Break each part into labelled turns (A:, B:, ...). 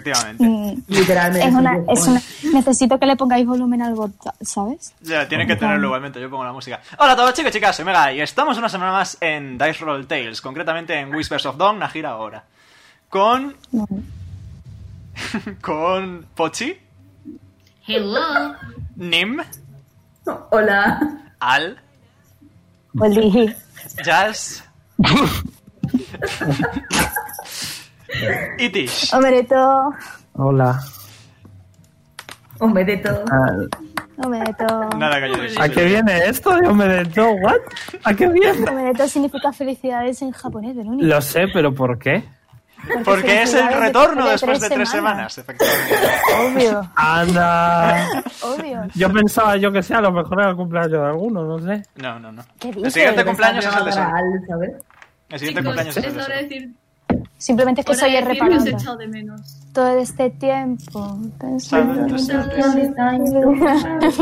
A: Efectivamente.
B: Mm,
C: Literalmente.
B: es una,
C: tío.
B: es una- necesito que le pongáis volumen al bot, ¿sabes?
A: Ya, tiene que tenerlo igualmente, yo pongo la música. Hola a todos chicos y chicas, soy Mega y estamos una semana más en Dice Roll Tales, concretamente en Whispers of Dawn, la gira ahora. Con...
B: No.
A: con Pochi,
D: Hello.
A: Nim,
C: Hola.
A: Al,
B: Pues dije,
A: Jazz y Tish.
B: hombre, todo,
E: Hola.
C: Hombre de todo.
E: Ah,
B: hombre, todo.
A: Nada que yo
E: ¿A Ah, qué viene esto? Dios me de todo, ¿what? ¿A qué viene?
B: Hombre, todo significa felicidades en japonés, Verónica.
E: Lo sé, pero ¿por qué?
A: Porque es el
B: felicidades
A: retorno después de tres semanas, efectivamente.
B: Obvio,
E: Anda.
B: obvio.
E: Yo pensaba, yo que sé, a lo mejor era el cumpleaños de alguno, no sé.
A: No, no, no.
B: ¿Qué
A: El
B: dices?
A: siguiente cumpleaños es el de Sol.
C: Para Al, ¿sabes?
A: El siguiente
D: Chicos,
A: cumpleaños es el
D: es
A: de
D: hora de
A: Sol.
D: decir,
B: Simplemente es que
D: hora
B: soy
D: de
B: el
D: decir que os he
B: reparando.
D: echado de menos.
B: Todo este tiempo pensando
A: Saben,
B: en
A: entonces,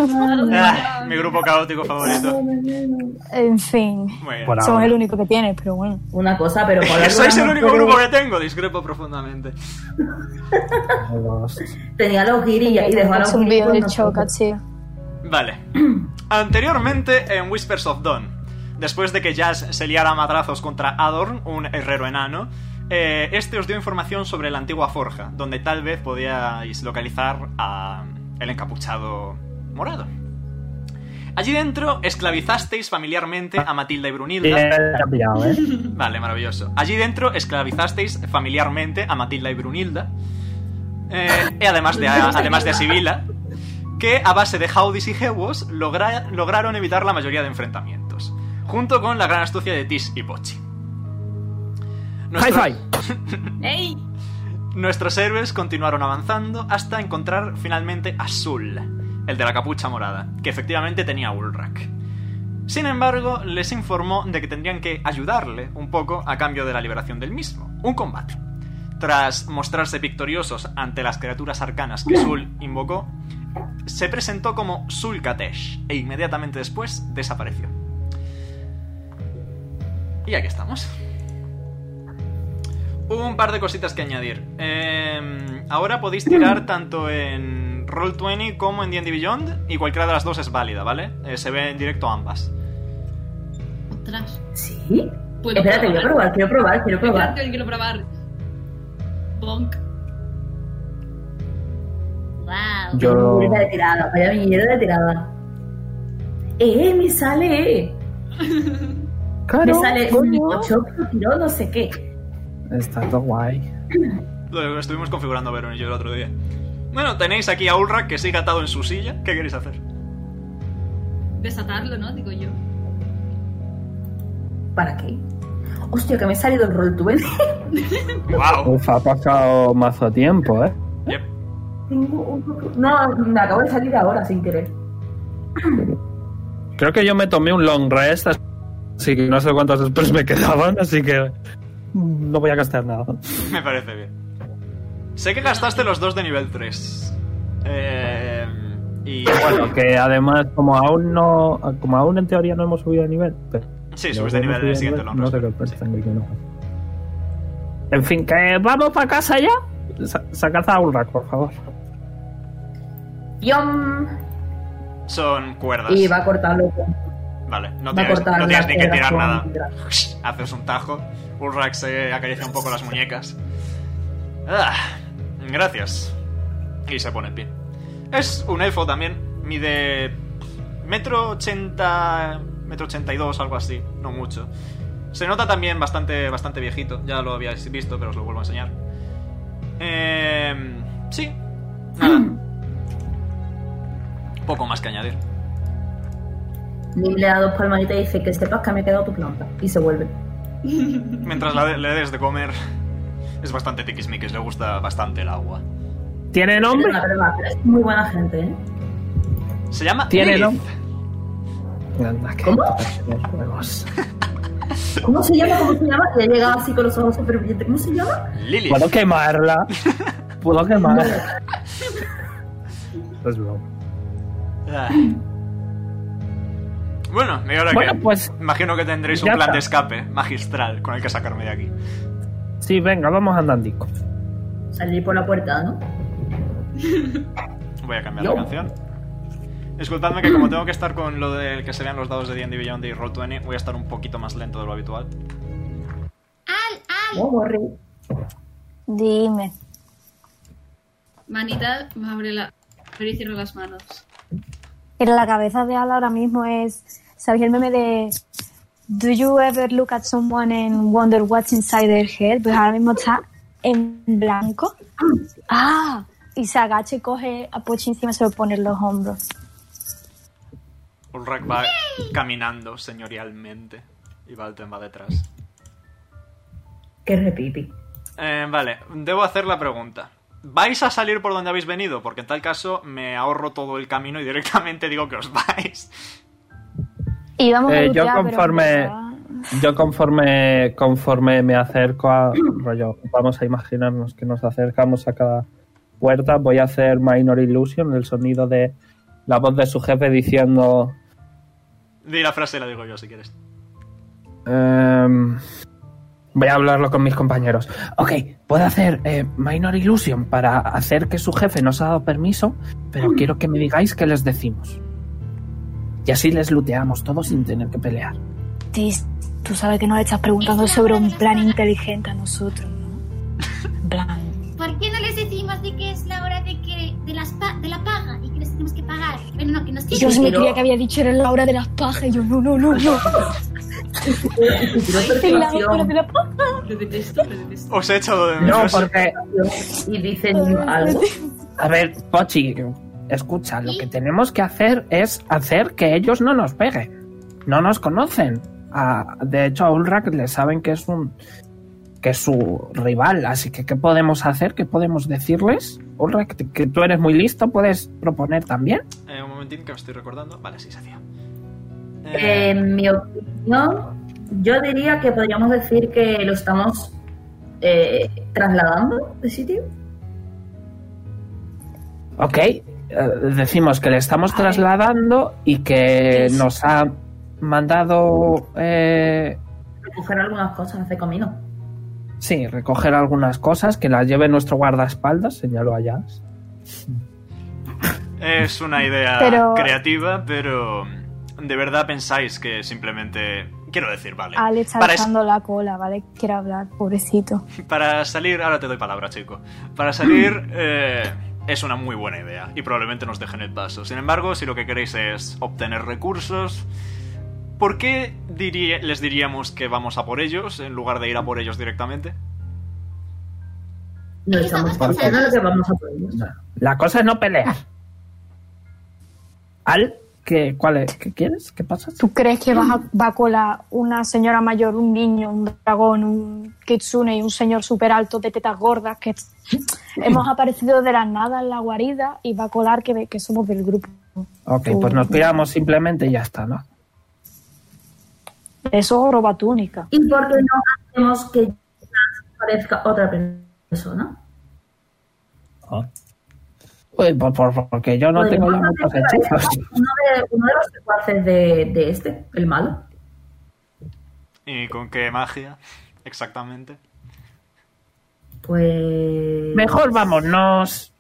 A: Ah,
D: Ah,
A: mi grupo caótico favorito.
B: En fin.
A: Muy bien.
E: Por
B: Somos
E: ahora.
B: el único que tiene, pero bueno.
C: Una cosa, pero por
A: Que
C: algo
A: sois el
C: no
A: único
C: puede-
A: grupo que tengo, discrepo profundamente.
C: Tenía los guiris y dejó a
B: Es
C: los
B: un
C: guiris
B: vídeo
C: con
B: del
C: nosotros.
B: choca, tío.
A: Vale. Anteriormente en Whispers of Dawn, después de que Jazz se liara a madrazos contra Adorn, un herrero enano, eh, este os dio información sobre la antigua forja, donde tal vez podíais localizar a el encapuchado morado. Allí dentro esclavizasteis familiarmente a Matilda y
E: Sí,
A: Brunilda.
E: ya he pillado, ¿eh?
A: Vale, maravilloso. Allí dentro esclavizasteis familiarmente a Matilda y Brunilda. eh, y además de, a, además de a Sibila, que a base de jaudis y jewos logra- lograron evitar la mayoría de enfrentamientos. Junto con la gran astucia de Tis y Pochi. Nuestro-
E: Hi-Fi.
D: ¡Ey!
A: Nuestros héroes continuaron avanzando hasta encontrar finalmente a Sul, el de la capucha morada, que efectivamente tenía a Ulrak. Sin embargo, les informó de que tendrían que ayudarle un poco a cambio de la liberación del mismo, un combate. Tras mostrarse victoriosos ante las criaturas arcanas que Sul invocó, se presentó como Sul Katesh e inmediatamente después desapareció. Y aquí estamos. Hubo un par de cositas que añadir. Eh, ahora podéis tirar tanto en Roll20 como en D&D Beyond y cualquiera de las dos es válida, ¿vale? Eh, se ve en directo ambas.
D: Ostras.
C: Sí.
D: ¿Puedo
C: Espérate, quiero probar, quiero probar, quiero probar.
D: Espérate, quiero probar. Bonk. Wow.
E: Yo.
C: Mierda de tirada, vaya mierda de tirada. Eh, me sale, eh. Me sale un 8, pero tiró no sé qué.
E: Está todo guay.
A: Lo lo estuvimos configurando Verón y yo el otro día. Bueno, tenéis aquí a Ulrak que sigue atado en su silla. ¿Qué queréis hacer?
D: Desatarlo, ¿no? Digo yo.
C: ¿Para qué? Hostia, que me he salido el roll 20.
A: ¡Wow!
E: Uf, ha pasado mazo tiempo, ¿eh?
A: Yep.
C: Tengo un- No, me acabo de salir ahora sin querer.
E: Creo que yo me tomé un long rest, así que no sé cuántos después me quedaban, así que. mm, No voy a gastar nada.
A: Me parece bien. Sé que gastaste los dos de nivel 3. Eh, y
E: Bueno, que además, como aún no. Como aún en teoría no hemos subido de nivel. pero-
A: Sí,
E: no
A: subes de nivel en el
E: hemos subido
A: siguiente
E: de
A: long
E: No
A: rest.
E: sé qué pasa, tengo que no. En fin, que vamos para casa ya. Sa- sacad a Ulrak, por favor.
C: ¡Yum!
A: Son cuerdas.
C: Y va a cortarlo. con-
A: Vale, no
C: Va a
A: tienes,
C: cortar
A: no tienes
C: la
A: ni que
C: piedra
A: tirar
C: con
A: nada.
C: piedra.
A: Haces un tajo. Ulrak se acaricia un poco las muñecas. Ah, gracias. Y se pone en pie. Es un elfo también. Mide. Metro ochenta. Metro ochenta y dos, algo así. No mucho. Se nota también bastante, bastante viejito. Ya lo habíais visto, pero os lo vuelvo a enseñar. Eh, sí. Nada. Poco más que añadir.
C: Nim le da dos palmaditas y dice que sepas que me he quedado tu planta. Y se vuelve.
A: Mientras la de- le des de comer, es bastante tiquismiquis, le gusta bastante el agua.
E: ¿Tiene nombre?
C: Perdona, perdona, pero es muy buena gente, ¿eh?
A: Se llama
E: ¿Tiene
A: Lilith.
E: nombre? Anda, que-
C: ¿Cómo?
E: Juegos.
C: ¿Cómo se llama? ¿Cómo se llama? Y ha llegado así con los ojos súper brillantes. ¿Cómo se llama?
A: Lilith.
E: ¿Puedo quemarla? ¿Puedo quemarla? Es broma.
A: Ah. Bueno, y ahora
E: Bueno,
A: que
E: pues,
A: imagino que tendréis un
E: ya
A: plan de
E: está.
A: escape magistral con el que sacarme de aquí.
E: Sí, venga, vamos andandico.
C: Salir por la puerta, ¿no?
A: Voy a cambiar
C: Yo.
A: la canción. Disculpadme que como tengo que estar con lo del que se vean los dados de D&D Beyond y Roll20, voy a estar un poquito más lento de lo habitual.
C: Oh, Gorri.
B: Dime.
D: Manita, me abre, la... abre y cierro las manos.
B: En la cabeza de Ala ahora mismo es. ¿Sabéis el meme de. Do you ever look at someone and wonder what's inside their head? Pues ahora mismo está en blanco. ¡Ah! Y se agacha y coge a Pochi encima y se lo pone en los hombros.
A: Ulrak va caminando señorialmente y Valten va detrás.
C: Qué repipi.
A: Eh, vale, debo hacer la pregunta. ¿Vais a salir por donde habéis venido? Porque en tal caso me ahorro todo el camino y directamente digo que os vais.
B: Y vamos a
E: Eh, yo
B: luchar, pero
E: conforme-
B: ya-
E: Yo conforme, conforme me acerco a... Rollo, vamos a imaginarnos que nos acercamos a cada puerta. Voy a hacer Minor Illusion, el sonido de la voz de su jefe diciendo...
A: Di la frase y la digo yo si quieres.
E: Em, voy a hablarlo con mis compañeros. Ok, puedo hacer eh, Minor Illusion para hacer que su jefe nos ha dado permiso, pero quiero que me digáis qué les decimos. Y así les luteamos todos sin tener que pelear.
B: Tis, tú sabes que nos estás preguntando sobre un plan inteligente a nosotros, ¿no? En plan.
F: ¿Por qué no les decimos de que es la hora de que de, las pa- de la paga y que les tenemos que pagar? Bueno, no, que nos
B: Yo
F: tienen
B: se me
C: pero-
B: creía que había dicho era la hora de las pajas. Y yo, no, no, no, no. Es la
C: Tiró
B: hora
C: persuasión
B: de las pajas.
D: Lo detesto, lo detesto.
A: Os he echado de
E: No,
A: menos.
E: porque
C: y dicen algo.
E: A ver, Pochi, escucha, lo que tenemos que hacer es hacer que ellos no nos peguen. No nos conocen. Ah, de hecho, a Ulrak le saben que es un que es su rival, así que ¿qué podemos hacer? ¿Qué podemos decirles? Ulrak, te- que tú eres muy listo, puedes proponer también.
A: Eh, un momentín que me estoy recordando. Vale, sí se hacía. Eh,
C: En mi opinión, yo diría que podríamos decir que lo estamos eh, trasladando de sitio.
E: Ok, eh, decimos que le estamos trasladando y que nos ha mandado eh,
C: Recoger algunas cosas, hace camino.
E: Sí, recoger algunas cosas, que las lleve nuestro guardaespaldas, señaló a Jazz.
A: Eh, Es una idea
B: Pero-
A: creativa, pero de verdad pensáis que simplemente... Quiero decir, vale.
B: Ale está
A: Para,
B: echando la cola, ¿vale? Quiere hablar, pobrecito.
A: para salir... Ahora te doy palabra, chico. Para salir eh, es una muy buena idea y probablemente nos dejen el paso. Sin embargo, si lo que queréis es obtener recursos... ¿Por qué diría- les diríamos que vamos a por ellos en lugar de ir a por ellos directamente?
C: No estamos
F: Estamos
C: pensando lo que
F: cansados.
C: vamos a poner.
E: La cosa es no pelear. Al, ¿qué, cuál es? ¿Qué quieres? ¿Qué pasa?
B: ¿Tú crees que vas a- va a colar una señora mayor, un niño, un dragón, un kitsune y un señor súper alto de tetas gordas que hemos aparecido de la nada en la guarida y va a colar que, que somos del grupo?
E: Ok, pues nos piramos simplemente y ya está, ¿no?
B: Eso roba túnica.
C: ¿Y por qué no hacemos que Jazz parezca otra persona?
E: Uy, por, por- porque yo no tengo ya
C: Podríamos
E: muchos
C: hacer que
E: hechizos.
C: parezca Uno de, uno de los secuaces de, de este, el malo.
A: ¿Y con qué magia? Exactamente.
C: Pues.
E: Mejor vámonos.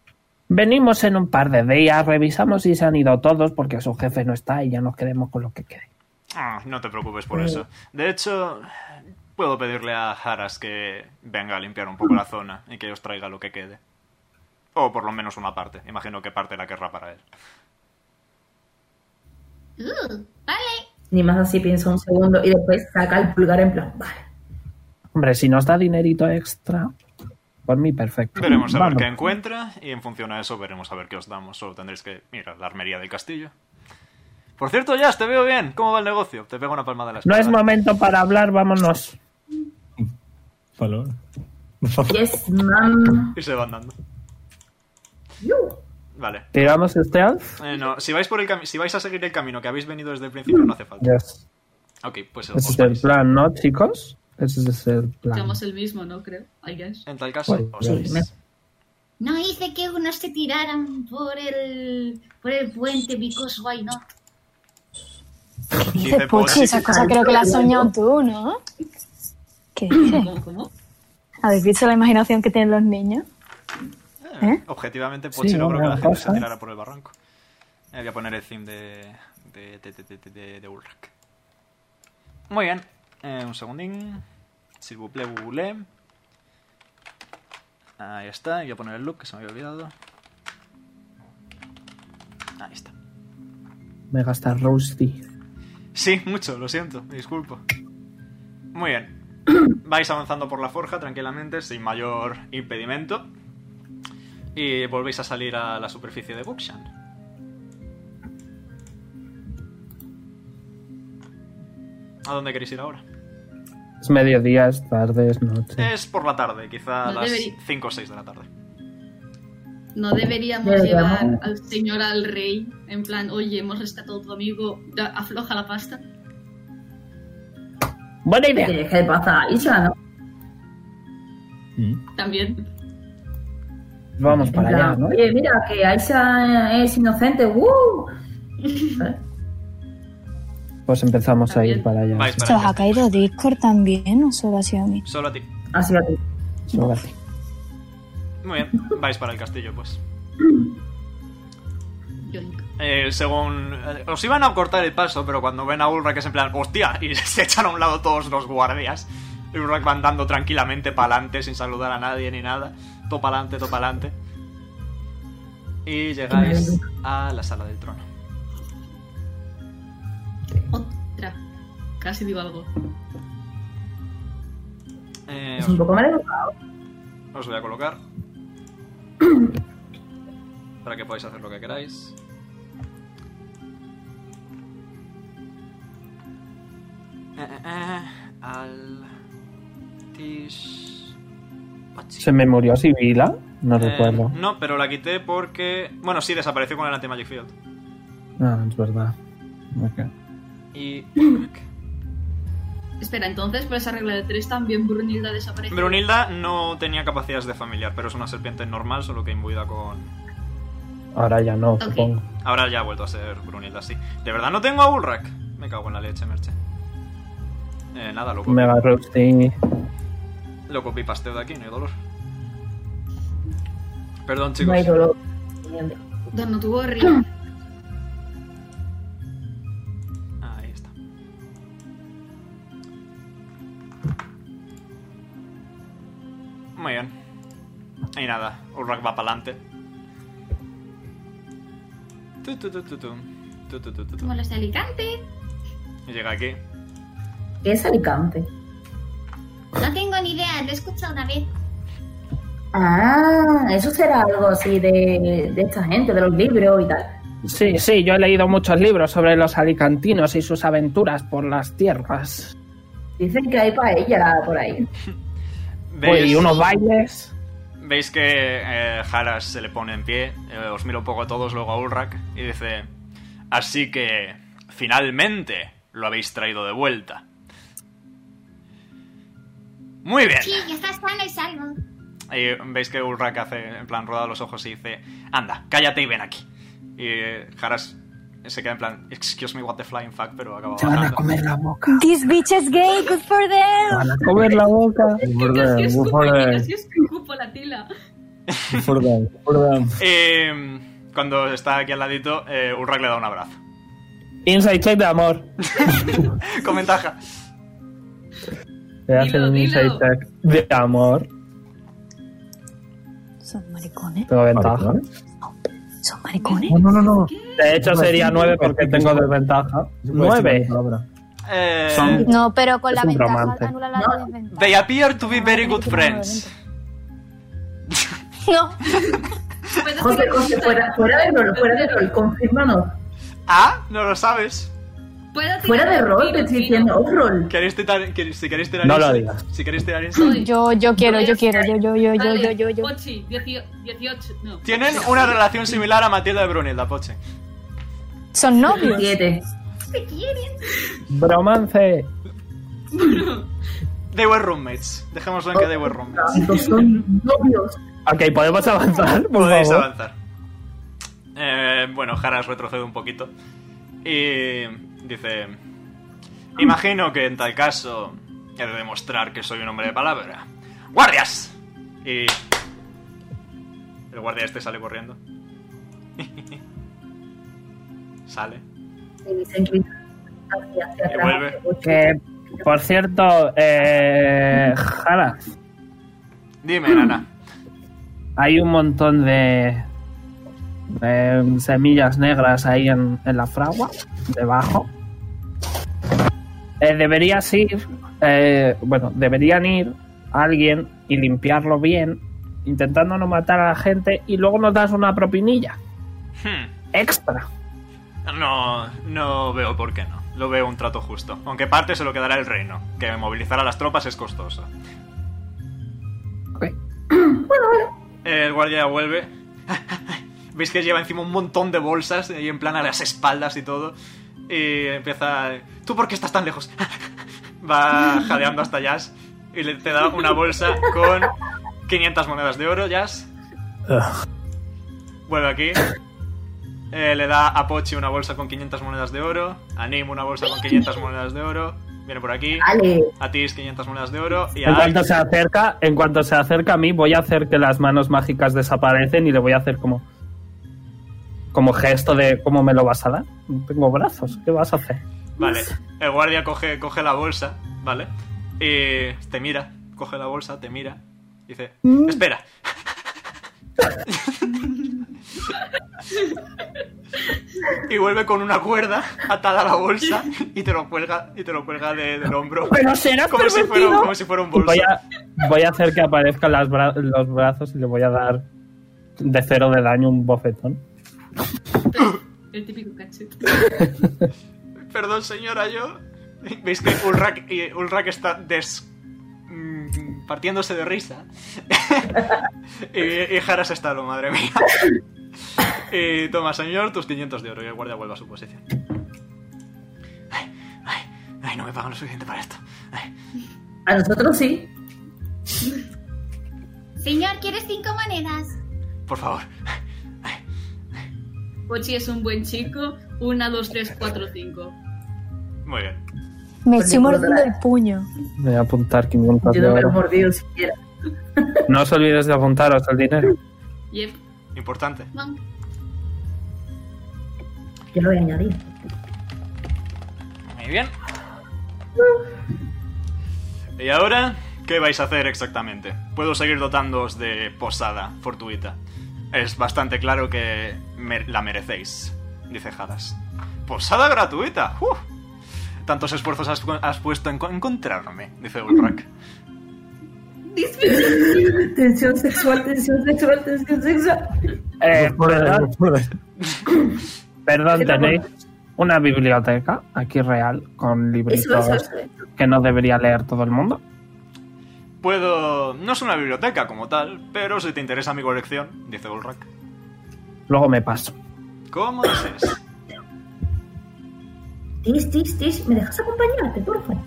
E: Venimos en un par de días, revisamos si se han ido todos porque su jefe no está y ya nos quedemos con lo que quede.
A: Ah, no te preocupes por
C: Eh.
A: eso. De hecho, puedo pedirle a Haras que venga a limpiar un poco la zona y que os traiga lo que quede. O por lo menos una parte. Imagino que parte la querrá para él.
F: Uh, vale.
C: Ni más así piensa un segundo y después saca el pulgar en plan. Vale.
E: Hombre, si nos da dinerito extra, por mí perfecto.
A: Veremos a ver
E: Vamos.
A: qué encuentra y en función a eso veremos a ver qué os damos. Solo tendréis que ir a la armería del castillo. Por cierto, Jazz, te veo bien. ¿Cómo va el negocio? Te pego una palmada en la
E: No
A: espalda.
E: es momento para hablar, vámonos.
G: Valor.
C: Yes, ma'am.
A: Y se van dando.
C: You.
A: Vale.
E: ¿Tiramos este stealth?
A: Eh, no, si vais, por el cami- si vais a seguir el camino que habéis venido desde el principio, no hace falta.
E: Yes.
A: Ok, pues os
E: Ese Este es el
A: vais.
E: plan, ¿no, chicos? Ese es el plan.
D: Somos el mismo, ¿no? Creo. I guess.
A: En tal caso,
E: Pues,
A: os vais.
E: sí,
C: me-
F: No hice que unos se tiraran por el por el puente because why not?
A: Dice
B: Dice Pochi,
A: Pochi.
B: Pues esa cosa creo que la has soñado tú, ¿no? ¿Qué dices?
D: ¿Cómo? ¿Cómo?
B: ¿Habéis visto la imaginación que tienen los niños? ¿Eh?
A: Objetivamente, pues, Pochi
E: Sí,
A: logró que
E: una
A: la gente se
E: cosa.
A: tirara por el barranco. Eh, voy a poner el theme de, de, de, de, de- de- de Ulrak. Muy bien. Eh, un segundín. S'il vous plaît, vous voulez. Ahí está. Y voy a poner el look que se me había olvidado. Ahí está.
E: Me gasta Rusty.
A: Sí, mucho, lo siento, me disculpo. Muy bien. Vais avanzando por la forja tranquilamente, sin mayor impedimento. Y volvéis a salir a la superficie de Buxhan. ¿A dónde queréis ir ahora?
E: Es mediodía, es tarde, es
C: Eh,
E: noche.
A: Es por la tarde, quizá a
D: No
A: las
D: deberí-
A: 5 o 6 de la tarde.
D: No deberíamos
C: Deberíamos.
D: llevar al señor al rey. En plan, oye, hemos rescatado a tu amigo, da- afloja la pasta.
E: Buena
C: Que
E: idea.
C: deje de pasar a Isla, ¿no?
G: Mm.
D: También.
E: Vamos para
C: En plan,
E: allá, ¿no?
C: Oye, mira, que Aisha es inocente. ¡uh!". ¡Woo!
E: Pues empezamos a ir para allá.
A: Vais
B: Se os
A: para
B: ha
A: allá.
B: caído Discord también, o solo ha sido a mí.
A: Solo a ti.
C: Así a ti.
E: Sóbate.
A: Muy bien, vais para el castillo, pues.
D: Yoink.
A: Eh, según. eh, os iban a cortar el paso, pero cuando ven a Ulrak es en plan, ¡hostia! Y se echan a un lado todos los guardias. Y Ulrak va andando tranquilamente para adelante, sin saludar a nadie ni nada. Todo para adelante, todo para adelante. Y llegáis a la sala del trono.
D: Otra. Casi digo algo.
A: Eh,
C: Es un
A: os,
C: poco mal educado.
A: os voy a colocar. Para que podáis hacer lo que queráis. Eh, eh, eh, al. Tish. Pachi.
E: ¿Se me murió Sibila? No
A: Eh,
E: recuerdo.
A: No, pero la quité porque. Bueno, sí, desapareció con el anti-magic field.
E: Ah, es verdad. Ok.
A: Y.
D: Espera, entonces por esa regla de tres también Brunilda desaparece.
A: Brunilda no tenía capacidades de familiar, pero es una serpiente normal, solo que imbuida con.
E: Ahora ya no, supongo.
A: Ahora ya ha vuelto a ser Brunilda, sí. De verdad no tengo a Ulrak. Me cago en la leche, Merche. Eh, nada, lo copié.
E: Mega Rusty.
A: Lo copié y pasteo de aquí, no hay dolor. Perdón,
C: No
A: chicos.
C: hay dolor.
D: Don Otuorrio.
A: Ahí está. Muy bien. Y nada, Urrak va para adelante.
F: Como los de Alicante.
A: Llega aquí.
C: ¿Qué es Alicante?
F: No tengo ni idea, lo he escuchado una vez.
C: Ah, eso será algo así de, de esta gente, de los libros y tal.
E: Sí, sí, yo he leído muchos libros sobre los alicantinos y sus aventuras por las tierras.
C: Dicen que hay paella por ahí.
E: Uy,
A: ¿Veis,
E: y unos bailes.
A: veis que eh, Haras se le pone en pie. eh, os miro un poco a todos, luego a Urrak. Y dice: Así que, finalmente, lo habéis traído de vuelta. Muy bien.
F: Sí, ya está sano y salvo.
A: Y veis que Ulrak hace, en plan, roda los ojos y dice, anda, cállate y ven aquí. Y eh, Haras se queda en plan, excuse me, what the flying fuck, pero acaba
E: Se van a
A: bajando.
E: comer la boca.
B: This bitch is gay, good for
E: Se
B: them.
E: van a comer la boca.
G: For
D: Casi
G: them,
D: escupo,
G: for them,
D: casi escupo la tila.
G: for them, for them.
A: Eh, cuando está aquí al ladito, eh, Ulrak le da un abrazo.
E: Inside check de amor.
A: Con ventaja.
E: Te hacen un
D: dilo.
E: inside check de amor.
B: Son maricones,
E: Tengo ventaja.
G: ¿Vale?
B: son maricones.
G: No, no, no, no.
E: De hecho, sería nueve porque tengo desventaja.
G: Se puede decir
E: Nueve.
G: la palabra.
A: Eh,
G: Son-
B: No, pero con
E: Es
B: la
E: un
B: ventaja
E: romance.
B: anula la
C: No.
B: desventaja.
A: They appear to be very good friends.
B: No,
D: Puedes
C: José,
D: hacer-
C: José, fuera, fuera de rol, fuera de rol, confírmanos.
A: Ah, no lo sabes.
D: Puedo tirar
C: Fuera de
D: un
C: rol,
D: tiro,
C: te estoy
D: tiro.
C: diciendo, oh, off roll.
A: ¿Queréis tirar, quer- si queréis tirar
E: No lo
A: insight-
E: digas.
A: Si queréis tirar insight.
D: Soy-
B: yo, yo quiero, yo quiero, yo, yo, yo, yo,
D: Vale,
B: yo, yo, yo.
D: Pochi, 18. No.
A: Tienen una relación similar a Matilda de Brunilda, Poche.
B: Son novios.
C: Siete.
F: ¿Qué quieres?
E: Bromance.
A: They were roommates. Dejémoslo en que they were roommates.
C: Estos son novios.
E: Ok, podemos avanzar, por
A: Podéis
E: favor.
A: avanzar. Eh, bueno, Haras retrocede un poquito. Y dice... Imagino que en tal caso he de demostrar que soy un hombre de palabra. ¡Guardias! Y El guardia este sale corriendo. sale.
C: Y dicen que hacia, hacia
A: Y
C: atrás,
A: vuelve.
C: ocho.
E: Que, por cierto, eh, Jala,
A: Dime, Nana.
E: hay un montón de, de semillas negras ahí en, en la fragua, debajo. Eh, deberías ir, eh, bueno, deberían ir alguien y limpiarlo bien, intentando no matar a la gente y luego nos das una propinilla
A: Hmm.
E: extra.
A: No, no veo por qué no. Lo veo un trato justo. Aunque parte se lo quedará el reino, que movilizar a las tropas es costoso.
E: Ok.
A: El guardia vuelve. Veis que lleva encima un montón de bolsas y en plan a las espaldas y todo. Y empieza. ¿Tú por qué estás tan lejos? Va jadeando hasta Jazz y le te da una bolsa con 500 monedas de oro, Jazz. Vuelve aquí. Eh, le da a Pochi una bolsa con 500 monedas de oro. A Nim una bolsa con 500 monedas de oro. Viene por aquí.
C: Vale.
A: A Tis 500 monedas de oro. Y
E: En
A: a
E: cuanto se acerca, en cuanto se acerca a mí, voy a hacer que las manos mágicas desaparecen y le voy a hacer como como gesto de cómo me lo vas a dar. No tengo brazos, ¿qué vas a hacer?
A: Vale, el guardia coge, coge la bolsa, ¿vale? Y te mira, coge la bolsa, te mira, dice, espera. y vuelve con una cuerda atada a la bolsa y te lo cuelga, y te lo cuelga de- del hombro.
E: Pero serás
A: como si, fuera,
E: pervertido.
A: como si fuera un
E: Y Voy
A: bolso.
E: a, voy a hacer que aparezcan las bra- los brazos y le voy a dar de cero de daño un bofetón.
D: El típico cachete.
A: Perdón, señora, yo. Veis que Ulrak, y Ulrak está des. mm, partiéndose de risa. y, y Haras está lo, madre mía. y toma, señor, tus 500 de oro y el guardia vuelve a su posición. Ay, ay, ay, no me pagan lo suficiente para esto. Ay.
C: A nosotros sí.
F: Señor, ¿quieres cinco monedas?
A: Por favor.
D: Pochi es un buen chico. Una, dos, tres, cuatro, cinco.
A: Muy bien.
B: Me
C: Pues
B: estoy
C: ni
B: mordiendo
C: podrá.
B: el puño.
E: Voy a apuntar 500
C: Yo
E: de
C: no me lo he
E: oro.
C: mordido siquiera.
E: No os olvidéis de apuntaros el dinero.
D: Yep.
A: Importante.
F: Monk.
C: Yo lo voy a añadir.
A: Muy bien. ¿Y ahora qué vais a hacer exactamente? Puedo seguir dotándoos de posada fortuita. Es bastante claro que me- la merecéis, dice Hadas. ¿Posada gratuita? ¡Uf! Tantos esfuerzos has, pu- has puesto en co- encontrarme, dice Ulrak.
C: Tensión sexual, tensión sexual, tensión sexual.
E: Eh, perdón,
G: Por- por-
E: Perdón,
C: Sí, no,
E: tenéis una biblioteca aquí real con
C: Eso,
E: libritos
C: eso, eso.
E: que no debería leer todo el mundo.
A: Puedo... No es una biblioteca como tal, pero si te interesa mi colección, dice Ulrak.
E: Luego me paso.
A: ¿Cómo dices?
C: Tis, tis, tis. ¿Me dejas acompañarte, por favor?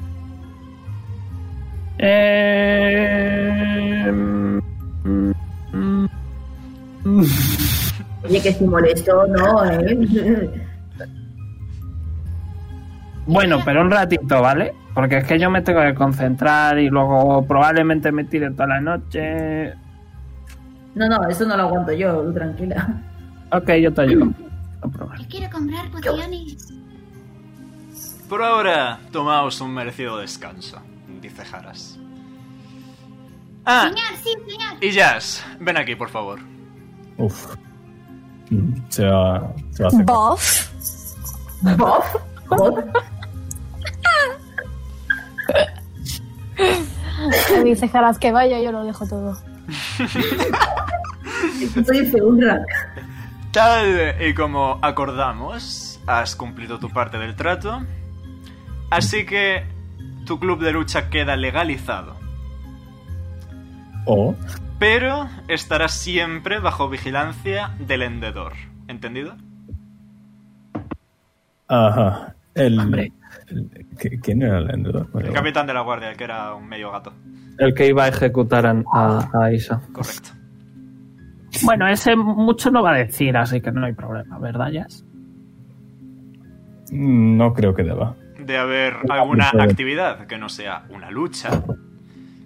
E: Eh, mm, mm, mm.
C: Oye, que si molesto, no, ¿eh?
E: Bueno, pero un ratito, ¿vale? Porque es que yo me tengo que concentrar y luego probablemente me tire toda la noche.
C: No, no, eso no lo aguanto yo, tranquila.
E: Ok, yo te ayudo. A probar.
F: Yo quiero comprar pociones.
A: Por ahora, tomaos un merecido descanso, dice Haras. Ah,
F: Señor, sí, señor.
A: Y Jazz, ven aquí, por favor.
G: Uf. Mm, Se va, se va a hacer.
B: Buff.
C: ¿Bob? ¿Bob?
B: Me dice Jaras que vaya, yo lo dejo todo.
C: Soy feurra.
A: Tal y como acordamos, has cumplido tu parte del trato. Así que tu club de lucha queda legalizado.
G: O
A: Pero estarás siempre bajo vigilancia del vendedor. ¿Entendido?
G: Ajá. El,
E: Hombre.
G: el- ¿qui- ¿Quién era el vendedor?
A: El capitán de la guardia, el que era un medio gato.
E: El que iba a ejecutar a, a- a Isa.
A: Correcto.
E: Bueno, ese mucho no va a decir, así que no hay problema, ¿verdad, Jazz?
G: Mm, No creo que deba.
A: De haber alguna actividad que no sea una lucha,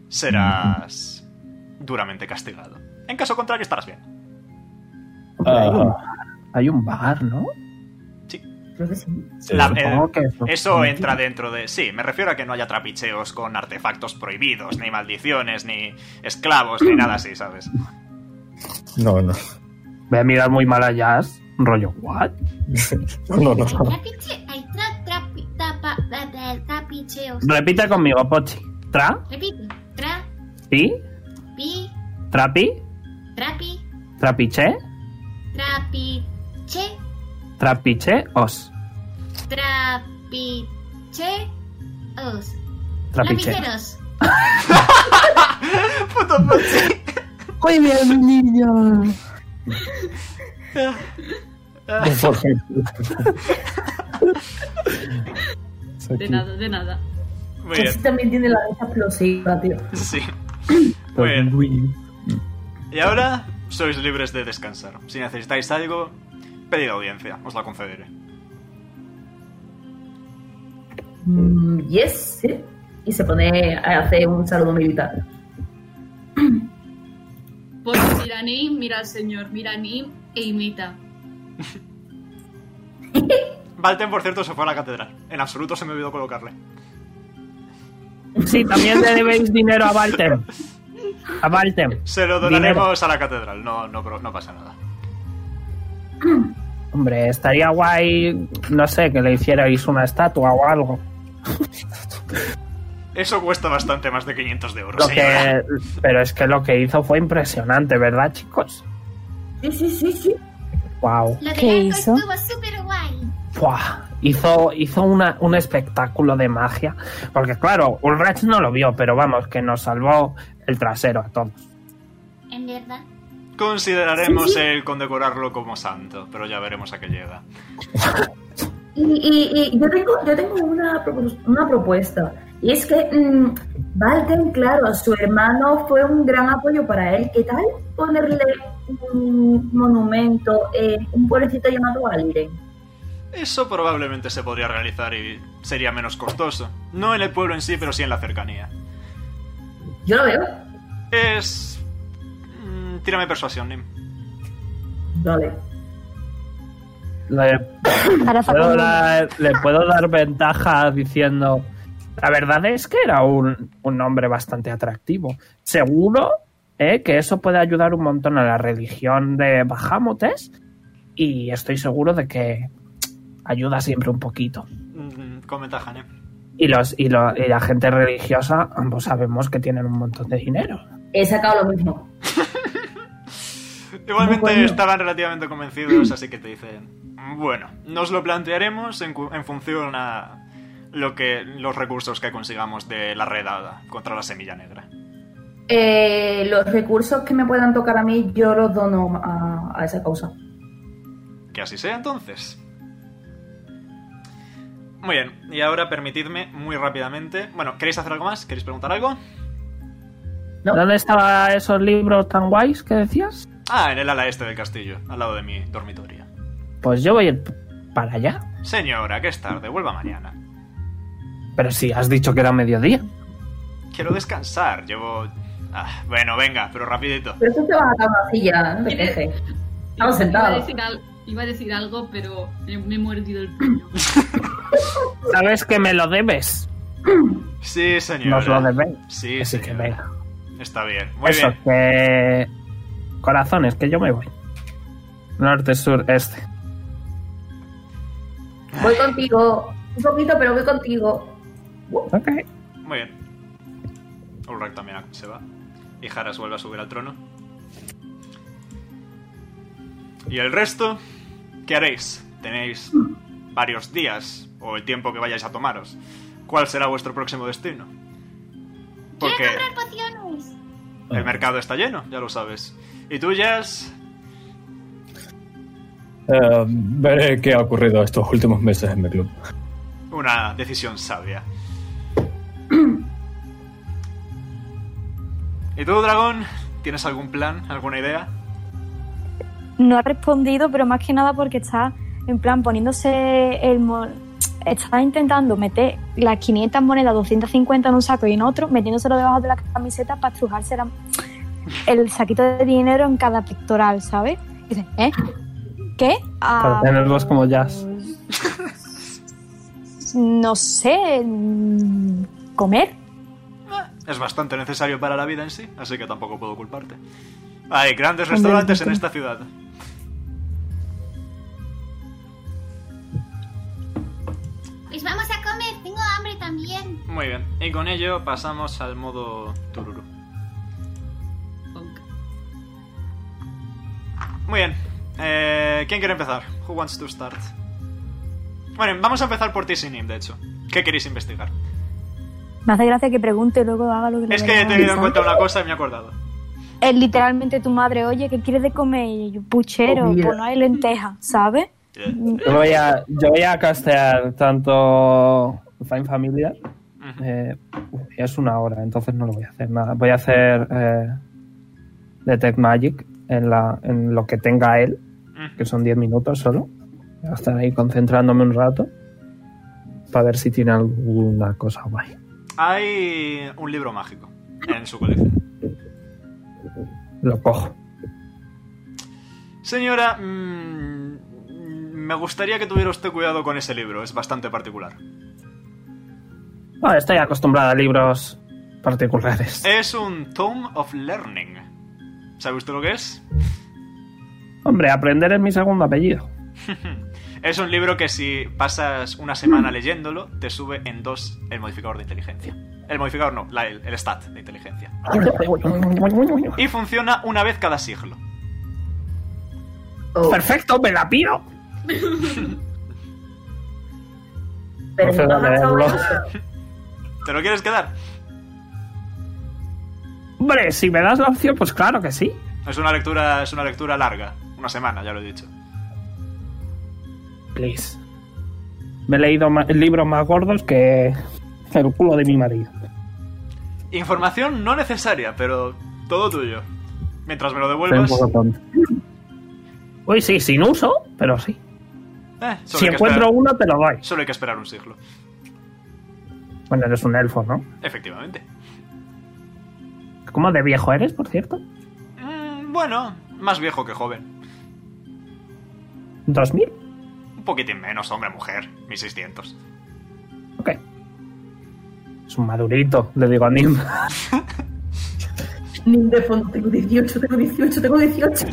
A: serás duramente castigado. En caso contrario, estarás bien.
E: Pero hay, un,
G: Ah.
E: hay un bar, ¿no?
C: Creo que sí.
G: Sí.
A: La-
E: Supongo
A: eh,
E: que eso-
A: eso entra dentro de... Sí, me refiero a que no haya trapicheos con artefactos prohibidos, ni maldiciones, ni esclavos, ni nada así, ¿sabes?
G: No, no.
E: Voy a mirar muy mal a Jazz. Rollo, ¿what?
G: No,
F: Hay
G: no.
F: trapiche- hay tra- trapi- tapa- tra- tra- trapicheos.
E: Repite conmigo, Pochi. ¿Tra?
F: Repito. Tra,
E: ¿Pi?
F: pi,
E: ¿Trapi?
F: trapi,
E: ¿Trapiche?
F: trapiche,
E: ¿Trapiche? ¿Os?
F: trapiche, os.
E: ¿Trapiche?
F: Lapiceros.
A: Puto Pochi.
E: Muy bien, niño.
D: De nada, de nada.
A: Muy
C: Ese
A: bien,
C: también tiene la cabeza explosiva, tío.
A: sí. Muy bien.
G: Muy
A: Pues Y ahora sois libres de descansar. Si necesitáis algo, pedid audiencia, os la concederé.
C: Mm, yes, sí. Y se pone a hacer un saludo militar.
D: Pues mira a Nim, mira al señor, mira a Nim e imita.
A: Valten, por cierto, se fue a la catedral. En absoluto se me olvidó colocarle.
E: Sí, también le debéis dinero a Valtem. A Valtem.
A: Se lo donaremos a la catedral, no, no, pero no pasa nada.
E: Hombre, estaría guay, no sé, que le hicierais una estatua o algo.
A: Eso cuesta bastante más de 500 de euros,
E: Lo
A: señora.
E: que, pero es que lo que hizo fue impresionante, ¿verdad, chicos?
C: Sí, sí, sí, sí.
E: Wow.
F: Lo
B: ¿Qué
F: de Arco
B: hizo?
F: estuvo súper guay.
E: Buah, hizo hizo una, un espectáculo de magia. Porque claro, Ulrich no lo vio, pero vamos, que nos salvó el trasero a todos.
F: En verdad.
A: Consideraremos el condecorarlo como santo, pero ya veremos a qué llega.
C: Y, y- y yo tengo, yo tengo una, propos- una propuesta. Y es que mm, Valten, claro, su hermano fue un gran apoyo para él. ¿Qué tal ponerle un monumento en un pueblecito llamado Alden?
A: Eso probablemente se podría realizar y sería menos costoso. No en el pueblo en sí, pero sí en la cercanía.
C: Yo lo veo.
A: Es... mm, Tírame persuasión, Nim.
C: Vale.
E: Le
B: Ahora está
E: puedo
B: con-
E: dar, le puedo dar ventaja diciendo... La verdad es que era un, un hombre bastante atractivo. Seguro eh, que eso puede ayudar un montón a la religión de Bahamotes y estoy seguro de que ayuda siempre un poquito.
A: Mm, Con ventaja, Nim.
E: Y, los, y, lo- y la gente religiosa, ambos sabemos que tienen un montón de dinero.
C: He sacado lo mismo.
A: Igualmente
C: Bueno.
A: estaban relativamente convencidos, así que te dicen... Bueno, nos lo plantearemos en, cu- en función a lo que los recursos que consigamos de la redada contra la semilla negra.
C: Eh, los recursos que me puedan tocar a mí, yo los dono a, a esa causa.
A: Que así sea entonces. Muy bien, y ahora permitidme muy rápidamente... Bueno, ¿queréis hacer algo más? ¿Queréis preguntar algo?
C: No.
E: ¿Dónde estaban esos libros tan guays que decías?
A: Ah, en el ala este del castillo, al lado de mi dormitorio.
E: Pues yo voy a ir p- para allá.
A: Señora, que es tarde, vuelva mañana.
E: Pero si has dicho que era mediodía.
A: Quiero descansar, llevo... Ah, bueno, venga, pero rapidito.
C: Pero tú te vas a dar una silla, no te quejes. Estamos
D: Iba a
C: sentados.
D: decir, al- iba a decir algo, pero me, me he mordido el puño.
E: Sabes que me lo debes.
A: Sí, señora.
E: Nos lo debéis.
A: Sí,
E: Así que
A: señora.
E: venga.
A: Está bien, muy
E: Eso,
A: bien.
E: que. Eh, Corazones, que yo me voy. Norte, sur, este.
C: Voy contigo. Un poquito, pero voy contigo.
E: Ok.
A: Muy bien. Ulrak también se va. Y Haras vuelve a subir al trono. ¿Y el resto? ¿Qué haréis? Tenéis varios días o el tiempo que vayáis a tomaros. ¿Cuál será vuestro próximo destino? Porque
F: Quiero comprar pociones.
G: Ah.
A: el mercado está lleno, ya lo sabes. ¿Y tú, Jazz?
G: Eh, veré qué ha ocurrido estos últimos meses en mi club.
A: Una decisión sabia. ¿Y tú, Dragón? ¿Tienes algún plan? ¿Alguna idea?
B: No ha respondido, pero más que nada porque está en plan poniéndose el mo- está intentando meter las 500 monedas, 250 en un saco y en otro, metiéndoselo debajo de la camiseta para estrujarse la- el saquito de dinero en cada pectoral, ¿sabes? Dice, ¿eh? ¿Qué?
E: Para
B: Ah,
E: tenerlos como jazz.
B: no sé. mm, ¿Comer?
A: Es bastante necesario para la vida en sí, así que tampoco puedo culparte. Hay grandes restaurantes en esta ciudad.
F: Pues vamos a comer, tengo hambre también.
A: Muy bien, y con ello pasamos al modo Tururu.
D: Punk.
A: Muy bien, eh, ¿quién quiere empezar? Who wants to start? Bueno, vamos a empezar por ti, Sinim, de hecho. ¿Qué queréis investigar?
B: Me hace gracia que pregunte y luego haga lo que le
A: Es
B: dé
A: que he
B: la
A: tenido en
B: gana.
A: cuenta una cosa y me he acordado.
B: Es eh, literalmente tu madre, oye, ¿qué quieres de comer? Y yo, puchero,
E: Oh, mira.
B: pues no hay lenteja, ¿sabes?
E: Yo voy a, yo voy a castear tanto Fine Familiar.
A: Ujú.
E: eh, es una hora, entonces no lo voy a hacer nada. Voy a hacer eh, Detect Magic en, la, en lo que tenga él,
A: Ujú.
E: que son 10 minutos solo. Voy a estar ahí concentrándome un rato para ver si tiene alguna cosa guay.
A: Hay un libro mágico en su colección.
E: Lo cojo.
A: Señora, mm, me gustaría que tuviera usted cuidado con ese libro, es bastante particular.
E: Ah, estoy acostumbrada a libros particulares.
A: Es un Tome of Learning. ¿Sabe usted lo que es?
E: Hombre, aprender es mi segundo apellido.
A: Es un libro que si pasas una semana leyéndolo, te sube en dos el modificador de inteligencia. El modificador no, la- el, el stat de inteligencia. Y funciona una vez cada siglo.
C: Oh,
E: Perfecto, me la pido.
C: pero
E: Procedo
C: no
E: a
C: ha pasado
E: leerlo.
C: eso.
A: ¿Te lo quieres quedar?
E: Hombre, si me das la opción, pues claro que sí.
A: Es una lectura, es una lectura larga, una semana, ya lo he dicho.
E: Please. Me he leído ma- libros más gordos que el culo de mi marido.
A: Información no necesaria, pero todo tuyo. Mientras me lo
E: Soy un
A: devuelvas.
E: poco tonto. Uy, sí, sin uso, pero sí.
A: eh, solo,
E: Si
A: hay que
E: encuentro
A: esperar,
E: uno, te lo doy.
A: solo hay que esperar un siglo.
E: Bueno, eres un elfo, ¿no?
A: Efectivamente.
E: ¿Cómo de viejo eres, por cierto?
A: Mm, bueno, más viejo que joven.
E: ¿Dos mil?
A: Un poquitín menos, hombre, mujer. 1600.
E: Ok. Es un madurito, le digo a Nim.
C: Ni de fondo, tengo 18, tengo 18, tengo 18.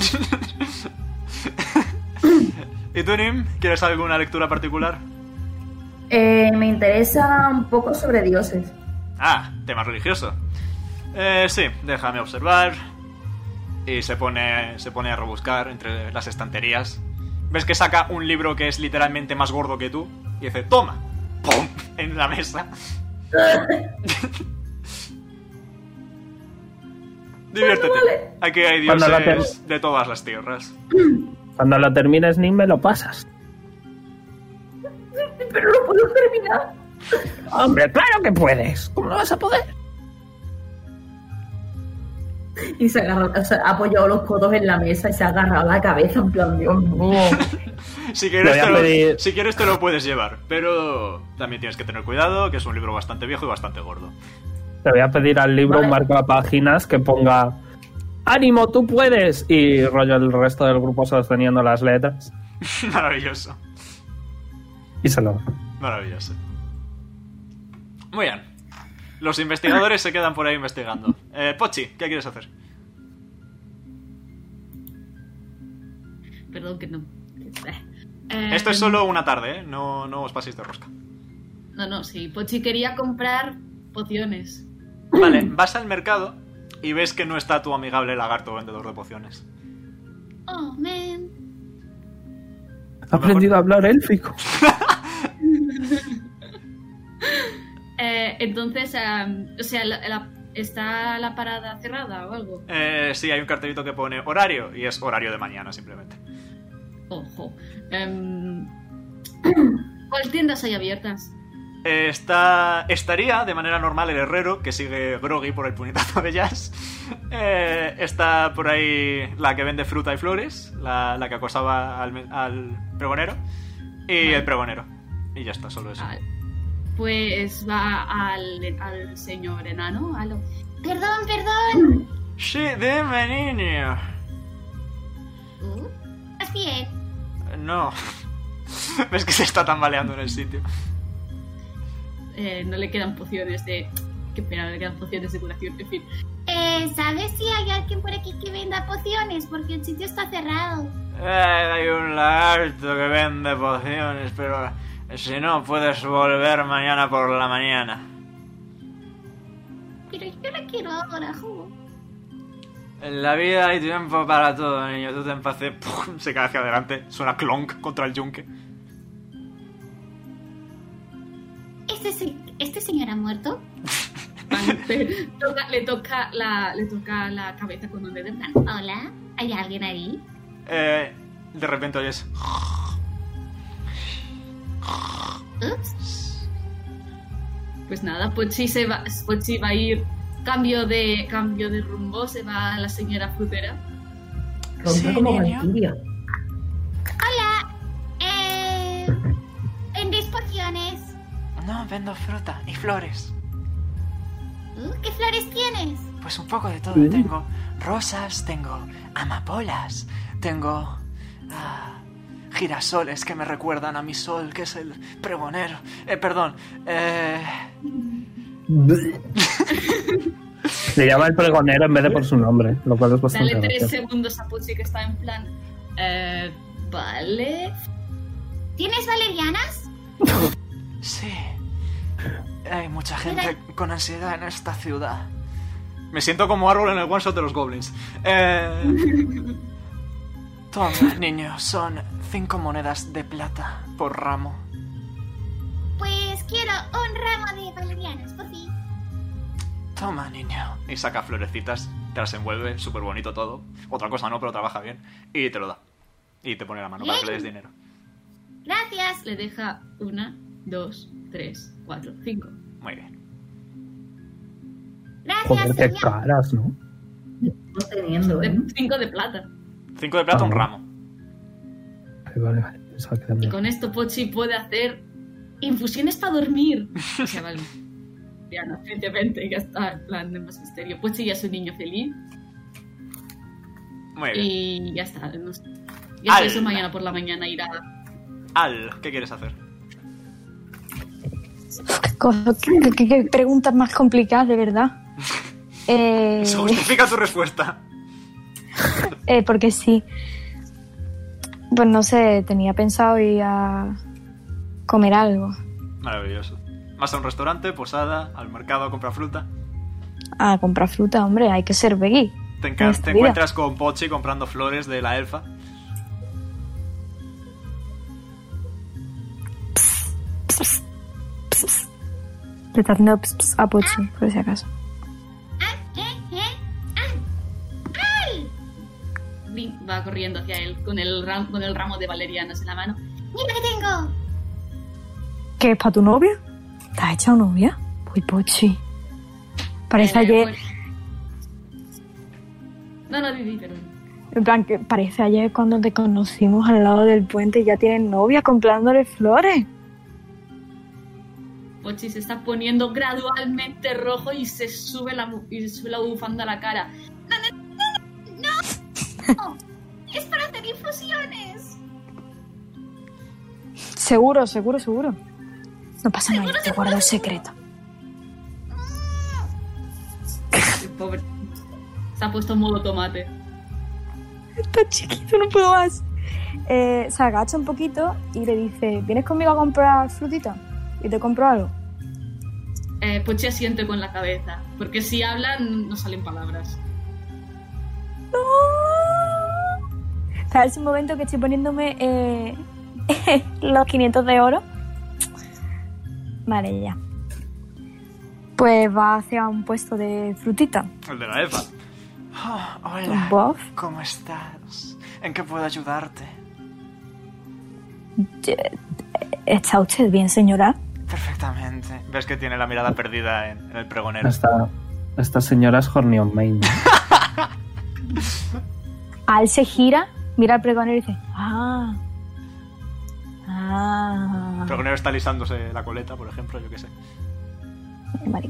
A: ¿Y tú, Nim? ¿Quieres alguna lectura particular?
C: Eh, me interesa un poco sobre dioses.
A: Ah, tema religioso. Eh, sí, déjame observar. Y se pone, se pone a rebuscar entre las estanterías. Ves que saca un libro que es literalmente más gordo que tú y dice, toma, ¡pum! en la mesa. Diviértete. Aquí hay
E: Cuando la
A: dioses de todas las tierras.
E: Cuando lo termines, Nim, me lo pasas.
C: Pero no puedo terminar.
E: Hombre, claro que puedes. ¿Cómo lo vas a poder?
C: Y se agarra, o sea, ha apoyado los codos en la mesa y se ha agarrado la cabeza en plan, Dios mío.
A: Si quieres,
E: Voy a
A: te lo,
E: pedir-
A: si quieres te lo puedes llevar, pero también tienes que tener cuidado, que es un libro bastante viejo y bastante gordo.
E: Te voy a pedir al libro
C: Vale.
E: un marca páginas que ponga ánimo, tú puedes. Y rollo el resto del grupo sosteniendo las letras.
A: Maravilloso.
E: Y se lo.
A: Maravilloso. Muy bien. Los investigadores se quedan por ahí investigando. Eh, Pochi, ¿qué quieres hacer?
D: Perdón que no. Eh,
A: Esto es solo una tarde, ¿eh? No, no os paséis de rosca.
D: No, no, sí. Pochi quería comprar pociones.
A: Vale, vas al mercado y ves que no está tu amigable lagarto vendedor de pociones.
F: Oh, man.
E: Ha aprendido a hablar élfico.
D: Eh, entonces, eh, o sea, la- la- ¿está la parada cerrada o algo?
A: Eh, sí, hay un cartelito que pone horario y es horario de mañana simplemente.
D: Ojo. Em, ¿Cuáles tiendas hay abiertas?
A: Eh, está, estaría de manera normal el herrero, que sigue groggy por el puñetazo de jazz. Eh, está por ahí la que vende fruta y flores, la, la que acosaba al, me- al pregonero. Y el pregonero. Y ya está, solo eso.
D: Vale. Pues va al, al señor enano. Al,
F: Perdón, perdón.
A: Sí, dime, niño.
F: Uh,
A: no. Ves que se está tambaleando en el sitio.
D: Eh, no le quedan pociones de. Qué pena, no le quedan pociones de curación. En fin.
F: Eh, ¿Sabes si hay alguien por aquí que venda pociones? Porque el sitio está cerrado.
A: Eh, hay un lagarto que vende pociones, pero si no, puedes volver mañana por la mañana.
F: Pero yo la quiero ahora, jugo.
A: En la vida hay tiempo para todo, niño. Tú te empaces. ¡pum! Se cae hacia adelante. Suena clonk contra el yunque.
F: ¿Este, se- ¿Este señor ha muerto?
D: Pan- le toca- le, toca la, le toca la cabeza con un dedo. en plan,
F: Hola, ¿hay alguien ahí?
A: Eh, de repente oyes.
F: Ups.
D: Pues nada, Pochi se va, Pochi va a ir cambio de cambio de rumbo, se va a la señora frutera.
C: Ronca
A: Sí,
C: como
A: niño.
C: valquiria.
F: Eh, ¿Vendéis pociones?
A: No, vendo fruta y flores.
F: Uh, ¿Qué flores tienes?
A: Pues un poco de todo.
E: Mm.
A: Tengo rosas, tengo amapolas, tengo ah, girasoles que me recuerdan a mi sol, que es el pregonero. Eh, perdón. Eh,
E: Le llama el pregonero en vez de por su nombre, lo cual es bastante
D: Dale tres
E: gracioso.
D: segundos a Pochi que está en plan. eh, vale.
F: ¿Tienes valerianas?
A: sí. Hay mucha gente con ansiedad en esta ciudad. Me siento como árbol en el one shot de los goblins. Eh, toma, niño, son cinco monedas de plata por ramo.
F: Pues quiero un ramo de valerianas, por fin.
A: Toma, niño. Y saca florecitas, te las envuelve, súper bonito todo. Otra cosa no, pero trabaja bien. Y te lo da. Y te pone la mano para que le des dinero.
F: Gracias.
D: Le deja una, dos, tres, cuatro, cinco.
A: Muy bien.
F: Gracias,
E: Joder, qué
F: señor.
E: caras, ¿no?
C: No teniendo,
D: De-
C: ¿eh?
D: cinco de plata.
A: Cinco de plata, un ramo.
E: Vale, vale, vale. Pensaba que
D: Y
E: también.
D: con esto Pochi puede hacer infusiones para dormir. O sea, vale. Ya no, evidentemente, ya está, en plan, no hay más misterio. Pochi ya es un niño feliz
A: Muy bien.
D: y ya está. no sé. Ya sé, eso
A: Ala.
D: mañana por la mañana irá.
A: Al, ¿qué quieres hacer?
B: Cosa- ¿Qué, qué- qué preguntas más complicadas, de verdad? Eh,
A: Se justifica tu respuesta.
B: eh, porque sí. Pues no sé, tenía pensado ir a comer algo.
A: Maravilloso. Vas a un restaurante, posada, al mercado a comprar fruta.
B: A comprar fruta, hombre, hay que ser veggie.
A: Te, enca-
B: Esta
A: te
B: vida.
A: encuentras con Pochi comprando flores de la elfa.
B: Le estás haciendo ps, ps a Pochi, por si acaso.
F: Ah, ¿eh? ¿eh?
D: Blink va corriendo hacia él con el, ram- con el ramo de valerianas en la mano.
F: Mira que tengo.
B: ¿Qué es para tu novia? ¿Te has echado novia? Uy, Pochi. Parece
D: Eh,
B: ayer,
D: bueno. No, no, Didi, perdón.
B: en plan, que parece ayer cuando te conocimos al lado del puente y ya tienen novia comprándole flores.
D: Pochi se está poniendo gradualmente rojo y se sube la, mu- y se sube la bufanda a la cara.
F: Es para hacer infusiones.
B: Seguro, seguro, seguro. No pasa nada, yo te guardo el secreto.
D: El pobre. Se ha puesto en modo tomate.
B: Está chiquito, no puedo más. Eh, se agacha un poquito y le dice, ¿vienes conmigo a comprar frutita? Y te compro algo.
D: Eh, Pochi asiente con la cabeza, porque si hablan no salen palabras.
B: Está ese momento que estoy poniéndome eh, los 500 de oro. Vale, ya. Pues va hacia un puesto de frutita.
A: El de la elfa. Ah, hola.
B: Bof.
A: ¿Cómo estás? ¿En qué puedo ayudarte?
B: ¿Está usted bien, señora?
A: Perfectamente. Ves que tiene la mirada perdida en, en el pregonero.
E: Esta, esta señora es Hornion Main.
B: Al se gira, mira al pregonero y dice, ah. Ah.
A: El pregonero está lisándose la coleta, por ejemplo, yo qué sé.
B: Vale.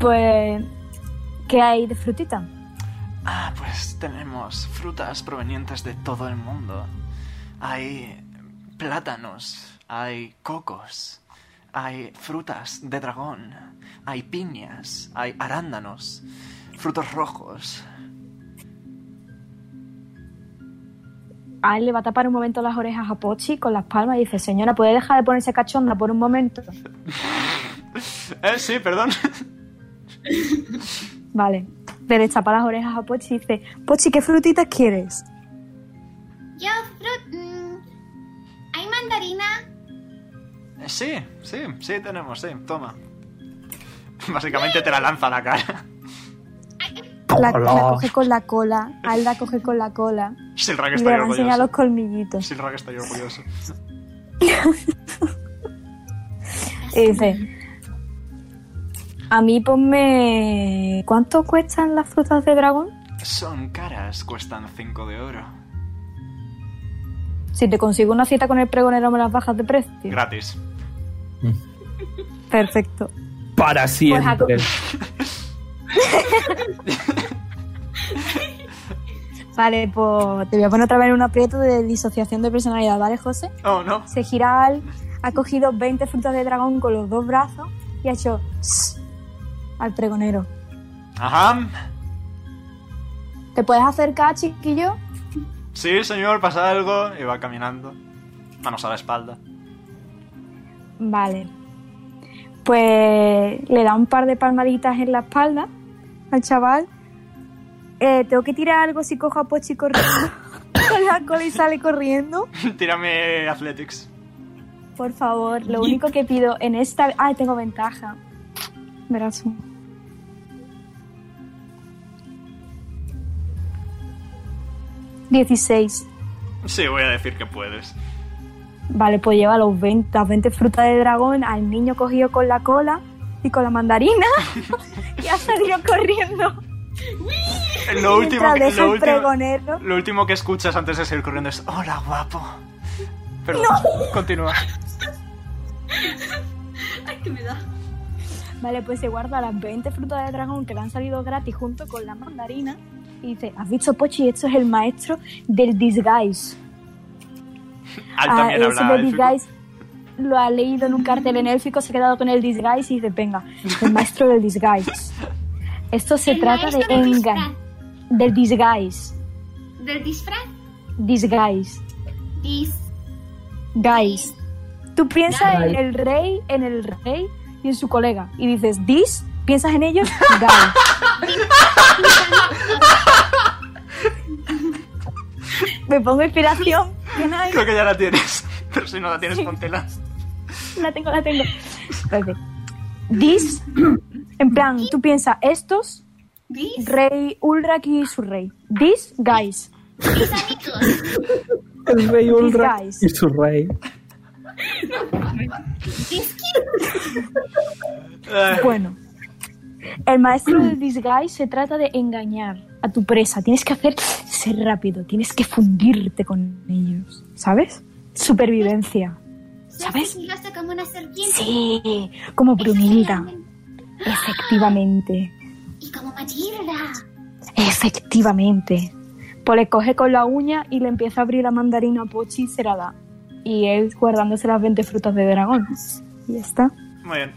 B: pues, ¿qué hay de frutita?
A: Ah, pues tenemos frutas provenientes de todo el mundo. Hay plátanos, hay cocos, hay frutas de dragón, hay piñas, hay arándanos, frutos rojos.
B: A él le va a tapar un momento las orejas a Pochi con las palmas y dice, señora, ¿puede dejar de ponerse cachonda por un momento?
A: Eh, sí, perdón.
B: Vale. Le destapa las orejas a Pochi y dice, Pochi, ¿qué frutitas quieres?
F: Yo, frut... mm, ¿Hay mandarina?
A: Eh, Sí, sí, sí tenemos, sí, toma. Básicamente te la lanza a la cara.
B: La, la
E: Hola.
B: coge con la cola. A él la coge con la cola.
A: Silrak
B: Y le
A: está
B: va
A: ahí
B: a enseñar los
A: orgulloso.
B: colmillitos.
A: Silrak está ahí orgulloso.
B: Y dice, a mí ponme... ¿Cuánto cuestan las frutas de dragón?
A: Son caras, cuestan 5 de oro.
B: Si te consigo una cita con el pregonero me las bajas de precio.
A: Gratis.
B: Perfecto.
D: Pues
B: Pues,
E: Para siempre.
B: Vale, pues te voy a poner otra vez en un aprieto de disociación de personalidad, ¿vale, José?
A: Oh, no.
B: Se gira al, ha cogido 20 frutas de dragón con los dos brazos y ha hecho "Shh" al pregonero.
A: Ajá.
B: ¿Te puedes acercar, chiquillo?
A: Sí, señor, pasa algo. Y va caminando. Manos a la espalda.
B: Vale. Pues le da un par de palmaditas en la espalda al chaval. Eh, Tengo que tirar algo si cojo a Pochi corriendo con la cola y sale corriendo.
A: Tírame Athletics.
B: Por favor, lo único que pido en esta... Ah, tengo ventaja. Verás. tú. Dieciséis.
A: Sí, voy a decir que puedes.
B: Vale, pues lleva los 20, las 20 frutas de dragón al niño cogido con la cola y con la mandarina y ha salido corriendo.
A: Lo último,
B: Mientras
A: que,
B: deja
A: lo,
B: el
A: último,
B: pregonero.
A: lo último que escuchas antes de salir corriendo es: Hola, guapo. Perdón, continúa.
D: Ay, que me da.
B: Vale, pues se guarda las 20 frutas de dragón que le han salido gratis junto con la mandarina y dice, ¿has visto Pochi? Esto es el maestro del disguise.
A: Al
B: Ah,
A: también
B: eso
A: habla
B: del
A: élfico.
B: disguise lo ha leído en un cartel en élfico, se ha quedado con el disguise y dice, venga, el maestro del disguise. Esto se
F: El
B: trata de
F: maestro del
B: engañar. Del disguise.
F: ¿Del disfraz?
B: Disguise.
F: Dis...
B: Guys. Tú piensas en
E: Guys.
B: el rey, en el rey y en su colega. Y dices, dis, piensas en ellos, guys. Me pongo inspiración. que no hay-
A: Creo que ya la tienes. Pero si no la tienes, póntela.
B: La tengo, la tengo. Espérate. Dis, en plan, tú piensas estos,
F: Dis...
B: rey Ulrak y su rey. Dis, guys.
F: Dis amigos.
E: El rey Ulra
B: Disguise.
E: y su rey.
F: Dis...
A: Eh,
B: Bueno, el maestro del disguise se trata de engañar a tu presa. Tienes que hacer ser rápido, tienes que fundirte con ellos, ¿sabes? Supervivencia. ¿Sabes?
F: Filosa como una serpiente.
B: Sí, como Brunilda. Efectivamente,
F: Y como Matilda.
B: efectivamente. Pues le coge con la uña y le empieza a abrir la mandarina a Pochi y se la da. Y él guardándose las 20 frutas de dragón. Y ya está.
A: Muy bien.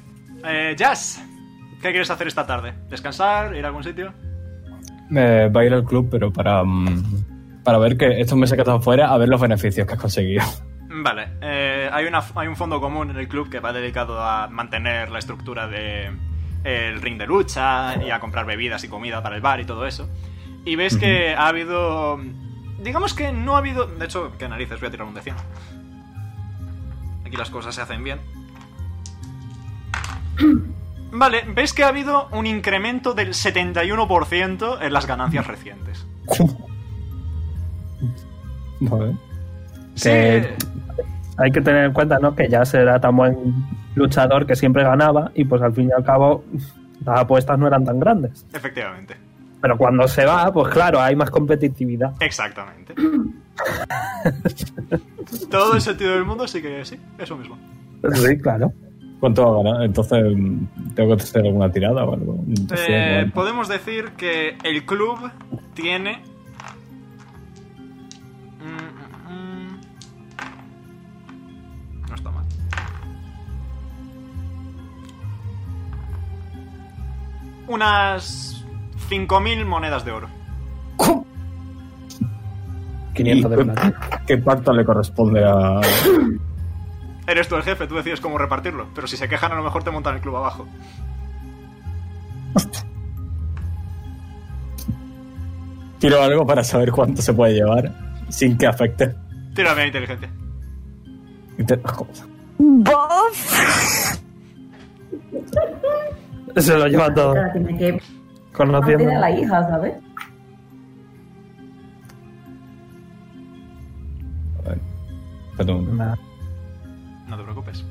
A: Eh, Jazz, ¿qué quieres hacer esta tarde? ¿Descansar? ¿Ir a algún sitio?
G: Eh, va a ir al club, pero para, mm, para ver que estos meses que estás fuera, a ver los beneficios que has conseguido.
A: Vale, eh, hay, una, hay un fondo común en el club que va dedicado a mantener la estructura de el ring de lucha y a comprar bebidas y comida para el bar y todo eso. Y ves que ha habido... Digamos que no ha habido... De hecho, qué narices, voy a tirar un de 100. Aquí las cosas se hacen bien. Vale, ves que ha habido un incremento del 71% en las ganancias recientes.
G: Vale.
E: Que- Hay que tener en cuenta, ¿no? Que ya era tan buen luchador que siempre ganaba y pues al fin y al cabo las apuestas no eran tan grandes.
A: Efectivamente.
E: Pero cuando se va, pues claro, hay más competitividad.
A: Exactamente. Todo el sentido del mundo, sí que sí, eso mismo.
E: Sí, claro.
G: ¿Cuánto va a ganar? Entonces, mm, ¿tengo que hacer alguna tirada o algo? Un
A: Eh,
G: deseo o algo.
A: podemos decir que el club tiene... Mm, mm, mm. No está mal. Unas 5.000 monedas de oro.
E: 500 de
G: ¿Y
E: plata.
G: ¿Qué pacto le corresponde a...?
A: Eres tú el jefe, tú decides cómo repartirlo. Pero si se quejan, a lo mejor te montan el club abajo.
G: Tiro algo para saber cuánto se puede llevar sin que afecte.
A: Tírame a inteligencia.
G: Inte- Joder.
B: ¡Bof!
E: Se lo lleva todo.
C: Cara, tiene que mantener a
E: Conociendo.
C: la hija, ¿sabes?
G: A ver. Espérate un momento.
E: Nada.
A: No te preocupes.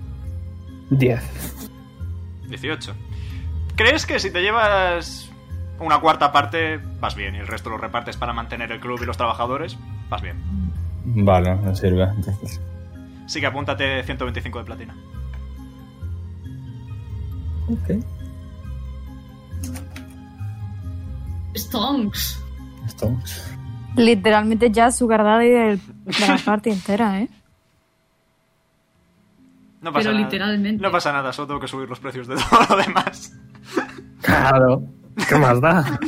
E: 10.
A: 18. ¿Crees que si te llevas una cuarta parte, vas bien? Y el resto lo repartes para mantener el club y los trabajadores, vas bien.
G: Vale, no sirve. Entonces,
A: Sí que apúntate 125 de platina.
D: Stonks.
G: esto...
B: Literalmente ya su Daddy del- de la parte entera, ¿eh?
A: No pasa
D: Pero
A: nada.
D: literalmente.
A: No pasa nada, solo tengo que subir los precios de todo lo demás.
E: Claro. ¿Qué más da?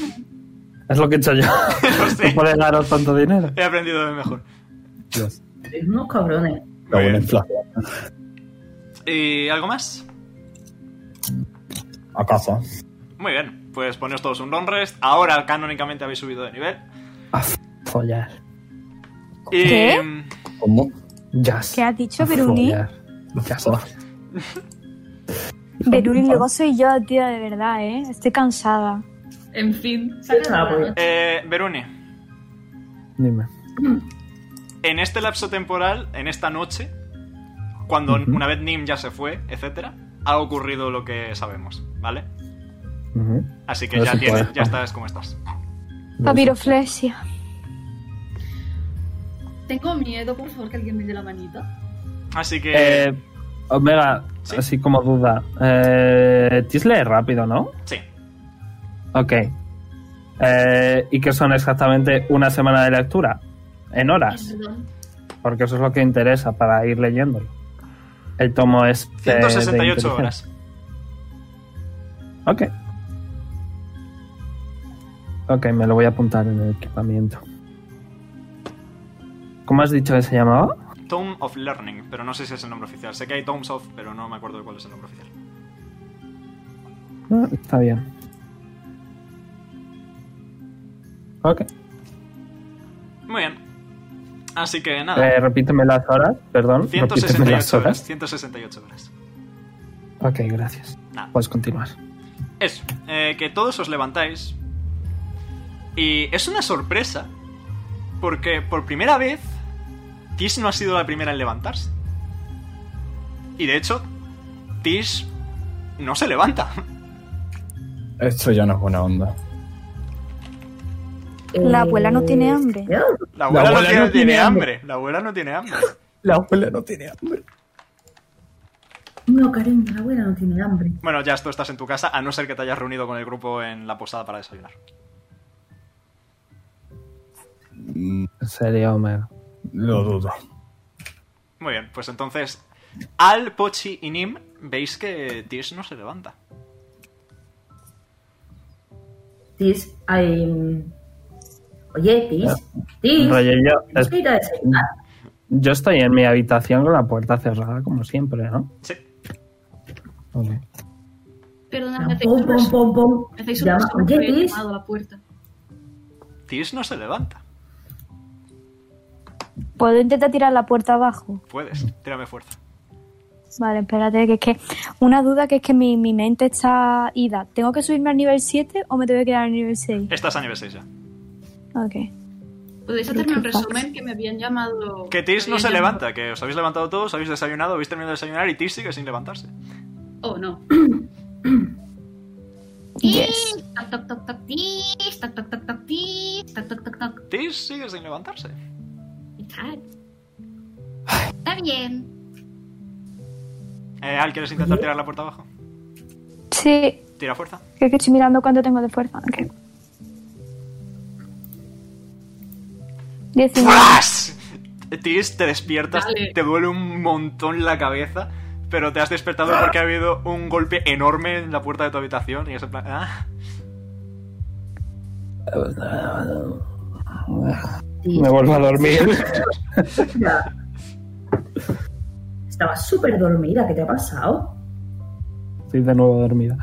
E: Es lo que he hecho yo.
A: Lo sé.
E: No puede daros tanto dinero.
A: He aprendido de mejor.
G: Dios.
C: Unos cabrones.
G: La buena inflación.
A: ¿Y algo más?
G: A casa.
A: Muy bien, pues poneos todos un long rest. Ahora canónicamente habéis subido de nivel.
E: A follar.
A: Y
B: ¿Qué?
G: ¿Cómo?
E: Jazz.
B: ¿Qué ha dicho
E: A
B: Beruni?
E: follar. Jazz.
B: Beruni, luego soy yo, tío, de verdad, ¿eh? Estoy cansada.
D: En fin.
C: Sí, nada,
D: Sale
C: pues.
A: eh, Beruni,
E: Dime.
A: en este lapso temporal, en esta noche, cuando
E: Ujú.
A: una vez Nim ya se fue, etcétera, ha ocurrido lo que sabemos, ¿vale?
E: Ujú.
A: Así que ya
E: Ahora sí
A: tienes,
E: puedes.
A: ya estás como estás.
B: Papiroflesia.
D: Tengo miedo, por favor, que alguien me dé la manita.
A: Así que
E: Eh, Omega,
A: Sí.
E: así como duda. Eh, Tisle es rápido, ¿no?
A: sí,
E: Ok. Eh, ¿Y qué son exactamente una semana de lectura? En horas,
D: Perdón.
E: porque eso es lo que interesa para ir leyéndolo. El tomo es... de- de
A: 168
E: inteligencia.
A: horas.
E: Ok. Ok, me lo voy a apuntar en el equipamiento. ¿Cómo has dicho que se llamaba?
A: Tome of Learning, pero no sé si es el nombre oficial. Sé que hay Tomes of, pero no me acuerdo de cuál es el nombre oficial.
E: Ah, está bien. Ok.
A: Muy bien. Así que nada.
E: Eh, repíteme las horas, perdón. Repíteme las
A: 168 horas.
E: horas.
A: 168 horas.
E: Ok, gracias.
A: Nada.
E: Puedes continuar.
A: Eso, eh, que todos os levantáis. Y es una sorpresa, porque por primera vez, Tish no ha sido la primera en levantarse. Y de hecho, Tish no se levanta.
G: Esto ya no es buena onda.
B: La abuela no tiene hambre.
C: Eh,
A: La abuela, no,
G: abuela
A: tiene,
G: no tiene
A: tiene hambre.
G: hambre.
A: La abuela no tiene hambre.
G: La abuela no tiene hambre.
C: No, cariño, la abuela no tiene hambre.
A: Bueno, ya tú estás en tu casa, a no ser que te hayas reunido con el grupo en la posada para desayunar.
E: Sería Omega.
G: Lo dudo.
A: Muy bien, pues entonces, Al, Pochi y Nim, veis que Tish no se levanta.
C: Tis, ay, mm, oye, Tis, Tis,
E: Rollo, yo,
C: tienes
E: es-
C: que ir a desayunar.
E: yo estoy en mi habitación con la puerta cerrada, como siempre, ¿no?
A: Sí.
E: Ok.
D: Perdona, me hacéis
C: Pum,
D: un
C: pum, pum, pum.
D: Me hacéis un
C: Llama,
D: resumen,
C: oye,
D: pero he
C: Tis,
D: llamado a la puerta.
A: Tish no se levanta.
B: ¿Puedo intentar tirar la puerta abajo?
A: Puedes, tírame fuerza.
B: Vale, espérate, que es que una duda que es que mi, mi mente está ida. ¿Tengo que subirme al nivel 7 o me tengo que quedar al nivel 6?
A: Estás a nivel 6 ya.
B: Ok.
D: ¿Podéis Pues hacerme un resumen que me habían llamado...
A: Que Tis
D: me
A: no
D: habían
A: se
D: llamado-
A: levanta, que os habéis levantado todos, habéis desayunado, habéis terminado de desayunar y Tis sigue sin levantarse.
D: Oh, no.
B: Yes.
F: Toc, toc, toc, toc, tis, toc, toc, toc, toc, tis, toc, toc, toc, toc.
A: Tis sigue sin levantarse.
F: Está bien.
A: Eh, Al, ¿quieres intentar tirar la puerta abajo?
B: Sí,
A: Tira fuerza.
B: creo que estoy mirando cuánto tengo de fuerza. Ok. 19.
A: ¡Fras! Tis, te despiertas,
D: Dale.
A: te duele un montón la cabeza, pero te has despertado porque ha habido un golpe enorme en la puerta de tu habitación y es en plan, ah,
G: Me vuelvo a dormir.
C: Ya. Estaba súper dormida, ¿qué te ha pasado?
G: Estoy de nuevo dormida.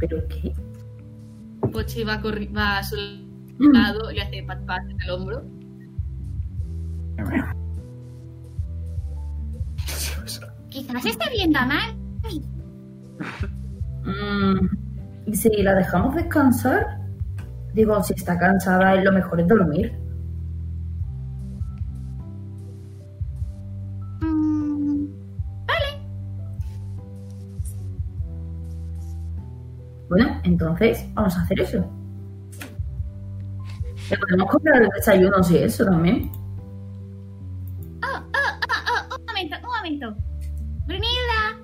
C: ¿Pero qué?
D: Pochi va, corri- va a su lado, le hace pat pat en el hombro.
F: Quizás esté viendo a mal.
C: Mm, ¿Y si la dejamos descansar? Digo, si está cansada, lo mejor es dormir.
F: Mm,
C: Bueno, entonces vamos a hacer eso. Le podemos comprar desayunos y eso también.
F: un momento, un momento. Brunilda.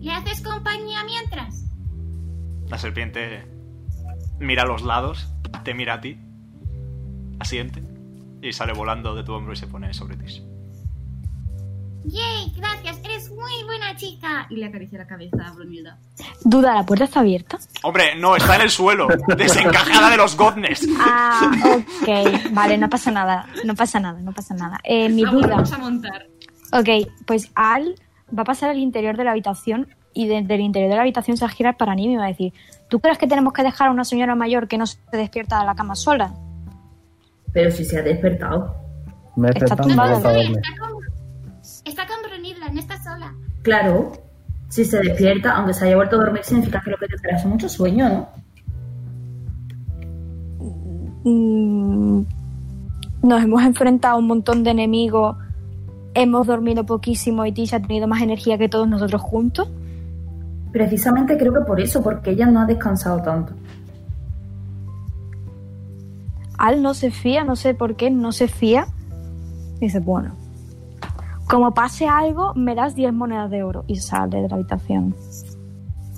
F: ¿Le haces compañía mientras?
A: la serpiente mira a los lados, te mira a ti, asiente y sale volando de tu hombro y se pone sobre ti.
F: Yay, gracias, eres muy buena chica.
D: Y le acaricia la cabeza a Brunilda.
B: Duda, ¿la puerta está abierta?
A: Hombre, no, está en el suelo, desencajada de los goznes.
B: Ah, ok. Vale, no pasa nada. No pasa nada, no pasa nada. Eh, mi
D: Vamos,
B: duda.
D: vamos a montar.
B: Ok, pues Al va a pasar al interior de la habitación y desde el interior de la habitación se va a girar para mí y me va a decir: ¿Tú crees que tenemos que dejar a una señora mayor que no se despierta de la cama sola?
C: Pero si se ha despertado.
G: Me he
B: Está
G: despertado y me he
B: tumbado.
G: vuelto a dormir.
F: Está con, está con Brunilda, no está sola.
C: Claro, si se despierta, aunque se haya vuelto a dormir, significa que lo que te trae es mucho sueño, ¿no?
B: Mm, nos hemos enfrentado a un montón de enemigos, hemos dormido poquísimo y Tisha ha tenido más energía que todos nosotros juntos.
C: Precisamente creo que por eso, porque ella no ha descansado tanto.
B: Al no se fía, no sé por qué, no se fía. Dice, bueno, como pase algo, me das 10 monedas de oro y sale de la habitación.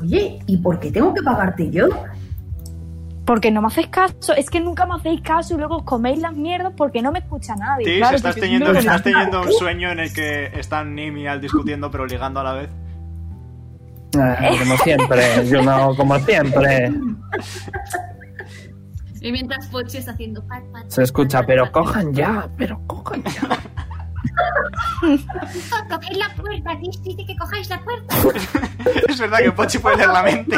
C: Oye, ¿y por qué tengo que pagarte yo?
B: Porque no me hacéis caso, es que nunca me hacéis caso y luego os coméis las mierdas porque no me escucha nadie.
A: Tis,
B: claro,
A: estás
B: porque
A: teniendo,
B: no Uh. me-
A: estás teniendo un sueño en el que están Nim y Al discutiendo pero ligando a la vez.
G: Ah, como siempre, yo no, como siempre.
D: Y mientras Pochi está haciendo pat pat.
E: Se escucha,
D: pat,
E: pero
D: pat,
E: cojan ya, pero cojan ya.
F: Cogéis la puerta, Tish dice que cojáis la puerta.
A: Es verdad que Pochi puede leer la mente.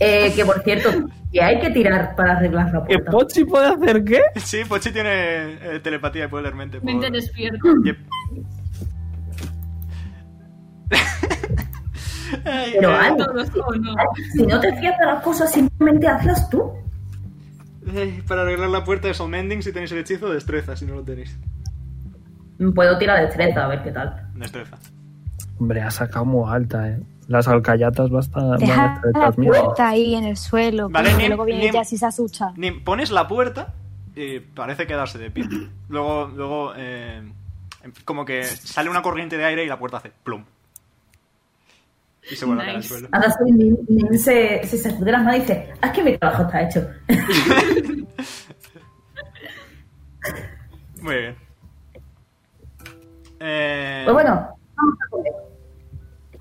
C: Eh, que por cierto, que hay que tirar para arreglar la
E: ¿Que
C: puerta.
E: Pochi puede hacer qué?
A: Sí, Pochi tiene eh, telepatía y puede leer mente. por-
D: Mente despierta.
A: Yep. Ay,
C: Pero
A: eh,
C: Al,
D: Todos o no.
C: si no te fías de las cosas, simplemente hazlas tú.
A: eh, para arreglar la puerta de Soul Mending, si tenéis el hechizo, destreza, si no lo tenéis.
C: Puedo tirar destreza, a ver qué tal.
A: Destreza.
E: Hombre, ha sacado muy alta, eh. Las alcayatas bastan. van a
B: Deja
E: estar
B: la
E: detrás mío.
B: puerta ahí en el suelo,
A: Vale,
B: porque
A: Nim,
B: luego viene
A: Nim. Eh.
B: ella si se asusta.
A: Nim, pones la puerta y parece quedarse de pie. Luego, luego eh, como que sale una corriente de aire y la puerta hace plum. Y se vuelve a caer al
D: Nice.
A: suelo.
C: Ahora sí, Nin- Nin se, se sacude las manos y dice, haz que mi trabajo está hecho.
A: Muy bien. Eh,
C: Pues bueno, vamos a comer.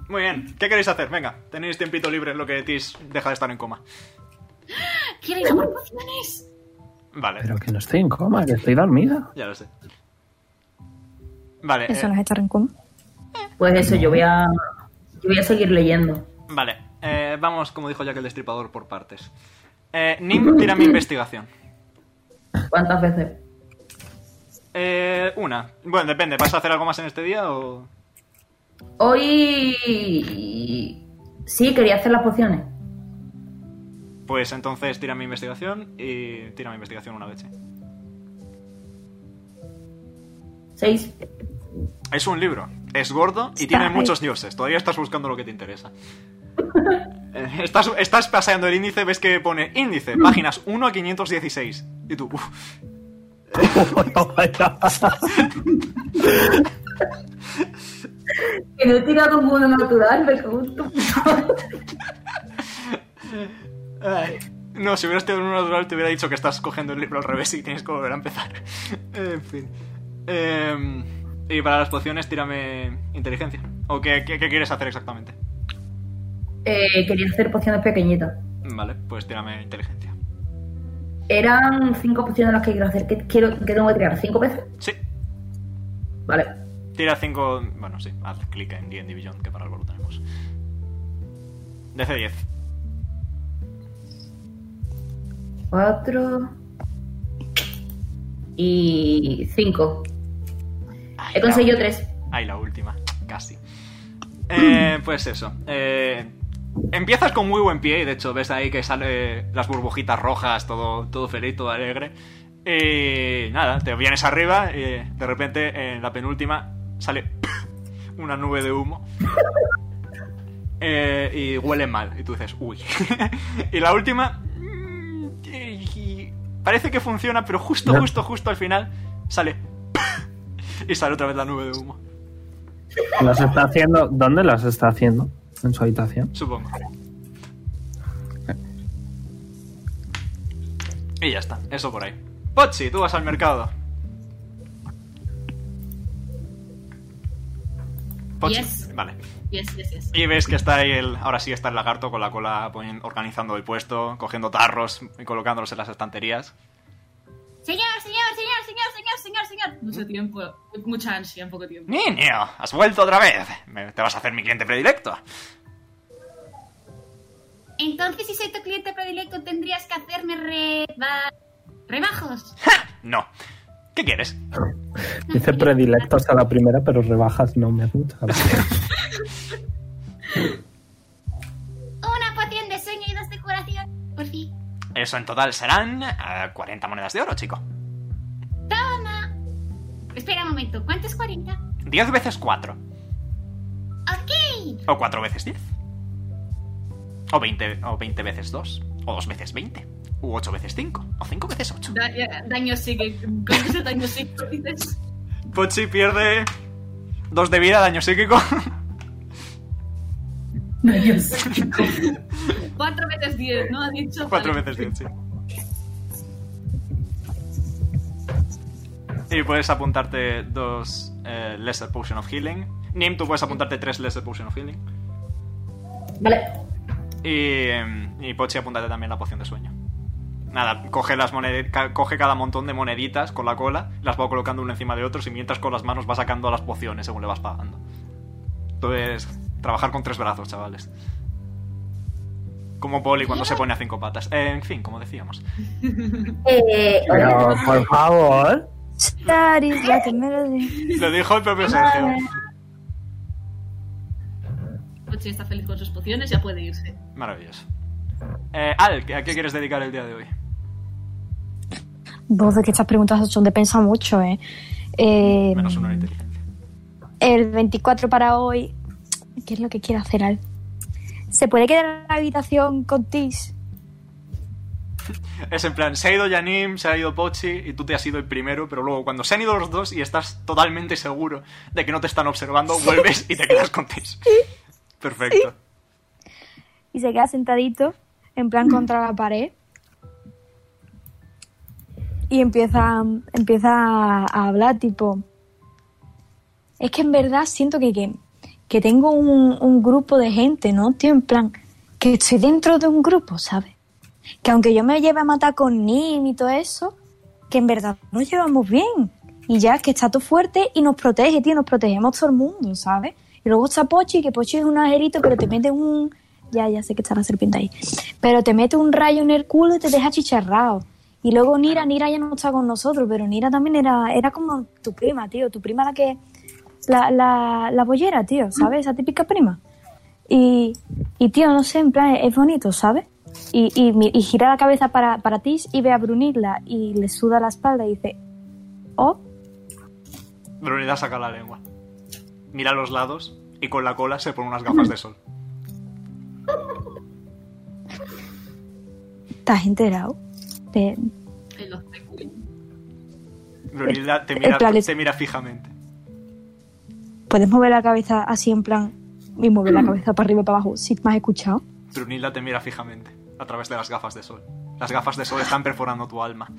A: Muy bien. ¿Qué queréis hacer? Venga, tenéis tiempito libre en lo que Tis deja de estar en coma.
F: ¿Quieres tomar pociones?
A: Vale,
E: Pero que no estoy en coma, que estoy dormida.
A: ya lo sé. Vale,
B: Eso
A: eh,
B: no es estar en coma.
C: Pues eso, yo voy a, yo voy a seguir leyendo.
A: vale. Eh, vamos, como dijo Jack el Destripador, por partes. Eh, Nim, tira mi investigación.
C: ¿Cuántas veces?
A: Eh, una. Bueno, depende. ¿Vas a hacer algo más en este día o...?
C: Hoy... Sí, quería hacer las pociones.
A: Pues entonces tira mi investigación y tira mi investigación una vez. sí.
C: Seis.
A: Es un libro. Es gordo y
B: Está
A: tiene
B: ahí.
A: muchos dioses. Todavía estás buscando lo que te interesa. Eh, Estás, estás paseando el índice, ves que pone índice, páginas 1 a 516. Y tú, uff,
C: Que no he tirado un mundo natural, me cago en tu-
A: Ay, No, si hubieras tenido un uno natural te hubiera dicho que estás cogiendo el libro al revés y tienes que volver a empezar. en fin. Em, y para las pociones, tírame inteligencia. ¿O qué, qué- qué quieres hacer exactamente?
C: Eh, quería hacer pociones pequeñitas.
A: Vale, pues tírame inteligencia.
C: Eran cinco pociones las que quiero hacer. ¿Qué, quiero, qué tengo que tirar? ¿Cinco veces?
A: Sí,
C: Vale.
A: tira 5. Bueno, sí, haz clic en D&D Beyond, que para algo lo tenemos. DC 10.
C: Cuatro. Y cinco.
A: Ay,
C: He
A: la
C: conseguido
A: última.
C: tres.
A: Ay, la última, casi. Eh, pues eso. eh, empiezas con muy buen pie y de hecho ves ahí que sale las burbujitas rojas, todo, todo feliz, todo alegre. Y nada, te vienes arriba y de repente en la penúltima sale una nube de humo. Eh, y huele mal. Y tú dices, uy. y la última... mm, y- Parece que funciona, pero justo, justo, justo al final sale... Y sale otra vez la nube de humo.
E: Las está haciendo. ¿Dónde las está haciendo? En su habitación.
A: Supongo. Y ya está, eso por ahí. Pochi, tú vas al mercado. Pochi,
D: Yes.
A: vale.
D: Yes, yes, yes.
A: Y ves que está ahí el. Ahora sí está el lagarto con la cola ponen- organizando el puesto, cogiendo tarros y colocándolos en las estanterías.
D: Señor, señor, señor, señor, señor, señor, señor. Mucho tiempo, mucha ansia en poco tiempo.
A: ¡Niño! ¡Has vuelto otra vez! Me- ¡Te vas a hacer mi cliente predilecto!
F: Entonces, si soy tu cliente predilecto, tendrías que hacerme reba- rebajos.
A: No. ¿Qué quieres?
E: Dice predilectos a la primera, pero rebajas no me gusta.
F: Una poción de sueño y dos de curación. Por fin.
A: Eso en total serán eh, 40 monedas de oro, chico.
F: Toma. Espera un momento. ¿Cuánto es 40?
A: 10 veces 4.
F: Ok.
A: O 4 veces 10. O 20, o 20 veces 2. O 2 veces 20. U 8 veces 5. O 5 veces 8.
D: Da- ya, daño sigue. Con ese daño sigue, dices.
A: Pochi pierde 2 de vida, daño psíquico.
D: Cuatro veces diez, ¿no? Ha dicho.
A: 4
D: Vale.
A: veces 10, sí. Y puedes apuntarte 2 Lesser Potion of Healing. Nim, tú puedes apuntarte 3 Lesser Potion of Healing.
C: Vale.
A: Y, em, y Pochi, apúntate también la poción de sueño. Nada, coge, las moned- ca- coge cada montón de moneditas con la cola, las va colocando una encima de otros y mientras con las manos va sacando las pociones según le vas pagando. Entonces, trabajar con tres brazos, chavales. Como Poli cuando se pone a cinco patas. Eh, en fin, como decíamos.
C: Eh,
E: Pero,
C: hola.
E: por favor.
B: That is like a melody.
A: Lo dijo el propio Sergio.
D: Pochi está feliz con sus pociones, ya puede irse.
A: Maravilloso. Eh, Al, ¿a qué quieres dedicar el día de hoy?
B: Vos de que estas preguntas son de pensar mucho, ¿eh? Eh,
A: Menos uno de inteligencia.
B: el 24 para hoy, ¿qué es lo que quiere hacer Al? ¿Se puede quedar en la habitación con Tis?
A: Es en plan, se ha ido Yanim, se ha ido Pochi y tú te has ido el primero, pero luego cuando se han ido los dos y estás totalmente seguro de que no te están observando, vuelves y te quedas con Tis. Perfecto.
B: Y se queda sentadito, en plan contra la pared. Y empieza, empieza a hablar, tipo. Es que en verdad siento que, que, que tengo un, un grupo de gente, ¿no? Tío, en plan, que estoy dentro de un grupo, ¿sabes? Que aunque yo me lleve a matar con Nim y todo eso, que en verdad nos llevamos bien. Y ya que está todo fuerte y nos protege, tío, nos protegemos todo el mundo, ¿sabes? Y luego está Pochi, que Pochi es un ajerito, pero te mete un. Ya, ya sé que está la serpiente ahí. Pero te mete un rayo en el culo y te deja chicharrado. Y luego Nira, Nira ya no está con nosotros, pero Nira también era, era como tu prima, tío. Tu prima la que. La, la, la bollera, tío, ¿sabes? Esa típica prima. Y, y, tío, no sé, en plan, es bonito, ¿sabes? Y, y, mi- y gira la cabeza para, para Tish y ve a Brunilda y le suda la espalda y dice, oh,
A: Brunilda saca la lengua. Mira a los lados y con la cola se pone unas gafas de sol.
B: ¿estás enterado? De-
D: En los Requiem.
A: Brunilda te
B: El
A: mira,
B: plan es-
A: te mira fijamente.
B: ¿Puedes mover la cabeza así en plan y mover la cabeza para arriba y para abajo si me has escuchado?
A: Brunilda te mira fijamente. a través de las gafas de sol. Las gafas de sol están perforando tu alma.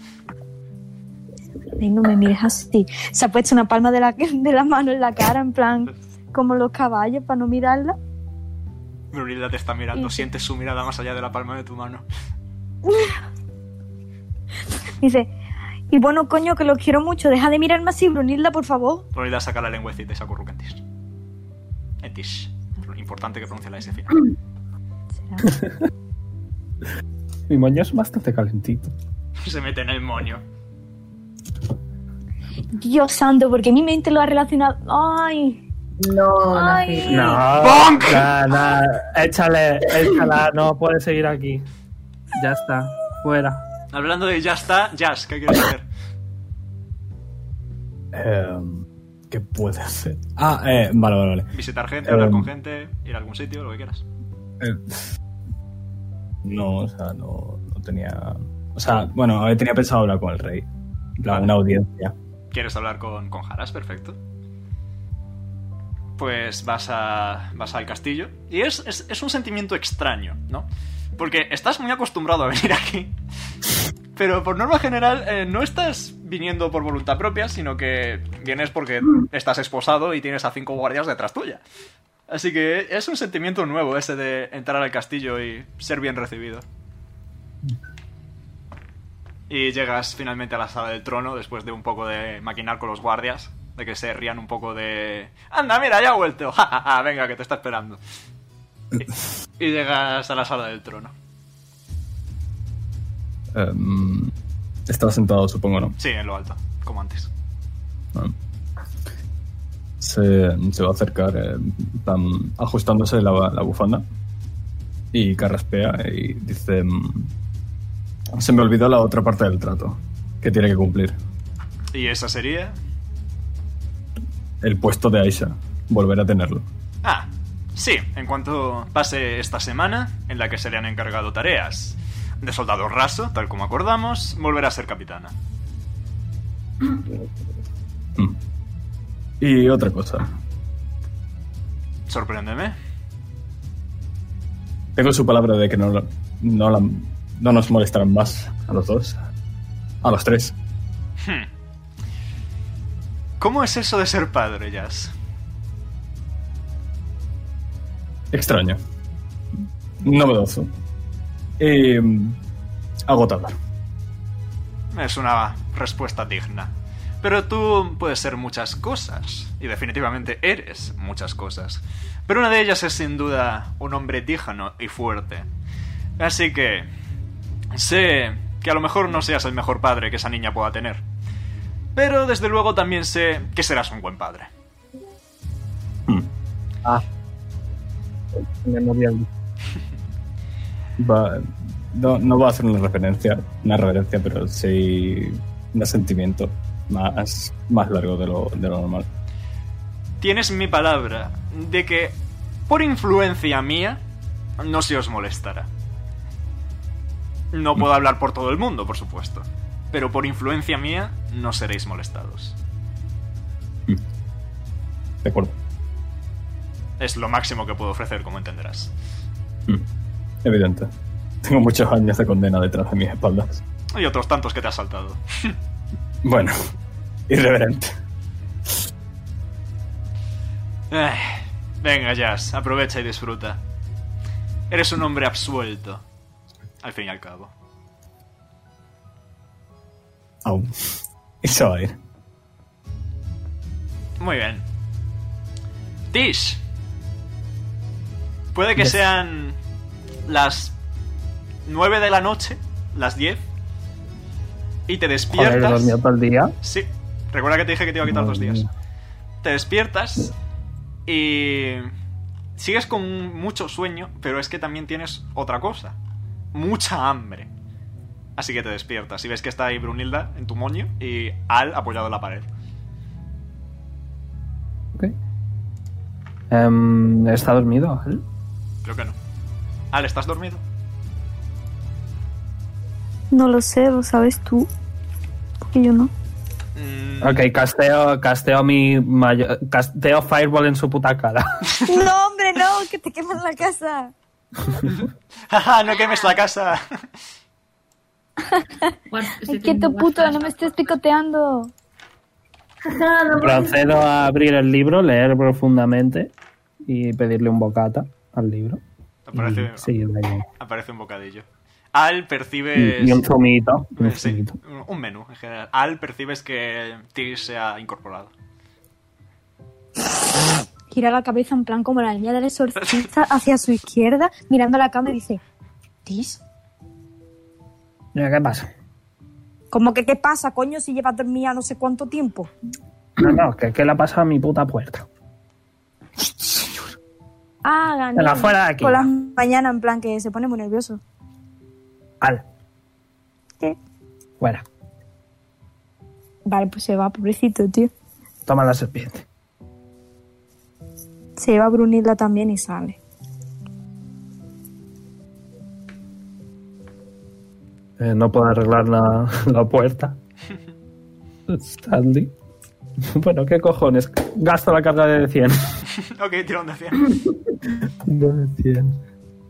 B: Ay, no me mires así. Se ha puesto una palma de la, de la mano en la cara, en plan, como los caballos, para no mirarla.
A: Brunilda te está mirando, sientes su mirada más allá de la palma de tu mano.
B: Dice, y bueno, coño, que lo quiero mucho. Deja de mirarme así, Brunilda, por favor.
A: Brunilda saca la lengüecita y se acurruca en Tish. En Tish. Eh, Importante que pronuncie la S final.
B: Será.
G: Mi moño es bastante calentito.
A: Se mete en el moño.
B: Dios santo, porque mi mente lo ha relacionado. Ay,
C: No,
B: ay.
C: no.
E: No,
A: ¡Bonk!
E: nada, échale, échala, no puede seguir aquí. Ya está, fuera.
A: Hablando de ya está, Jazz, ¿qué quieres hacer?
G: Em, ¿Qué puede hacer? Ah, eh, vale, vale, vale.
A: Visitar gente, hablar
G: Em.
A: con gente, ir a algún sitio, lo que quieras.
G: Eh, No, o sea, no, no tenía. O sea, bueno, eh, tenía pensado hablar con el rey. En plan, una audiencia.
A: ¿Quieres hablar con, con Haras? Perfecto. Pues vas, a, vas al castillo. Y es, es- es un sentimiento extraño, ¿no? Porque estás muy acostumbrado a venir aquí. Pero por norma general eh, no estás viniendo por voluntad propia, sino que vienes porque estás esposado y tienes a cinco guardias detrás tuya. Así que es un sentimiento nuevo ese de entrar al castillo y ser bien recibido. Y llegas finalmente a la sala del trono después de un poco de maquinar con los guardias, de que se rían un poco de... Anda, mira, ya ha vuelto. Ja, ja, ja, venga, que te está esperando. Y, y llegas a la sala del trono.
G: Em, estaba sentado, supongo, ¿no?
A: Sí, en lo alto, como antes.
G: Se, se va a acercar, eh, tan, ajustándose la, la bufanda. Y carraspea y dice: mm, Se me olvidó la otra parte del trato que tiene que cumplir.
A: Y esa sería...
G: El puesto de Aisha. Volver a tenerlo.
A: Ah, sí, en cuanto pase esta semana, en la que se le han encargado tareas de soldado raso, tal como acordamos, volverá a ser capitana.
G: Mm. Y otra cosa.
A: Sorpréndeme.
G: Tengo su palabra de que no, la- no, la- no nos molestarán más a los dos. A los tres.
A: Hmm. ¿Cómo es eso de ser padre, Jazz?
G: Extraño. Novedoso. Y mm, agotador.
A: Es una respuesta digna. Pero tú puedes ser muchas cosas, y definitivamente eres muchas cosas. Pero una de ellas es sin duda un hombre díjano y fuerte. Así que sé que a lo mejor no seas el mejor padre que esa niña pueda tener. Pero desde luego también sé que serás un buen padre.
G: Mm. Va- no, no va a hacer una referencia, una reverencia, pero sí un sentimiento más, más largo de lo, de lo normal.
A: Tienes mi palabra de que, por influencia mía, no se os molestará. No puedo hablar por todo el mundo, por supuesto, pero por influencia mía no seréis molestados.
G: Mm. ¿De acuerdo?
A: Es lo máximo que puedo ofrecer, como entenderás.
G: Mm. Evidente. Tengo muchos años de condena detrás de mis espaldas.
A: Y otros tantos que te has saltado.
G: Bueno, irreverente.
A: Eh, Venga, Jazz, aprovecha y disfruta. Eres un hombre absuelto, al fin y al cabo.
G: Aún. Y se va a ir.
A: Muy bien. Tish. Puede que
E: Yes.
A: sean las 9 de la noche, las 10, y te
E: Joder,
A: despiertas.
E: dormido todo el día.
A: Sí, recuerda que te dije que te iba a quitar dos
G: Madre
A: días.
G: mía.
A: Te despiertas y sigues con mucho sueño, pero es que también tienes otra cosa. Mucha hambre. Así que te despiertas y ves que está ahí Brunilda en tu moño y Al apoyado en la pared.
E: Ok. Em, ¿Está dormido? Al?
A: Creo que no. Al, ¿estás dormido?
B: No lo sé, lo sabes tú. Porque yo no.
A: Mm,
E: Ok, casteo, casteo mi mayo- casteo Fireball en su puta cara.
B: No, hombre, no, que te queman la casa.
A: Jaja, Ah, no quemes la casa.
B: Ay, quieto puto, no me estés picoteando.
C: Ajá, no puedes-
E: Procedo a abrir el libro, leer profundamente y pedirle un bocata al libro.
A: Aparece,
E: Y seguir leyendo.
A: aparece un bocadillo. Al percibes.
E: Y, y un zumito. Un
A: Eh, Sí,
E: zumito.
A: un- un menú en general. Al percibes que Tyr se ha incorporado.
B: Gira la cabeza en plan como la niña del exorcista hacia su izquierda, mirando la cama y dice, ¿Tis?
E: Ya, ¿Qué pasa?
H: Como que qué pasa, coño, si llevas dormida no sé cuánto tiempo.
E: No, no, que, que la pasa a mi puta puerta.
B: Ah, gané.
E: Venga, fuera de aquí.
B: Por la mañana, en plan que se pone muy nervioso.
E: Al.
B: ¿Qué?
E: Fuera.
B: Vale, pues se va, pobrecito, tío.
E: Toma la serpiente.
B: Se lleva a Brunilda también y sale.
E: Eh, no puedo arreglar la, la puerta. Stanley. Bueno, ¿qué cojones? Gasto la carga de 100.
A: ok, tira un de cien.
E: De 100.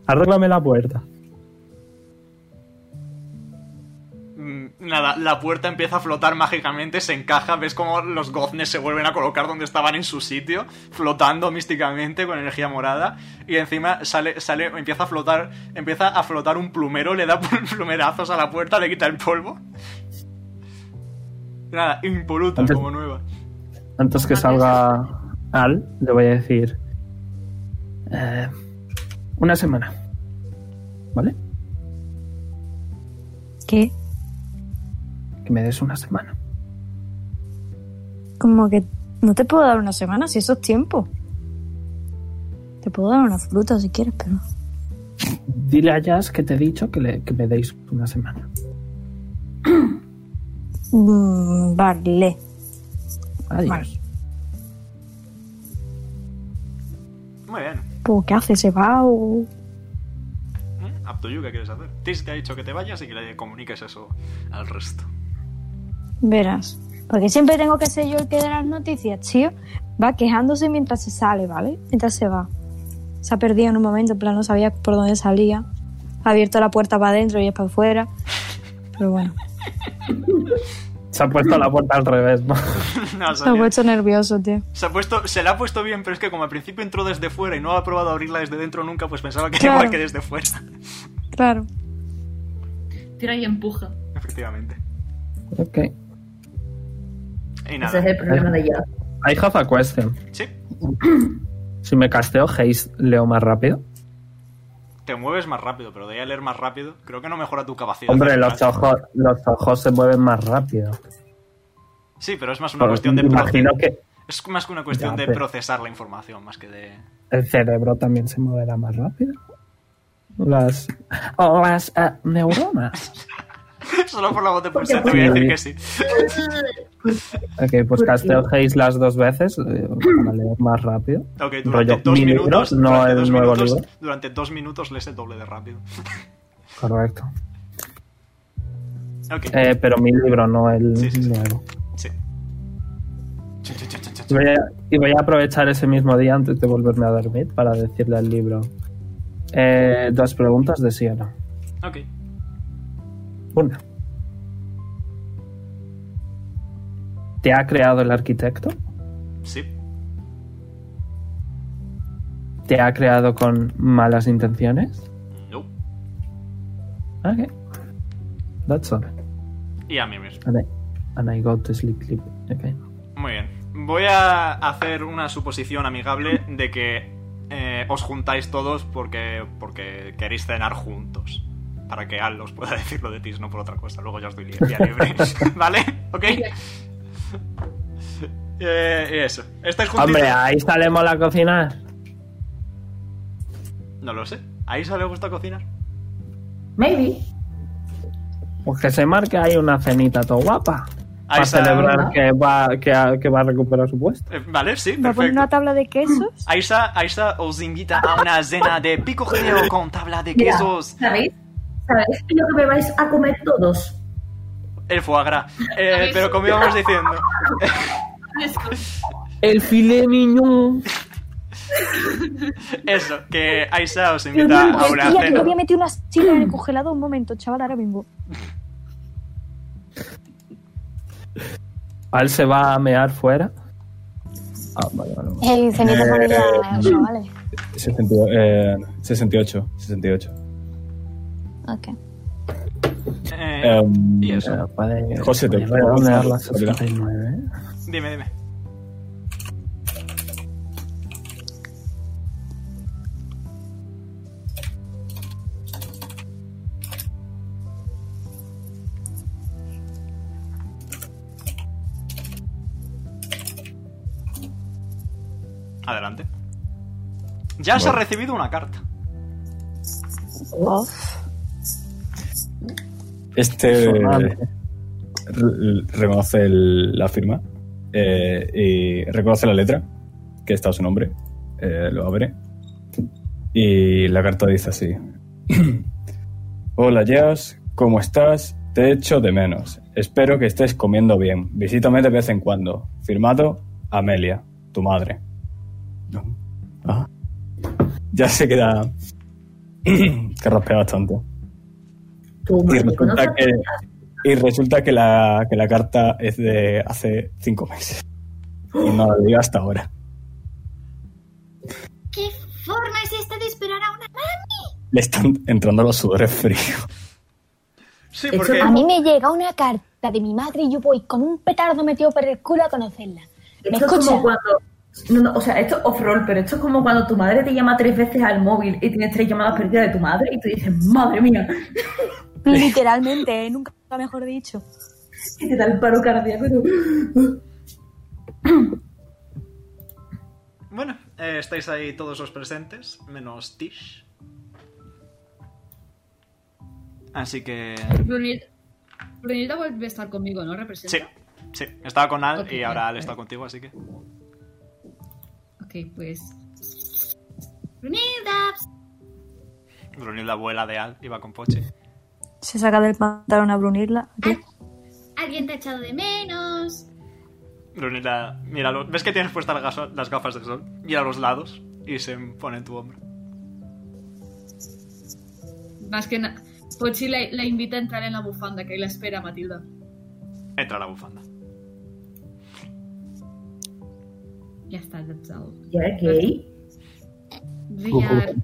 E: Arréglame la puerta.
A: Mm, Nada, la puerta empieza a flotar mágicamente, se encaja, ves como los goznes se vuelven a colocar donde estaban en su sitio, flotando místicamente con energía morada, y encima sale, sale, empieza a flotar, empieza a flotar un plumero, le da plumerazos a la puerta, le quita el polvo. Nada, impoluta
E: Antes-
A: como nueva.
E: Antes que salga Al, le voy a decir. eh, una semana. ¿Vale?
B: ¿Qué?
E: Que me des una semana.
B: Como que no te puedo dar una semana, si eso es tiempo. Te puedo dar una fruta si quieres, pero...
E: Dile a Jazz que te he dicho que, le- que me deis una semana.
B: Mm, vale.
E: Adiós.
B: Vale.
A: Muy bien.
B: Pues, ¿qué hace? ¿Se va o...?
A: Mm, Up to you, ¿qué quieres hacer? Tis te ha dicho que te vayas y que le comuniques eso al resto.
B: Verás. Porque siempre tengo que ser yo el que dé las noticias, tío. Va quejándose mientras se sale, ¿vale? Mientras se va. Se ha perdido en un momento, en plan, no sabía por dónde salía. Ha abierto la puerta para adentro y es para afuera. Pero bueno,
E: Se ha puesto la puerta al revés, ¿no?
A: No,
B: se ha
A: Sonia.
B: puesto nervioso, tío.
A: Se, ha puesto, se la ha puesto bien, pero es que como al principio entró desde fuera y no ha probado a abrirla desde dentro nunca, pues pensaba que era
B: Claro.
A: igual que desde fuera.
B: Claro.
D: Tira y empuja.
A: Efectivamente.
E: Ok.
A: Y
C: Ese es
A: nada.
C: el problema de ella.
E: I have a question.
A: Sí,
E: Si me casteo Haze, leo más rápido.
A: te mueves más rápido, pero de ahí a leer más rápido, creo que no mejora tu capacidad.
E: Hombre, los
A: cerebral.
E: ojos, los ojos se mueven más rápido.
A: Sí, pero es más una
E: Pero
A: cuestión de
E: imagino
A: proce-
E: que
A: Es más que una cuestión
E: Ya,
A: de
E: pero-
A: procesar la información, más que de.
E: el cerebro también se moverá más rápido. Las, o las eh, neuronas.
A: Solo por la voz de pulsar te voy a decir que sí.
E: Ok, pues
C: ¿Por
E: casteo
C: qué?
E: Haze las dos veces eh, para leer más rápido.
A: Ok, durante
E: Rollo,
A: dos
E: mi libro,
A: minutos.
E: no
A: durante
E: el
A: dos
E: nuevo
A: minutos,
E: libro.
A: durante dos minutos lees el doble de rápido.
E: Correcto.
A: Ok,
E: Eh, pero mi libro, no el
A: Sí, sí, sí.
E: nuevo.
A: sí. Chun, chun, chun, chun, chun,
E: Y
A: chun.
E: voy, a, y voy a aprovechar ese mismo día antes de volverme a dormir para decirle al libro eh, dos preguntas de sí o no.
A: Ok,
E: Una. ¿Te ha creado el arquitecto?
A: sí.
E: ¿Te ha creado con malas intenciones?
A: No.
E: Ok. That's all.
A: Y a mí mismo.
E: And I, and I go to sleep, sleep. Okay.
A: Muy bien. Voy a hacer una suposición amigable de que eh, os juntáis todos porque, porque queréis cenar juntos. Para que Al os pueda decir lo de Tis, no por otra cosa. Luego ya os doy li- día libre. ¿Vale? ¿Ok? Eh, y eso. ¿Estáis juntitos?
E: Hombre, ahí salemos a la cocina.
A: No lo sé. ¿A Isa le gusta cocinar?
C: Maybe.
E: Pues que se marque ahí una cenita todo guapa.
A: Ahí
E: Para
A: está.
E: celebrar que va, que, ha- que va a recuperar su puesto.
A: Eh, vale, sí,
B: Va a poner
A: perfecto.
B: una tabla de quesos.
A: Aisa, Aisa os invita a una cena de picogeo con tabla de
C: Mira,
A: quesos.
C: ¿Sabéis? ¿Sabéis lo que me vais a comer todos?
A: El foie gras. Eh, pero como íbamos diciendo.
D: Esto.
E: El filet mignon.
A: Eso, que Aisa os invita a una
B: Tía, yo
A: cena.
B: había metido una silla en el congelador un momento, chaval, ahora vengo.
E: Al se va a mear fuera.
G: Ah, vale, vale. vale.
B: El cenito
G: Eh,
B: familiar, chavales.
G: 60, eh, 68, 68.
B: Ok.
A: Eh,
G: Em,
A: y eso.
E: Pero puede-
G: José, te
E: puede
G: puedo
E: redondear
G: pasar,
E: las
G: Gabriela.
E: 69, ¿eh?
A: Dime, dime. Adelante. Ya se ha
G: Bueno.
A: recibido una carta.
G: Este
E: Vale.
G: re- reconoce el- la firma eh, y reconoce la letra, que está su nombre, eh, lo abre. Y la carta dice así. Hola Jazz, ¿cómo estás? Te echo de menos. Espero que estés comiendo bien. Visítame de vez en cuando. Firmado Amelia, tu madre. Ah. Ya se queda... que raspea bastante.
C: Tú,
G: Y
C: madre, conoces
G: resulta que, y resulta que la, que la carta es de hace cinco meses. Y no la leí hasta ahora.
F: ¿Qué forma es esta de esperar a una
G: Le están entrando los sudores fríos.
A: Sí,
C: Eso-
A: porque
B: A mí me llega una carta de mi madre y yo voy con un petardo metido por el culo a conocerla. ¿Me
C: Esto es
B: escucha?
C: como cuando. no, no, o sea, esto es off-roll, pero esto es como cuando tu madre te llama tres veces al móvil y tienes tres llamadas perdidas de tu madre y tú dices, madre mía,
B: Literalmente, eh, nunca mejor dicho.
C: y te da el paro cardíaco. y tú-
A: Bueno, eh, estáis ahí todos los presentes, menos Tish. Así que...
D: Brunilda Brunilda vuelve a estar conmigo, ¿no? ¿Representa?
A: Sí, sí. Estaba con Al
D: Ok,
A: y ahora Al
D: ok.
A: está contigo, así que...
D: Ok, pues.
F: Brunilda?
A: Brunil, la abuela de Al, iba con Pochi.
B: Se saca del pantalón a Brunirla.
F: ¿Al- ¿Alguien te ha echado de menos?
A: Brunil, la- mira, lo- ves que tienes puestas las gafa- las gafas de sol, mira a los lados y se pone en tu hombro.
D: Más que pues nada. Pochi la, la invita a entrar en la bufanda que ahí la espera Matilda.
A: Entra la bufanda.
D: Ya está, ya está.
C: Ya, gay.
D: We are.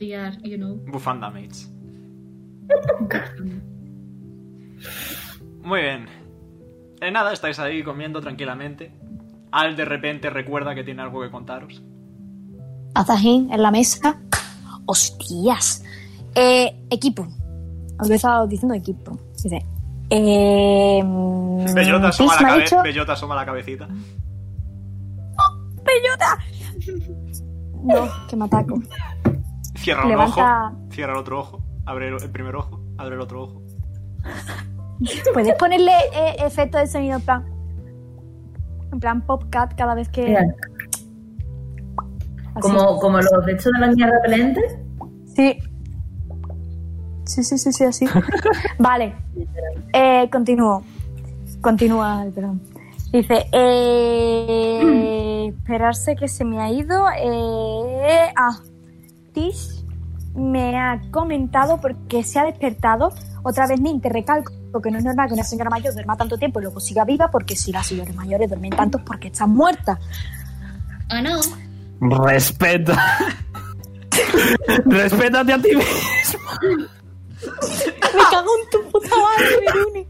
D: We are, you know.
A: Bufanda Mates. Muy bien. Eh, nada, estáis ahí comiendo tranquilamente. Al de repente recuerda que tiene algo que contaros.
B: Azajín en la mesa. Hostias. Eh, equipo. Empezaba diciendo equipo. Dice. Eh, mm,
A: Bellota asoma,
B: Pis
A: la,
B: me ha
A: cabe-
B: dicho-
A: Bellota asoma la cabecita.
B: No, que me ataco.
A: Cierra un
B: Levanta-
A: ojo. Cierra el otro ojo. Abre el, el primer ojo. Abre el otro ojo.
B: Puedes ponerle eh, efecto de sonido en plan. En plan popcat cada vez que.
C: Mira,
B: así.
C: como, como los de hecho de la niña repelente.
B: Sí. Sí, sí, sí, sí, así. vale. Eh, continúo. Continúa, perdón. Dice, eh, esperarse que se me ha ido. Eh, ah, Tish me ha comentado porque se ha despertado. Otra vez, Nin, te recalco que no es normal que una señora mayor duerma tanto tiempo y luego siga viva, porque si las señoras mayores duermen tanto es porque están muertas.
F: ¿O no?
E: Respeto. Respétate a ti mismo.
B: Me cago en tu puta madre, Veruni.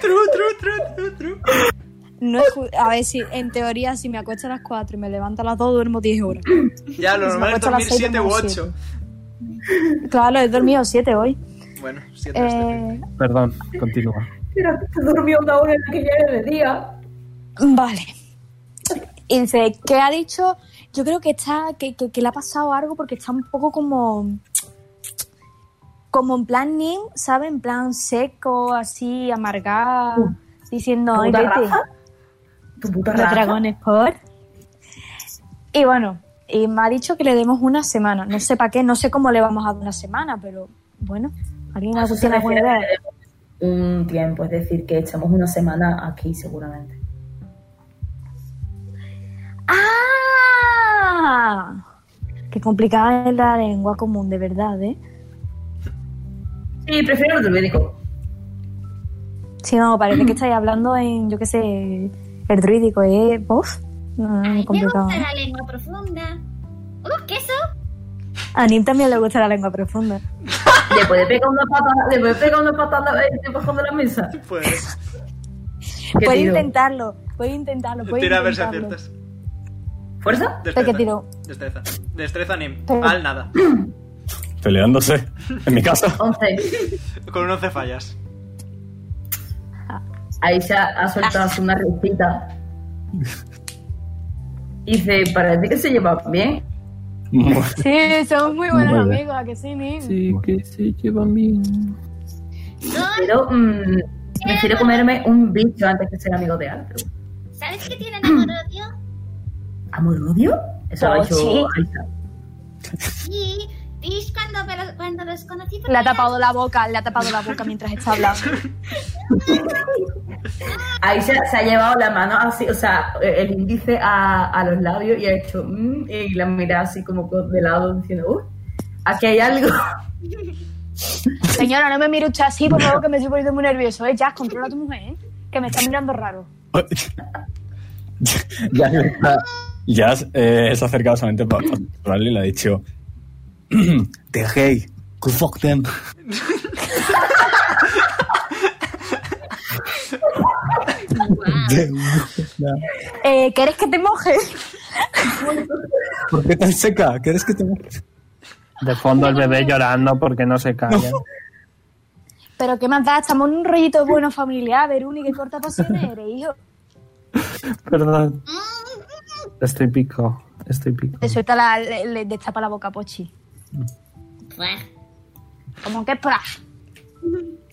A: Tru, tru, tru, tru, tru.
B: No es ju- a ver, si en teoría, si me acuesto a las 4 y me levanto a las 2, duermo 10 horas.
A: Ya, lo
B: Se me
A: normal
B: ha
A: es
B: puesto a las
A: dormir
B: seis,
A: 7 u
B: dormimos
A: 8.
B: Claro, he dormido 7 hoy.
A: Bueno, este 7 es decente.
B: Eh,
E: Perdón, continúa.
C: Mira, te durmió una hora en la que ya era de día.
B: vale. Y dice, ¿qué ha dicho? Yo creo que está, que, que- que le ha pasado algo porque está un poco como. Como en plan nim, ¿sabe? En plan seco, así, amargado, diciendo, "Ay,
C: puta
B: vete".
C: raza. Tu puta
B: Los
C: raza.
B: dragones por. Y bueno, y me ha dicho que le demos una semana. No sé para qué, no sé cómo le vamos a dar una semana, pero bueno, alguien
F: Ah,
C: Eso
B: algo
C: se
B: tiene alguna
C: refiere a
B: idea.
C: que tenemos Un tiempo, es decir, que echamos una semana aquí seguramente.
B: ¡Ah! ¡Ah! Qué complicada es la lengua común, de verdad, ¿eh?
C: Sí, prefiero el druídico.
B: Sí, no, parece que estáis hablando en, yo qué sé, el druídico, ¿eh? ¿Vos? No,
F: Ay,
B: es
F: me
B: complicado.
F: gusta la lengua profunda. ¡Uh, queso!
B: A Nim también le gusta la lengua profunda.
C: Le puede pegar una patada, le puede pegar una patada eh, debajo de la mesa.
A: Pues
C: ¿Qué
B: Puede
C: tiro?
B: intentarlo, puede intentarlo, puede
A: tira a
B: intentarlo.
A: ver si aciertas.
C: ¿Fuerza?
B: Es que tiro.
A: Destreza. Destreza Nim.
B: Pero-
A: Al nada.
G: Peleándose en mi casa.
C: 11.
A: Con un 11 fallas.
C: Aisha ha soltado una risita. Dice, parece que se lleva bien.
B: Sí, somos muy buenos
G: Muy bien.
B: amigos, ¿a que sí, Nim?
E: Sí, que se llevan bien.
F: Son-
C: Pero mm, prefiero comerme un bicho antes que ser amigo de Andrew.
F: ¿Sabes qué tienen amor-odio?
C: ¿Amor-odio? Eso lo ha hecho Aisha.
F: Sí. Tish, cuando, me los- cuando los conocí... por
B: Le ha
F: primera
B: tapado la boca, le ha tapado la boca mientras está hablando.
C: Aisha se ha llevado la mano así, o sea, el índice a, a los labios y ha hecho, mm, y la mira así como con- de lado diciendo, uy, aquí hay algo.
B: Señora, no me mire usted así, por favor, que me estoy poniendo muy nervioso, ¿eh? Ya, controla a tu mujer, ¿eh? Que me está mirando raro.
G: ya ya eh, se ha acercado solamente para hablarle y le ha dicho: The hey, go fuck them.
B: Eh, ¿Quieres que te moje?
G: ¿Por qué tan seca? ¿Quieres que te mueras?
E: De fondo el bebé llorando porque no se calla.
B: Pero qué más da, estamos en un rollito bueno familiar, Veruni, qué corta pasión eres, hijo.
E: Perdón. Estoy pico. Estoy pico.
B: Te suelta la, le, le destapa la boca, Pochi.
F: Buah.
D: Pues
B: Como que pra.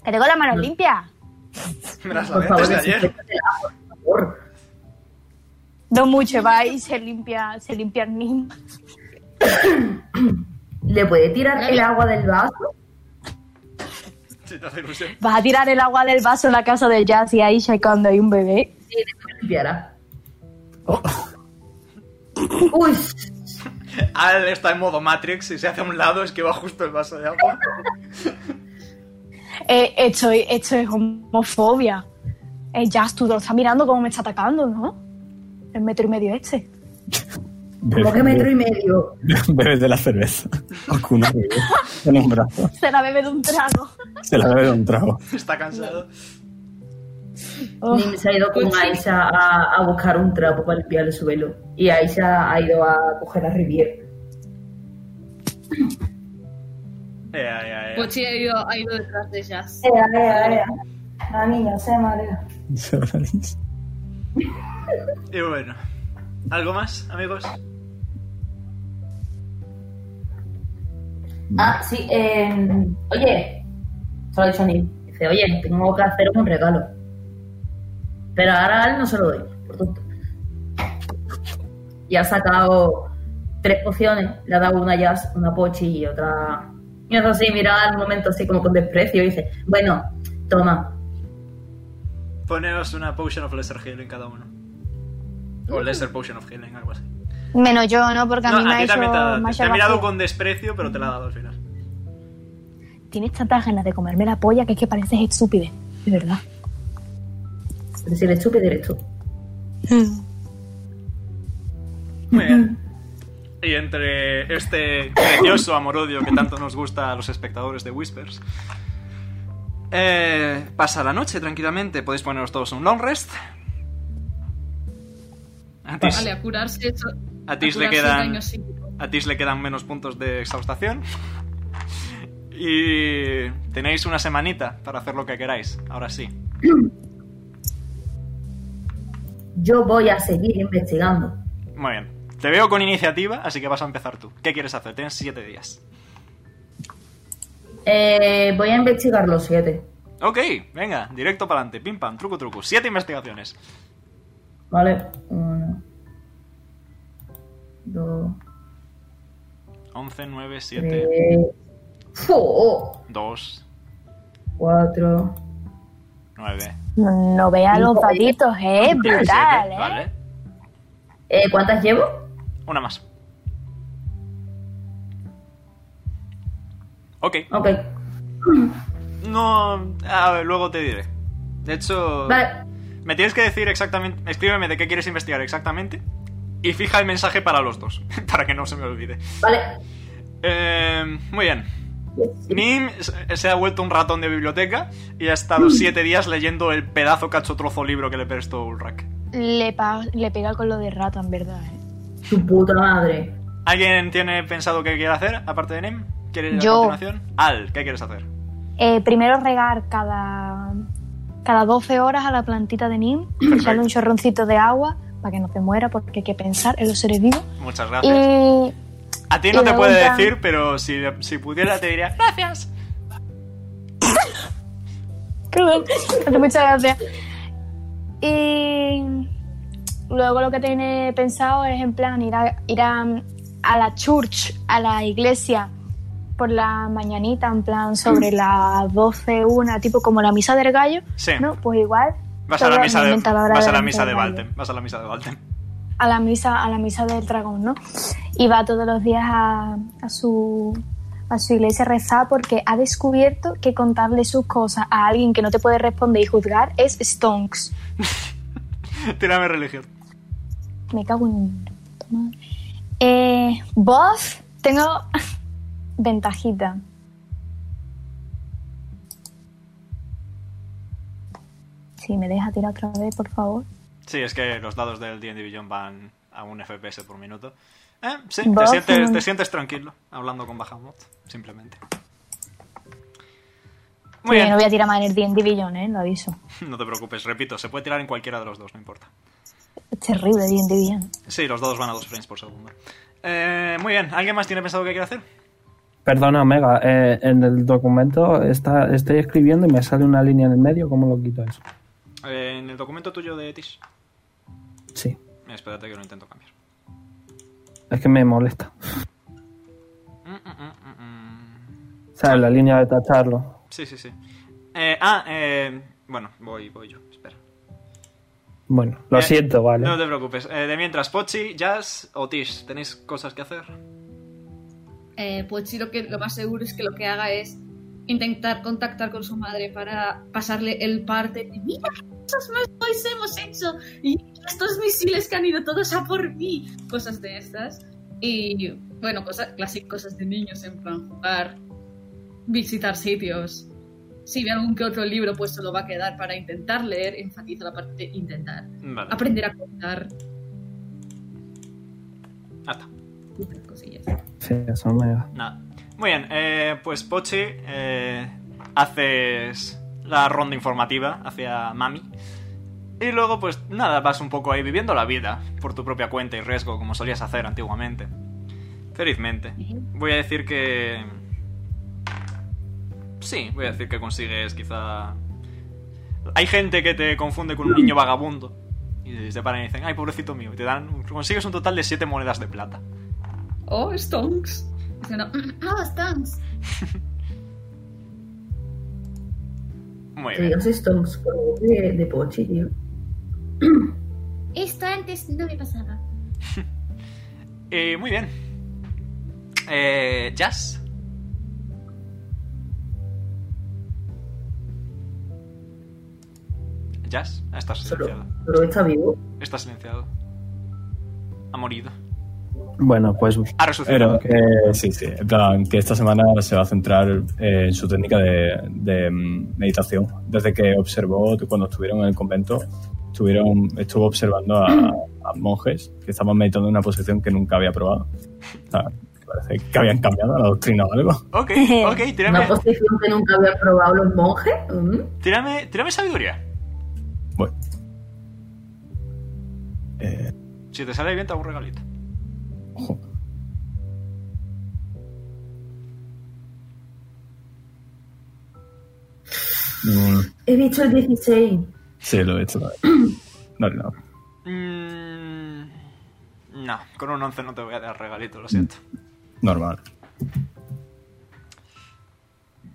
B: Que tengo las manos limpias.
A: Me las
C: Por
A: lavé
C: favor,
A: antes de ayer.
C: desinfectate el agua, por favor.
B: No mucho, va y se limpia, se limpia el mismo.
C: ¿Le puede tirar el agua del vaso?
A: Si te hace ilusión.
B: Vas a tirar el agua del vaso en la casa de Jazz y Aisha cuando hay un bebé.
C: Sí, después limpiará. Uy,
A: Al está en modo Matrix y se hace a un lado, esquiva justo el vaso de agua.
B: Eh, esto, es- esto es homofobia. Eh, Jazz, tú lo estás mirando como me está atacando, ¿no? El metro y medio este.
C: como que metro y medio.
G: Bebes de la cerveza. Alguna bebé. En un brazo.
B: Se la bebe de un trago.
G: Se la bebe de un trago.
A: Está cansado.
B: Oh,
C: Nim se ha ido con Aisha a, a buscar un trapo para limpiarle su velo. Y Aisha ha ido a coger a Rivier.
A: Eh, eh, eh,
B: Pues-
A: eh.
D: Pochi ha ido, ha ido detrás de Jazz.
C: La niña se marea.
A: Y bueno. ¿Algo más, amigos?
C: Ah, sí, eh, oye, se lo ha dicho a Nim. Dice, oye, tengo que hacer un regalo. Pero ahora a él no se lo doy, por tonto. Y ha sacado tres pociones, le ha dado una jazz, una pochi y otra. Y eso sí, mira al momento así como con desprecio y dice, bueno, toma.
A: Poneos una Potion of Lesser Healing cada uno. O Lesser Potion of Healing, algo así.
B: Menos yo, ¿no? Porque a mí
A: No,
B: me
A: a
B: ha
A: ti
B: hecho...
A: también te ha dado.
B: me ha
A: Te,
B: hecho
A: ha mirado
B: gracia.
A: con desprecio, pero te la ha dado al final.
B: Tienes tantas ganas de comerme la polla que es que pareces estúpido. De verdad.
C: Pero si eres tú, que eres tú.
A: Muy bien. Y entre este precioso amor-odio que tanto nos gusta a los espectadores de Whispers, eh, pasa la noche tranquilamente. Podéis poneros todos un long rest. A Tis,
D: Vale, a curarse eso.
A: Pues a Tis le
D: curarse
A: quedan
D: daño psíquico.
A: a Tis le quedan menos puntos de exhaustación. Y tenéis una semanita para hacer lo que queráis. Ahora sí.
C: Yo voy a seguir investigando.
A: Muy bien. Te veo con iniciativa, así que vas a empezar tú. ¿Qué quieres hacer? Tienes siete días.
C: Eh, voy a investigar los siete,
A: Ok, venga, directo para adelante. Pim pam, truco truco. Siete investigaciones.
C: ¿vale? Uno, dos,
A: 11, 9, 7,
B: Eh.
C: tres, ¡Fu!
A: 2,
C: cuatro.
A: 9.
B: No veas los
A: pues,
B: datitos, ¿eh? Brutal, ¿eh?
A: Vale.
C: Eh, ¿Cuántas llevo?
A: Una más. Ok.
C: Ok.
A: No. a ver, luego te diré. De hecho.
C: Vale.
A: Me tienes que decir exactamente. Escríbeme de qué quieres investigar exactamente. Y fija el mensaje para los dos. Para que no se me olvide.
C: Vale.
A: Eh, muy bien. Nim se- se ha vuelto un ratón de biblioteca y ha estado siete días leyendo el pedazo cacho trozo libro que le prestó Ulrak.
B: Le, pa- le pega con lo de rato, en verdad. ¿eh?
C: Tu puta madre.
A: ¿Alguien tiene pensado qué quiere hacer aparte de Nim? ¿Quieres
B: Yo.
A: a continuación? Al, ¿qué quieres hacer?
B: Eh, primero regar cada, cada 12 horas a la plantita de Nim, echarle un chorroncito de agua para que no se muera, porque hay que pensar en los seres vivos.
A: Muchas gracias.
B: Y
A: a ti
B: y
A: no te
B: me
A: puede
B: gustan-
A: decir, pero si, si pudiera te diría gracias.
B: Cruel. Muchas gracias. Y luego lo que tiene pensado es en plan ir a, ir a, a la church, a la iglesia, por la mañanita, en plan sobre las 12, una, tipo como la misa del gallo.
A: Mm. Sí.
B: No, pues igual.
A: Vas a la
B: todo
A: misa de,
B: aumenta la hora
A: vas a
B: de
A: la
B: la
A: misa de
B: misa del
A: Valtem. Vas a la misa de Valtem.
B: A la misa, a la misa del dragón, ¿no? Y va todos los días a, a su a su iglesia a rezar porque ha descubierto que contarle sus cosas a alguien que no te puede responder y juzgar es stonks.
A: Tírame religión.
B: Me cago en. toma. Eh, Buff, tengo ventajita. Si me deja tirar otra vez, por favor.
A: Sí, es que los dados del D&D Beyond van a un FPS por minuto. Eh, sí, te
B: Vos,
A: sientes,
B: mm.
A: te sientes tranquilo hablando con Bahamut, simplemente. Muy
B: Sí, No
A: bien.
B: voy a tirar más en el D&D Beyond, ¿eh? Lo aviso.
A: No te preocupes, repito, se puede tirar en cualquiera de los dos, no importa.
B: Es terrible D&D Beyond.
A: Sí, los dados van a dos frames por segundo. Eh, muy bien, ¿alguien más tiene pensado qué quiere hacer?
E: Perdona, Omega, eh, en el documento está, estoy escribiendo y me sale una línea en el medio. ¿Cómo lo quito eso?
A: Eh, en el documento tuyo de Tish.
E: Sí,
A: Espérate que lo intento cambiar.
E: es que me molesta.
A: Mm, mm, mm, mm, mm.
E: O sea, la línea de tacharlo.
A: Sí, sí, sí. Eh, ah, eh, bueno, voy, voy yo, espera.
E: Bueno, lo
A: Eh,
E: siento, vale.
A: No te preocupes. Eh, de mientras, Pochi, Jazz o Tish, ¿tenéis cosas que hacer?
D: Eh, Pochi lo, que, lo más seguro es que lo que haga es intentar contactar con su madre para pasarle el parte de mira muchos más boys hemos hecho y estos misiles que han ido todos a por mí cosas de estas y bueno cosas clásicas cosas de niños en plan jugar visitar sitios si ve algún que otro libro pues se lo va a quedar para intentar leer enfatizo la parte de intentar
A: Vale,
D: aprender a contar
A: hasta.
D: y otras cosillas
E: Sí, eso, Omega.
A: Nada. Muy bien, eh, pues Pochi, eh, haces la ronda informativa hacia Mami. Y luego, pues nada, vas un poco ahí viviendo la vida por tu propia cuenta y riesgo, como solías hacer antiguamente. Felizmente. Voy a decir que... Sí, voy a decir que consigues quizá... Hay gente que te confunde con un niño vagabundo. Y te paran y dicen, ay, pobrecito mío. Y te dan... Consigues un total de 7 monedas de plata.
D: oh stonks Diciendo,
F: Oh, Stonks.
A: Muy
C: Que
A: bien.
C: digas Stones por favor, de, de Pochi, tío.
F: Esto antes no me pasaba.
A: Eh, muy bien. Eh, Jazz. Jazz, ah, estás
C: Solo,
A: silenciado.
C: solo está vivo.
A: Estás silenciado. Ha morido.
E: Bueno, pues
A: Ha resucitado.
G: Pero, eh, sí, sí. En plan, que esta semana se va a centrar eh, en su técnica de, de, mm, meditación. Desde que observó, cuando estuvieron en el convento, estuvieron, estuvo observando a, a monjes que estaban meditando en una posición que nunca había probado. O sea, que parece que habían cambiado la doctrina o algo.
A: Ok, ok, tírame,
C: Una posición que nunca había probado los monjes. Mm.
A: tírame, tírame sabiduría.
G: Bueno. Eh,
A: Si te sale bien, te hago un regalito.
G: ojo. Mm.
C: He dicho el 16.
G: Sí, lo he hecho. No, no. no.
A: Mm, no, con un 11 no te voy a dar regalito, lo siento.
G: Normal.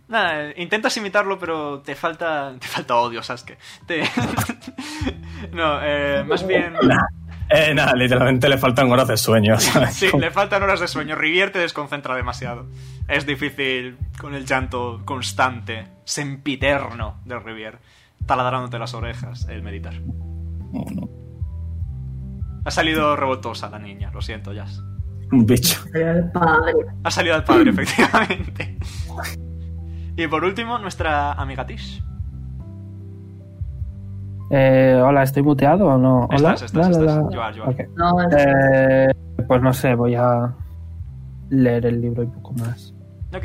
A: Nada, eh, intentas imitarlo, pero te falta. Te falta odio, Sasuke. Te... no, eh, más bien.
G: Eh, nada, literalmente le faltan horas de sueño, ¿sabes?
A: Sí, le faltan horas de sueño. Rivier te desconcentra demasiado. Es difícil con el llanto constante, sempiterno de Rivier, taladrándote las orejas el meditar.
G: Oh, no.
A: Ha salido revoltosa la niña, lo siento, Jazz.
G: Un bicho.
C: El padre.
A: Ha salido al padre, efectivamente. Y por último, nuestra amiga Tish.
E: Eh, hola, ¿estoy muteado o no? Hola.
A: Estás, estás,
E: La, la,
A: estás.
E: la.
A: Joar, Joar.
E: Ok.
C: No, es-
E: Eh, pues no sé, voy a leer el libro y poco más.
A: Ok.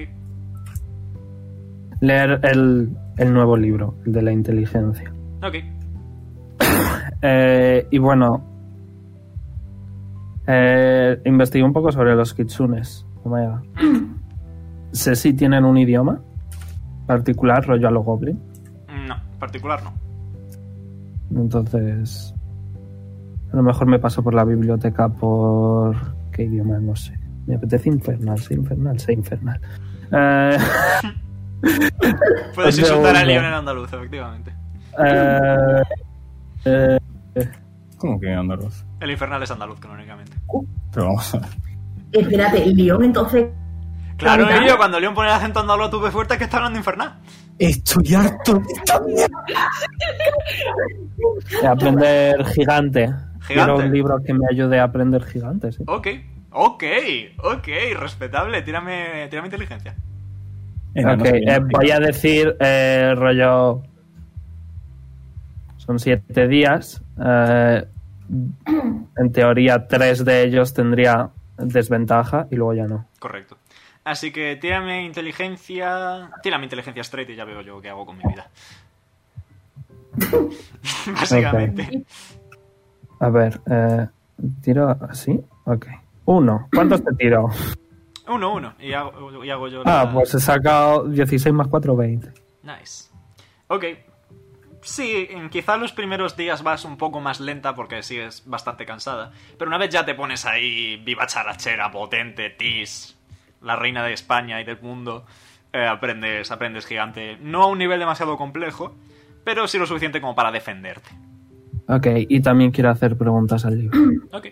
E: Leer el, el nuevo libro, el de la inteligencia.
A: Ok.
E: Eh, y bueno, eh, investigué un poco sobre los kitsunes. Omega. Sé si tienen un idioma particular, rollo a lo goblin.
A: No, en particular no.
E: Entonces, a lo mejor me paso por la biblioteca por. ¿Qué idioma? No sé. Me apetece infernal, sé infernal, sé infernal. Eh,
A: Puedes
E: Hazme
A: insultar a
E: uno.
A: León en andaluz, efectivamente.
E: eh,
G: ¿Cómo que andaluz?
A: El infernal es andaluz, canónicamente.
G: Pero vamos a ver.
C: Espérate, ¿y León entonces?
A: Claro,
C: Claro.
A: yo cuando León pone el acento andaluz, tú ves fuerte que está hablando infernal.
G: Estoy harto de esta mierda.
E: aprender gigante. Quiero un libro que me ayude a aprender gigante, sí.
A: Ok, ok, ok, respetable. Tírame, tírame inteligencia.
E: Ok, eh, voy a decir eh, rollo. Son siete días. eh, en teoría, tres de ellos tendría desventaja y luego ya no.
A: Correcto. Así que tírame inteligencia. Tírame inteligencia straight y ya veo yo qué hago con mi vida. Básicamente.
E: A ver, eh, tiro así. Ok. Uno. ¿Cuántos te tiro?
A: Uno, uno. Y hago, y hago yo
E: Ah,
A: la-
E: pues he sacado 16 más 4, 20.
A: Nice. Ok. Sí, en- quizá los primeros días vas un poco más lenta porque sigues bastante cansada. Pero una vez ya te pones ahí, viva charachera, potente, tis, la reina de España y del mundo, eh, aprendes, aprendes gigante. No a un nivel demasiado complejo, pero sí lo suficiente como para defenderte.
E: Ok, y también quiero hacer preguntas al libro.
A: Ok,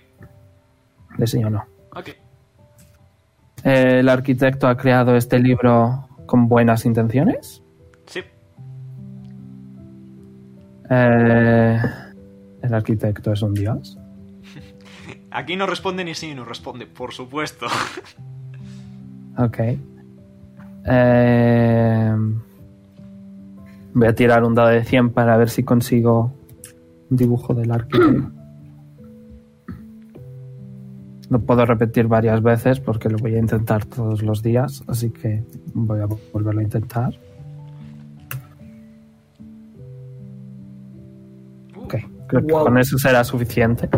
E: De sí o no.
A: ok.
E: Eh, ¿El arquitecto ha creado este libro con buenas intenciones?
A: Sí,
E: Eh, ¿El arquitecto es un dios?
A: aquí no responde ni sí, no responde, por supuesto.
E: Ok. Eh, voy a tirar un dado de 100 para ver si consigo un dibujo del arquitecto. Lo puedo repetir varias veces porque lo voy a intentar todos los días, así que voy a volverlo a intentar.
A: Uh.
E: Ok, creo que con eso será suficiente.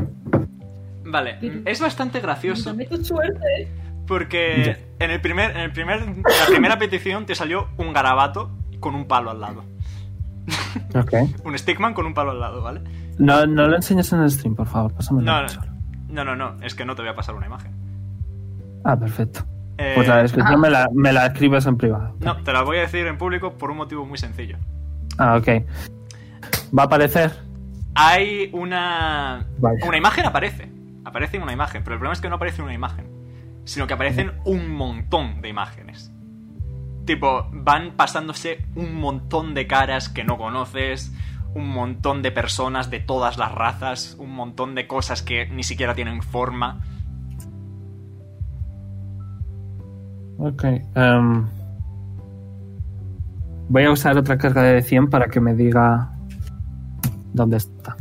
A: Vale, es bastante gracioso
D: Dame tu suerte.
A: Porque en el primer, en el primer, en la primera petición te salió un garabato con un palo al lado.
E: Ok.
A: Un stickman con un palo al lado, ¿vale?
E: No, no lo enseñes en el stream, por favor, pásame
A: No, no, no, no, no, es que no te voy a pasar una imagen.
E: Ah, perfecto.
A: Eh,
E: Pues la descripción me, la, me la escribes en privado.
A: no, te la voy a decir en público por un motivo muy sencillo.
E: Ah, ok. ¿Va a aparecer?
A: Hay una...
E: Vaya.
A: Una imagen aparece. Aparece una imagen, pero el problema es que no aparece una imagen, sino que aparecen un montón de imágenes. Tipo, van pasándose un montón de caras que no conoces, un montón de personas de todas las razas, un montón de cosas que ni siquiera tienen forma.
E: Ok. em, voy a usar otra carga de 100 para que me diga dónde está.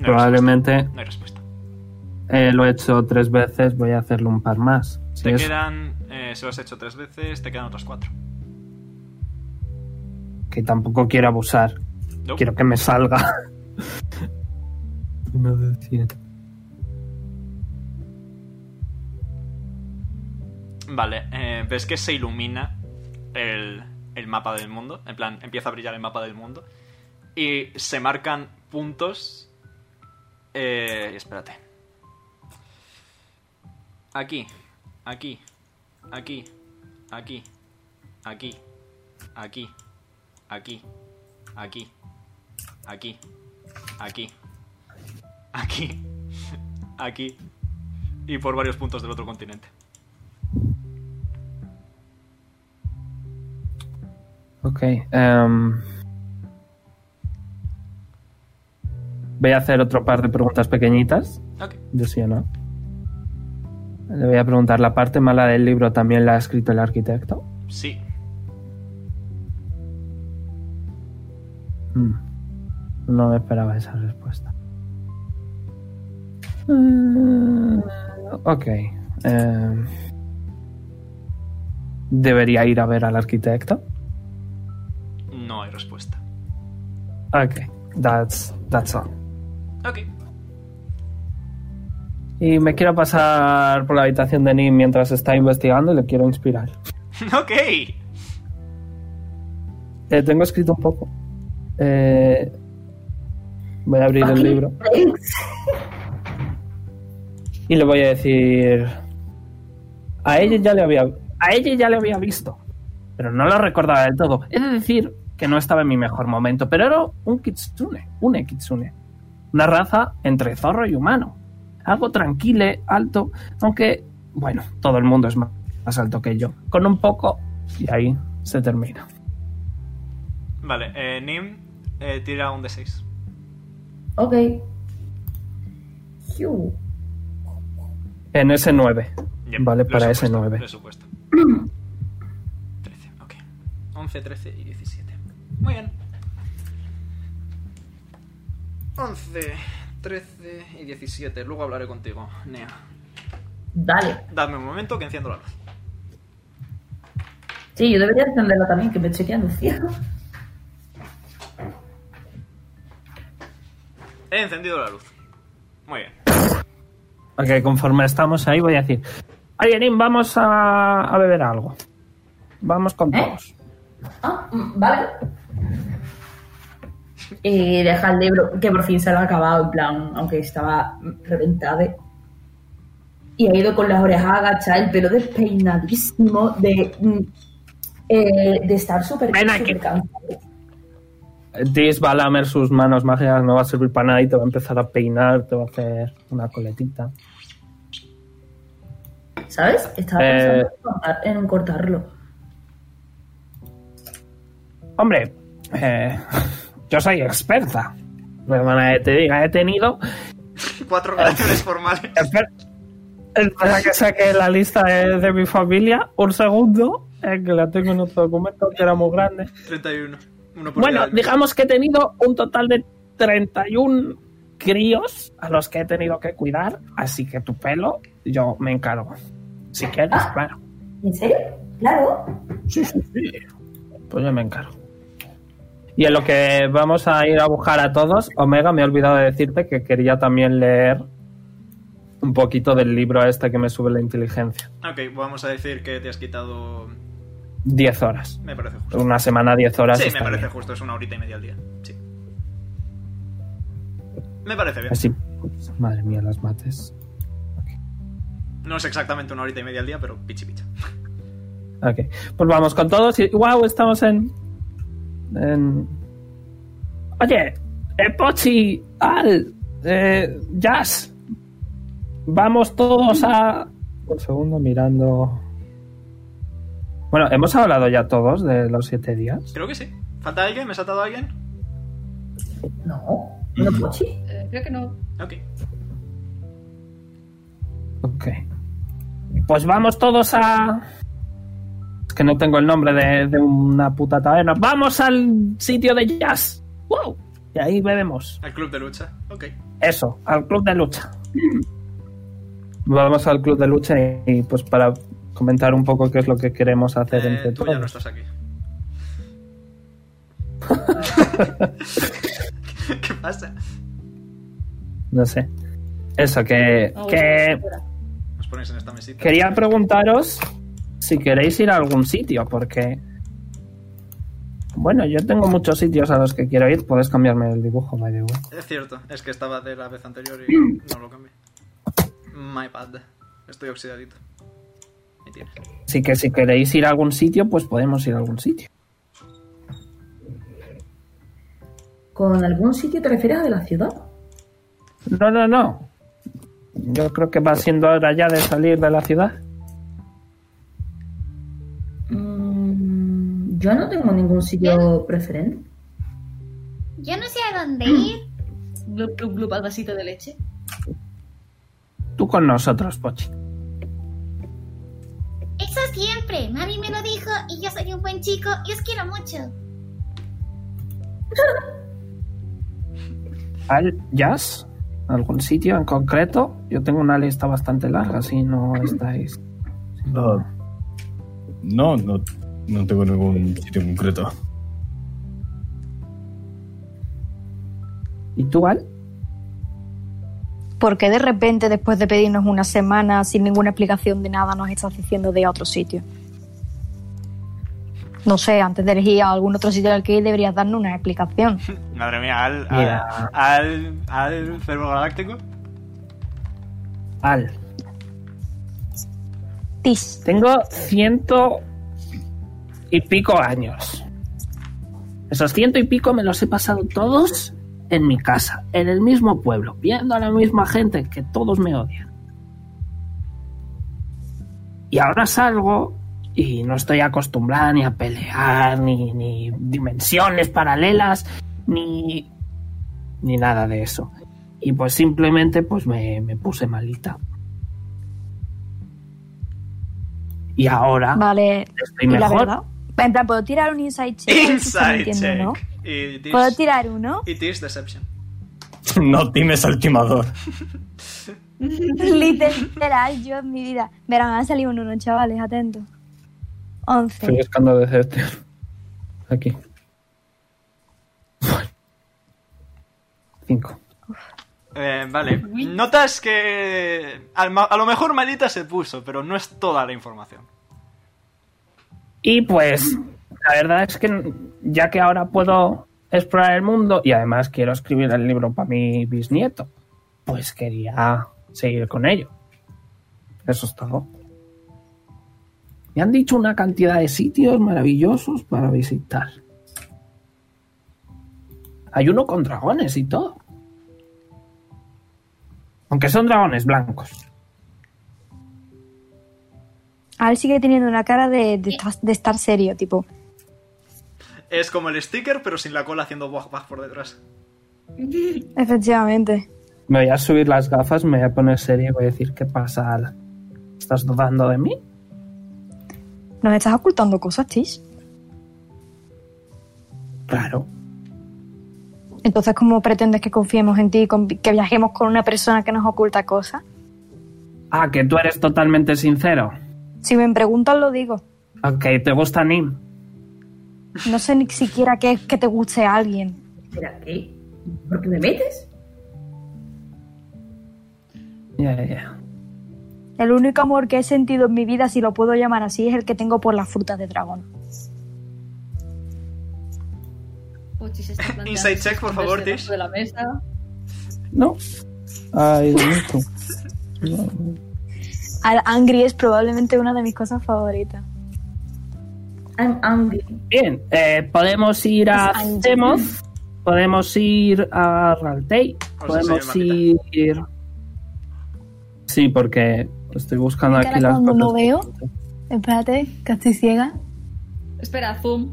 A: No hay
E: Probablemente
A: respuesta. No hay respuesta.
E: eh, lo he hecho tres veces, voy a hacerlo un par más. Si
A: Te
E: es-
A: quedan... eh, se lo has hecho tres veces, te quedan otras cuatro.
E: Que tampoco quiero abusar,
A: No.
E: quiero que me salga. Uno de 100.
A: Vale, eh, ves que se ilumina el, el mapa del mundo. En plan, empieza a brillar el mapa del mundo. Y se marcan puntos. Eh, espérate. Aquí, aquí, aquí, aquí, aquí, aquí, aquí, aquí, aquí, aquí, Aquí. Aquí. Y por varios puntos del otro continente.
E: Ok. em, voy a hacer otro par de preguntas pequeñitas.
A: Ok.
E: De sí o no. Le voy a preguntar, ¿la parte mala del libro también la ha escrito el arquitecto?
A: Sí.
E: Mm. No me esperaba esa respuesta. Mm, ok. em, ¿Debería ir a ver al arquitecto?
A: No hay respuesta.
E: Ok. That's, that's all.
A: Ok.
E: Y me quiero pasar por la habitación de Nim mientras está investigando y le quiero inspirar.
A: Ok.
E: Eh, tengo escrito un poco. Eh, voy a abrir el libro. Y le voy a decir. A ella ya le había. A ella ya le había visto. Pero no lo recordaba del todo. He de decir que no estaba en mi mejor momento. Pero era un kitsune. Un kitsune. Una raza entre zorro y humano. Algo tranquilo, alto. Aunque, bueno, todo el mundo es más, más alto que yo. Con un poco. Y ahí se termina.
A: Vale, eh, Nim eh, tira un D6.
C: Ok. Hiu.
E: En ese 9.
A: Yep,
E: vale,
A: lo he
E: para ese
A: supuesto,
E: 9.
A: Lo he supuesto. 13, ok. 11, 13 y 17. Muy bien. 11, 13 y 17. Luego hablaré contigo, Nea.
C: Dale.
A: Dame un momento que enciendo la luz.
C: Sí, yo debería encenderla también, que me estoy quedando ciego.
A: He encendido la luz. Muy bien.
E: Ok, conforme estamos ahí voy a decir, oye Nim, vamos a, a beber algo. Vamos con todos.
C: Ah, mm, vale. Y deja el libro, que por fin se lo ha acabado, en plan, aunque estaba mm, reventada. Y ha ido con las orejas agachadas, el pelo despeinadísimo, de, mm, eh, de estar súper
E: Ven aquí.
C: súper cansado.
E: Dis va a lamer sus manos mágicas, no va a servir para nada y te va a empezar a peinar, te va a hacer una coletita.
C: ¿Sabes? Estaba
E: Eh.
C: pensando en cortar- en cortarlo.
E: Hombre, eh, yo soy experta. Hermana, te diga, he tenido...
A: Cuatro relaciones formales.
E: Espera, espera que saque la lista de, de mi familia. Un segundo, eh, que la tengo en otro documento que era muy grande.
A: 31. Uno por
E: Bueno,
A: cada-
E: digamos que he tenido un total de 31 críos a los que he tenido que cuidar, así que tu pelo yo me encargo. Si quieres, claro.
C: ¿En serio? Claro.
E: Sí, sí, sí. Pues yo me encargo. Y en lo que vamos a ir a buscar a todos, Omega, me he olvidado de decirte que quería también leer un poquito del libro este que me sube la inteligencia.
A: Ok, vamos a decir que te has quitado.
E: 10 horas.
A: Me parece justo.
E: Una semana, 10 horas.
A: Sí, me
E: está
A: parece
E: bien.
A: justo, es una horita y media al día. Sí. Me parece bien.
E: Así, pues, madre mía, las mates.
A: No es exactamente una horita y media al día, pero pichi picha.
E: Ok, pues vamos con todos y wow, estamos en. en... Oye, eh, Pochi, Al, eh, Jazz, vamos todos a. Un segundo mirando. Bueno, hemos hablado ya todos de los siete días.
A: Creo que sí. ¿Falta alguien? ¿Me ha saltado alguien?
C: No. No, Pochi.
D: Eh, creo que no.
A: Ok.
E: Ok. Pues vamos todos a. Es que no tengo el nombre de, de una puta taberna. ¡Vamos al sitio de Jazz! ¡Wow! Y ahí bebemos.
A: Al club de lucha. Ok.
E: Eso, al club de lucha. Vamos al club de lucha y, y, pues para comentar un poco qué es lo que queremos hacer
A: Eh,
E: entre
A: tú ya no
E: todos.
A: estás aquí. ¿Qué pasa?
E: No sé. Eso, que,
D: Ah,
E: que
A: Nos ponéis en esta mesita.
E: quería preguntaros si queréis ir a algún sitio, porque... Bueno, yo tengo muchos sitios a los que quiero ir. Puedes cambiarme el dibujo, by the way.
A: Es cierto, es que estaba de la vez anterior y no lo cambié. My bad. Estoy oxidadito. Me tienes.
E: Así que si queréis ir a algún sitio, pues podemos ir a algún sitio.
C: ¿Con algún sitio te refieres a de la ciudad?
E: No, no, no. Yo creo que va siendo hora ya de salir de la ciudad.
C: Mm, yo no tengo ningún sitio preferente.
F: Yo no sé a dónde ir.
D: Glup, glup, glup al vasito de leche.
E: Tú con nosotros, Pochi.
F: Eso siempre. Mami me lo dijo y yo soy un buen chico y os quiero mucho.
E: ¿Al jazz? ¿Algún sitio en concreto? Yo tengo una lista bastante larga, si no estáis.
G: No, no, no, no tengo ningún sitio en concreto.
E: ¿Y tú, Al?
B: ¿Por qué de repente, después de pedirnos una semana sin ninguna explicación de nada, nos estás diciendo de ir a otro sitio? No sé, antes de elegir a algún otro sitio al que ir, deberías darnos una explicación.
A: Madre mía, al.
E: Mira.
A: al. al. al Cervo Galáctico.
E: Al.
B: Tis.
E: Tengo ciento y pico años. Esos ciento y pico me los he pasado todos en mi casa, en el mismo pueblo, viendo a la misma gente que todos me odian. Y ahora salgo y no estoy acostumbrada ni a pelear, ni, ni dimensiones paralelas, ni, ni nada de eso. Y pues simplemente pues me, me puse malita. Y
I: Ah,
E: ahora
B: Vale. ¿Y
E: estoy
B: la
E: mejor.
B: verdad? En plan, ¿puedo tirar un inside check? Eso sí que
A: Inside
B: entiendo, ¿no?
A: check. It is-
B: ¿Puedo tirar uno?
A: It is deception.
G: No times al timador.
B: Literal, yo en mi vida. Verán, me ha salido un uno, chavales, atento. 11.
E: Estoy buscando Deception. Aquí. Cinco.
A: Eh, vale. Notas que. al ma- A lo mejor malita se puso, pero no es toda la información.
E: Y pues, la verdad es que ya que ahora puedo explorar el mundo y además quiero escribir el libro para mi bisnieto, pues quería seguir con ello. Eso es todo. Me han dicho una cantidad de sitios maravillosos para visitar. Hay uno con dragones y todo. Aunque son dragones blancos.
B: Al sigue teniendo una cara de, de, de estar serio, tipo.
A: Es como el sticker, pero sin la cola haciendo wag wag por detrás.
B: Efectivamente.
E: Me voy a subir las gafas, me voy a poner serio y voy a decir, ¿qué pasa, Al? ¿Estás dudando de mí?
B: Nos estás ocultando cosas, Tish.
E: Claro.
B: Entonces, ¿cómo pretendes que confiemos en ti, y con- que viajemos con una persona que nos oculta cosas?
E: Ah, que tú eres totalmente sincero.
B: Si me preguntan, lo digo.
E: Ok, ¿te gusta Nim?
B: No sé ni siquiera qué es que te guste a alguien.
C: Mira, ¿qué? ¿Por qué me metes?
E: Ya, ya, ya.
B: El único amor que he sentido en mi vida, si lo puedo llamar así, es el que tengo por las frutas de dragón.
D: Pochi se Oh, está plantando.
A: Inside check, por favor,
D: esconderse
A: Tish.
D: debajo De la mesa.
E: No. Ay, bonito.
B: Al Angry es probablemente una de mis cosas favoritas.
C: I'm angry.
E: Bien, eh, podemos ir
B: Pues,
E: a Zemoth, podemos ir a Raltei,
A: Os enseño el
E: podemos
A: mapita.
E: ir... Sí, porque estoy buscando
B: Mi cara
E: aquí las
B: cuando no
E: cosas.
B: veo. Espérate, que estoy ciega.
D: Espera, zoom.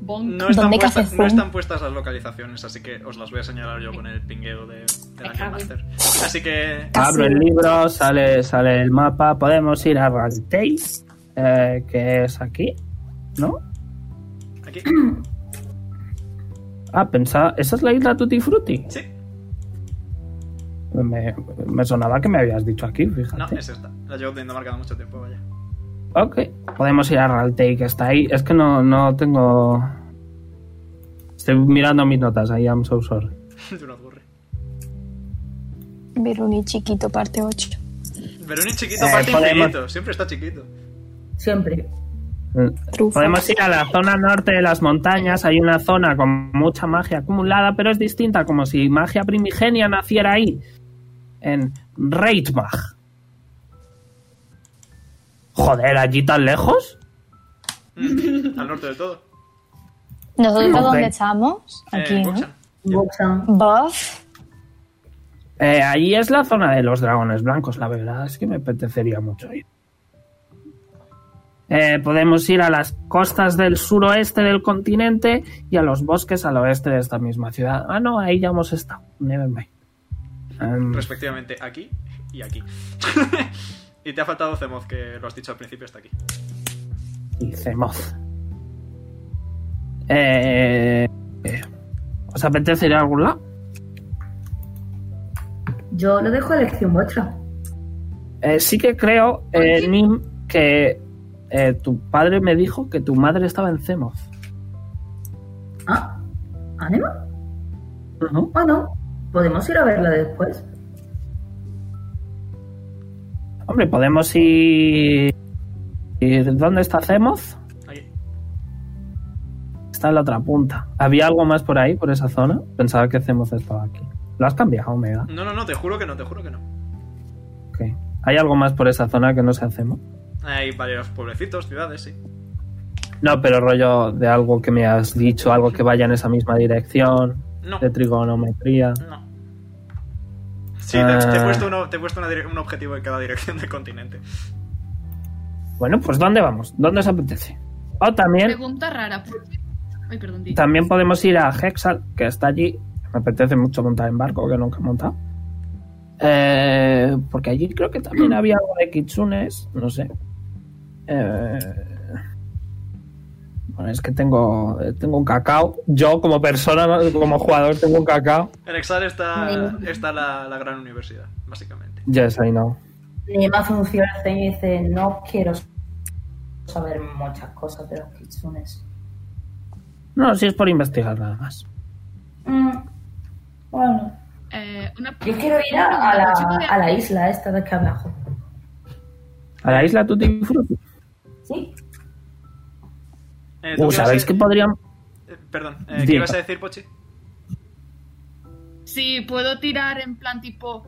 D: Bonk.
A: No están,
B: ¿Dónde que
A: puestas,
B: hace
A: no
B: zoom?
A: están puestas las localizaciones, así que os las voy a señalar yo con el pingueo de, de la
D: Me cago en-
A: Master. Así que.
E: Abro el libro, sale, sale el mapa, podemos ir a Raltei, eh, que es aquí, ¿no?
A: Aquí.
E: Ah, pensaba, ¿esa es la isla Tutti Frutti?
A: Sí.
E: Me, me sonaba que me habías dicho aquí,
A: No,
E: fíjate.
A: es esta. La llevo teniendo marcada mucho tiempo, vaya.
E: Ok, podemos ir a Raltei, que está ahí. Es que no, no tengo... Estoy mirando mis notas, ahí am so sorry.
A: Tú no ocurre.
B: Veruni chiquito, parte 8.
A: Veroni chiquito,
E: Eh,
A: parte
E: podemos-
A: infinito. Siempre está chiquito.
C: Siempre.
E: Eh,
B: Trufa.
E: Podemos ir a la zona norte de las montañas, hay una zona con mucha magia acumulada, pero es distinta, como si magia primigenia naciera ahí, en Reitmach. Joder, allí tan lejos.
A: Mm, al norte del todo.
B: ¿Nosotros
E: Ok.
B: dónde estamos?
A: Eh,
B: Aquí, ¿no?
A: Gokshan.
C: Boxan.
B: Buff.
E: Eh, ahí es la zona de los dragones blancos, la verdad es que me apetecería mucho ir. Eh, podemos ir a las costas del suroeste del continente y a los bosques al oeste de esta misma ciudad. Ah, no, ahí ya hemos estado. Nevermind. Em,
A: Respectivamente aquí y aquí. y te ha faltado Zemoz, que lo has dicho al principio, está aquí.
E: y Zemoz. Eh, eh, ¿Os apetece ir a algún lado?
C: Yo lo dejo a elección vuestra.
E: Eh, sí que creo, eh, Nim, que eh, tu padre me dijo que tu madre estaba en Zemoz.
C: ¿Ah? ¿Anima? ¿O no? Podemos ir a verla después.
E: Hombre, podemos ir... ir- ¿Dónde está Zemoz?
A: Ahí.
E: Está en la otra punta. ¿Había algo más por ahí, por esa zona? Pensaba que Zemoz estaba aquí. ¿Lo has cambiado, Omega?
A: No, no, no, te juro que no, te juro que no.
E: Ok. ¿Hay algo más por esa zona que no sea Zemoz?
A: Hay varios pueblecitos, ciudades, sí.
E: No, pero rollo de algo que me has dicho, algo que vaya en esa misma dirección,
A: No,
E: de trigonometría.
A: no. Sí, te, te he
E: Ah.
A: puesto, uno- te he puesto una dire- un objetivo en cada dirección del continente.
E: Bueno, pues ¿dónde vamos? ¿Dónde os apetece? O también
D: Pregunta rara. ¿por qué? Ay, perdón, di.
E: También podemos ir a Hexal, que está allí. Me apetece mucho montar en barco, que nunca he montado. Eh, porque allí creo que también había algo de kitsunes, no sé. Eh, bueno, es que tengo, tengo un cacao. Yo como persona, como jugador, tengo un cacao.
A: En Exar está, está la, la gran universidad, básicamente.
E: Yes, I know.
C: Nema funciona el ceño y dice, no quiero saber muchas cosas de los kitsunes.
E: No, si es por investigar nada más.
C: Mm, bueno,
D: Eh, una-
C: yo quiero ir a, a la, a la isla esta de acá abajo.
E: A la isla Tutti Frutti.
C: ¿Sí?
A: Eh, ¿tú
E: Uh,
A: qué
E: ¿Sabéis
A: ibas a-
E: que podrían...?
A: eh, Perdón, eh, ¿qué
E: Diga.
A: ibas a decir, Pochi?
D: Sí, puedo tirar en plan tipo.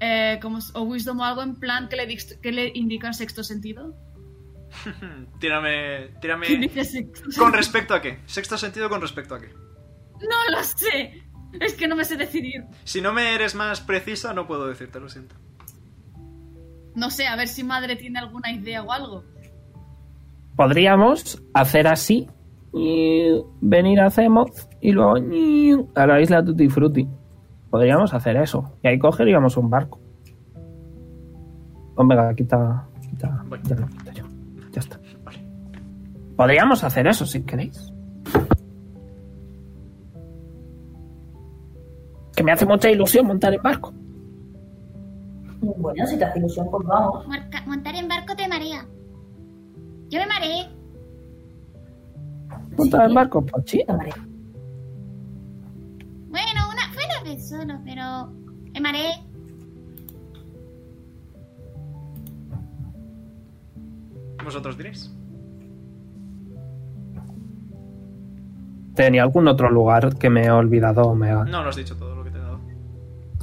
D: eh, como, s- o wisdom o algo en plan que le, dist- que le indica el sexto sentido.
A: tírame,
D: ¿Qué
A: tírame...
D: dice sexto
A: ¿Con respecto a qué? Sexto sentido con respecto a qué.
D: No lo sé. Es que no me sé decidir.
A: Si no me eres más precisa, no puedo decirte, lo siento.
D: No sé, a ver si madre tiene alguna idea o algo.
E: podríamos hacer así y venir a Zemoz y luego y a la isla Tutti Frutti. Podríamos hacer eso. Y ahí cogeríamos un barco. Omega, quita. quita
A: Voy.
E: ya lo quito yo. Ya está.
A: Vale.
E: Podríamos hacer eso si queréis. Que me hace mucha ilusión montar en barco.
C: Bueno, si te hace ilusión, pues vamos.
F: Marca- montar en barco te marea. Yo me mareé.
E: Montar en barco, pues Pochi.
C: Tomaré.
F: Bueno, una, fue una vez solo, pero me mareé.
A: Vosotros diréis.
E: Tenía algún otro lugar que me he olvidado, Omega.
A: No lo has dicho todo lo que te he dado.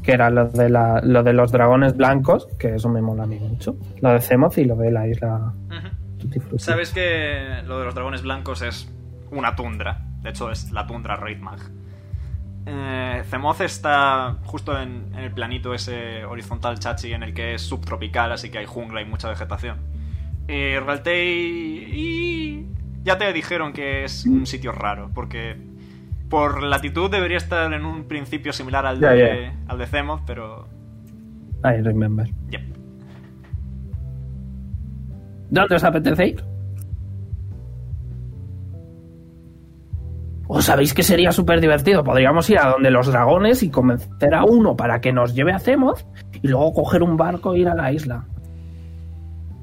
E: que era lo de, la, lo de los dragones blancos, que eso me mola a mí mucho. Lo de Zemoz y lo de la isla
A: Ujú.
E: Tutti
G: Pues
E: Frutti.
A: Sabes que lo de los dragones blancos es una tundra. De hecho, es la tundra Raidmag. Eh, Zemoz está justo en, en el planito ese horizontal chachi en el que es subtropical, así que hay jungla y mucha vegetación. Y Raltei... y- Ya te dijeron que es un sitio raro, porque por latitud debería estar en un principio similar al de,
G: Ya,
A: Al de Zemoz, pero...
E: I remember.
A: yep.
E: ¿Dónde os apetece ir? ¿O sabéis que sería súper divertido? Podríamos ir a donde los dragones y convencer a uno para que nos lleve a Zemoz y luego coger un barco e ir a la isla.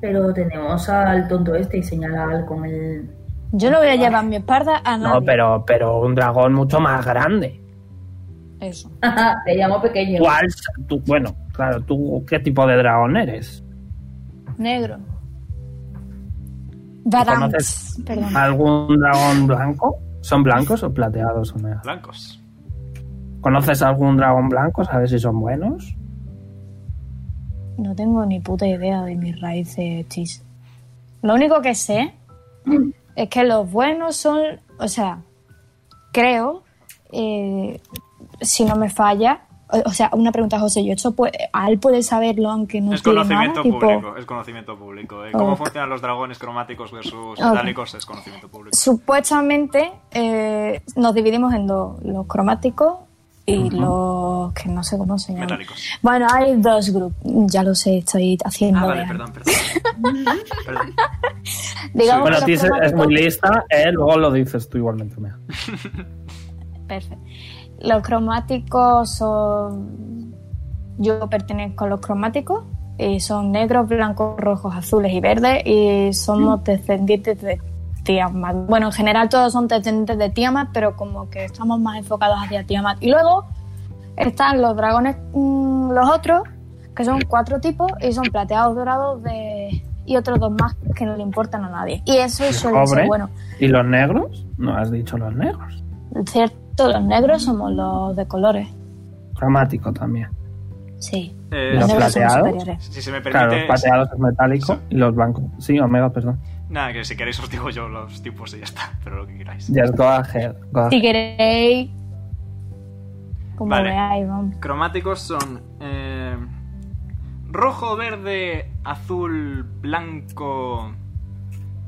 C: Pero tenemos al tonto este y señala al con el...
B: Yo no voy a llevar en mi espalda a nadie.
E: No, pero, pero un dragón mucho más grande.
B: Eso.
C: Ajá, te llamo pequeño.
E: ¿Cuál? Tú, bueno, claro, ¿tú qué tipo de dragón eres?
B: Negro. Badam.
E: ¿Conoces?
B: Perdón.
E: ¿Algún dragón blanco? ¿Son blancos o plateados? Omega?
A: Blancos.
E: ¿Conoces algún dragón blanco? ¿Sabes si son buenos?
B: No tengo ni puta idea de mis raíces chis. Lo único que sé es que los buenos son, o sea, creo, eh, si no me falla, O, o sea, una pregunta, José, yo esto puede, al puede saberlo, aunque no
A: es
B: tiene
A: conocimiento
B: nada, tipo-
A: público, es conocimiento público. eh. Cómo
B: Ok.
A: funcionan los dragones cromáticos versus
B: Ah, Ok.
A: metálicos es conocimiento público.
B: Supuestamente eh, nos dividimos en dos, los cromáticos y los que no sé cómo se llaman.
A: Metálicos.
B: Bueno, hay dos grupos, ya lo sé, estoy haciendo.
A: Ah, vale,
B: bien.
A: perdón, perdón. Perdón.
B: Digamos
E: Bueno,
B: que
E: Tis
B: los
E: es, es muy
B: cromáticos-
E: lista, eh, luego lo dices tú igualmente. mira.
B: Perfecto. Los cromáticos son. Yo pertenezco a los cromáticos y son negros, blancos, rojos, azules y verdes y somos descendientes de Tiamat. Bueno, en general todos son descendientes de Tiamat, pero como que estamos más enfocados hacia Tiamat. Y luego están los dragones, mm, los otros, que son cuatro tipos y son plateados, dorados de... y otros dos más que no le importan a nadie. Y eso suele ser
E: Cobre.
B: bueno.
E: ¿Y los negros? No has dicho los negros.
B: Cierto, los negros somos los de colores.
E: Cromático también.
B: Sí.
A: Eh,
E: Los
B: Los negros son
E: plateados.
B: superiores.
A: si se me
E: Claro, los
A: permite,
E: plateados es metálico y los blancos. Sí, Omega, perdón.
A: nada, que si queréis os digo yo los tipos y ya está, pero lo que queráis.
E: Yes, go ahead, go ahead.
B: Si queréis. Como
A: Vale.
B: veáis, vamos.
A: Cromáticos son eh, rojo, verde, azul, blanco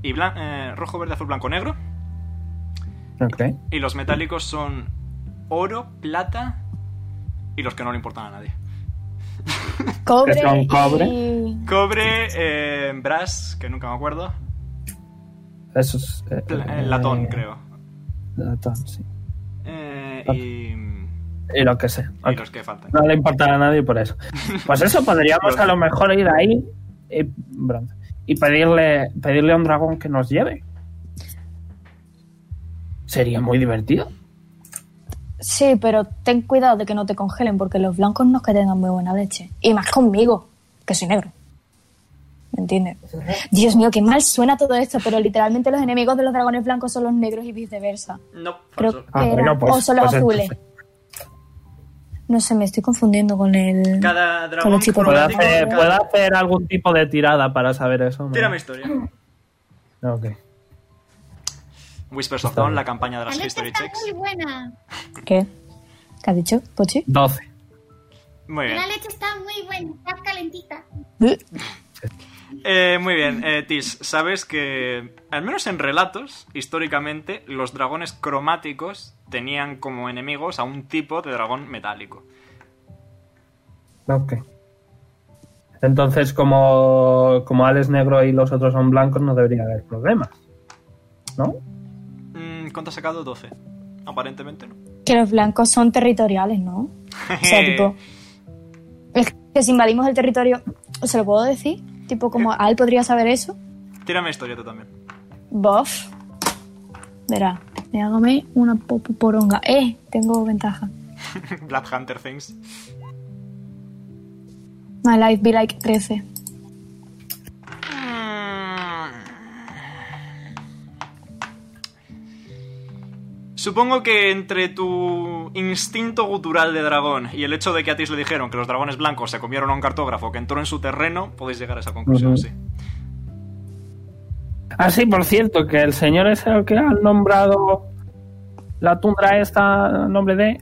A: y blan- eh, rojo, verde, azul, blanco, negro.
E: Ok.
A: Y los metálicos son oro, plata y los que no le importan a nadie.
B: Cobre.
E: Que son cobre.
B: y-
A: Cobre, eh, brass, que nunca me acuerdo.
E: Eso es. eh,
A: pl- eh,
E: eh,
A: latón, creo.
E: Latón, sí.
A: Eh,
E: Plata.
A: y,
E: Y lo que sé.
A: y
E: ok.
A: los que faltan.
E: No le importará a nadie por eso. Pues eso, podríamos
A: Bronce.
E: a lo mejor ir ahí y, bronce, y pedirle, pedirle a un dragón que nos lleve. Sería muy divertido.
B: Sí, pero ten cuidado de que no te congelen, porque los blancos no es que tengan muy buena leche. Y más conmigo, que soy negro. ¿Me entiendes? Dios mío, qué mal suena todo esto, pero literalmente los enemigos de los dragones blancos son los negros y viceversa.
A: No,
B: Creo
A: falso.
E: Ah,
B: que
E: bueno,
B: eran-
E: pues-
B: o son los
E: pues
B: azules.
E: entonces.
B: No sé, me estoy confundiendo con el.
A: Cada
B: Con
A: dragón
B: los tipos
E: ¿Puedo
A: cromático.
E: hacer,
A: cada-
E: puedo hacer algún tipo de tirada para saber eso?
A: Tira mi historia.
E: Ok.
A: Whispers of Dawn, la campaña de las
F: Alexa
A: History
F: está muy
A: Ah, Checks.
F: buena.
B: ¿Qué? ¿Qué has dicho, Pochi?
E: 12.
A: Muy bien.
F: La leche está muy buena, está calentita.
A: Eh, muy bien, eh, Tis, sabes que, al menos en relatos, históricamente, los dragones cromáticos tenían como enemigos a un tipo de dragón metálico.
E: Ok. Entonces, como, como Alex negro y los otros son blancos, no debería haber problemas. ¿No?
A: Mm, ¿Cuánto has sacado? 12. Aparentemente no.
B: Que los blancos son territoriales, ¿no? O sea,
A: Eh.
B: tipo. Es que si invadimos el territorio. ¿Se lo puedo decir? Tipo, como Al podría saber eso.
A: Tírame historia tú también.
B: Buff. Verá, me hago una popo poronga. ¡Eh! Tengo ventaja.
A: Black Hunter Things.
B: My life be like 13.
A: Supongo que entre tu instinto gutural de dragón y el hecho de que a Tis le dijeron que los dragones blancos se comieron a un cartógrafo que entró en su terreno, podéis llegar a esa conclusión,
E: Ujú.
A: sí.
E: Ah, sí, por cierto, que el señor es el que han nombrado la tundra esta a nombre de.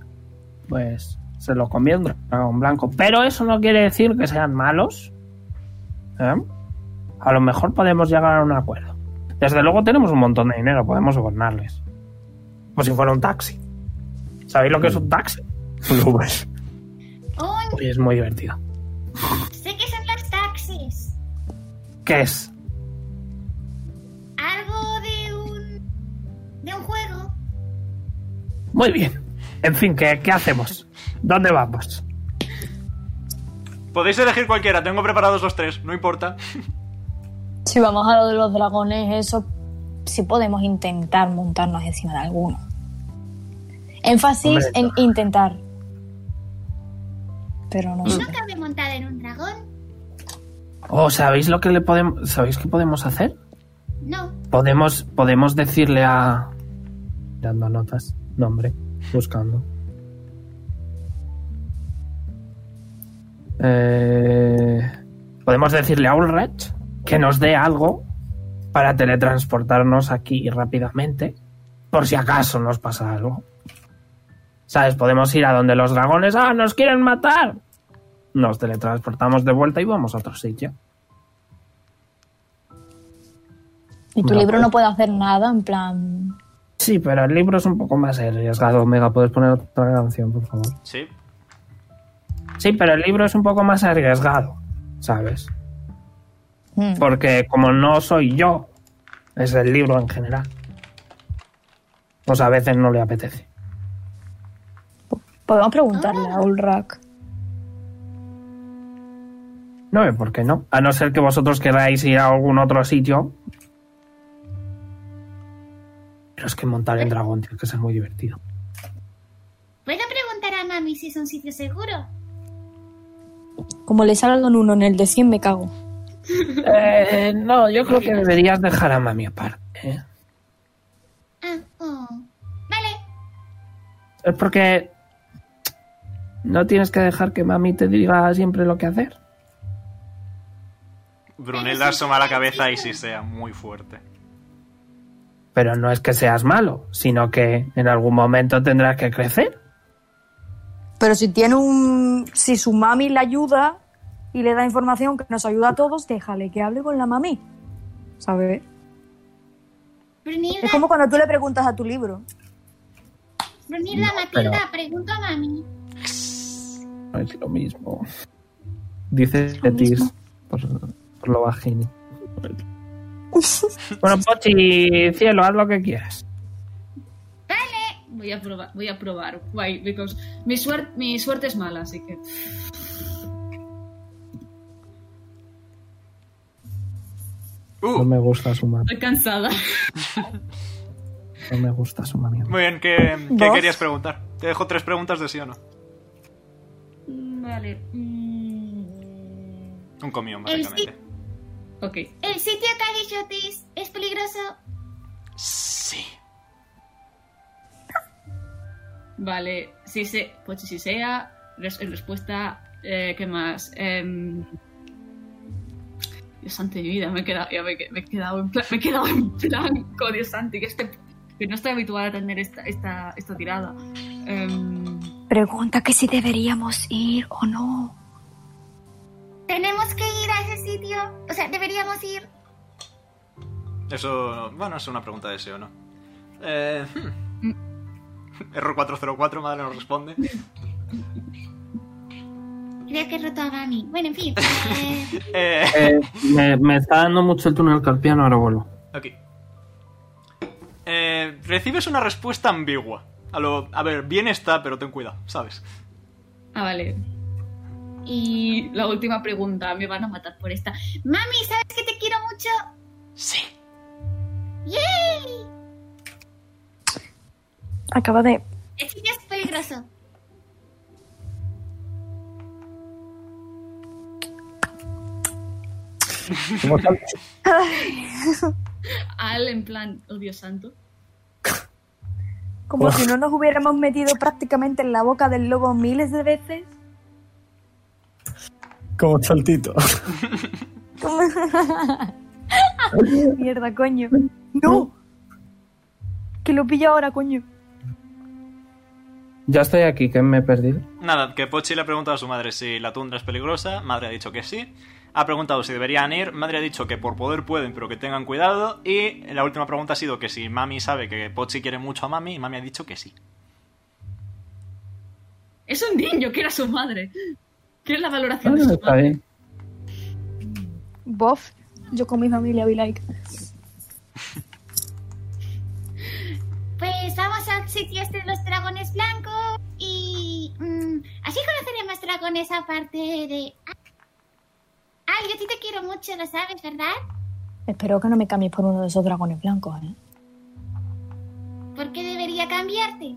E: Pues se lo comía un dragón blanco. Pero eso no quiere decir que sean malos. ¿eh? A lo mejor podemos llegar a un acuerdo. Desde luego tenemos un montón de dinero, podemos sobornarles. Como si fuera un taxi. ¿Sabéis lo que es un taxi? Un Uber.
F: Oh,
E: Oye, es muy divertido.
F: sé que son los taxis.
E: ¿Qué es?
F: Algo de un. de un juego.
E: Muy bien. En fin, ¿qué, qué hacemos? ¿Dónde vamos?
A: Podéis elegir cualquiera, tengo preparados los tres, no importa.
B: Si vamos a lo de los dragones, eso. Si podemos intentar montarnos encima de alguno. Énfasis en
E: Hombre.
B: intentar. Pero no sé.
F: No cabe montar en un dragón.
E: Oh, ¿sabéis lo que le podemos. ¿Sabéis qué podemos hacer?
F: No.
E: Podemos, podemos decirle a. Dando notas, nombre, buscando. Eh, podemos decirle a Ulrich que nos dé algo para teletransportarnos aquí rápidamente, por si acaso nos pasa algo. ¿Sabes? Podemos ir a donde los dragones, ¡ah, nos quieren matar! Nos teletransportamos de vuelta y vamos a otro sitio.
B: Y tu
E: No,
B: libro
E: pues.
B: no puede hacer nada, en plan.
E: Sí, pero el libro es un poco más arriesgado. Omega, ¿puedes poner otra canción, por favor?
A: Sí.
E: Sí, pero el libro es un poco más arriesgado, ¿sabes?
B: mm.
E: Porque como no soy yo, es el libro en general. Pues a veces no le apetece.
B: Podemos preguntarle
H: Ah.
B: a Ulrak.
E: No ve por qué no. A no ser que vosotros queráis ir a algún otro sitio. Pero es que montar en dragón tiene que ser muy divertido.
F: ¿Puedo preguntar a Nami si es un sitio seguro?
B: Como le salga un uno en el de 100, me cago.
E: Eh, no, yo creo que deberías dejar a mami aparte. ¿eh?
F: Ah, oh. Vale.
E: Es porque no tienes que dejar que mami te diga siempre lo que hacer.
A: Brunelda asoma la cabeza y sisea muy fuerte.
E: Pero no es que seas malo, sino que en algún momento tendrás que crecer.
H: Pero si tiene un. Si su mami le ayuda y le da información que nos ayuda a todos, déjale que hable con la mami. ¿Sabes?
F: Brunilda,
H: Es como cuando tú le preguntas a tu libro.
F: Brunilda, Matilda, pregunto a mami.
E: No es lo mismo. Dice Tis por, por lo bajín. bueno, Pochi, cielo, haz lo que quieras.
D: Voy a probar, voy a probar. Why? Because mi, suer- mi suerte es mala, así que.
E: No
A: Uh,
E: me gusta su mami.
D: Estoy cansada.
E: No me gusta su mami.
A: muy bien, ¿qué, qué
H: ¿Vos?
A: querías preguntar? Te dejo tres preguntas de sí o no.
D: Mm, Vale. mm,
A: Un comión,
F: El
A: básicamente.
D: Ok.
F: ¿El sitio que ha dicho Tis es peligroso?
A: Sí.
D: Vale. Si se, pues si sea. res- en respuesta. eh, ¿Qué más? Em, Dios santo de mi vida, me he quedado, ya me, he que- me he quedado en plan, me he quedado en blanco, Dios santo, que, este, que no estoy habituada a tener esta, esta, esta tirada. Em,
B: Pregunta que si deberíamos ir o no.
F: ¿Tenemos que ir a ese sitio? O sea, deberíamos ir.
A: Eso, bueno, es una pregunta de sí o no. Eh, hmm. Error 404, madre nos responde.
F: Creo que he roto a mami. Bueno, en fin. eh,
A: Eh,
E: me, me está dando mucho el túnel carpiano, ahora vuelvo.
A: ok. Eh, recibes una respuesta ambigua. A lo, a ver, bien está, pero ten cuidado, ¿sabes?
D: Ah, vale. Y la última pregunta, me van a matar por esta.
F: mami, ¿sabes que te quiero mucho?
A: Sí.
F: ¡Yay!
B: Acaba de.
F: El sitio es peligroso.
D: Al en plan, oh Dios santo.
H: Como si no nos hubiéramos metido prácticamente en la boca del lobo miles de veces.
G: Como saltito.
H: Mierda, coño. ¡No! Que lo pilla ahora, coño.
E: Ya estoy aquí, que me he perdido.
A: Nada, que Pochi le ha preguntado a su madre si la tundra es peligrosa, madre ha dicho que sí, ha preguntado si deberían ir, madre ha dicho que por poder pueden, pero que tengan cuidado, y la última pregunta ha sido que si mami sabe que Pochi quiere mucho a mami, y mami ha dicho que sí.
D: Es un niño, que era su madre. ¿Qué es la valoración
E: Ah,
D: de su
E: está
D: madre?
E: bien.
B: Bof. Yo con mi familia vi like.
F: Pues vamos al sitio este de los dragones blancos y mm, así conoceré más dragones aparte de... Ah, yo a ti te quiero mucho, lo sabes, ¿verdad?
B: Espero que no me cambies por uno de esos dragones blancos, ¿eh?
F: ¿Por qué debería cambiarte?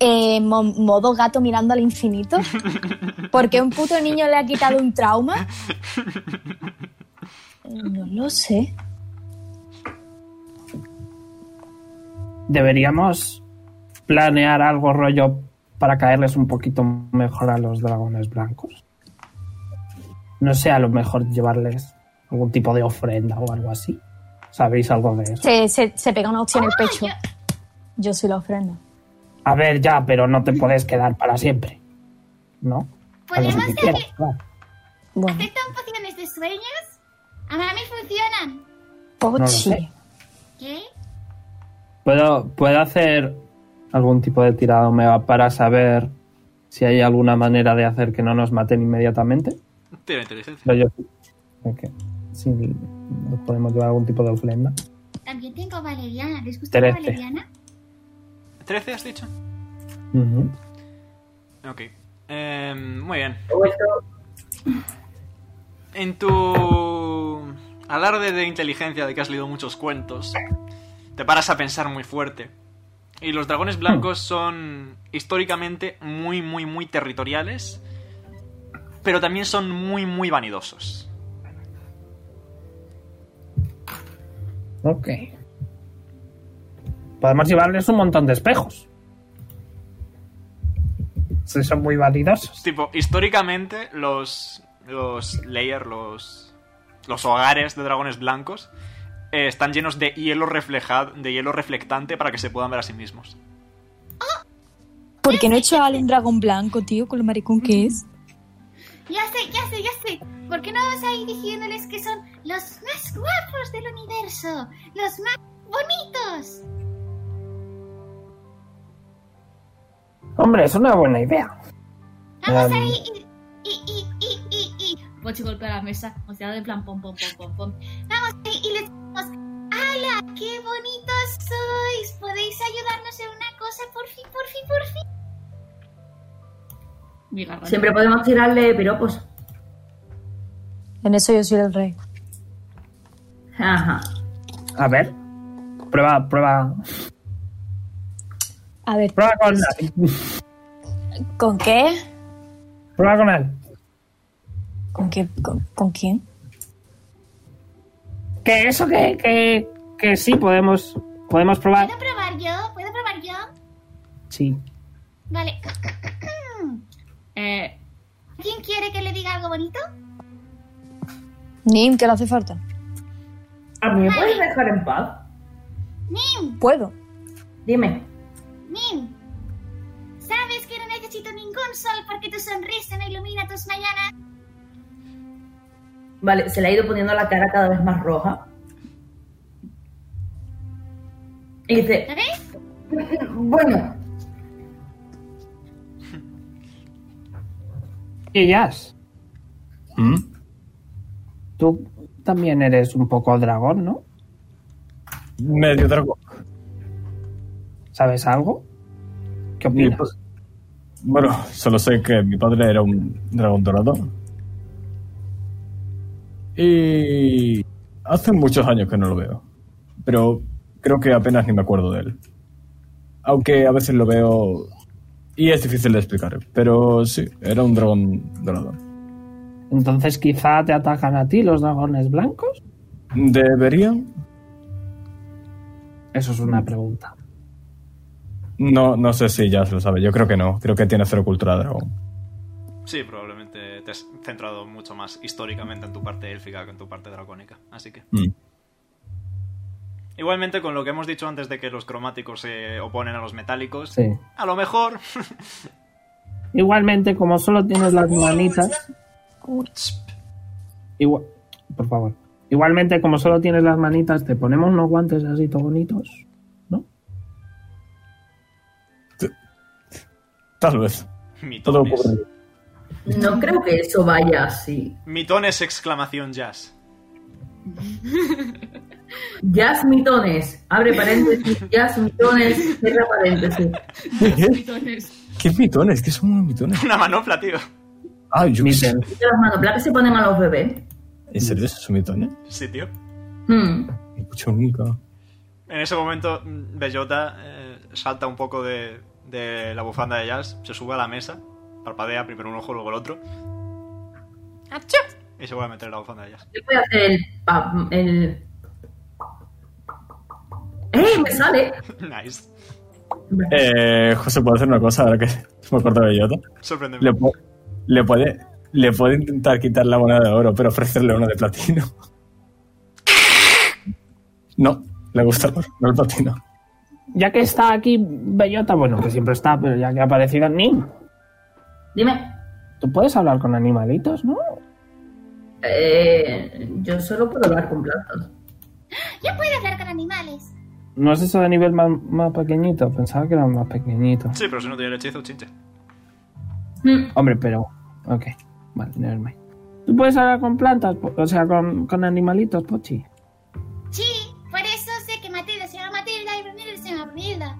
B: Eh, mo- modo gato mirando al infinito. Porque un puto niño le ha quitado un trauma. No lo sé.
E: Deberíamos planear algo rollo para caerles un poquito mejor a los dragones blancos. No sé, a lo mejor llevarles algún tipo de ofrenda o algo así. ¿Sabéis algo de eso?
B: Se, se, se pega una opción en el pecho. Yo soy la ofrenda.
E: A ver, ya, pero no te puedes quedar para siempre. ¿No? A lo
F: ¿Podemos
E: que
F: hacer-
E: quieras, claro.
B: Bueno,
F: ¿Aceptan pociones de sueños? A mí funcionan.
E: No lo
B: Pochi.
E: sé.
F: ¿Qué?
J: ¿Puedo, ¿Puedo hacer algún tipo de tirada omega para saber si hay alguna manera de hacer que no nos maten inmediatamente?
A: Tira inteligencia.
J: Pero yo... Ok. Si nos podemos llevar algún tipo de ofrenda.
F: También tengo valeriana. ¿Les gusta la
J: Trece.
F: valeriana?
A: ¿13 has dicho?
J: Ujú.
A: Ok. Em, muy bien.
C: Vuelto.
A: En tu alarde de inteligencia de que has leído muchos cuentos, te paras a pensar muy fuerte. Y los dragones blancos son históricamente muy, muy, muy territoriales, pero también son muy, muy vanidosos.
E: Ok. Podemos llevarles un montón de espejos. Sí, son muy vanidosos.
A: Tipo, históricamente los, los layer, los, los hogares de dragones blancos eh, están llenos de hielo, reflejado, de hielo reflectante para que se puedan ver a sí mismos.
B: ¿Por qué no he hecho a un dragón blanco, tío, con lo maricón que es?
F: Ya sé, ya sé, ya sé. ¿Por qué no vas ahí diciéndoles que son los más guapos del universo? Los más bonitos.
E: Hombre, es una buena idea.
F: Vamos
E: Um.
F: ahí y, y, y, y, y, y.
D: Pochi Pues golpea la mesa, o sea, de plan pom, pom, pom, pom, pom.
F: Vamos ahí y les decimos, ¡Hala! ¡Qué bonitos sois! ¿Podéis ayudarnos en una cosa? Por fin, por fin, por fin.
D: Mi garra.
C: Siempre podemos tirarle piropos.
B: En eso yo soy el rey.
C: Ajá.
E: A ver. Prueba, prueba.
B: A ver,
E: Prueba con él.
B: ¿con qué?
E: Prueba con él.
B: ¿Con qué? ¿Con, con quién?
E: Que eso que, que, que sí podemos, podemos probar.
F: ¿Puedo probar yo? ¿Puedo probar yo?
E: Sí.
F: Vale.
D: Eh,
F: ¿Quién quiere que le diga algo bonito?
B: Nim, ¿qué le hace falta?
C: ¿A mí me puedes dejar en paz?
F: Nim,
B: Puedo.
C: Dime.
F: Nim. ¿Sabes que no necesito ningún sol porque tu sonrisa me ilumina tus mañanas?
C: Vale, se le ha ido poniendo la cara cada vez más roja. Y dice,
F: ¿Lo ves?
C: bueno,
E: Y Jazz,
G: ¿Mm?
E: tú también eres un poco dragón, ¿no?
G: Medio dragón.
E: ¿Sabes algo? ¿Qué
G: Y,
E: opinas?
G: pues, Bueno, solo sé que mi padre era un dragón dorado. Y hace muchos años que no lo veo. Pero creo que apenas ni me acuerdo de él. Aunque a veces lo veo y es difícil de explicar. Pero sí, era un dragón dorado.
E: Entonces quizá te atacan a ti los dragones blancos.
G: ¿Deberían?
E: Eso es una pregunta.
G: No, no sé si ya se lo sabe. Yo creo que no. Creo que tiene cero cultura de dragón.
A: Sí, probablemente te has centrado mucho más históricamente en tu parte élfica que en tu parte dracónica. Así que.
G: Mm.
A: Igualmente, con lo que hemos dicho antes de que los cromáticos se oponen a los metálicos,
E: Sí.
A: a lo mejor.
E: Igualmente, como solo tienes las manitas, igual, por favor. Igualmente, como solo tienes las manitas, te ponemos unos guantes así todo bonitos.
G: Tal vez. Todo
A: mitones.
G: ocurre.
C: no creo que eso vaya así.
A: Mitones exclamación jazz.
C: Jazz mitones, abre paréntesis, jazz mitones, cierra paréntesis.
D: Entonces,
G: ¿Qué mitones? ¿Qué son unos mitones?
A: Una manopla, tío.
G: Ah, yo qué sé.
E: Miren,
C: Y las manoplas se ponen a los bebés.
G: ¿En serio esos son mitones?
A: Sí, tío.
C: Hmm.
G: No he escuchado nunca.
A: En ese momento, mm, Bellota eh, salta un poco de, de la bufanda de jazz, se sube a la mesa, parpadea primero un ojo, luego el otro. Y se vuelve a meter en la bufanda de jazz.
C: Yo voy a hacer el... pa- el... ¡Eh! Me sale.
A: Nice.
G: Eh, José, ¿puedo hacer una cosa ahora que me acuerdo de Bellota?
A: Sorpréndeme.
G: Le, pu- le puede... Le puede intentar quitar la moneda de oro, pero ofrecerle una de platino. No, le gusta el oro, no el platino.
E: Ya que está aquí Bellota, bueno, que siempre está, pero ya que ha aparecido Nim,
C: Dime.
E: tú puedes hablar con animalitos, ¿no?
C: Eh, yo solo puedo hablar con plantas.
F: Yo puedo hablar con animales.
E: No es eso de nivel más, más pequeñito, pensaba que era más pequeñito.
A: Sí, pero si no tiene el hechizo, chinche.
C: Mm,
E: Hombre, pero. Ok, vale, nevermind. ¿Tú puedes hablar con plantas? po- O sea, con, con animalitos, Pochi.
F: Sí, por eso sé que Matilda se llama Matilda y Brunilda se llama Brunilda.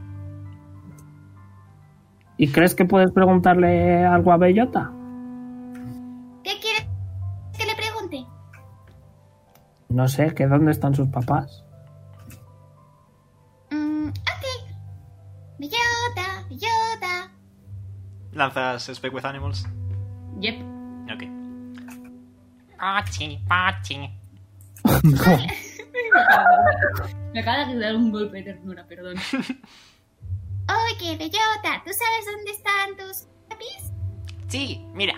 E: ¿Y crees que puedes preguntarle algo a Bellota?
F: ¿Qué quieres que le pregunte?
E: No sé, que dónde están sus papás.
F: Mm, ok. Bellota, bellota.
A: ¿Lanzas Speak with Animals?
D: Yep.
A: Ok.
D: Me acaba de dar un golpe de ternura, perdón.
F: Oye, bellota, ¿tú sabes dónde están tus papis?
A: Sí, mira.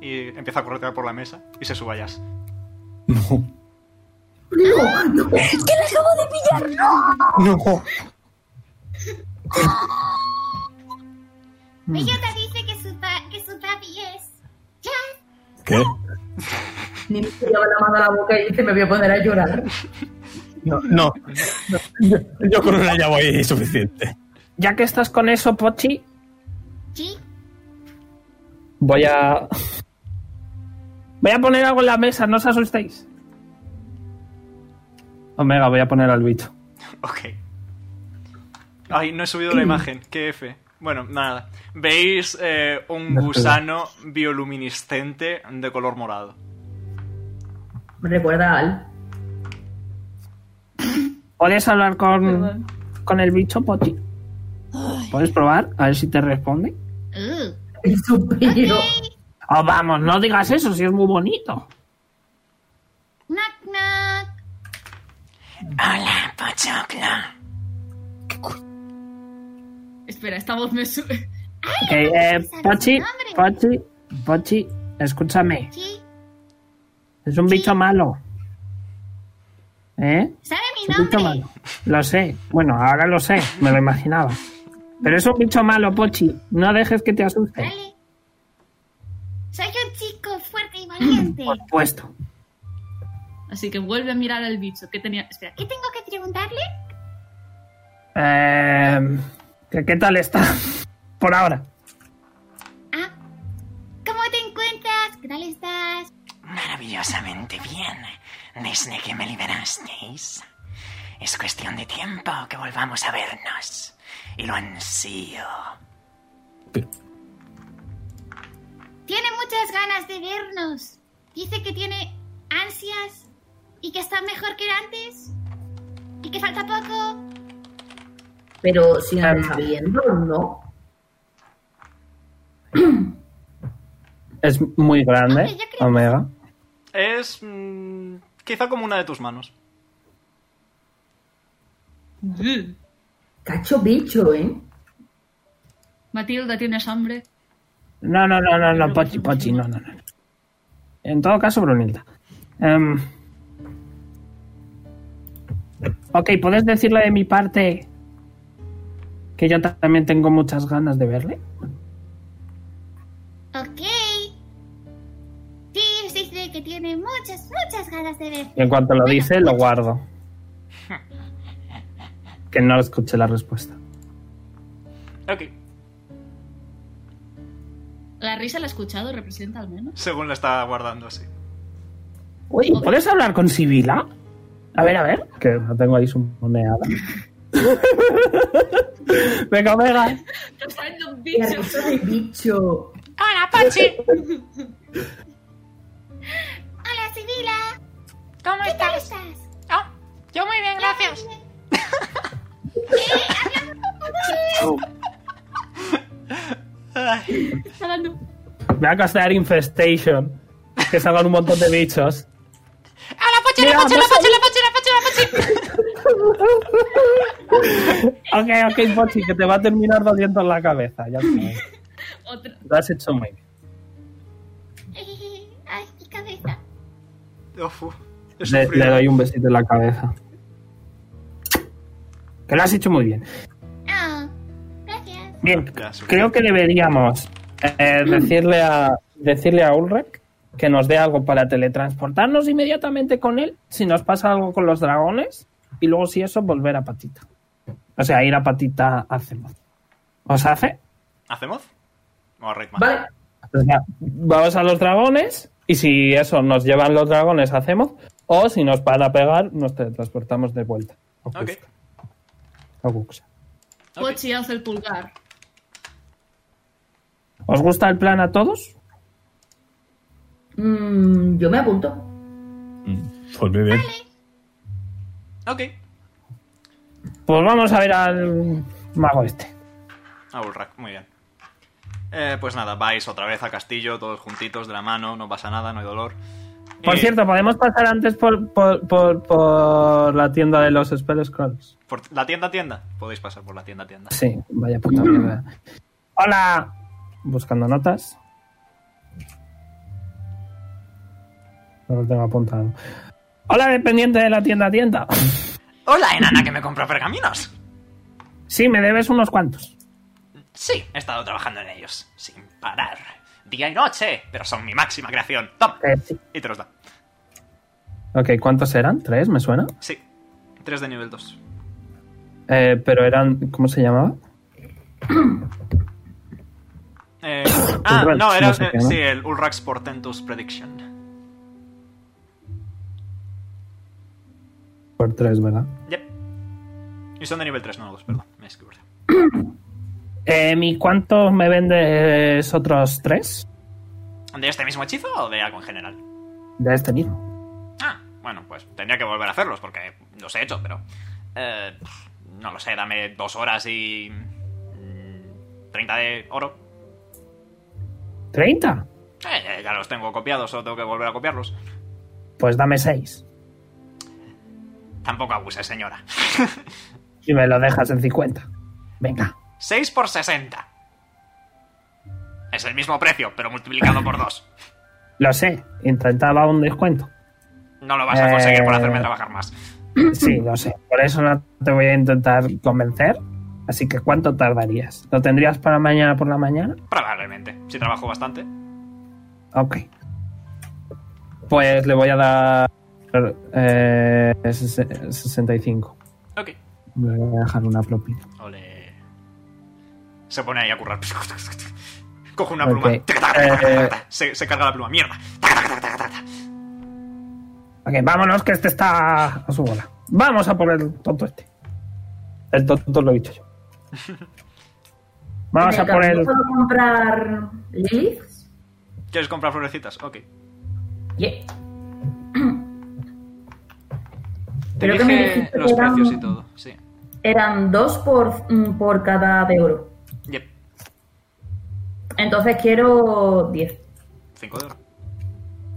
A: Y empieza a corretear por la mesa y se sube a Jazz.
G: No.
F: Bellota dice que su, pa- que su papi es. Ya,
G: ¿Qué?
C: Ni me lleva la mano a la boca y dice, me voy a poner a llorar.
G: No, no. Yo, yo con una ya voy suficiente.
E: Ya que estás con eso, Pochi,
F: sí.
E: voy a. Voy a poner algo en la mesa, no os asustéis. Omega, voy a poner al bicho.
A: Ok. Ay, no he subido la imagen. Qué F. Bueno, nada. Veis eh, un gusano bioluminiscente de color morado.
C: Me recuerda a Al.
E: ¿Puedes hablar con, con el bicho, Pochi? ¿Puedes probar? A ver si te responde.
F: Uh,
C: El suspiro.
E: Oh, vamos, no digas eso si es muy bonito.
F: knock, knock.
D: Espera, esta voz me sube.
E: Ok, eh,
F: sabes
E: Pochi,
F: su nombre.
E: Pochi, Pochi, escúchame.
F: Sí.
E: Es un bicho malo. ¿Eh?
F: ¿Sabe mi
E: Es un bicho
F: nombre?
E: malo. Lo sé. Bueno, ahora lo sé. Me lo imaginaba. Pero es un bicho malo, Pochi. No dejes que te asuste.
F: Vale. Soy un chico fuerte y valiente.
E: Por supuesto.
D: Así que vuelve a mirar al bicho. ¿Qué tenía? Espera,
F: ¿Qué tengo que preguntarle?
E: Eh, ¿qué, qué tal está? Por ahora.
F: Ah, ¿cómo te encuentras? ¿Qué tal estás?
I: Maravillosamente bien, desde que me liberasteis. Es cuestión de tiempo que volvamos a vernos. Y lo ansío.
F: Tiene muchas ganas de vernos. Dice que tiene ansias y que está mejor que antes y que falta poco.
C: Pero si no está viendo, no.
E: Es muy grande,
F: Hombre, yo creo-
E: Omega.
A: Es mm, quizá como una de tus manos.
C: Cacho bicho, ¿eh?
D: Matilda, ¿tienes hambre?
E: No, no, no, no, no, Pochi, Pochi, no, no, no. En todo caso, Brunilda. Em, ok, ¿puedes decirle de mi parte que yo ta- también tengo muchas ganas de verle?
F: Ok. Sí, dice que tiene muchas, muchas ganas de ver.
E: Y en cuanto lo dice, lo guardo. Que no escuché la respuesta.
A: Ok.
D: La risa la he escuchado, representa al menos.
A: Según la está guardando así.
E: Uy, ¿puedes hablar con Sibila? A ver, a ver. Que no tengo ahí su moneda. Venga, Omega.
D: Está un
C: Qué
D: bicho.
C: risa de bicho.
I: ¡Hola, Pachi!
F: Hola, Sibila.
I: ¿Cómo
F: ¿Qué tal
I: estás?
F: estás?
I: Oh, yo muy bien, gracias.
D: Está dando-
E: Voy a castar Infestation. Que salgan un montón de bichos.
I: ¡Hola, Pachi,
E: Mira,
I: la Pachi,
E: no
I: la Pachi, la Pachi, la Pachi, la Pachi!
E: Ok, ok, Pochi, que te va a terminar doliendo en la cabeza. Ya sabes.
D: Otra.
E: Lo has hecho muy bien.
F: Ay, mi cabeza.
A: Uf, uf. He
E: Le,
A: sufrido.
E: le doy un besito en la cabeza. Que lo has hecho muy bien.
F: Ah,
E: Bien,
A: Ya, suficiente.
E: creo que deberíamos eh, decirle a decirle a Ulrek que nos dé algo para teletransportarnos inmediatamente con él, si nos pasa algo con los dragones, y luego si eso, volver a Patita. O sea, ir a Patita hacemos. ¿Os hace?
A: ¿Hacemos? O a Redman.
C: Vale,
E: O sea, vamos a los dragones, y si eso nos llevan los dragones, hacemos. O si nos van a pegar, nos teletransportamos de vuelta. A
A: Ok.
E: Cusco, a Cuxa.
A: Ok.
D: Pochi hace el pulgar.
E: ¿Os gusta el plan a todos?
C: Mm, yo me apunto.
G: Mm, Pues muy bien.
A: Ok.
E: Pues vamos a ver al mago este.
A: A Ulrak, muy bien. Eh, pues nada, vais otra vez a Castillo, todos juntitos, de la mano, no pasa nada, no hay dolor. Eh,
E: Por
A: Y-
E: cierto, podemos pasar antes por, por, por, por la tienda de los Spell Scrolls.
A: Por la tienda, tienda. Podéis pasar por la tienda, tienda.
E: Sí, vaya puta mierda. ¡Hola! Buscando notas. No lo tengo apuntado. ¡Hola, dependiente de la tienda tienda!
I: Hola, enana que me compra pergaminos.
E: Sí, me debes unos cuantos.
I: Sí, he estado trabajando en ellos, sin parar. Día y noche, pero son mi máxima creación. Toma.
E: Eh, sí.
A: Y te los da.
E: Ok, ¿cuántos eran? ¿Tres? ¿Me suena?
A: Sí. Tres de nivel 2.
E: Eh, pero eran... ¿Cómo se llamaba?
A: Eh, ah,
E: Ulrak,
A: no, era
E: no sé
A: eh,
E: qué, ¿no?
A: sí, el Ulrak's Portentous Prediction.
E: Por tres, ¿verdad?
A: Yep. Y son de nivel 3, no 2, perdón.
E: Mm.
A: Me he equivocado.
E: Eh, ¿Mi cuántos me vendes otros tres?
A: ¿De este mismo hechizo o de algo en general?
E: De este mismo.
A: Ah, bueno, pues tendría que volver a hacerlos porque los he hecho, pero... eh, no lo sé, dame dos horas y... mm, 30 de oro.
E: ¿30?
A: Eh, ya los tengo copiados, solo tengo que volver a copiarlos.
E: Pues dame seis.
A: Tampoco abuse, señora.
E: Y me lo dejas en 50. Venga.
A: 6 por 60. Es el mismo precio, pero multiplicado por 2.
E: Lo sé. Intentaba un descuento.
A: No lo vas a conseguir por hacerme
E: Eh.
A: trabajar más.
E: Sí, lo sé. Por eso no te voy a intentar convencer. Así que, ¿cuánto tardarías? ¿Lo tendrías para mañana por la mañana?
A: Probablemente. Si trabajo bastante.
E: Ok. Pues le voy a dar eh, ses- 65.
A: Ok.
E: Le voy a dejar una propina.
A: Ole. Se pone ahí a currar. Coge una
E: Ok.
A: pluma.
E: Eh.
A: Se, se carga la pluma. Mierda.
E: Ok, vámonos que este está a su bola. Vamos a por el tonto este. El tonto lo he dicho yo. Vamos
C: En
E: a
C: el
E: por
C: camino
E: el...
C: ¿Puedo comprar Lilith?
A: ¿Quieres comprar florecitas? Ok.
C: Yeah.
A: Te
C: Creo que me
A: dije
C: dijiste
A: los
C: que eran-
A: precios y todo. Sí.
C: Eran dos por, mm, por cada de oro.
A: Yep.
C: Entonces quiero 10.
A: 5 de oro.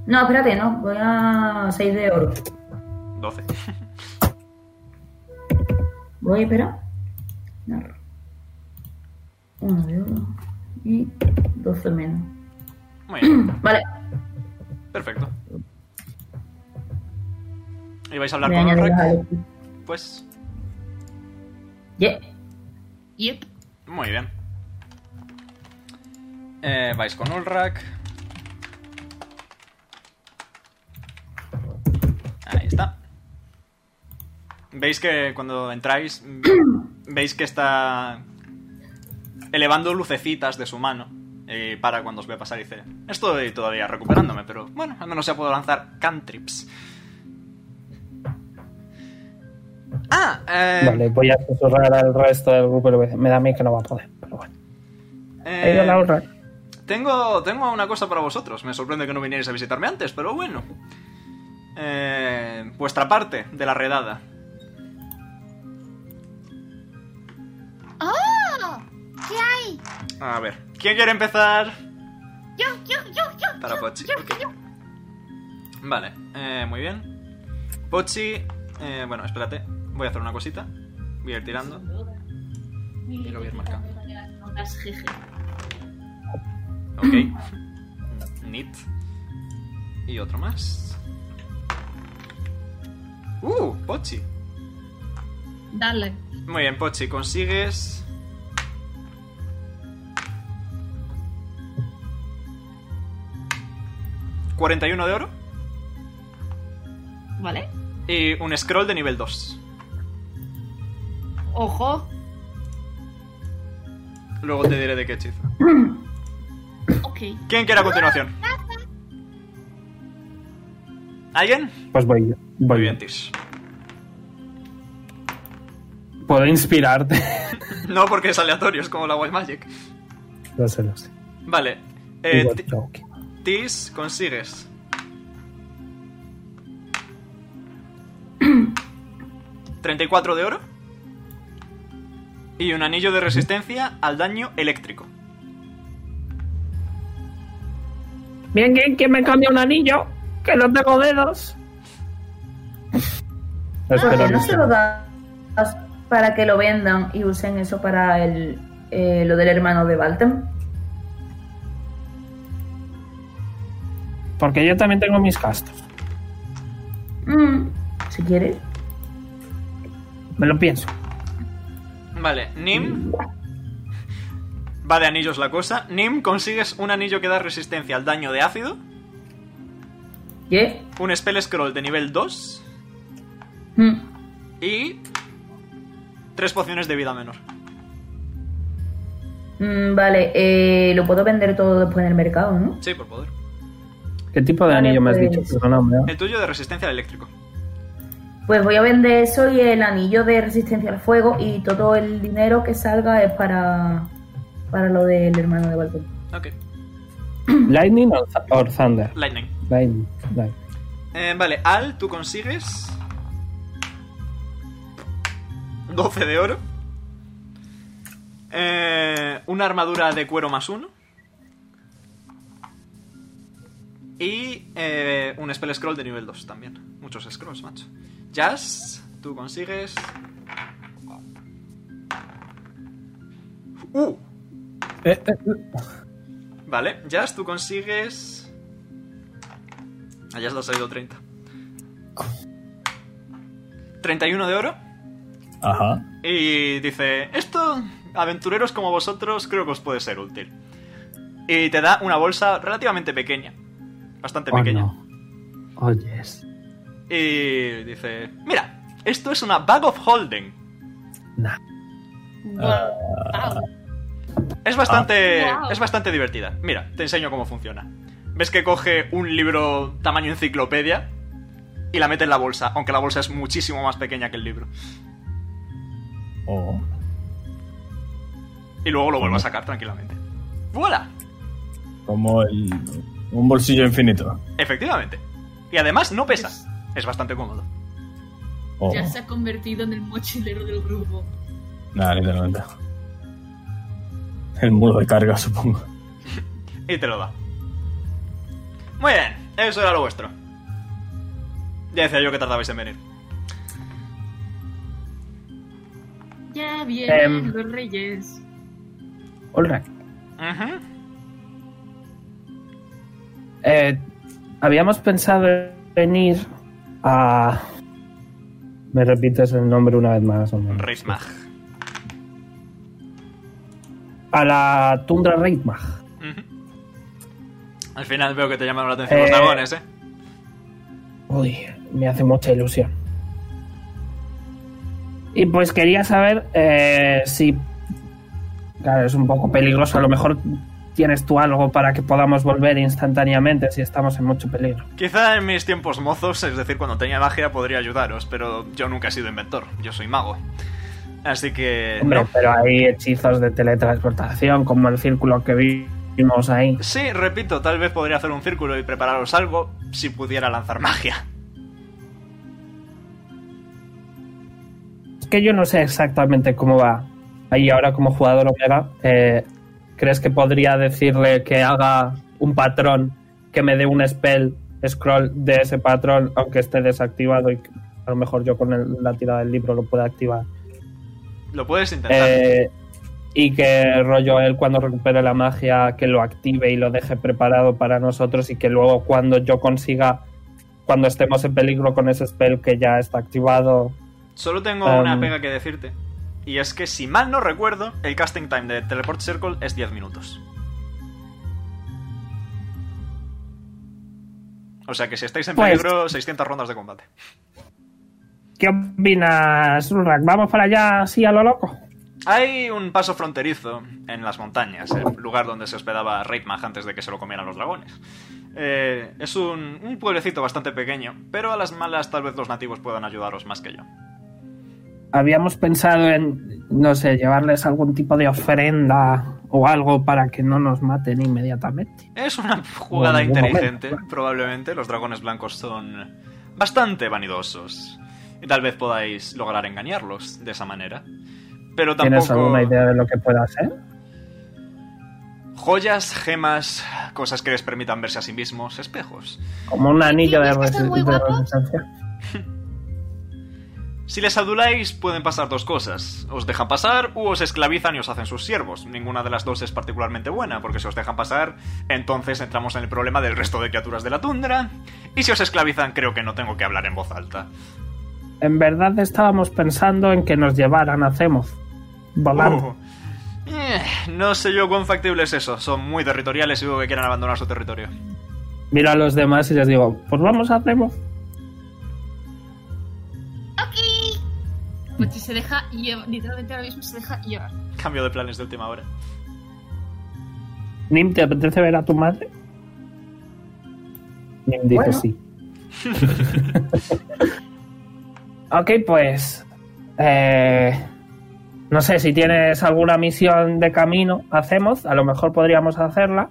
C: No, espérate, no. Voy a 6 de oro.
A: 12.
C: Voy a esperar. No. Uno de oro. Y 12 menos.
A: Muy bien.
C: Vale.
A: Perfecto. ¿Y vais a hablar
C: Me
A: con
C: añado
A: Ulrich?
C: la-
A: Pues.
C: Yeah.
D: Yep.
A: Muy bien. Eh, vais con Ulrak. Ahí está. Veis que cuando entráis, mm, veis que está elevando lucecitas de su mano eh, para cuando os ve pasar y dice, estoy todavía recuperándome, pero bueno, al menos ya puedo lanzar cantrips. Ah, eh,
E: Vale, voy a susurrar al resto del grupo. pero Me da a mí que no va a poder, pero bueno.
A: eh,
E: He ido a la honra.
A: Tengo, tengo una cosa para vosotros. Me sorprende que no vinierais a visitarme antes, pero bueno. Eh, vuestra parte de la redada.
F: ¡Oh! ¿Qué hay?
A: A ver, ¿quién quiere empezar?
F: Yo, yo, yo, yo.
A: Para
F: yo,
A: Pochi,
F: yo,
A: ok.
F: yo.
A: Vale, eh, muy bien. Pochi, eh, bueno, espérate. Voy a hacer una cosita. Voy a ir tirando. Y lo voy a ir marcando.
D: Notas, jeje.
A: Ok. Mm, Neat. Y otro más. Uh, Pochi.
D: Dale.
A: Muy bien, Pochi, consigues 41 de oro
D: ¿Vale?
A: y un scroll de nivel 2.
D: Ojo.
A: Luego te diré de qué hechizo.
D: Ok.
A: ¿Quién quiere a continuación? ¿Alguien?
E: Pues voy yo. Voy
A: Muy
E: yo.
A: bien, Tis.
E: Puedo inspirarte.
A: No porque es aleatorio, es como la Wild Magic.
E: no sé, no sé.
A: Vale. Eh,
E: Igual
A: Ti-
E: joke.
A: Tis, consigues. ¿34 de oro? Y un anillo de resistencia al daño eléctrico.
K: Bien, bien, que me cambia un anillo, que no tengo dedos.
C: ¿Por
E: Espero
C: qué Ah, no
E: que-
C: se lo das para que lo vendan y usen eso para el, eh, lo del hermano de Baltem?
E: Porque yo también tengo mis gastos.
C: Mm, si quieres.
E: Me lo pienso.
A: Vale, Nim. Va de anillos la cosa. Nim, consigues un anillo que da resistencia al daño de ácido,
C: ¿Qué?
A: un spell scroll de nivel 2
C: mm,
A: y. tres pociones de vida menor.
C: Mm, vale, eh, lo puedo vender todo después en el mercado, ¿no?
A: Sí, por poder.
E: ¿Qué tipo de
C: Vale,
E: anillo me has
C: pues-
E: dicho? Perdóname. ¿eh?
A: El tuyo de resistencia al eléctrico.
C: Pues voy a vender eso y el anillo de resistencia al fuego y todo el dinero que salga es para, para lo del hermano de Baltem.
A: Ok.
E: ¿Lightning o th- or Thunder?
A: Lightning.
E: Lightning. lightning.
A: Eh, vale, Al, tú consigues. 12 de oro. Eh, una armadura de cuero más uno. Y eh, un spell scroll de nivel 2 también. Muchos scrolls, macho. Jazz, tú consigues. ¡Uh!
G: Eh, eh, eh.
A: Vale, Jazz, tú consigues. Ah, Jazz le ha salido 30. 31 de oro.
G: Ajá.
A: Y dice: Esto, aventureros como vosotros, creo que os puede ser útil. Y te da una bolsa relativamente pequeña. Bastante
E: Oh,
A: pequeña.
E: no. Oh, yes.
A: Y dice: Mira, esto es una bag of holding.
E: Nah.
D: Wow.
A: Ah. Es bastante,
D: Ah. Wow.
A: es bastante divertida. Mira, te enseño cómo funciona. ¿Ves que coge un libro tamaño enciclopedia y la mete en la bolsa? Aunque la bolsa es muchísimo más pequeña que el libro.
G: Oh.
A: Y luego lo vuelve a sacar tranquilamente. ¡Vuela!
G: Como el, un bolsillo infinito.
A: Efectivamente. Y además no pesa. Es bastante cómodo.
G: Oh.
D: Ya se ha convertido en el mochilero del grupo.
G: Nada, literalmente. El muro de carga, supongo.
A: Y te lo da. Muy bien, eso era lo vuestro. Ya decía yo que tardabais en venir.
D: Ya vienen
E: Em.
D: los reyes.
E: Ulrich,
A: Ujú.
E: eh, habíamos pensado en venir a... Me repites el nombre una vez más. hombre?
A: Ritmag.
E: A la tundra Reitmag.
A: Ujú. Al final veo que te llamaron la atención los
E: Eh,
A: dragones, ¿eh?
E: Uy, me hace mucha ilusión. Y pues quería saber eh, si... Claro, es un poco peligroso. A lo mejor tienes tú algo para que podamos volver instantáneamente si estamos en mucho peligro.
A: Quizá en mis tiempos mozos, es decir, cuando tenía magia, podría ayudaros, pero yo nunca he sido inventor, yo soy mago. Así que...
E: Hombre,
A: no.
E: pero hay hechizos de teletransportación, como el círculo que vimos ahí.
A: Sí, repito, tal vez podría hacer un círculo y prepararos algo si pudiera lanzar magia.
E: Es que yo no sé exactamente cómo va. Ahí ahora como jugador Omega, eh, ¿crees que podría decirle que haga un patrón, que me dé un spell, scroll de ese patrón, aunque esté desactivado y que a lo mejor yo con el- la tirada del libro lo pueda activar?
A: Lo puedes intentar.
E: Eh, y que rollo él cuando recupere la magia que lo active y lo deje preparado para nosotros y que luego cuando yo consiga cuando estemos en peligro con ese spell que ya está activado
A: Solo tengo
E: um,
A: una pega que decirte. Y es que, si mal no recuerdo, el casting time de Teleport Circle es 10 minutos. O sea que si estáis en
E: Pues-
A: peligro, 600 rondas de combate.
E: ¿Qué opinas, Ulrak? ¿Vamos para allá así a lo loco?
A: Hay un paso fronterizo en las montañas, el lugar donde se hospedaba Reitmach antes de que se lo comieran los dragones. Eh, es un, un pueblecito bastante pequeño, pero a las malas tal vez los nativos puedan ayudaros más que yo.
E: Habíamos pensado en, no sé, llevarles algún tipo de ofrenda o algo para que no nos maten inmediatamente.
A: Es una jugada
E: en algún
A: inteligente, probablemente. Los dragones blancos son bastante vanidosos. Y tal vez podáis lograr engañarlos de esa manera. Pero
E: ¿Tienes
A: tampoco
E: alguna idea de lo que pueda hacer?
A: joyas, gemas, cosas que les permitan verse a sí mismos, espejos.
E: Como un anillo de,
D: ¿Crees que están
E: resi-
D: muy
E: de
D: guapos?
E: resistencia.
A: Si les aduláis, pueden pasar dos cosas. Os dejan pasar u os esclavizan y os hacen sus siervos. Ninguna de las dos es particularmente buena, porque si os dejan pasar, entonces entramos en el problema del resto de criaturas de la tundra. Y si os esclavizan, creo que no tengo que hablar en voz alta.
E: En verdad estábamos pensando en que nos llevaran a Zemoth. Volando.
A: Uh. Eh, no sé yo cuán factible es eso. Son muy territoriales y dudo que quieran abandonar su territorio.
E: Miro a los demás y les digo, pues vamos a Zemoth.
D: Pochi se deja llevar, literalmente ahora mismo se deja llevar.
A: Cambio de planes de última hora.
E: Nim, ¿te apetece ver a tu madre? Nim dice
C: Bueno.
E: sí. ok, pues. eh, no sé si tienes alguna misión de camino, hacemos. A lo mejor podríamos hacerla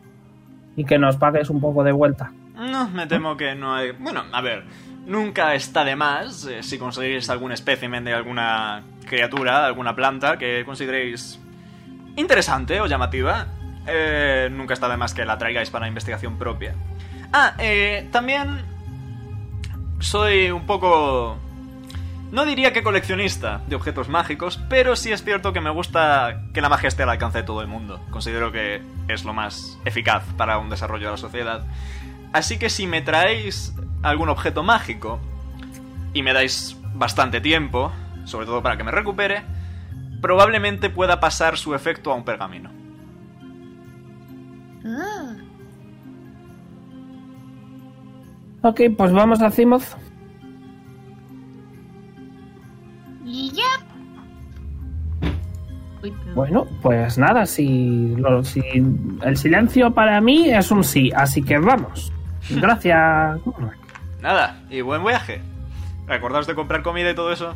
E: y que nos pagues un poco de vuelta.
A: No, me temo que no hay... Bueno, a ver, nunca está de más eh, si conseguís algún espécimen de alguna criatura, alguna planta que consideréis interesante o llamativa. eh, nunca está de más que la traigáis para investigación propia. Ah, eh, también soy un poco... No diría que coleccionista de objetos mágicos, pero sí es cierto que me gusta que la magia esté al alcance de todo el mundo. Considero que es lo más eficaz para un desarrollo de la sociedad. Así que si me traéis algún objeto mágico y me dais bastante tiempo, sobre todo para que me recupere, probablemente pueda pasar su efecto a un pergamino.
D: Ah.
E: Ok, pues vamos a Zemoth.
F: Y ya,
D: Uy, perdón.
E: Bueno, pues nada, si, lo- si el silencio para mí es un sí, así que vamos. Gracias.
A: Nada, y buen viaje. Recordaos de comprar comida y todo eso.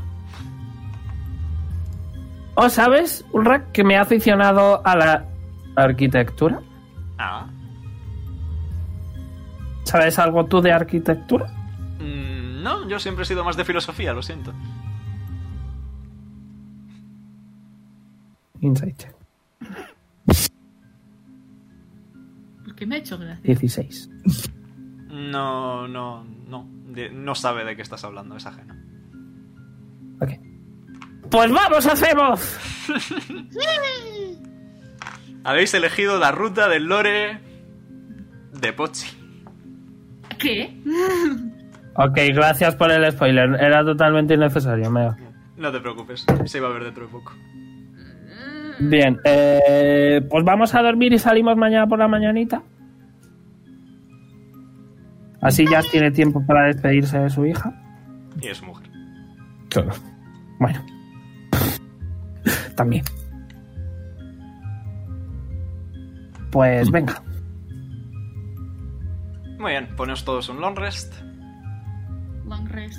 E: ¿O Oh, sabes, Ulrak, que me ha aficionado a la arquitectura?
A: Ah.
E: ¿Sabes algo tú de arquitectura?
A: Mm, no, yo siempre he sido más de filosofía, lo siento.
E: Insight. check.
D: ¿Por qué me ha hecho gracia?
E: 16.
A: No, no, no. De- no sabe de qué estás hablando, es ajeno.
E: Ok. Pues vamos, hacemos.
A: Habéis elegido la ruta del lore de Pochi.
D: ¿Qué?
E: Ok, gracias por el spoiler. Era totalmente innecesario, Mega.
A: No te preocupes, se va a ver dentro de poco.
E: Bien, eh, pues vamos a dormir y salimos mañana por la mañanita. Así ya tiene tiempo para despedirse de su hija.
A: Y es mujer.
G: Claro.
E: Bueno. También. Pues venga.
A: Muy bien, poneos todos un long rest.
D: Long rest.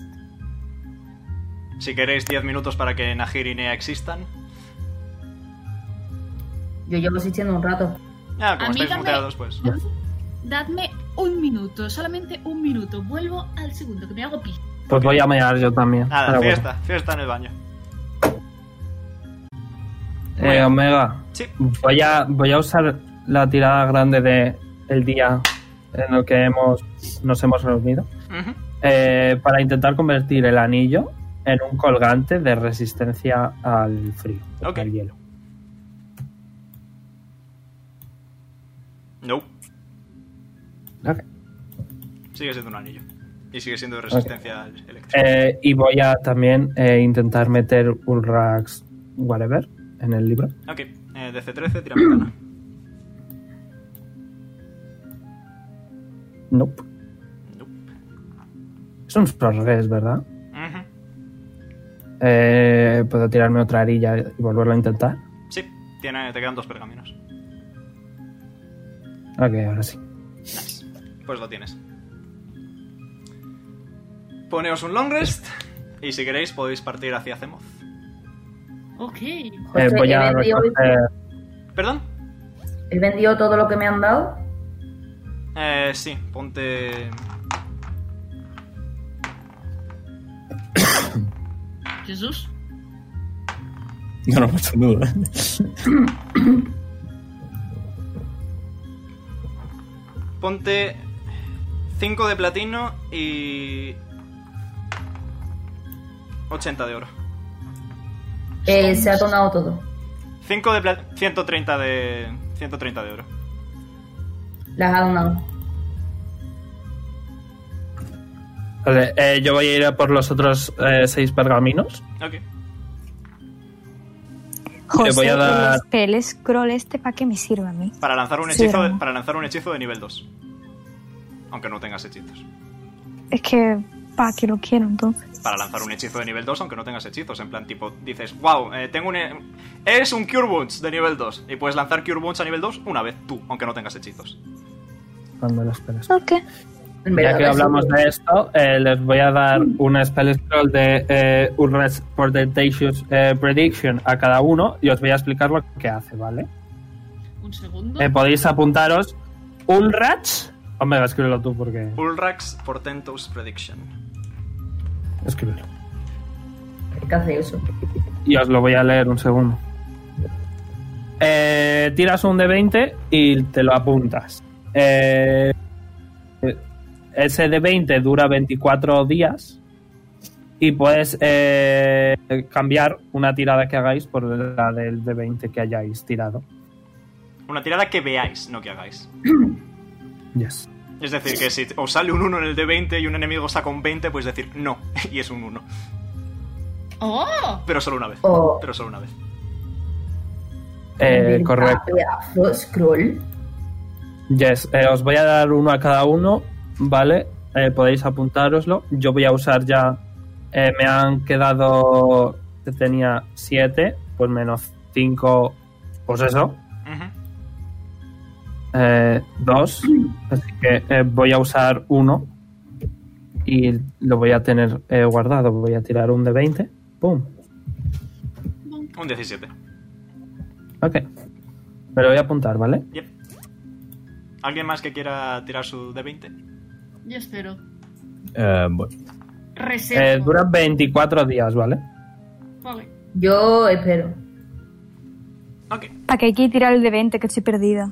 A: Si queréis 10 minutos para que Nahir y Nea existan.
C: Yo llevo asistiendo un rato.
A: Ah, como
D: A mí
A: estáis
D: dame-
A: muteados, pues.
D: Dadme un minuto, solamente un minuto. Vuelvo al segundo, que me hago pis.
E: Pues voy a mear yo también.
A: Nada,
E: Pero bueno.
A: fiesta, fiesta en el baño.
E: Eh, Omega,
A: Sí,
E: voy a, voy a usar la tirada grande de el día en el que hemos, nos hemos reunido
A: Ujú.
E: eh, para intentar convertir el anillo en un colgante de resistencia al frío,
A: Ok.
E: al hielo.
A: no.
E: Ok.
A: Sigue siendo un anillo. Y sigue siendo de resistencia al eléctrica.
E: Eh, y voy a también eh, intentar meter Ulrax whatever en el libro.
A: Ok, eh, DC13, tira ventana.
E: Nope.
A: Nope.
E: Es un sorres, ¿verdad?
A: Ujú.
E: Eh, ¿Puedo tirarme otra arilla y volverlo a intentar?
A: Sí, tiene, te quedan dos pergaminos.
E: Ok, ahora sí.
A: Nice. Pues lo tienes. Poneos un long rest y si queréis podéis partir hacia Zemoz.
D: Ok.
E: Eh,
C: José,
E: voy a
C: ¿eres de hoy?
E: recoger...
A: ¿Perdón?
C: He vendido todo lo que me han dado.
A: Eh, sí, ponte...
D: Jesús.
G: No, no mucho duda.
A: Ponte 5 de platino y... 80 de oro.
C: Eh, se ha donado todo.
A: 5 de platino... 130 de... 130 de oro.
C: Las ha donado.
E: Vale, eh, yo voy a ir a por los otros eh, seis pergaminos.
A: Ok.
E: Te voy a dar-
B: el spell scroll este para que me sirva a mí.
A: Para lanzar un
B: Sí,
A: hechizo de,
B: ¿no?
A: para lanzar un hechizo de nivel 2. Aunque no tengas hechizos.
B: Es que, para que lo quiero entonces.
A: Para lanzar un hechizo de nivel 2 aunque no tengas hechizos. En plan, tipo, dices, wow, eh, tengo un... e- Eres un Cure Wounds de nivel 2. Y puedes lanzar Cure Wounds a nivel 2 una vez tú, aunque no tengas hechizos.
E: Cuando los perros-
B: Ok.
C: En
E: Ya
C: verdad,
E: que
C: eso-
E: hablamos de esto, eh, les voy a dar un spell scroll de eh, un rest for the Tenacious, eh, Prediction a cada uno y os voy a explicar lo que hace, ¿vale?
D: Un segundo.
E: Eh, podéis apuntaros un ratch. Omega, escríbelo tú porque.
A: Ulrax Portentous Prediction.
E: Escríbelo.
C: ¿Qué hace eso?
E: Y os lo voy a leer un segundo. Eh, tiras un de 20 y te lo apuntas. Eh, eh, ese de 20 dura 24 días y puedes eh, cambiar una tirada que hagáis por la del de 20 que hayáis tirado.
A: Una tirada que veáis, no que hagáis.
E: Yes.
A: Es decir, que si os sale un 1 en el de 20 y un enemigo saca un 20, pues decir no, y es un 1.
D: ¡Oh!
A: Pero solo una vez.
C: O
A: Pero solo una vez.
E: Eh,
C: un
E: correcto.
C: pedazo scroll.
E: Yes, eh, os voy a dar uno a cada uno, ¿vale? Eh, podéis apuntároslo. Yo voy a usar ya. eh, me han quedado. que Tenía 7, pues menos 5. Pues eso,
A: Ujú.
E: 2. así que eh, voy a usar uno. Y lo voy a tener eh, guardado. Voy a tirar un de 20. ¡Pum!
A: Un 17.
E: Ok. Me lo voy a apuntar, ¿vale?
A: Yep. ¿Alguien más que quiera tirar su de 20?
D: Yo espero.
G: Eh, bueno,
D: Reservo.
E: Eh, dura 24 días, ¿vale?
D: Vale.
C: Yo espero.
A: Ok.
B: Para que hay que tirar el de 20, que estoy perdida.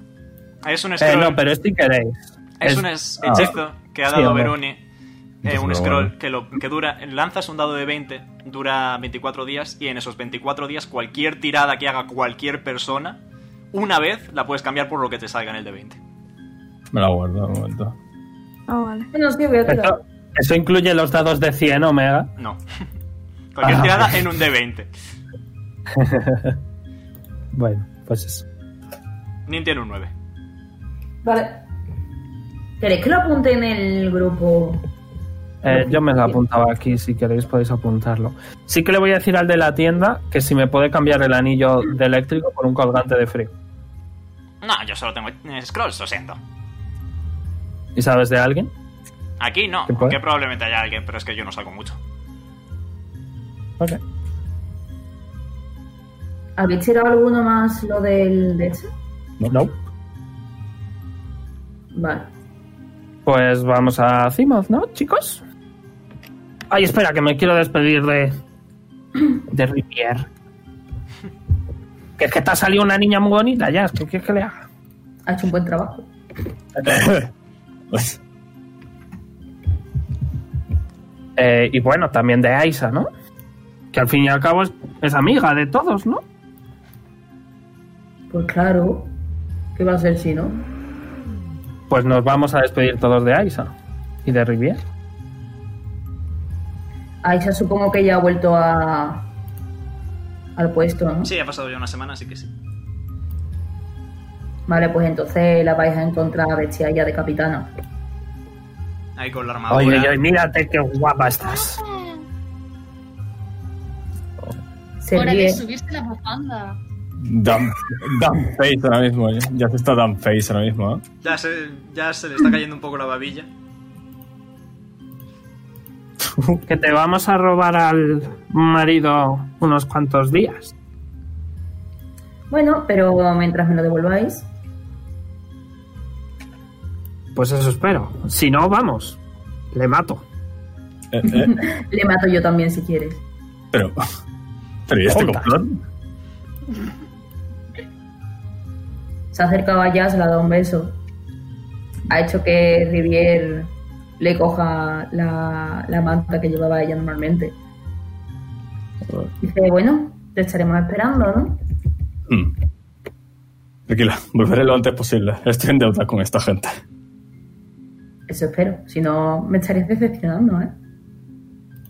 A: Es un
E: Eh,
A: scroll.
E: no, pero este queréis.
A: es,
E: es- ah,
A: un es- hechizo que ha dado
E: hombre.
A: Veroni. Eh,
G: Entonces,
A: un
G: no,
A: scroll
G: bueno.
A: que, lo, que dura. Lanzas un dado de 20, dura 24 días. Y en esos 24 días, cualquier tirada que haga cualquier persona, una vez la puedes cambiar por lo que te salga en el de 20.
G: me la guardo un momento.
B: Ah, vale.
C: Bueno, sí, voy a tirar.
E: Eso, eso incluye los dados de 100, Omega.
A: No. Cualquier
E: Ah.
A: tirada en un D20.
E: Bueno, pues eso.
A: Nin tiene un 9.
C: Vale. ¿Queréis que lo apunte en el grupo?
E: Eh, yo me lo apuntaba aquí, si queréis podéis apuntarlo. Sí que le voy a decir al de la tienda que si me puede cambiar el anillo de eléctrico por un colgante de frío.
A: No, yo solo tengo eh, scrolls, lo siento.
E: ¿Y sabes de alguien?
A: Aquí no,
E: ¿Qué puede?
A: que probablemente haya alguien, pero es que yo no salgo mucho.
E: Ok.
C: ¿Habéis tirado alguno más lo del de este? ese?
E: No.
C: Vale.
E: Pues vamos a Cimoth, ¿no, chicos? Ay, espera, que me quiero despedir de. de Rivier. Que es que te ha salido una niña muy bonita, ya, ¿qué quieres que le haga?
C: Ha hecho un buen trabajo.
G: Pues,
E: Eh, y bueno, también de Aisa, ¿no? Que al fin y al cabo es, es amiga de todos, ¿no?
C: Pues claro. ¿Qué va a ser si no?
E: Pues nos vamos a despedir todos de Aisa y de Rivier.
C: Aisha supongo que ya ha vuelto a al puesto, ¿no?
A: Sí, ha pasado ya una semana, así que sí.
C: Vale, pues entonces la vais a encontrar vestida ya de capitana.
A: Ahí con la armadura.
E: Oye, oye, mírate qué guapa estás.
C: Se
D: Hora
C: ríe.
D: de subirse la bufanda.
G: Dumb, dumb face ahora mismo. eh. Ya se está dumb face ahora mismo. ¿eh?
A: Ya se, ya se le está cayendo un poco la babilla.
E: Que te vamos a robar al marido unos cuantos días.
C: Bueno, pero mientras me lo devolváis,
E: Pues eso espero. Si no, vamos. Le mato.
G: Eh, eh,
C: le mato yo también si quieres.
G: Pero. Pero ¿y este
E: Jotas.
G: complot?
C: Se ha acercado allá, se le ha dado un beso. Ha hecho que Rivier le coja la, la manta que llevaba ella normalmente. Dice, bueno, te estaremos esperando, ¿no?
G: Hmm. Tranquila, volveré lo antes posible. Estoy en deuda con esta gente.
C: Eso espero. Si no, me estarías decepcionando, ¿eh?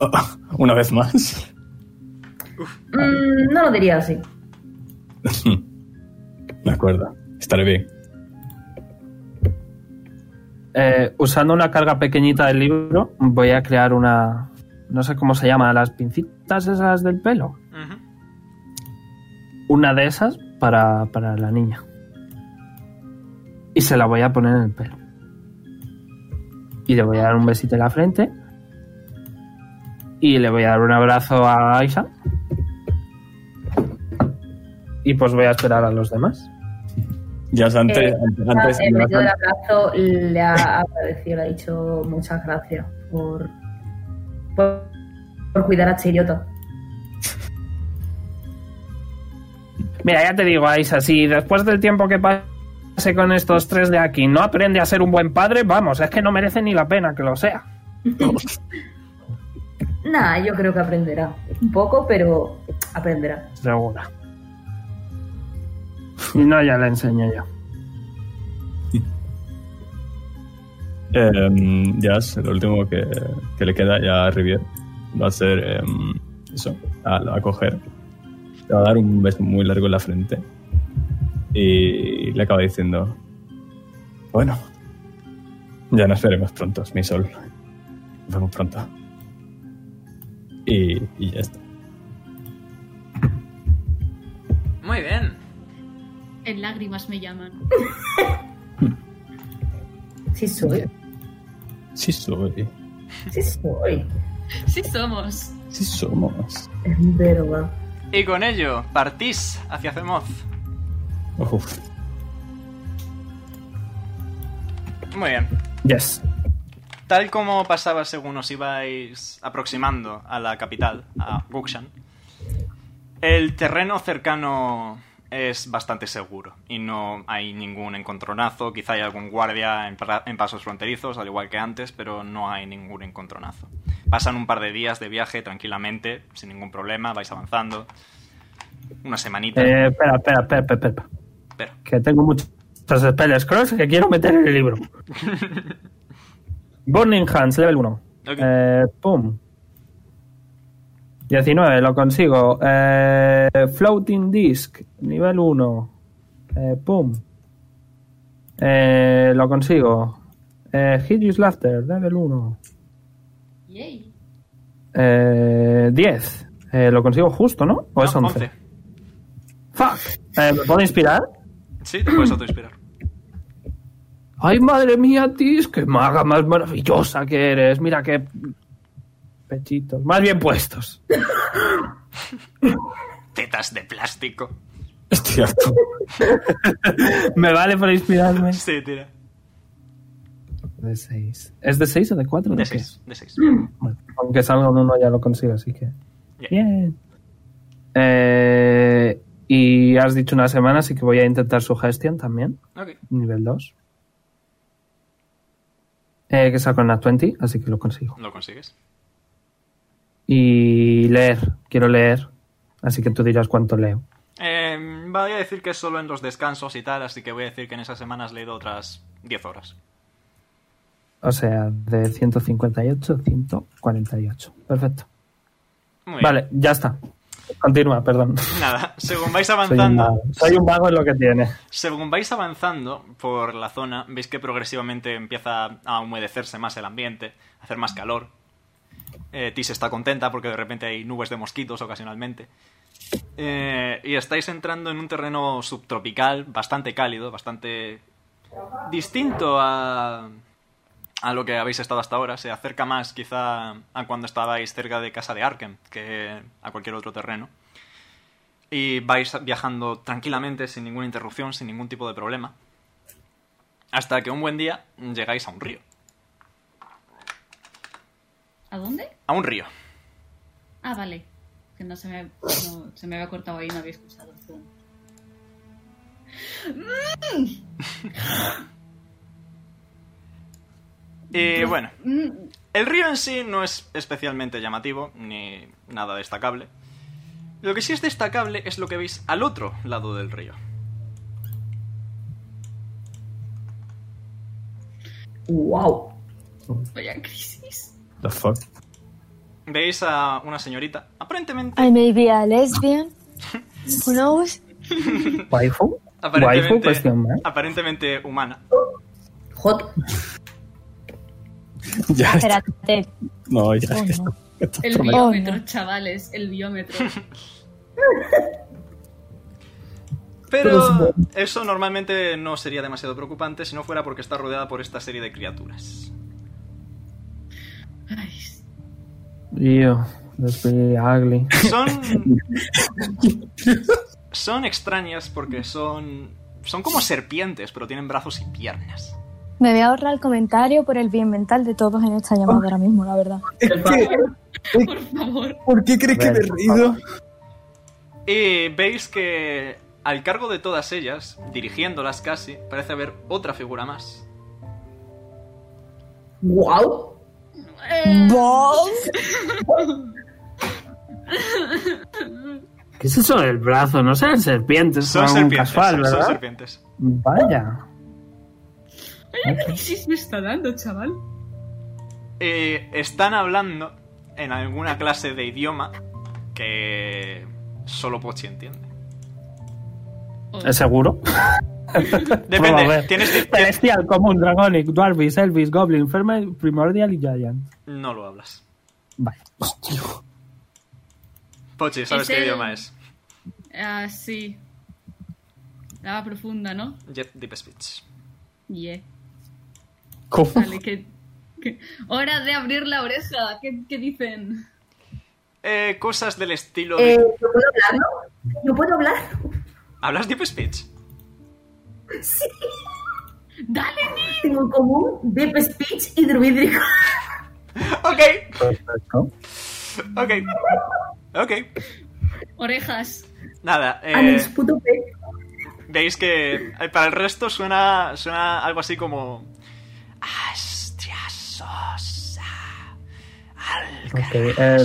G: Ah, Una vez más.
C: Mm, no lo diría así.
G: Hmm. De acuerdo, estaré bien.
E: Eh, usando una carga pequeñita del libro, voy a crear una. No sé cómo se llama, las pincitas esas del pelo.
A: Ujú.
E: Una de esas para, para la niña. Y se la voy a poner en el pelo. Y le voy a dar un besito en la frente. Y le voy a dar un abrazo a Aisha. Y pues voy a esperar a los demás.
G: Ya antes.
C: Eh,
G: antes
C: en medio del abrazo le ha agradecido, le ha dicho muchas gracias por, por, por cuidar a este idiota.
E: Mira, ya te digo, Aisa, si después del tiempo que pase con estos tres de aquí no aprende a ser un buen padre, vamos, es que no merece ni la pena que lo sea.
C: Nah, yo creo que aprenderá. Un poco, pero aprenderá.
E: Segura. Y no, ya le enseño yo.
G: Eh, Jazz, lo último que, que le queda ya a Rivier va a ser eh, eso, a, a coger. Le va a dar un beso muy largo en la frente y le acaba diciendo, bueno, ya nos veremos pronto, mi sol. Nos vemos pronto. Y, y ya está.
A: Muy bien.
D: En lágrimas me llaman.
C: Sí soy.
G: Sí soy,
C: Sí soy.
D: Sí somos.
G: sí somos.
C: Es verdad.
A: Y con ello, partís hacia Zemoz.
G: Uf.
A: Muy bien.
E: Yes.
A: Tal como pasaba según os ibais aproximando a la capital, a Guxan, el terreno cercano es bastante seguro y no hay ningún encontronazo. Quizá hay algún guardia en, pra- en pasos fronterizos, al igual que antes, pero no hay ningún encontronazo. Pasan un par de días de viaje tranquilamente, sin ningún problema, vais avanzando. Una semanita.
E: Eh, espera, espera, espera, espera, espera.
A: Espera.
E: Que tengo muchos spell scrolls que quiero meter en el libro. Burning Hands, level 1.
A: Ok.
E: Eh, pum. 19, lo consigo. Eh, floating Disc, nivel 1. Eh, pum. Eh, lo consigo. Eh, Hideous Laughter, level 1.
D: Yay.
E: Eh, 10. Eh, lo consigo justo, ¿no? ¿O es
A: No,
E: 11? ¡Fuck! Eh, ¿Me puedo inspirar?
A: Sí, te puedes autoinspirar.
E: ¡Ay, madre mía, Tis! ¡Qué maga más maravillosa que eres! Mira qué pechitos. Más bien puestos.
A: Tetas de plástico.
G: Es cierto.
E: Me vale para inspirarme.
A: Sí, tira.
E: De 6. ¿Es de 6 o de 4?
A: De 6. De 6.
E: aunque salga un 1 ya lo consigo, así que...
A: Bien.
E: Bien. Eh, y has dicho una semana, así que voy a intentar su gestión también.
A: Ok.
E: Nivel 2. Eh, que saco en la 20, así que lo consigo.
A: ¿Lo consigues?
E: Y leer. Quiero leer. Así que tú dirás cuánto leo.
A: Eh, voy a decir que es solo en los descansos y tal, así que voy a decir que en esas semanas has leído otras 10 horas.
E: O sea, de 158 148. Perfecto.
A: Muy bien.
E: Vale, ya está. Continúa, perdón.
A: Nada, según vais
E: Soy un,
A: avanzando,
E: vago, soy un vago en lo que tiene.
A: según vais avanzando por la zona, veis que progresivamente empieza a humedecerse más el ambiente, a hacer más calor. Eh, Tis está contenta porque de repente hay nubes de mosquitos ocasionalmente. Eh, y estáis entrando en un terreno subtropical bastante cálido, bastante distinto a, a lo que habéis estado hasta ahora. Se acerca más quizá a cuando estabais cerca de casa de Arkham que a cualquier otro terreno. Y vais viajando tranquilamente, sin ninguna interrupción, sin ningún tipo de problema. Hasta que un buen día llegáis a un río.
D: ¿A dónde?
A: A un río.
D: Ah, vale. Que no se me, no, se me había cortado ahí, no había escuchado. Perdón.
A: Y bueno,
D: Mm,
A: el río en sí no es especialmente llamativo, ni nada destacable. Lo que sí es destacable es lo que veis al otro lado del río.
C: ¡Wow!
D: Vaya crisis.
G: The fuck.
A: Veis a una señorita, aparentemente...
B: I may be a lesbian. Who knows?
E: ¿Waifu? ¿Waifu?
A: Aparentemente,
E: Cuestión mark.
A: aparentemente humana.
C: Hot.
G: ya.
B: Espérate.
G: No, ya.
B: Oh, no.
D: El
B: Oh, no.
D: biómetro, chavales, el biómetro.
A: Pero eso normalmente no sería demasiado preocupante si no fuera porque está rodeada por esta serie de criaturas.
D: Ay,
E: Ew, that's really ugly.
A: Son. Son extrañas porque son. Son como serpientes, pero tienen brazos y piernas.
B: Me voy a ahorrar el comentario por el bien mental de todos en esta llamada ahora mismo, la verdad.
G: Es que,
D: por favor.
G: ¿Por qué crees que me he reído?
A: Y veis que al cargo de todas ellas, dirigiéndolas casi, parece haber otra figura más.
C: ¡Wow!
D: Eh,
E: ¿Qué es eso del brazo? No sean serpientes,
A: Son
E: algo
A: serpientes.
E: casual,
A: son
E: ¿verdad?
A: serpientes.
E: Vaya.
D: vaya crisis me está dando, chaval.
A: Eh, están hablando en alguna clase de idioma que solo Pochi entiende.
E: ¿Es seguro? Vamos a
A: Depende,
E: ver.
A: tienes di- tien-
E: Celestial, común, dragonic, dwarvis, elvis, goblin, ferma- primordial y giant.
A: No lo hablas.
E: Vaya.
A: Pochi, ¿sabes
D: Es
A: qué
D: el-
A: idioma es?
D: Ah, sí. Lava profunda, ¿no?
A: Jet Deep Speech.
D: Yeah.
G: ¿Cómo?
D: Vale, que, que- Hora de abrir la oreja. ¿Qué, qué dicen?
A: Eh, cosas del estilo de...
C: Eh, ¿Yo puedo hablarlo? ¿Yo puedo hablar?
A: ¿Hablas Deep Speech?
D: ¡Dale, Nick!
C: Tengo en común Deep Speech y Druídrico.
A: Ok, ok. Ok.
D: Orejas.
A: Nada, eh,
C: A mis puto pe.
A: veis que eh, para el resto suena, suena algo así como... Astriasosa.
E: Ok, eh,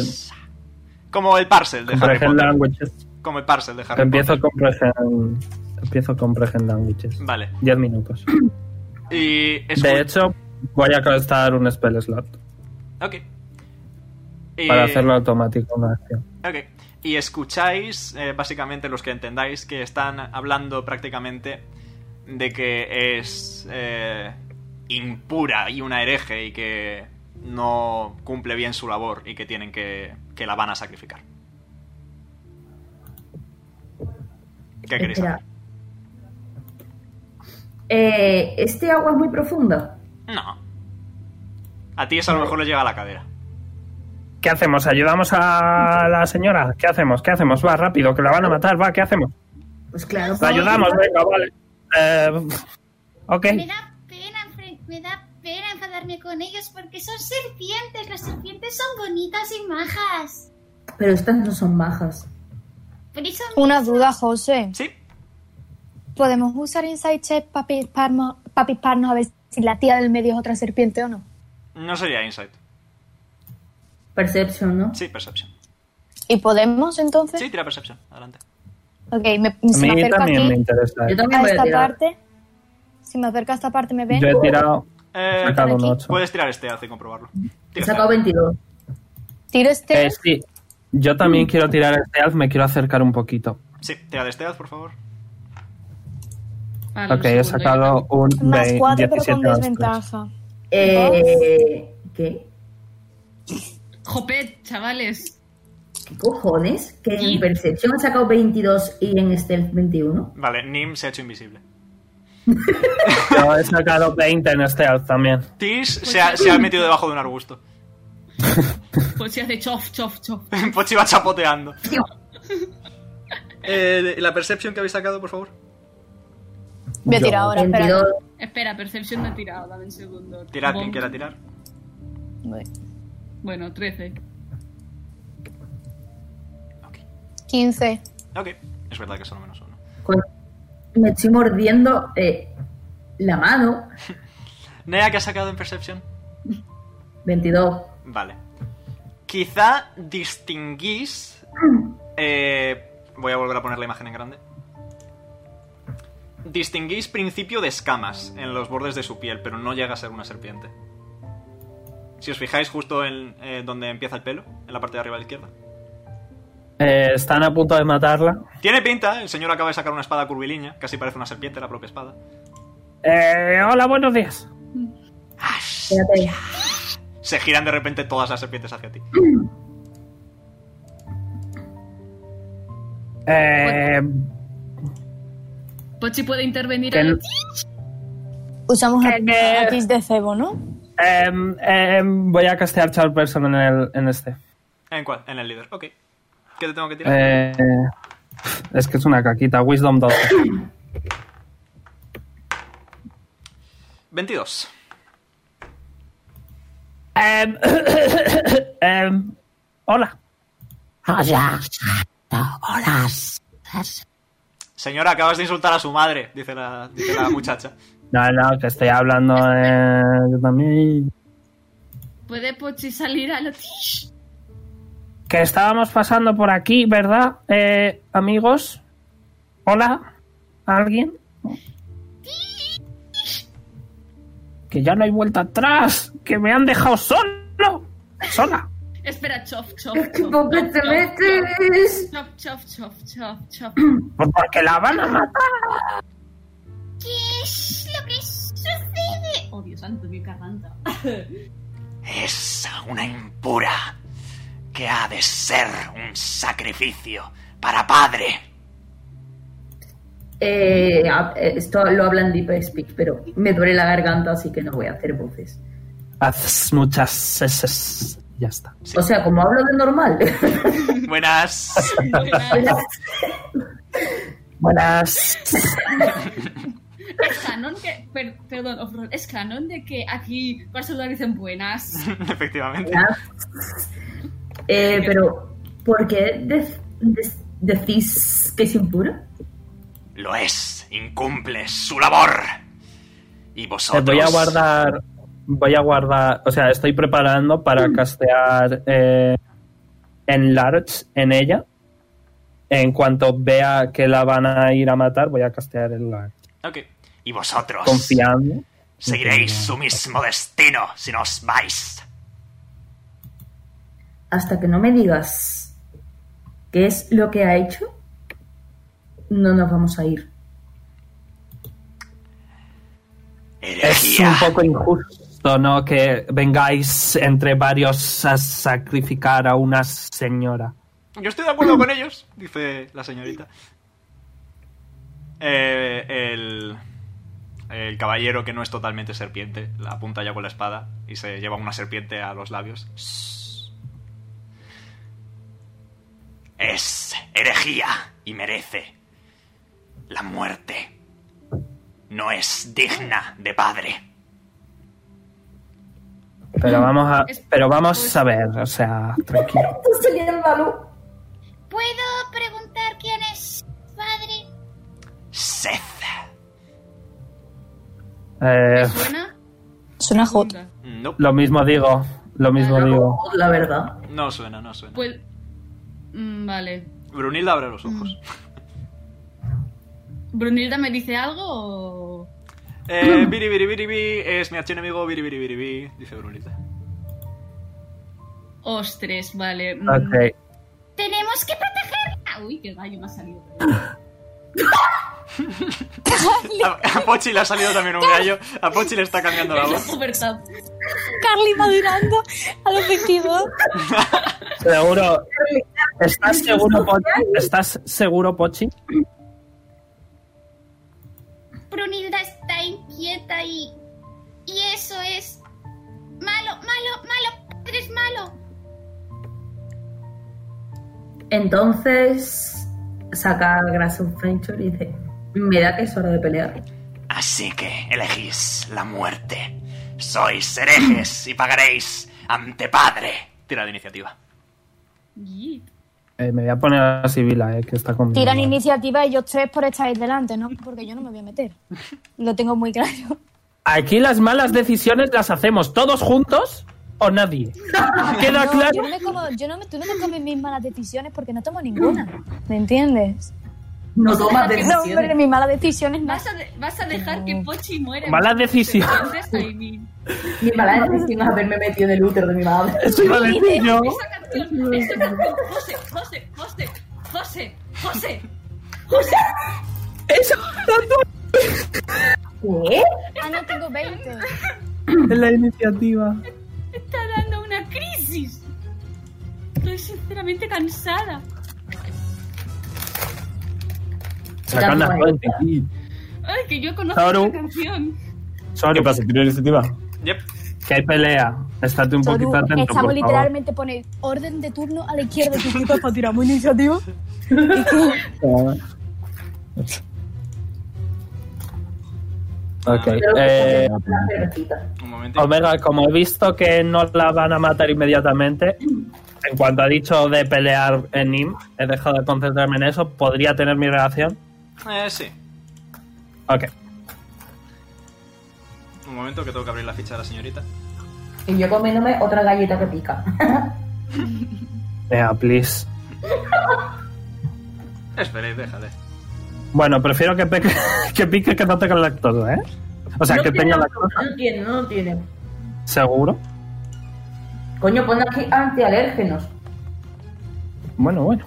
A: Como el parcel de Harry
E: comprehend
A: Potter.
E: languages.
A: Como el parcel de Harry
E: Empiezo
A: Potter.
E: con comprehend, empiezo con comprehend languages.
A: Vale.
E: Diez minutos.
A: Y es
E: De hecho, voy a gastar un spell slot
A: Ok. Y-
E: para hacerlo automático una acción.
A: Ok. Y escucháis, eh, básicamente los que entendáis, que están hablando prácticamente de que es eh, impura y una hereje y que no cumple bien su labor y que tienen que, que la van a sacrificar. ¿Qué queréis
C: Espera.
A: hacer?
C: Eh, este agua es muy profunda.
A: No. A ti eso a lo mejor le llega a la cadera.
E: ¿Qué hacemos? ¿Ayudamos a la señora? ¿Qué hacemos? ¿Qué hacemos? Va, rápido, que la van a matar. Va, ¿qué hacemos?
C: Pues claro.
E: La ayudamos, venga, vale. Eh, ok.
F: Me da pena, enfren- me da pena enfadarme con ellos porque son serpientes. Las serpientes son bonitas y majas.
C: Pero estas no son majas.
F: Por eso
B: Una duda, José.
A: Sí,
B: ¿Podemos usar Inside Check para pisparnos, pa pisparnos a ver si la tía del medio es otra serpiente o no?
A: no sería insight.
C: Perception, ¿no?
A: Sí, perception.
B: ¿Y podemos entonces?
A: Sí, tira perception. Adelante.
B: Ok, me,
E: A
B: si me
E: mí
B: acerco
E: también me
B: aquí,
E: interesa.
C: Yo también
B: a
C: voy a
B: Ah, esta
C: tirar.
B: parte. Si me acerco a esta parte, ¿me ven?
E: Yo he tirado,
A: Eh,
E: he sacado un
B: aquí.
E: 8.
A: puedes tirar este hace comprobarlo.
C: He
A: Tira
C: sacado 22.
B: Tiro este.
E: Eh, sí, Yo también quiero tirar el stealth, me quiero acercar un poquito.
A: Sí, tira de stealth, por favor.
D: Vale, un
E: Ok, he
D: segundo,
E: sacado un
B: Más
E: vei-
B: 4, pero
E: 17
B: con
E: más
B: desventaja.
C: Eh, ¿Qué?
D: yo- Jopet, chavales.
C: ¿Qué cojones? Que
D: ¿Y?
C: en percepción he sacado 22 y en stealth 21.
A: Vale, Nim se ha hecho invisible.
E: Yo he sacado 20 en stealth también.
A: Tish se ha, se ha metido debajo de un arbusto.
D: Pochi hace chof, chof, chof.
A: Pochi va chapoteando. Eh, la percepción que habéis sacado, por favor.
G: Voy a tirar ahora, espera.
C: 22.
D: Espera, Percepción no ha tirado, dame un segundo.
A: Tirad quien
D: Bom.
A: quiera tirar.
D: Bueno, 13.
G: 15.
A: Ok, es verdad que solo menos uno.
C: Con- Me estoy mordiendo eh, la mano.
A: Nea, ¿qué ha sacado en percepción?
C: 22.
A: Vale. Quizá distinguís. eh, voy a volver a poner la imagen en grande. Distinguís principio de escamas en los bordes de su piel, pero no llega a ser una serpiente. Si os fijáis justo en eh, donde empieza el pelo, en la parte de arriba a la izquierda.
E: Eh, están a punto de matarla.
A: Tiene pinta, el señor acaba de sacar una espada curvilínea, casi parece una serpiente la propia espada.
E: Eh, hola, buenos días.
C: Espérate.
A: Se giran de repente todas las serpientes hacia ti.
E: Eh,
D: Pochi puede intervenir
E: que-
D: en...
B: Usamos
E: Que- que-
B: a Tis de cebo, ¿no?
E: em, em, voy a castear Charm Person en, el, en este.
A: ¿En cuál? En el líder. Ok. ¿Qué te tengo que tirar?
E: Eh, es que es una caquita. Wisdom 12.
A: 22.
E: Em, em, hola.
A: Señora, acabas de insultar a su madre, dice la, dice la muchacha.
E: No, no, que estoy hablando eh, yo también.
D: ¿Puede Pochi salir a la...
E: Que estábamos pasando por aquí, ¿verdad, eh, amigos? Hola, ¿alguien? Que ya no hay vuelta atrás, que me han dejado solo, sola.
D: Espera, chof, chof,
C: Es que
D: chof,
C: poco
D: chof,
C: te
D: chof,
C: metes.
D: Chof, chof, chof, chof, chof.
E: Pues porque la van a matar.
F: ¿Qué es lo que sucede?
D: Oh, Dios santo, mi garganta.
L: Es una impura que ha de ser un sacrificio para padre.
C: Eh, a- eh, esto lo hablan Deep Speak, pero me duele la garganta, así que no voy a hacer voces.
E: Haces muchas seses. Ya está.
A: Sí.
C: O sea, como hablo de normal.
A: Buenas.
E: Buenas.
D: Es canon que... per- perdón, off-road. Es canon de que aquí para saludar dicen buenas.
A: Efectivamente.
C: Eh, pero, ¿por qué de- de- decís que es impura?
L: Lo es, incumple su labor. Y
E: Eh,
L: vosotros.
E: voy a guardar. Voy a guardar. O sea, estoy preparando para castear eh, Enlarge en ella. En cuanto vea que la van a ir a matar, voy a castear Enlarge.
A: Ok.
L: Y vosotros.
E: Confiando.
L: Seguiréis su mismo destino si no os vais.
C: Hasta que no me digas qué es lo que ha hecho, no nos vamos a ir.
E: Es
L: Herejía.
E: un poco injusto, ¿no? Que vengáis entre varios a sacrificar a una señora.
A: Yo estoy de acuerdo con ellos, dice la señorita. Eh, el, el caballero que no es totalmente serpiente la apunta ya con la espada y se lleva una serpiente a los labios.
L: Es herejía y merece la muerte. No es digna de padre.
E: Pero vamos a, pero vamos a ver, o sea, tranquilo.
C: Esto sería malo.
F: ¿Puedo preguntar quién es su padre?
L: Seth.
E: Eh,
D: ¿Suena?
G: Suena
D: Mm.
G: hot.
A: No,
E: lo mismo digo, lo mismo digo.
C: La verdad.
A: no suena, no suena.
D: Pues... mm, Vale.
A: Brunilda abre los ojos.
D: ¿Brunilda me dice algo o...?
A: Eh, biri, biri, biri, biri, es mi archienemigo, biri, biri, biri, biri, dice Brunilda.
D: Ostres, vale. mm, Ah,
E: Ok.
F: ¡Tenemos que protegerla! Uy, qué gallo me ha salido.
A: A, a Pochi le ha salido también un gallo. A Pochi le está cambiando la voz.
D: Super top.
B: Carly madurando al efectivo.
E: Seguro. ¿Estás seguro, Pochi? ¿Estás seguro, Pochi?
F: Brunilda está inquieta y. Y eso es. Malo, malo, malo. Padre es malo.
C: Entonces saca a Grassum Venture y dice, me da que es hora de pelear.
M: Así que elegís la muerte. Sois herejes y pagaréis ante padre.
A: Tira de iniciativa.
E: Eh, me voy a poner a Sibila, eh, que está conmigo.
B: Tiran iniciativa ellos tres por estar ahí delante, ¿no? Porque yo no me voy a meter. Lo tengo muy claro.
E: Aquí las malas decisiones las hacemos todos juntos o nadie. Queda
B: No,
E: claro.
B: yo no me como, yo no me- tú no te comes mis malas decisiones porque no tomo ninguna. ¿Me entiendes?
C: No tomas
B: No, hombre,
C: decisiones.
B: mis malas decisiones no.
D: Vas a, de- vas a dejar que Pochi muera.
E: Mala decisión.
D: Entonces, I mean,
C: Mi mala decisión es haberme metido en el útero de mi madre.
E: Eso iba a decir yo.
D: Esa canción, esa canción. José, José, José, José, José. José.
E: Eso,
C: ¿Qué?
B: Ah, no, tengo 20.
E: en la iniciativa.
D: está dando una crisis. Estoy sinceramente cansada.
E: Sacan las fuentes.
D: Ay, que yo conozco
E: Claro.
D: esta canción.
E: Sorry,
G: ¿Qué pasa? ¿Tiene iniciativa?
A: Yep.
E: que hay pelea. Estate un poquito
B: Toru,
E: atento,
B: estamos
E: por favor.
B: literalmente pone orden de turno a la izquierda. ¿Qué equipo para tiramos iniciativa? ¿Y qué?
G: Ok.
C: Pero
E: Eh,
C: una cervecita.
A: Un momento.
E: Omega, como he visto que no la van a matar inmediatamente, en cuanto ha dicho de pelear en NIM, he dejado de concentrarme en eso. ¿Podría tener mi relación?
A: Eh, sí.
E: Ok.
A: Un momento que tengo que abrir la ficha de la señorita.
C: Y yo comiéndome otra galleta que pica.
E: Vea, please.
A: Esperéis, déjale.
E: Bueno, prefiero que, peque- que pique que no tenga lactosa, ¿eh? O sea,
C: No
E: que
C: tiene,
E: tenga lactosa.
C: No tiene, no tiene.
E: ¿Seguro?
C: Coño, pon aquí antialérgenos.
E: Bueno, bueno.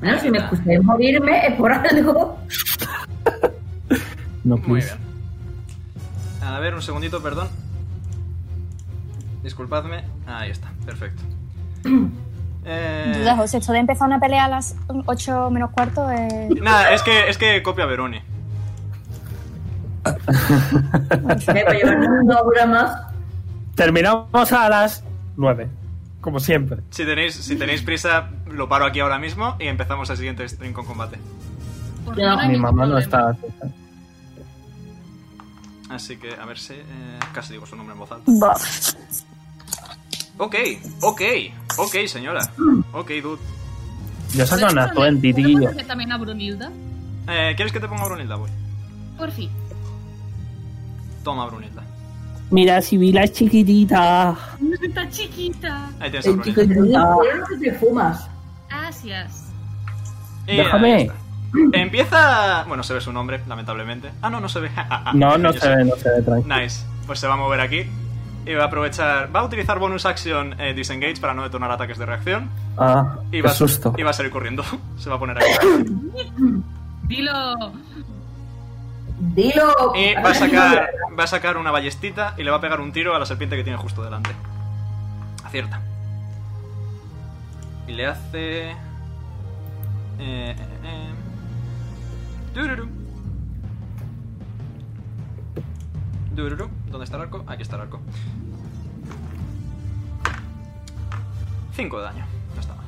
C: Bueno, si me escucháis morirme es por algo.
E: No,
A: Muy
E: please.
A: bien. A ver, un segundito, perdón. Disculpadme. Ahí está, perfecto. Eh,
B: Duda, José, esto de empezar una pelea a las 8 menos cuarto es.
A: Nada, es que, es que copia a Veroni.
C: Me voy a llevar una hora más.
E: Terminamos a las 9. Como siempre.
A: Si tenéis, si tenéis prisa, lo paro aquí ahora mismo y empezamos el siguiente stream con combate.
D: Por
C: No,
D: favor, hay
E: Mi
D: ningún
E: mamá no
D: problema.
E: está.
A: Así que, a ver si... eh, casi digo su nombre en voz alta.
B: Bah.
A: Ok, ok, ok, señora. Ok, dude.
E: Yo saco una
D: ¿Podemos
E: 20,
D: poner-
E: tío.
D: podemos hacer también a Brunilda?
A: Eh, ¿Quieres que te ponga Brunilda? Voy.
D: Por fin.
A: Toma, Brunilda.
I: Mira, Sibila es chiquitita.
D: Está chiquita.
A: Ahí tienes a
C: El chico
A: Brunilda.
C: de lo que te fumas.
D: Gracias.
A: Y ahí
E: Déjame.
A: está. Empieza... Bueno, se ve su nombre, lamentablemente. Ah, no, no se ve.
E: No, no
A: Ah, Yo
E: se
A: sé.
E: ve, no se ve, tranquilo.
A: Nice. Pues se va a mover aquí. Y va a aprovechar... Va a utilizar bonus action eh, disengage para no detonar ataques de reacción.
E: Ah,
A: Y
E: qué
A: va,
E: susto.
A: y va a salir corriendo. se va a poner aquí.
D: Dilo.
C: Dilo.
A: Y va Eh, a sacar, va a sacar una ballestita y le va a pegar un tiro a la serpiente que tiene justo delante. Acierta. Y le hace. eh, eh, eh. Dururu. Dururu. ¿Dónde está el arco? Aquí está el arco. 5 de daño. No está mal.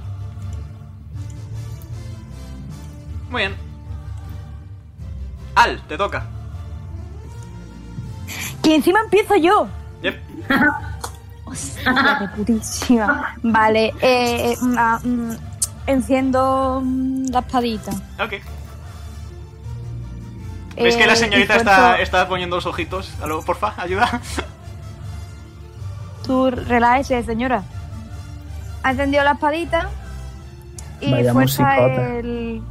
A: Muy bien. Al, te toca.
B: Que encima empiezo yo.
A: Yep.
B: Hija de putísima. Vale, eh, eh, ah, mm, enciendo mm, la espadita.
A: Ok. ¿Ves
B: Eh,
A: que la señorita
B: y
A: está,
B: cuento-
A: está poniendo los ojitos? Aló, porfa, ayuda.
B: Tú relájese, señora. Ha encendido la espadita y
E: Vaya
B: fuerza
E: musicota.
B: el,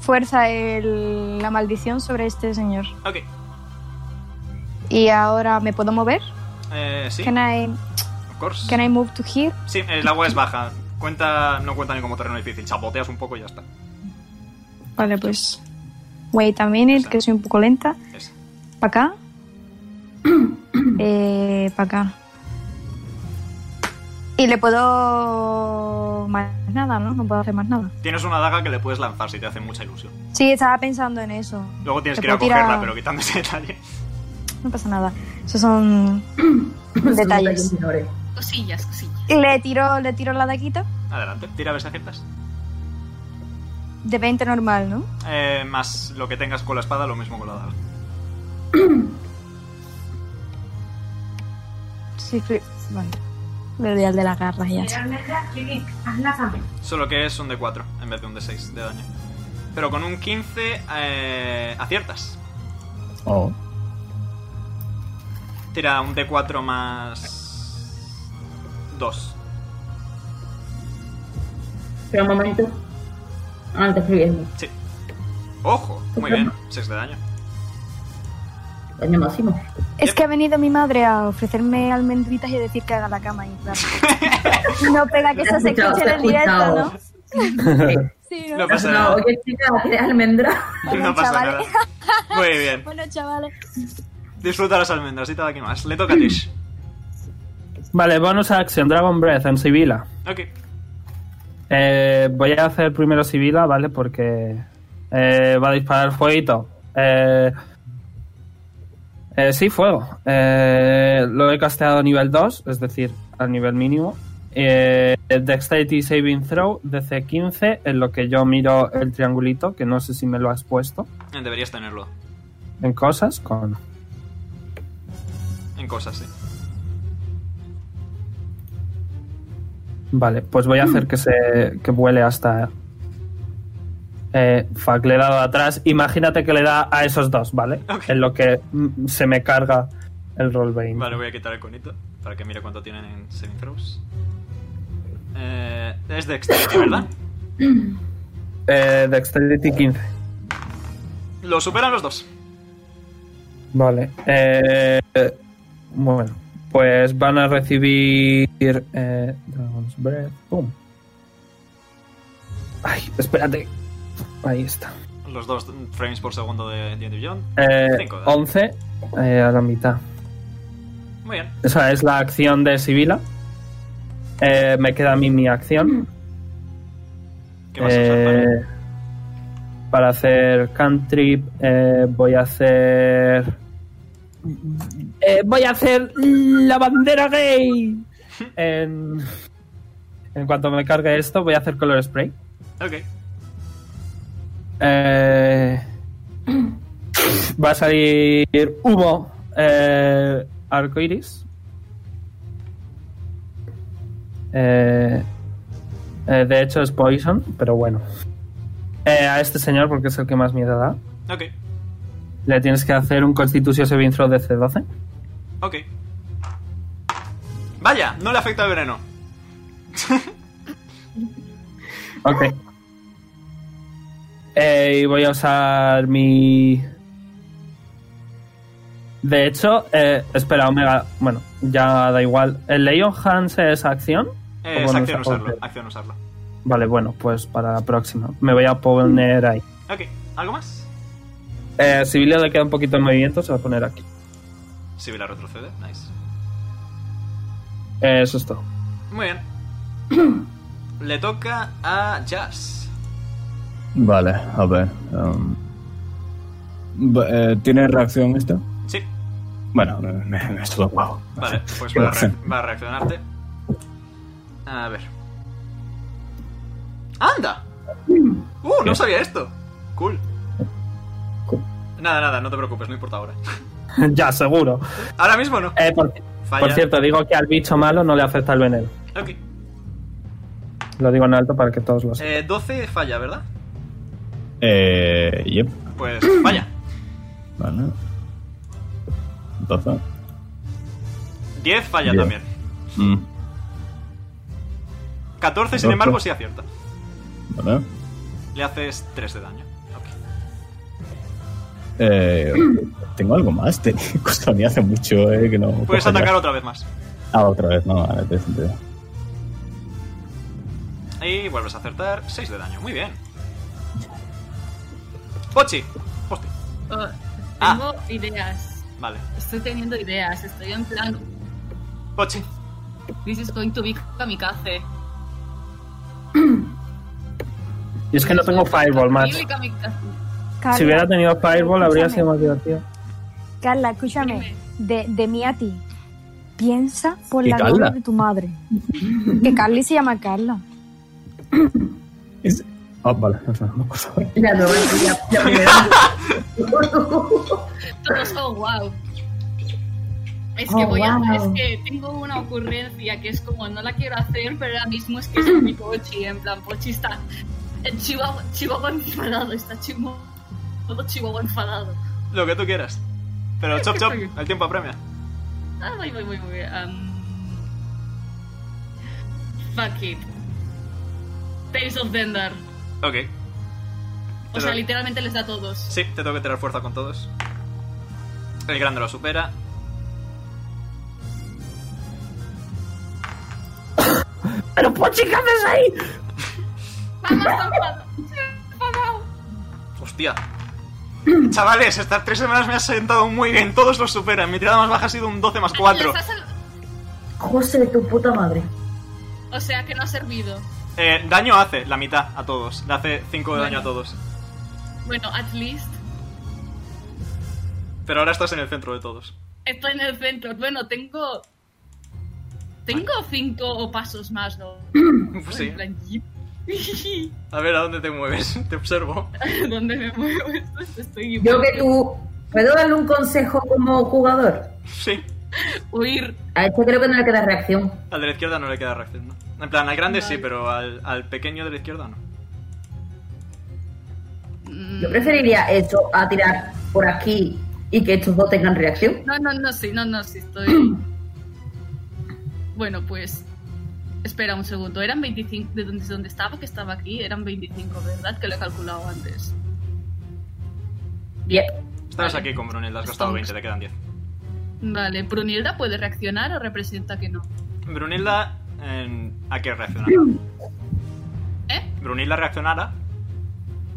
B: fuerza el, la maldición sobre este señor.
A: Ok.
B: Y ahora, ¿me puedo mover?
A: Eh, sí,
B: Can I,
A: of course.
B: can I move to here?
A: Sí, el agua es baja. Cuenta, no cuenta ni como terreno difícil. Chapoteas un poco y ya está.
B: Vale, pues. Wait a minute, que soy un poco lenta.
A: Esa.
B: ¿Para acá? eh, para acá. Y le puedo. Más nada, ¿no? No puedo hacer más nada.
A: Tienes una daga que le puedes lanzar si te hace mucha ilusión.
B: Sí, estaba pensando en eso.
A: Luego tienes
B: Te
A: que ir a
B: puedo tirar-
A: cogerla, pero quitando ese detalle.
B: No pasa nada. Esos son detalles.
C: Señores.
D: Cosillas, cosillas.
B: Le tiro, le tiro la daquita
A: Adelante, tira a ver si aciertas.
B: de 20 normal, ¿no?
A: Eh, más lo que tengas con la espada, lo mismo con la daga.
B: Sí, fui- Vale. Le doy al de las garras y ya. está.
A: Solo que es un D4 en vez de un D6 de daño. Pero con un 15 eh, aciertas.
G: Oh.
A: Tira un D4 más 2.
C: Pero un momento. Ah, Antes escribiendo.
A: Sí. Ojo, muy bien, 6 de daño.
C: Daño máximo.
B: Es que ha venido mi madre a ofrecerme almendritas y a decir que haga la cama y claro. No pega que eso se
C: Escuchado,
B: escuche en el
C: se ha
B: directo, ¿no?
C: escuchado.
B: Sí,
A: No pasa
C: No,
A: nada.
C: oye, chica, ¿quieres almendra?
B: Bueno,
A: No pasa nada.
B: chavales.
A: Muy bien.
B: Bueno, chavales.
A: Disfruta las almendras y nada que más. Le toca a Tish.
E: Vale, bonus action, Dragon Breath en Sibila.
A: Ok.
E: Eh, voy a hacer primero Sibila, ¿vale? Porque eh, va a disparar fueguito. Eh, eh, sí, fuego. Eh, lo he casteado a nivel 2, es decir, al nivel mínimo. Eh, Dexterity Saving Throw, DC 15, en lo que yo miro el triangulito, que no sé si me lo has puesto
A: Eh, Deberías tenerlo.
E: en cosas. Con...
A: En cosas, sí.
E: Vale, pues voy a hacer que se que vuele hasta. Eh, fuck, le he dado atrás. Imagínate que le da a esos dos, ¿vale?
A: Ok.
E: En lo que mm, se me carga el roll 20.
A: Vale, voy a quitar el conito para que mire cuánto tienen en saving throws. Eh, es de Dexterity, ¿verdad?
E: Eh, Dexterity 15.
A: Lo superan los dos.
E: Vale. Eh, eh, bueno, pues van a recibir. eh, Dragon's Breath. Boom. Ay, espérate. Ahí está.
A: Los dos frames por segundo de D&D Beyond.
E: Eh,
A: Cinco, dale.
E: 11 eh, a la mitad.
A: Muy bien.
E: Esa es la acción de Sibila. Eh, me queda a mí mi acción.
A: ¿Qué vas a usar? Vale.
E: Eh, para hacer cantrip eh, voy a hacer... Eh, voy a hacer la bandera gay. En, en cuanto me cargue esto, voy a hacer color spray.
A: Ok.
E: Eh, va a salir humo eh, arcoiris. Eh, eh, de hecho es poison, pero bueno. Eh, a este señor, porque es el que más miedo da,
A: Ok.
E: le tienes que hacer un Constitution Saving Throw de C12.
A: Ok. Vaya, no le afecta el veneno.
E: Ok. Eh, y voy a usar mi... De hecho, eh, espera, Omega... Bueno, ya da igual. ¿El Leon Hans es acción?
A: Eh,
E: ¿O
A: es
E: bonus
A: acción
E: action?
A: usarlo. Acción usarlo.
E: Vale, bueno, pues para la próxima. Me voy a poner ahí.
A: Ok. ¿Algo más?
E: Eh, si Billy le queda un poquito de movimiento, se va a poner aquí.
A: Si la retrocede. Nice.
E: Eh, eso es todo.
A: Muy bien. le toca a Jazz.
G: Vale, a ver. em, va- eh, ¿Tiene reacción esto?
A: Sí.
G: Bueno, me, me, me suda un huevo.
A: Vale, pues va a, re- va a reaccionarte. A ver. ¡Anda! ¡Uh! No
G: ¿Qué?
A: sabía esto. Cool.
G: Cool.
A: Nada, nada, no te preocupes, no importa ahora.
E: ya, seguro.
A: Ahora mismo no.
E: Eh, por,
A: Falla.
E: por cierto, digo que al bicho malo no le afecta el veneno.
A: Ok.
E: Lo digo en alto para que todos lo sepan.
A: Eh, 12 falla, ¿verdad?
G: Eh, yep,
A: Pues falla.
G: vale. Entonces,
A: 10 falla
G: Bien.
A: también.
G: mm,
A: 14, sin
G: Ojo.
A: embargo, sí acierta.
G: vale.
A: Le haces 3 de daño. Ok.
G: Eh, tengo algo más, te costó a mí hace mucho eh, que no.
A: Puedes
G: cojo ya.
A: atacar otra vez más.
G: Ah, otra vez, no, vale, tiene sentido.
A: Y vuelves a acertar 6 de daño. Muy bien. Pochi. Pochi.
D: Oh,
A: Ah.
D: tengo ideas.
A: Vale.
D: Estoy teniendo ideas. Estoy en plan.
A: Pochi.
D: This is going to be kamikaze.
J: Y es que no tengo Fireball, macho.
D: Really kamikaze.
B: Carla,
J: Si hubiera tenido Fireball habría
B: escúchame.
J: sido más divertido.
B: Carla, escúchame. De, de mí a ti. Piensa por
G: ¿Qué
B: la
G: Carla?
B: gloria de tu madre. que Carly se llama Carla.
G: Es- Ah, vale. o sea, no pasa nada.
C: Ya no, ya, ya me-
D: Todos, oh, wow. Es que
C: Oh,
D: voy a.
C: wow.
D: Es que tengo una ocurrencia que es como no la quiero hacer, pero ahora mismo es que es mi Pochi. En plan, Pochi está. En Chihuahua, Chihuahua enfadado. Está Chihuahua. Todo Chihuahua enfadado.
A: Lo que tú quieras. Pero chop chop, el tiempo apremia.
D: Ah, voy, voy, voy, voy. Um... Fuck it. Tales of Dendar.
A: Ok.
D: O
A: Pero-
D: sea, literalmente les da a todos.
A: Sí, te tengo que tirar fuerza con todos. El grande lo supera.
E: ¡Pero Pochi, ¿qué haces ahí?
D: ¡Vamos, enfadado! ¡Sí, enfadado!
A: Hostia. Chavales, estas tres semanas me has sentado muy bien. Todos los superan. Mi tirada más baja ha sido un 12 más 4.
D: Les ha sal-
C: José, tu puta madre.
D: O sea, que no ha servido.
A: Eh, daño hace la mitad a todos. Le hace 5 de daño a todos.
D: Bueno, at least
A: Pero ahora estás en el centro de todos.
D: estoy en el centro. Bueno, tengo. Tengo cinco pasos más, ¿no?
A: Pues sí.
D: En plan, yip.
A: A ver a dónde te mueves. Te observo.
D: ¿Dónde me muevo? Esto estoy.
C: Yo que tú. ¿Puedo darle un consejo como jugador?
A: Sí.
D: Huir.
C: A este creo que no le queda reacción.
A: Al de la izquierda no le queda reacción, ¿no? En plan, al grande sí, pero al, al pequeño de la izquierda no.
D: Mm.
C: Yo preferiría esto a tirar por aquí y que estos dos tengan reacción.
D: No, no, no, sí, no, no, sí, estoy. bueno, pues. Espera un segundo, eran 25. ¿De dónde, dónde estaba? Que estaba aquí, eran 25, ¿verdad? Que lo he calculado antes.
C: Bien.
A: Estabas
D: Vale.
A: aquí con Brunilda, has gastado
D: Estamos.
A: 20, te quedan 10.
D: Vale, ¿Brunilda puede reaccionar o representa que no?
A: Brunilda, eh, ¿a qué reaccionará?
D: ¿Eh?
A: Brunilda reaccionará.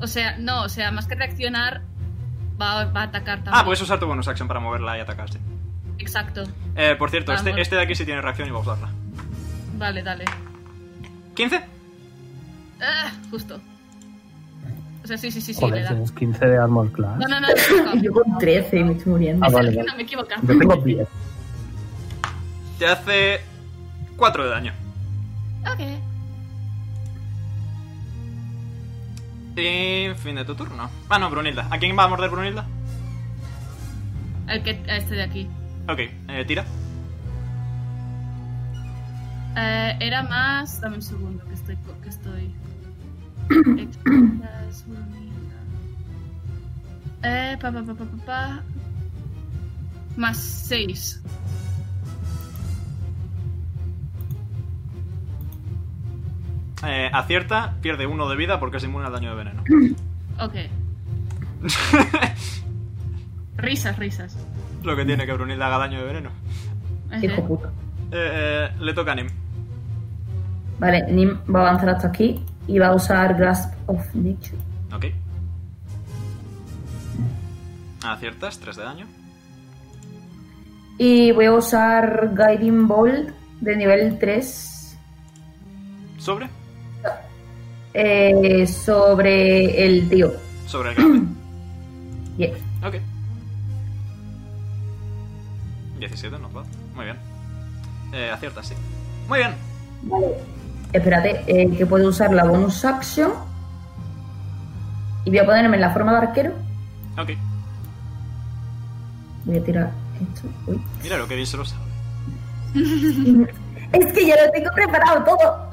D: O sea, no, o sea, más que reaccionar, va, va a atacar también.
A: Ah, puedes usar tu bonus action para moverla y atacarse.
D: Exacto.
A: Eh, por cierto, este,
D: Vamos.
A: este de aquí sí tiene reacción y va a usarla.
D: Vale, dale.
A: ¿15?
D: Ah, justo. O sea, sí, sí, sí, sí, le
J: Joder,
D: da.
J: tienes 15 de armor class.
D: No, no, no, no,
C: Yo
D: no.
C: con 13 me estoy muriendo.
J: Ah, vale,
D: Sergio,
J: vale.
D: no me equivoco.
J: Yo tengo 10.
A: Te hace 4 de daño.
D: Ok.
A: Y fin de tu turno. Ah, no, Brunilda. ¿A quién va a morder Brunilda?
D: El que, a este de aquí.
A: Ok, eh, tira.
D: Eh, era más. Dame un segundo que estoy. co- Que estoy... eh, pa, pa, pa, pa, pa, pa. Más 6.
A: Eh, acierta, pierde 1 de vida porque es inmune al daño de veneno.
D: Ok. risas, risas.
A: Lo que tiene que Brunilda haga daño de veneno.
C: Hijo puta.
A: Eh, eh, le toca a Nim.
C: Vale, Nim va a avanzar hasta aquí y va a usar Grasp of Nature.
A: Ok. Aciertas, 3 de daño.
C: Y voy a usar Guiding Bolt de nivel 3
A: ¿Sobre?
C: eh, sobre el tío.
A: Sobre el grande.
C: Bien.
A: Ok. 17, no va. Muy bien. Eh, aciertas, sí. Muy bien.
C: Espérate, eh, que puedo usar la bonus action. Y voy a ponerme en la forma de arquero.
A: Ok.
C: Voy a tirar esto. Uy.
A: Mira lo que bien se lo sabe.
C: Es que ya lo tengo preparado todo.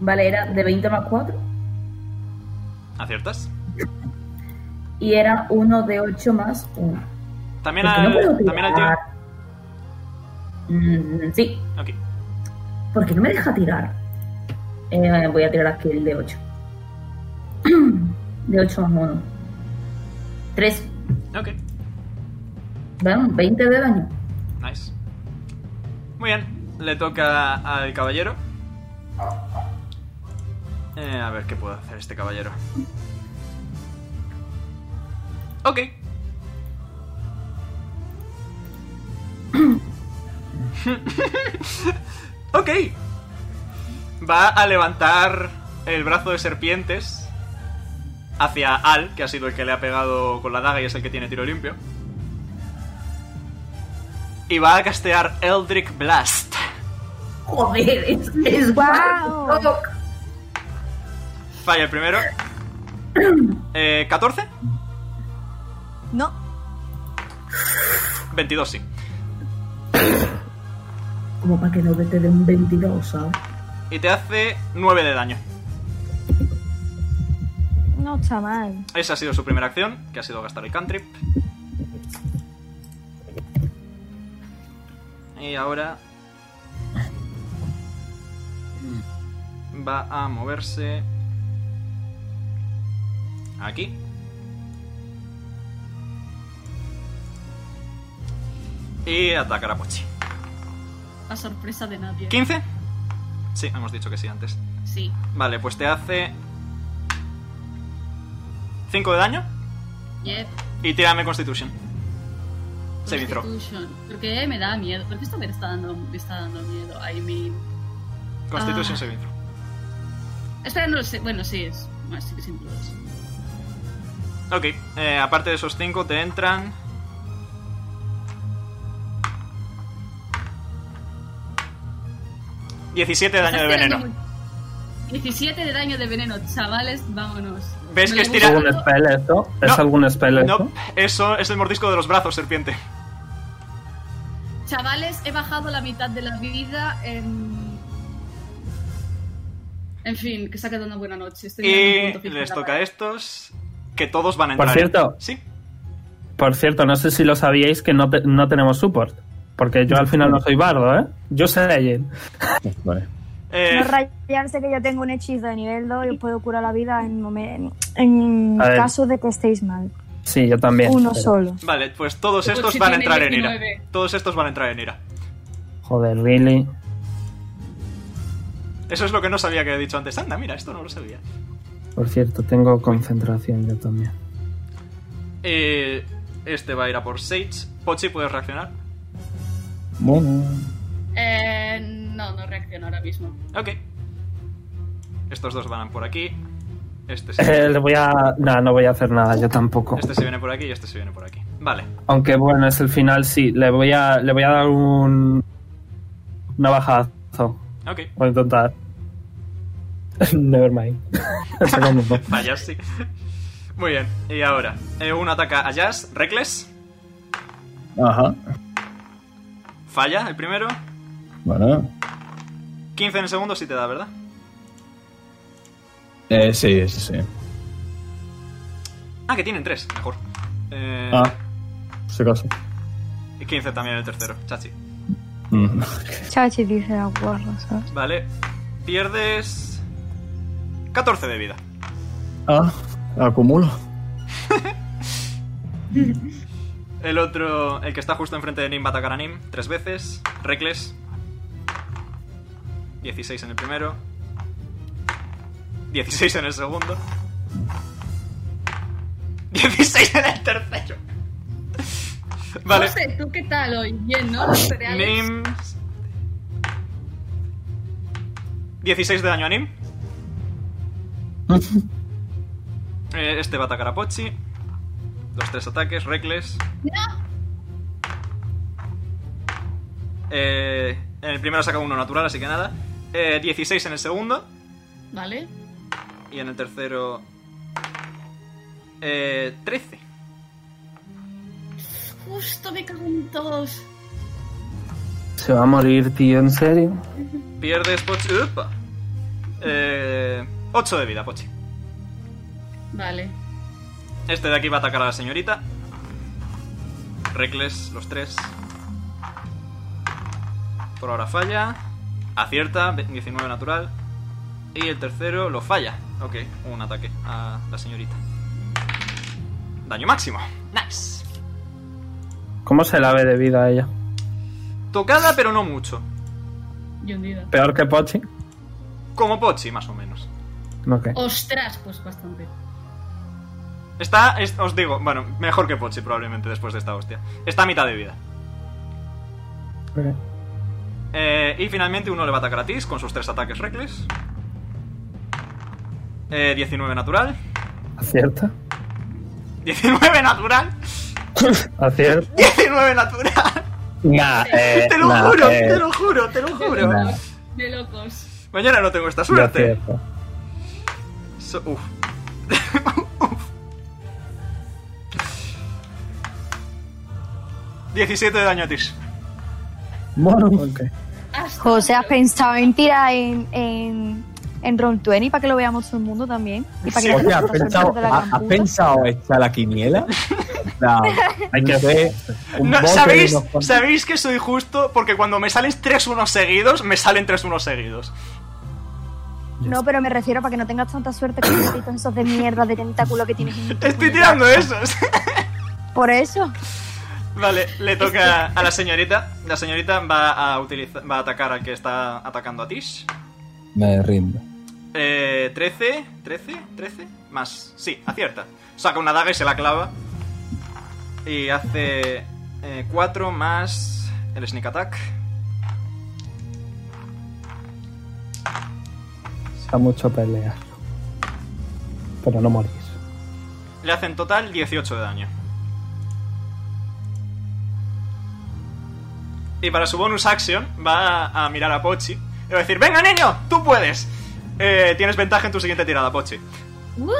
C: Vale, era de 20 más 4.
A: ¿Aciertas?
C: Y era 1 de 8 más 1.
A: También al, también al tío.
C: Mm, sí,
A: Ok.
C: porque no me deja tirar. Eh, voy a tirar aquí el de 8. De 8 más 1. 3.
A: Ok.
C: Bueno, 20 de daño.
A: Nice. Muy bien. Le toca al caballero. Eh, a ver qué puede hacer este caballero. Ok. ok. Va a levantar el brazo de serpientes hacia Al, que ha sido el que le ha pegado con la daga y es el que tiene tiro limpio. Y va a castear Eldrick Blast.
C: Joder, es, es
B: Guau.
C: guau.
A: Falla el primero. Eh, 14.
H: No.
A: 22, sí.
C: Como para que no te den 22, ¿sabes?
A: Y te hace 9 de daño.
B: No está mal.
A: Esa ha sido su primera acción, que ha sido gastar el cantrip. Y ahora. Va a moverse. Aquí. Y atacar a Pochi.
D: A sorpresa de nadie.
A: ¿15? Sí, hemos dicho que sí antes.
D: Sí.
A: Vale, pues te hace. 5 de daño.
D: Yep.
A: Y tírame Constitution. Se throw.
D: Constitution. Porque me da miedo. Porque esto me está dando, me está dando miedo. I mean.
A: Constitution
D: Ah.
A: saving throw.
D: Espera, no lo sé. Bueno, sí, es. Bueno, sí que siempre lo es.
A: Ok, eh, aparte de esos 5 te entran... ...17 de daño de
D: Estás tirando
A: veneno.
D: muy- 17 de daño de veneno, chavales, vámonos.
A: ¿Ves
D: Me
A: que
D: lo
A: estira-
D: he
A: Algún
J: ¿Algún
D: buscado.
J: spell esto? ¿Es
A: No.
J: algún spell esto?
A: No, eso es el mordisco de los brazos, serpiente.
D: Chavales, he bajado la mitad de la vida en. En fin, que se ha quedado una buena noche. Estoy en un
A: Y
D: punto fijo.
A: Eh, les toca a estos... ...que todos van a
J: Por
A: entrar.
J: cierto.
A: Sí,
J: Por cierto, no sé si lo sabíais que no, te- no tenemos support. Porque yo al final no soy bardo, ¿eh? Yo sé Jane.
G: Vale.
A: eh,
B: No rayarse que yo tengo un hechizo de nivel 2 y os puedo curar la vida en, momen- en
J: A ver.
B: caso de que estéis mal.
J: Sí, yo también.
B: Uno
J: pero-
B: solo.
A: vale, pues todos
D: Pues
A: estos
D: si
A: van a
D: tiene
A: entrar en ira.
D: 19.
A: Todos estos van a entrar en ira.
J: Joder, really.
A: Eso es lo que no sabía que he dicho antes. Anda, mira, esto no lo sabía.
J: Por cierto, tengo concentración yo también.
A: Eh, este va a ir a por Sage. Pochi, ¿puedes reaccionar?
G: Bueno.
D: Eh, no, no reacciono ahora mismo.
A: Ok. Estos dos van por aquí. Este se,
J: Eh, le voy a. No, no voy a hacer nada, yo tampoco.
A: este se viene por aquí y este se viene por aquí. Vale.
J: Aunque bueno, es el final, sí. Le voy a, le voy a dar un. Navajazo.
A: Ok.
J: Voy a intentar. Nevermind.
A: A Jazz sí. Muy bien. Y ahora, eh, uno ataca a Jazz. Reckless.
G: Ajá.
A: Falla el primero.
G: Bueno.
A: 15 en el segundo sí te da, ¿verdad?
G: Eh, sí, sí, sí.
A: Ah, que tienen tres. Mejor. Eh,
G: Ah. Por si acaso.
A: y 15 también el tercero. Chachi.
G: Mm.
B: Chachi dice la guarra, ¿sabes?
A: Vale. Pierdes... 14 de vida.
G: Ah, acumulo.
A: El otro, el que está justo enfrente de Nim, va a atacar a Nim tres veces. Reckless. 16 en el primero. 16 en el segundo. 16 en el tercero. Vale.
D: No sé, ¿tú qué tal hoy? Bien, ¿no? Los cereales.
A: Nim. 16 de daño a Nim. Eh, Este va a atacar a Pochi. Los tres ataques, Reckless. Eh, en el primero saca uno natural, así que nada. Eh, 16 en el segundo.
D: Vale.
A: Y en el tercero. Eh, 13.
D: Justo me cago en todos.
J: Se va a morir, tío, en serio.
A: Pierdes Pochi. ¡Upa! Eh, 8 de vida, Pochi.
D: Vale.
A: Este de aquí va a atacar a la señorita. Reckless, los tres. Por ahora falla. Acierta, ve- 19 natural. Y el tercero lo falla. Ok, un ataque a la señorita. Daño máximo. Nice.
J: ¿Cómo se la ve de vida a ella?
A: Tocada, pero no mucho.
D: Y hundida.
J: Peor que Pochi.
A: Como Pochi, más o menos.
E: Ok.
D: Ostras, pues bastante.
A: Está, es- os digo, bueno, mejor que Pochi probablemente después de esta hostia. Está a mitad de vida.
E: Ok.
A: Eh, y finalmente uno le va a atacar a Tis con sus tres ataques reckless. Eh, 19 natural.
E: ¿Acierta?
A: 19 natural.
E: ¿Acierta?
A: 19 natural.
E: Nah, eh,
A: te lo
E: nah,
A: juro,
E: eh,
A: te lo juro, te lo
D: De
A: juro.
E: Nah.
D: locos. De locos.
A: Mañana no tengo esta
E: yo
A: suerte.
E: acierto.
A: So- uf. Uf. 17 de daño a Tis.
E: Bueno, ok.
D: Hasta
B: José, ¿has
D: luego.
B: pensado en tirar en, en, en Roll 20 para que lo veamos todo el mundo también? Y para
A: Sí.
B: que veamos
G: Oye, ¿has
B: los
G: pensado,
B: sorteos de la
G: ha-
B: gran
G: ¿has
B: puta.
G: pensado echar la quiniela? O sea,
E: Hay que
G: no sé, un
A: No,
G: bote de
A: ¿sabéis,
G: unos cuantos-
A: sabéis que soy justo porque cuando me salen 3-1 seguidos, me salen 3-1 seguidos.
B: No, pero me refiero para que no tengas tanta suerte con los palitos esos de mierda de tentáculo que tienes. en-
A: Estoy tirando esos.
B: Por eso.
A: Vale, le toca a la señorita. La señorita va a utilizar, va a atacar al que está atacando a Tish.
G: Me rindo.
A: Eh, 13, 13, 13, más. Sí, acierta. Saca una daga y se la clava. Y hace 4 más el sneak attack.
E: Está mucho pelear. Pero no morís.
A: Le hace en total 18 de daño. Y para su bonus action va a, a mirar a Pochi. Y va a decir, venga niño, tú puedes. Eh, tienes ventaja en tu siguiente tirada, Pochi.
D: ¡Woo!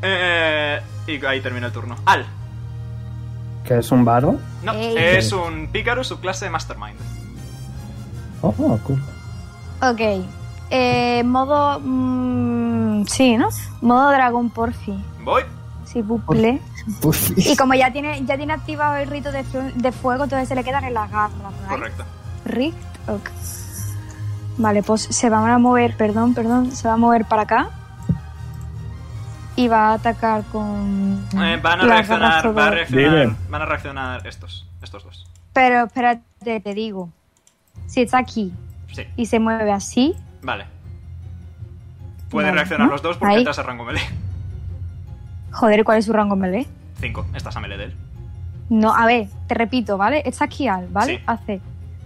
A: Eh, y ahí termina el turno. Al.
E: ¿Que es un varo?
A: No,
B: Ey.
A: es un pícaro subclase de Mastermind.
E: Oh, cool.
B: Ok. Eh, modo. mm, sí, ¿no? Modo dragón porfi.
A: Voy.
B: Si bucle.
G: Pues
B: Y como ya tiene, ya tiene activado el rito de, fru- de fuego, entonces se le quedan en las garras. ¿right?
A: Correcto.
B: Rift. ok. Vale, pues se van a mover, perdón, perdón, se va a mover para acá. Y va a atacar con.
A: Eh, van a
B: las garras
A: reaccionar,
B: todo.
A: va a reaccionar,
G: Dime.
A: van a reaccionar estos, estos dos.
B: Pero espérate, te digo. Si está aquí
A: Sí,
B: y se mueve así,
A: vale. Pueden
B: Vale,
A: reaccionar
B: ¿no?
A: los dos porque
B: Ahí.
A: entras a rango melee.
B: joder, ¿cuál es su rango melee?
A: 5, estás a melee de él.
B: No, a ver, te repito, ¿vale? Está aquí al, ¿vale?
A: Sí.
B: Hace.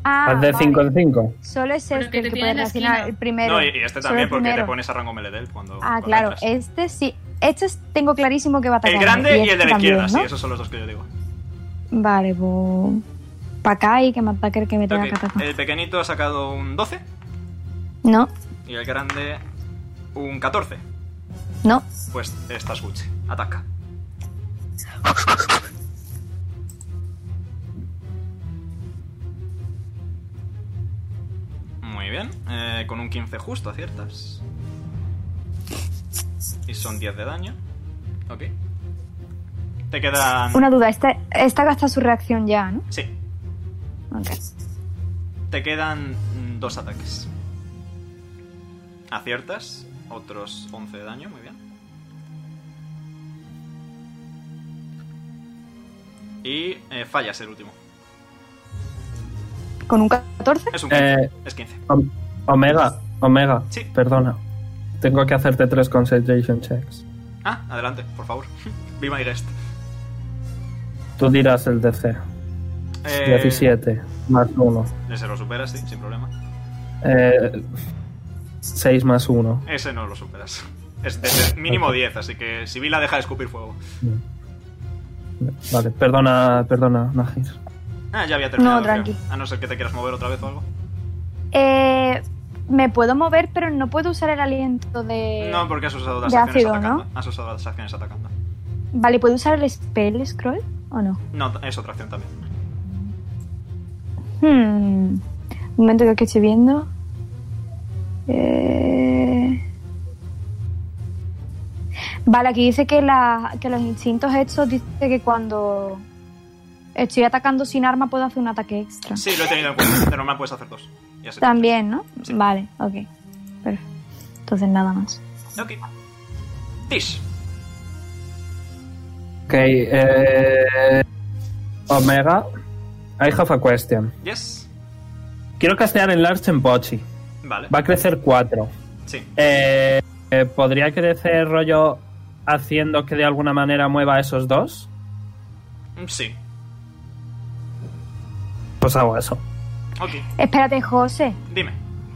B: Ah,
E: Haz de
B: vale.
E: 5 en 5.
B: Solo es
D: Pero
B: este
D: que
B: el
D: te
B: que
D: tiene
B: puede
D: en la
B: reaccionar
D: esquina.
B: el primero.
A: no, y, y este
B: Solo
A: también
B: el
A: porque te
B: primero.
A: pones a rango melee de él cuando.
B: Ah,
A: cuando
B: claro,
A: entras.
B: este sí. Este es- tengo clarísimo que va a atacar.
A: El grande y el de la
B: también,
A: izquierda, sí,
B: ¿no?
A: esos son los dos que yo digo.
B: Vale, pues. Para acá y que me ataque el que me tenga que
A: Ok,
B: atacar.
A: El pequeñito ha sacado un 12
B: No,
A: y el grande un 14.
B: no.
A: Pues estás Gucci, ataca. Muy bien, eh, con un 15 justo aciertas. Y son 10 de daño. Ok. Te quedan.
B: Una duda, este, esta, esta gasta su reacción ya, ¿no?
A: Sí,
B: Ok.
A: te quedan mm, dos ataques. Aciertas, otros 11 de daño, muy bien. Y eh, fallas el último.
B: ¿Con un 14?
A: Es un 15.
E: Eh,
A: Es 15.
E: Om- Omega, Omega,
A: Sí.
E: perdona. Tengo que hacerte tres concentration checks.
A: Ah, adelante, por favor. Be my guest.
E: Tú dirás el DC.
A: Eh,
E: 17 más 1.
A: Ese lo superas, sí, sin problema.
E: 6 Eh, más 1.
A: Ese no lo superas. Es de- de mínimo 10, así que si Vila deja de escupir fuego.
E: Vale, perdona, perdona, Najir.
A: Ah, ya había terminado.
B: No,
A: creo.
B: tranqui.
A: A no ser que te quieras mover otra vez o algo.
B: Eh, me puedo mover, pero no puedo usar el aliento de.
A: No, porque has usado las
B: de
A: acciones
B: ácido, ¿no?
A: atacando. Has usado las acciones atacando.
B: Vale, ¿puedo usar el spell scroll o no?
A: No, es otra acción también.
B: Hmm. Un momento que estoy viendo. Eh, Vale, aquí dice que, la- que los instintos estos dice que cuando estoy atacando sin arma puedo hacer un ataque extra.
A: Sí, lo he tenido en cuenta. De normal puedes hacer dos. Ya sé.
B: También, ¿no?
A: Sí.
B: Vale, ok. Perfecto. Entonces nada más.
A: Ok. Tish.
E: Ok, eh, Omega, I have a question.
A: Yes.
E: Quiero castear el Large en Pochi.
A: Vale.
E: Va a crecer 4.
A: Sí.
E: Eh, ¿Podría crecer rollo haciendo que de alguna manera mueva a esos dos?
A: Mm, Sí.
E: Pues hago eso.
A: Ok,
B: Espérate, José.
A: dime.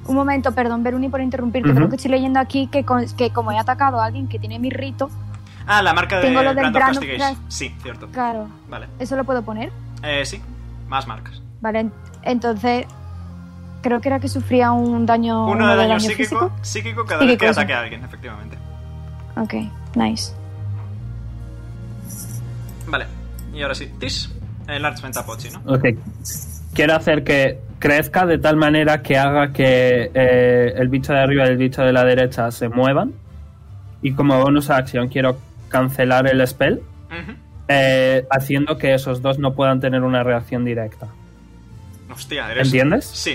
B: Un momento, perdón, Veruni, por interrumpirte.
E: Ujú.
B: Creo que estoy leyendo aquí que, con- que como he atacado a alguien que tiene mi rito,
A: Ah, la marca de
B: Tengo lo del
A: Brand of
B: Brand of
A: Castigation.
B: Cas-
A: Sí, cierto.
B: claro,
A: Vale.
B: ¿eso lo puedo poner?
A: Eh, sí, más marcas.
B: Vale, en- entonces creo que era que sufría un Oh, daño,
A: Uno de daño psíquico, psíquico cada vez
B: Psíquico,
A: que
B: eso.
A: ataque a alguien, efectivamente.
B: Ok, nice.
A: Vale, y ahora sí, Tis, el Archmenta Pochi, ¿no?
E: Ok. Quiero hacer que crezca de tal manera que haga que eh, el bicho de arriba y el bicho de la derecha se muevan. Y como bonus acción quiero cancelar el spell,
A: Ujú.
E: eh, haciendo que esos dos no puedan tener una reacción directa.
A: Hostia, eres.
E: ¿Entiendes?
A: Sí,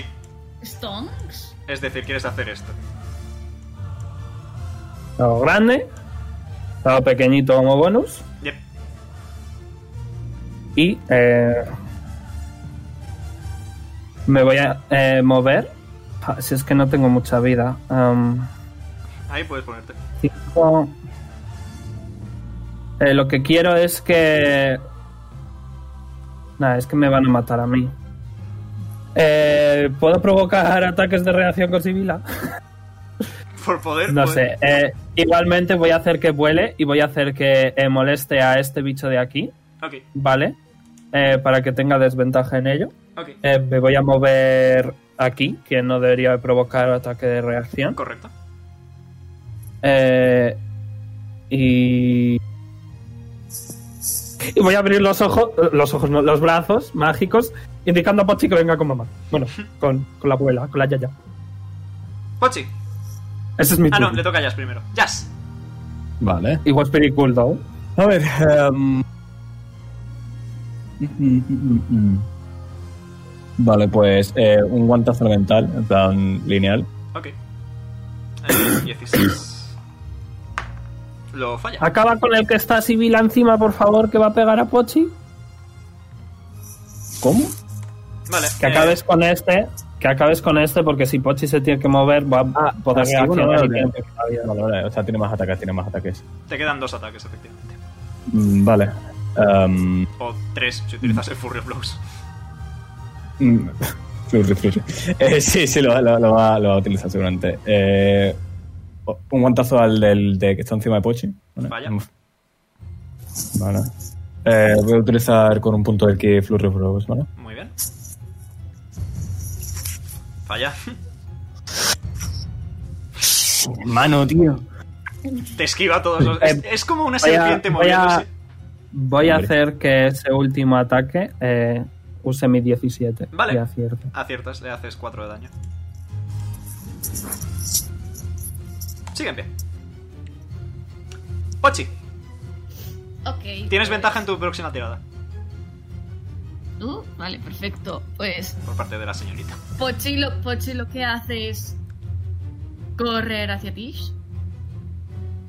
D: ¿Stonks?
A: es decir, quieres hacer esto.
E: Lo hago grande, lo hago pequeñito como bonus
A: Yep.
E: y eh, me voy a eh, mover. Ah, Si es que no tengo mucha vida. Am,
A: Ahí puedes ponerte.
E: Cinco. Eh, lo que quiero es que. Nah, es que me van a matar a mí. Eh, ¿Puedo provocar ataques de reacción con Sibila?
A: Por poder.
E: No
A: pues-
E: sé. eh, igualmente voy a hacer que vuele y voy a hacer que eh, moleste a este bicho de aquí,
A: Ok,
E: ¿vale? Eh, para que tenga desventaja en ello.
A: ok.
E: Eh, me voy a mover aquí, que no debería provocar ataque de reacción.
A: Correcto.
E: Eh, y... y voy a abrir los ojos, los ojos, no, los brazos mágicos, indicando a Pochi que venga con mamá. Bueno, con, con la abuela, con la yaya.
A: Pochi.
E: Ese es mi
A: Ah, no,
E: turno.
A: le toca a Jazz primero. Jazz.
G: Vale.
E: It was pretty cool, though.
G: A ver. em, mm, mm, mm, mm. Vale, pues eh, un guantazo mental, en plan lineal.
A: Ok. Eh, 16. Lo falla.
E: Acaba con el que está Sibila encima, por favor, que va a pegar a Pochi.
G: ¿Cómo?
A: Vale.
E: Que
A: eh,
E: acabes con este, que acabes con este, porque si Pochi se tiene que mover, va a poder
G: sí, Ah, bueno,
E: reaccionar y
G: vale.
E: tiene que pegar bien.
G: Vale, vale, o sea, tiene más ataques, tiene más ataques.
A: eh, Te quedan dos ataques, efectivamente.
G: Mm, Vale. Em,
A: O tres si utilizas el Furry Blows.
G: Mm. Flurry, flurry. Eh, sí, sí, lo, va- lo- lo va, lo va a utilizar seguramente. Eh, o- un guantazo al del de que está encima de Pochi. Vale.
A: Vaya.
G: Vale. Eh, voy a utilizar con un punto de ki Flurry Bros, ¿vale?
A: Muy bien. Falla.
G: Hermano, tío.
A: Te esquiva todos los.
E: Eh,
A: Es, es como una
E: voy a-
A: serpiente
E: voy a-
A: moviéndose.
E: Voy a
G: Hombre.
E: hacer que ese último ataque eh, use mi 17.
A: Vale.
E: Y acierte.
A: Aciertas, le haces 4 de daño. Sigue en pie. Pochi,
D: Ok.
A: tienes
D: pues-
A: ventaja en tu próxima tirada
D: Uh, vale, perfecto. Pues
A: por parte de la señorita.
D: Pochi lo, Pochi lo que hace es correr hacia Tish.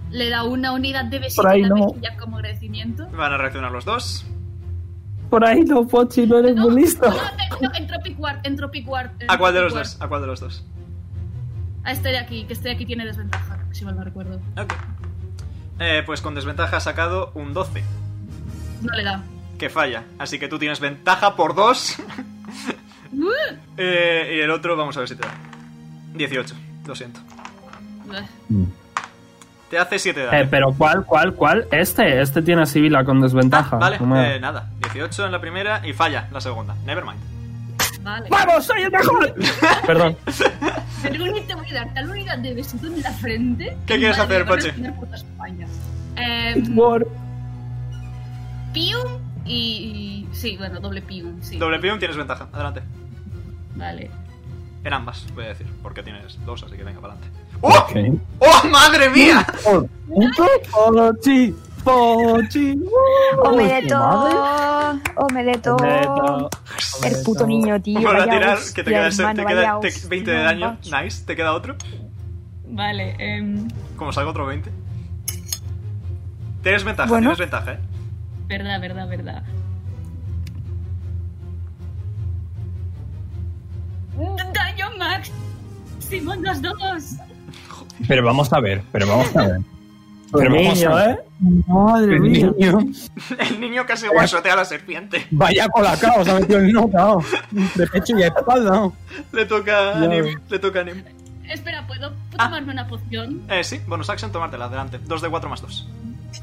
D: Le da una unidad de besito
E: Por ahí
D: en la
E: no.
D: mejilla como agradecimiento.
A: Van a reaccionar los dos.
E: Por ahí no, Pochi, no eres muy listo.
D: No, te- no, en Tropic Ward, en Tropic Ward. en
A: ¿A cuál de
D: Tropic
A: los
D: Ward.
A: dos? ¿A cuál de los dos?
D: A este de aquí, que este de aquí tiene desventaja, si mal no recuerdo.
A: Ok. Eh, pues con desventaja ha sacado un 12,
D: No le da.
A: que falla. Así que tú tienes ventaja por 2.
D: Uh.
A: y el otro, vamos a ver si te da. 18, lo siento.
D: Ugh.
G: Mm.
A: Te hace 7 de daño.
E: Eh, pero ¿cuál, cuál, cuál? Este, este tiene a Sibila con
A: Ah,
E: desventaja.
A: vale,
E: Como-
A: eh, nada. 18 en la primera y falla la segunda. Nevermind.
D: Vale.
E: ¡Vamos, soy el mejor! Perdón.
D: Veruni, te voy a dar tal unidad de besito en la frente.
A: ¿Qué quieres
D: Madre,
A: hacer,
D: van a
A: Pochi?
D: alucinar por las España. Eh,
E: Por-
D: pium y, y- Sí, bueno, doble pium, sí.
A: Doble pion tienes ventaja. Adelante.
D: Vale.
A: En ambas, voy a decir, porque tienes dos, así que venga para adelante. ¡Oh!
G: Ok.
A: ¡Oh, madre mía!
E: por- Pochi, Pochi.
B: Omedeto, omedeto.
E: Neto,
B: El puto niño, tío.
A: Vuelve a
B: vaya
A: tirar,
B: hostia,
A: que te queda, ese-
B: hermano,
A: te queda
B: vaya
A: te-
B: hostia,
A: 20 de daño.
B: macho.
A: Nice, te queda otro.
D: Vale, em,
A: Como salga otro 20. Tienes ventaja,
B: Bueno.
A: tienes ventaja, eh.
D: verdad, verdad, verdad. Daño máximo en los dos.
G: Pero vamos a ver, pero vamos a ver.
N: Pero
G: Pero vamos
N: niño,
G: a ver.
N: ¿eh? Madre
G: El
N: mía.
G: niño,
A: El niño casi guasotea a la serpiente.
G: vaya con la cara, os ha metido el knockout. De pecho y espalda.
A: Le toca a
G: Ya
A: Nim.
G: ves.
A: Le toca a Nim.
D: Espera, ¿puedo
A: Ah.
D: tomarme una poción?
A: Eh, sí, bonus action, tomártela, adelante. 2 de 4 más 2.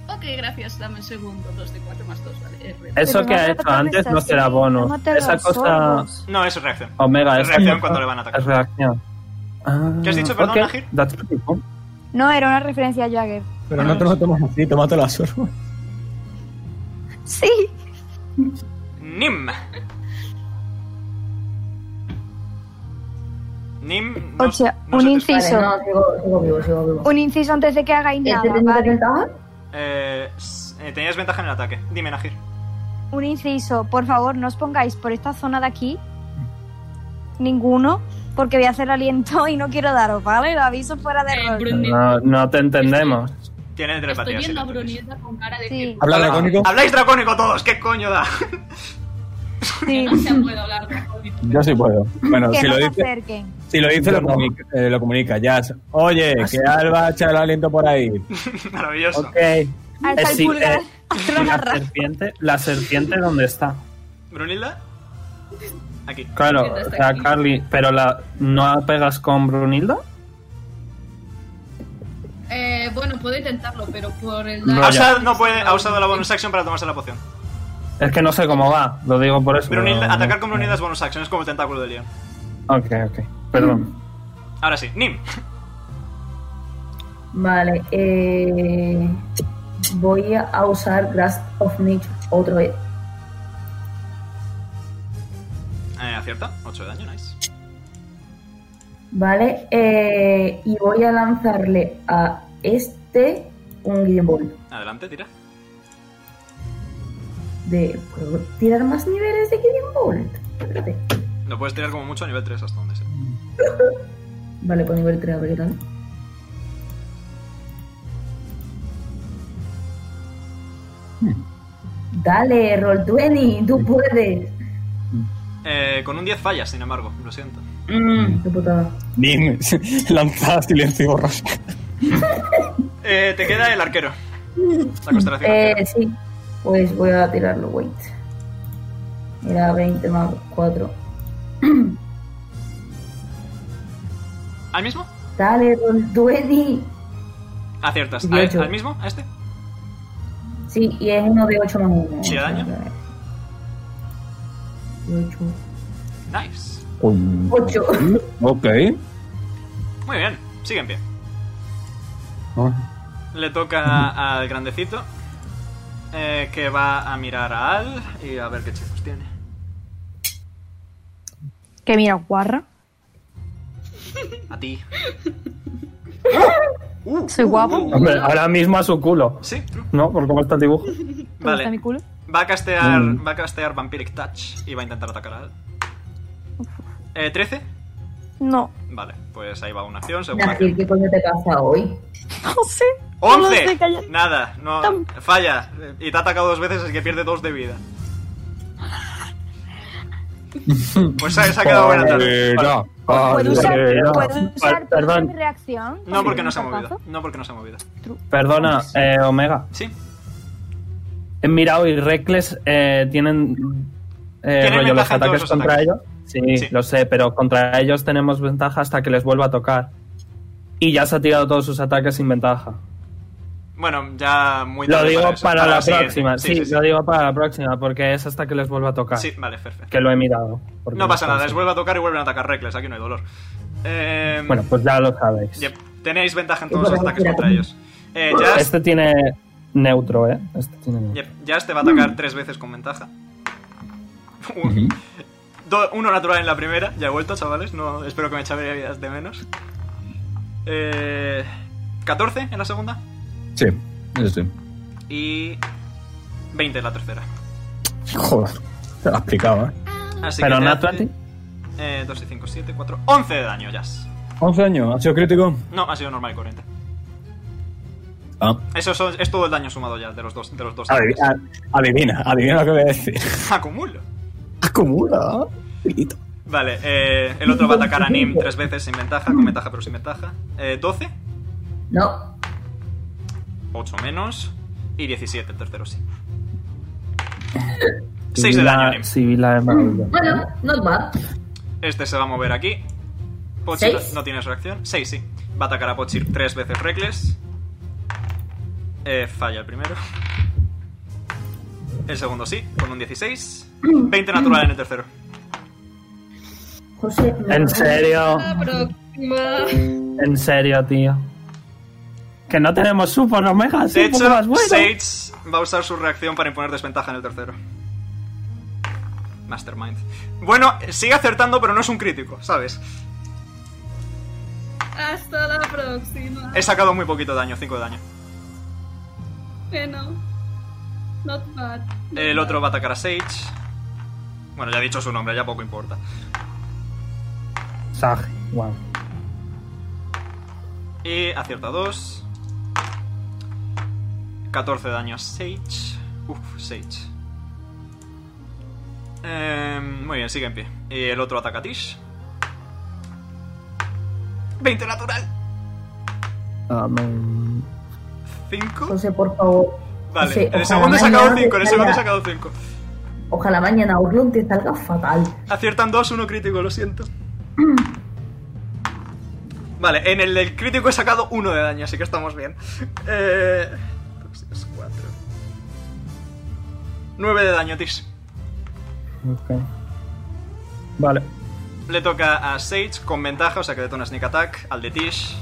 D: Ok, gracias, dame un segundo. 2 de 4 más 2, vale. R.
E: Eso
B: Pero
E: que
B: no
E: ha
B: te eh,
E: hecho antes no
B: atravesas,
E: será
B: sí,
E: bono.
B: tómate
E: Esa
B: los
E: cosa.
B: ojos.
A: No, es reacción.
E: Omega,
A: Es
E: esa
A: reacción
E: cosa
A: cuando le van a atacar.
E: Es reacción. Ah,
A: ¿Qué has dicho, perdón,
E: ok,
A: Nahir?
E: that's pretty cool.
B: No, era una referencia a Jagger.
G: Pero no te lo tomas así, tómatelo a sorbo.
B: Sí.
A: Nim. Nim. No,
B: Ocho,
A: no
B: un
A: se te
B: inciso.
A: escucha.
B: Eso.
C: Vale, no, sigo, sigo vivo, sigo vivo.
B: Un inciso antes de que hagáis nada.
C: ¿Este tenía
B: ¿vale?
C: ventaja?
A: Eh, s- eh, tenías ventaja en el ataque. Dime, Nahir.
B: Un inciso, por favor, no os pongáis por esta zona de aquí. Ninguno, porque voy a hacer aliento y no quiero daros, ¿vale? Lo aviso fuera de
D: Eh,
B: rol.
D: Bruni-
E: No, no te entendemos.
A: Tiene
D: Estoy
A: telepatía. sí,
D: viendo a
A: lo tenéis.
D: Brunilda con cara de
B: Sí,
G: Habla
A: Habla-
G: lacónico.
A: Habláis dracónico todos, ¿qué coño da?
B: sí.
D: que no se puede hablar dracónico.
G: Yo sí puedo. Bueno,
B: que
G: si
B: no
G: lo
B: se
G: dice,
B: acerquen.
G: si lo, dice
E: Yo
G: lo,
E: no.
G: comunica, eh, lo comunica, Jazz. Oye, que Alba echa el aliento por ahí.
A: Maravilloso.
E: Ok. Eh,
B: Alza el
E: sí,
B: pulgar.
E: eh,
B: hasta la
E: la
B: garra.
E: serpiente, la serpiente, ¿dónde está?
A: ¿Brunilda? Aquí.
E: Claro,
D: Está
E: o sea,
D: aquí.
E: Carly, pero la, ¿no pegas con Brunilda?
D: Eh, bueno, puedo intentarlo, pero por el
E: No,
A: Ha
E: ya.
A: usado, no puede, ha usado la bonus action para tomarse la poción.
E: Es que no sé cómo va, lo digo por eso.
A: Brunilda,
E: pero-
A: atacar con Brunilda es bonus action, es como el tentáculo del león.
E: Ok, ok. Perdón.
B: Mm.
A: Ahora sí, Nim.
C: Vale, eh, voy a usar Grasp of Nature otra vez.
A: Eh, acierta, 8 de daño, nice.
C: Vale, eh, y voy a lanzarle a este un Guiding Ball.
A: Adelante, tira.
C: De, ¿Puedo tirar más niveles de Guiding Ball? Espérate.
A: Lo puedes tirar como mucho a nivel 3 hasta donde sea.
C: Vale, pues nivel 3, a ver qué tal. Dale, Roll20, tú puedes.
A: Eh, con un 10 fallas, sin embargo, lo siento.
C: Mm, qué putada.
G: Nim, lanza silencio y borras.
A: Eh, te queda el arquero. La constelación
C: Eh,
A: arquera.
C: sí, pues voy a tirarlo, wait. Era 20 más 4.
A: ¿Al mismo?
C: Dale, Roll20.
A: Aciertas. ¿A-
C: 18.
A: ¿Al mismo? ¿A este?
C: Sí, y es uno de 8 más 1.
A: Sí, daño.
C: 8.
A: Nice.
C: Ocho.
G: Ok.
A: Muy bien, sigue en pie.
G: Ah,
A: Le toca al grandecito. eh, que va a mirar a Al y a ver qué chicos tiene.
O: Que mira, guarra.
A: A ti.
O: Soy guapo.
E: Hombre, ahora mismo a su culo.
A: Sí, true.
E: ¿No? ¿Por cómo está el dibujo?
O: ¿Te gusta mi
A: Vale.
O: culo?
A: Va a castear.
G: Mm.
A: Va a castear Vampiric Touch y va a intentar atacar a Al. Eh, 13.
O: No.
A: Vale, pues ahí va una acción, segunda
C: Nacir,
A: acción.
C: ¿qué coño te pasa hoy?
O: José. No lo sé, calla.
A: ¡11! Nada, no.
O: Tam-
A: Falla. Eh, Y te ha atacado dos veces, es que pierde dos de vida. Pues se, se ha quedado buena tarde.
G: Espera,
B: ¿Puedo usar, ¿puedo
E: no. Vale,
B: usar
E: Ah, perdón.
B: mi reacción?
A: No porque no se ha
B: ¿Un
A: movido.
B: tapazo?
A: No porque no se ha movido.
E: Perdona, eh, Omega.
A: Sí.
E: He mirado y Reckless eh, tienen. Eh,
A: Tienen
E: rollo, los
A: ventaja en todos
E: ataques
A: los
E: contra
A: ataques.
E: ellos. Sí,
A: Sí.
E: lo sé, pero contra ellos tenemos ventaja hasta que les vuelva a tocar. Y ya se ha tirado todos sus ataques sin ventaja.
A: Bueno, ya muy
E: Lo
A: tarde
E: digo para,
A: eso.
E: la
A: siguiente.
E: próxima. Sí,
A: sí, sí.
E: lo digo para la próxima, porque es hasta que les vuelva a tocar.
A: Sí, vale, perfecto.
E: Que lo he mirado. porque
A: No pasa nada,
E: está
A: les
E: así.
A: vuelve a tocar y vuelven a atacar Reckless, aquí no hay dolor. Eh,
E: Bueno, pues ya lo sabéis.
A: yep, Tenéis ventaja en todos
C: Bueno,
A: los ataques
C: mira.
A: contra ellos. Eh, Jazz,
E: Este tiene neutro, ¿eh? Este tiene neutro.
A: yep, Jazz te va a atacar tres veces con ventaja. Un- do- uno natural en la primera, ya he vuelto, chavales. No, espero que me echéis de menos. Eh, 14 en la segunda
G: Sí, eso sí.
A: y 20 en la tercera.
G: Joder, te lo has explicado, ¿eh?
A: Así
E: Pero
A: que te
E: no
A: hace,
E: 20.
A: eh, 2 y 5, 7, 4, 11 de daño, Jazz.
G: 11 años, ¿ha sido crítico?
A: No, ha sido normal y corriente.
G: Ah.
A: Eso son- es todo el daño sumado ya de los dos. De los dos
G: Adiv- a- Adivina, adivina lo que voy a decir.
A: Acumulo.
G: Acumula.
A: Vale, eh, el otro va a atacar a Nim tres veces sin ventaja, con ventaja pero sin ventaja. Eh, 12
C: No.
A: 8 menos. Y 17, el tercero sí. 6 de daño. Nim.
E: Sibila de Maravilla.
C: Bueno, not bad.
A: Este se va a mover aquí. Pochir,
C: ¿Seis?
A: no tienes reacción. 6, sí. Va a atacar a Pochir tres veces Reckless. Eh, falla el primero. El segundo sí, con un 16. 20 natural en el tercero.
C: José, no.
E: En serio,
D: La próxima.
E: en serio, tío. Que no tenemos Super Omega,
A: De
E: sí, un
A: hecho,
E: poco más bueno.
A: Sage va a usar su reacción para imponer desventaja en el tercero. Mastermind. Bueno, sigue acertando, pero no es un crítico, ¿sabes?
D: Hasta la próxima.
A: He sacado muy poquito daño, 5 de daño.
D: Bueno. Not bad. not
A: El otro
D: bad.
A: va a atacar a Sage. Bueno, ya he dicho su nombre, ya poco importa.
E: Sage, wow.
A: Y acierta 2. 14 daños Sage. Uf, Sage. Em, muy bien, sigue en pie. Y el otro ataca a Tish. 20 natural.
E: Amén.
A: 5.
C: José, por favor.
A: Vale,
C: José,
A: en
C: ojalá
A: el segundo he sacado
C: mañana
A: 5. En el
C: te
A: segundo he
C: salga-
A: sacado 5.
C: Ojalá mañana Orlon te salga fatal.
A: Aciertan 2, uno crítico, lo siento. Vale, en el del crítico he sacado 1 de daño, así que estamos bien. Eh. 4. 9 de daño, Tish.
E: Ok. Vale.
A: Le toca a Sage con ventaja, o sea que detona Sneak Attack al de Tish.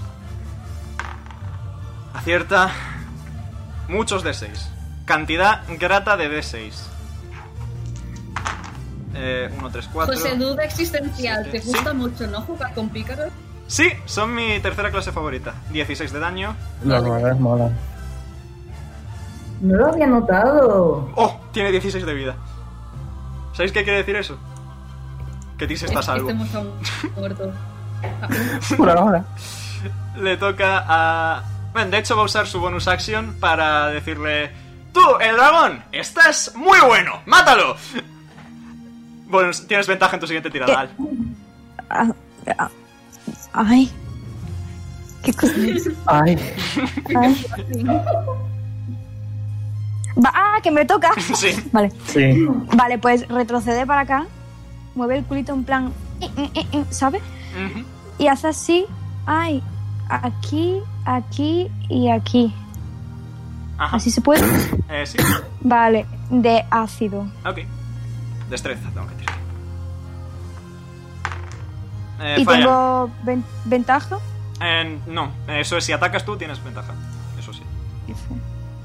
A: Acierta. Muchos D6. Cantidad grata de D6. Eh, 1, 3, 4.
D: José, duda existencial.
A: Siete.
D: ¿Te gusta mucho no jugar con pícaros?
A: Sí, son mi tercera clase favorita. 16 de daño.
E: Los nueve molan.
C: No lo había notado.
A: ¡Oh! Tiene 16 de vida. ¿Sabéis qué quiere decir eso? Que Tish está a
D: Es que
A: salvo.
D: este Estemos aún muertos.
E: Por ahora.
A: Le toca a. Bueno, de hecho va a usar su bonus action para decirle. ¡Tú, el dragón! ¡Estás muy bueno! ¡Mátalo! Bueno, tienes ventaja en tu siguiente
B: Eh.
A: tirada, Al.
B: Ah, ah, Ay. Qué cosa.
E: Ay,
B: Va- ah, que me toca.
A: Sí.
B: Vale.
E: sí.
B: Vale, pues retrocede para acá. Mueve el culito en plan. eh, ¿Sabes?
A: Ujú.
B: Y hace así. Ay. Aquí, aquí y aquí.
A: Ajá.
B: Así se puede.
A: Eh, sí.
B: Vale. De ácido.
A: Ok. Destreza, tengo que tirar. Eh,
B: y
A: falla.
B: tengo ven- ventaja.
A: Eh, no, eso es, si atacas tú tienes ventaja. Eso sí.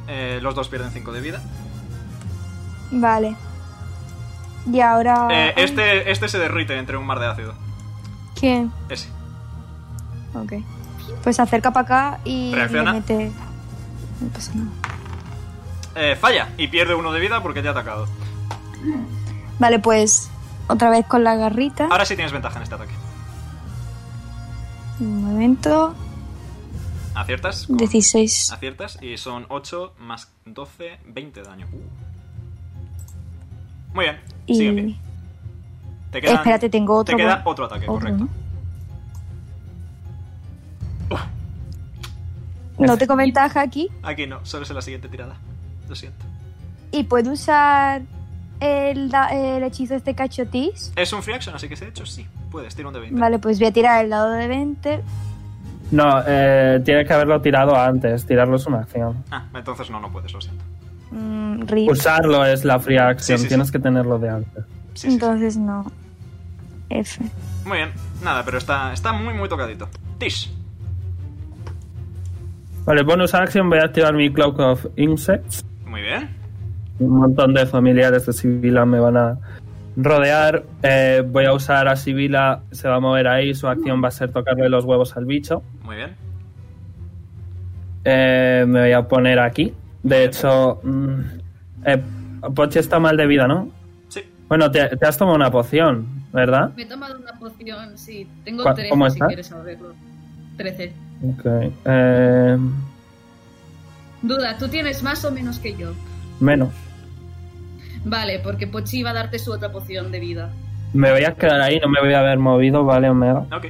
A: Eh, los dos pierden 5 de vida.
B: Vale. Y ahora.
A: Eh,
B: Ah, ay,
A: este, este se derrite entre un mar de ácido.
B: ¿Quién?
A: Ese.
B: Ok. Pues se acerca para acá y
A: Reacciona.
B: le mete. No pasa nada.
A: Eh, falla y pierde uno de vida porque te ha atacado.
B: Vale, pues otra vez con la garrita.
A: Ahora sí tienes ventaja en este ataque.
B: Un momento.
A: Aciertas. con- Ah,
B: 16.
A: Aciertas y son 8 más 12, 20 de daño. Uh. Muy bien. Sigue en pie.
B: Y.
A: Te quedan-
B: Espérate, tengo
A: te
B: otro.
A: queda
B: bo-
A: otro ataque,
B: otro,
A: correcto.
B: ¿no? No tengo ventaja aquí.
A: Aquí no, solo es en la siguiente tirada. Lo siento.
B: Y puedo usar el, da- el hechizo este cachotis.
A: Es un free action, así que si he hecho, sí. Puedes, tira un de 20.
B: Vale, pues voy a tirar el dado de 20.
E: No, eh, tienes que haberlo tirado antes. Tirarlo es una acción.
A: Ah, entonces no, no puedes, lo siento.
B: Mm, rip.
A: Pues
E: Usarlo es la free action.
A: Sí, sí,
E: tienes que tenerlo de antes.
A: Sí, Eh, sí, sí.
B: Entonces no. F.
A: Muy bien, nada, pero está, está muy, muy tocadito. Tish.
E: Vale, bonus action. Voy a activar mi Cloak of Insects.
A: Muy bien.
E: Un montón de familiares de Sibila me van a rodear. Eh, voy a usar a Sibila. Se va a mover ahí. Su acción va a ser tocarle los huevos al bicho.
A: Muy bien.
E: Eh, me voy a poner aquí. De hecho, mm, eh, Pochi está mal de vida, ¿no?
A: Sí.
E: Bueno, te, te has tomado una poción, ¿verdad?
D: Me he tomado una poción, sí. Tengo
E: ¿Cuá-
D: 13
E: cómo
D: si
E: estás?
D: quieres saberlo. 13.
E: Ok. eh,
D: Duda, tú tienes más o menos que yo.
E: menos.
D: Vale, porque Pochi va a darte su otra poción de vida.
E: Me voy a quedar ahí, no me voy a haber movido, ¿vale, Omega?
A: Ok.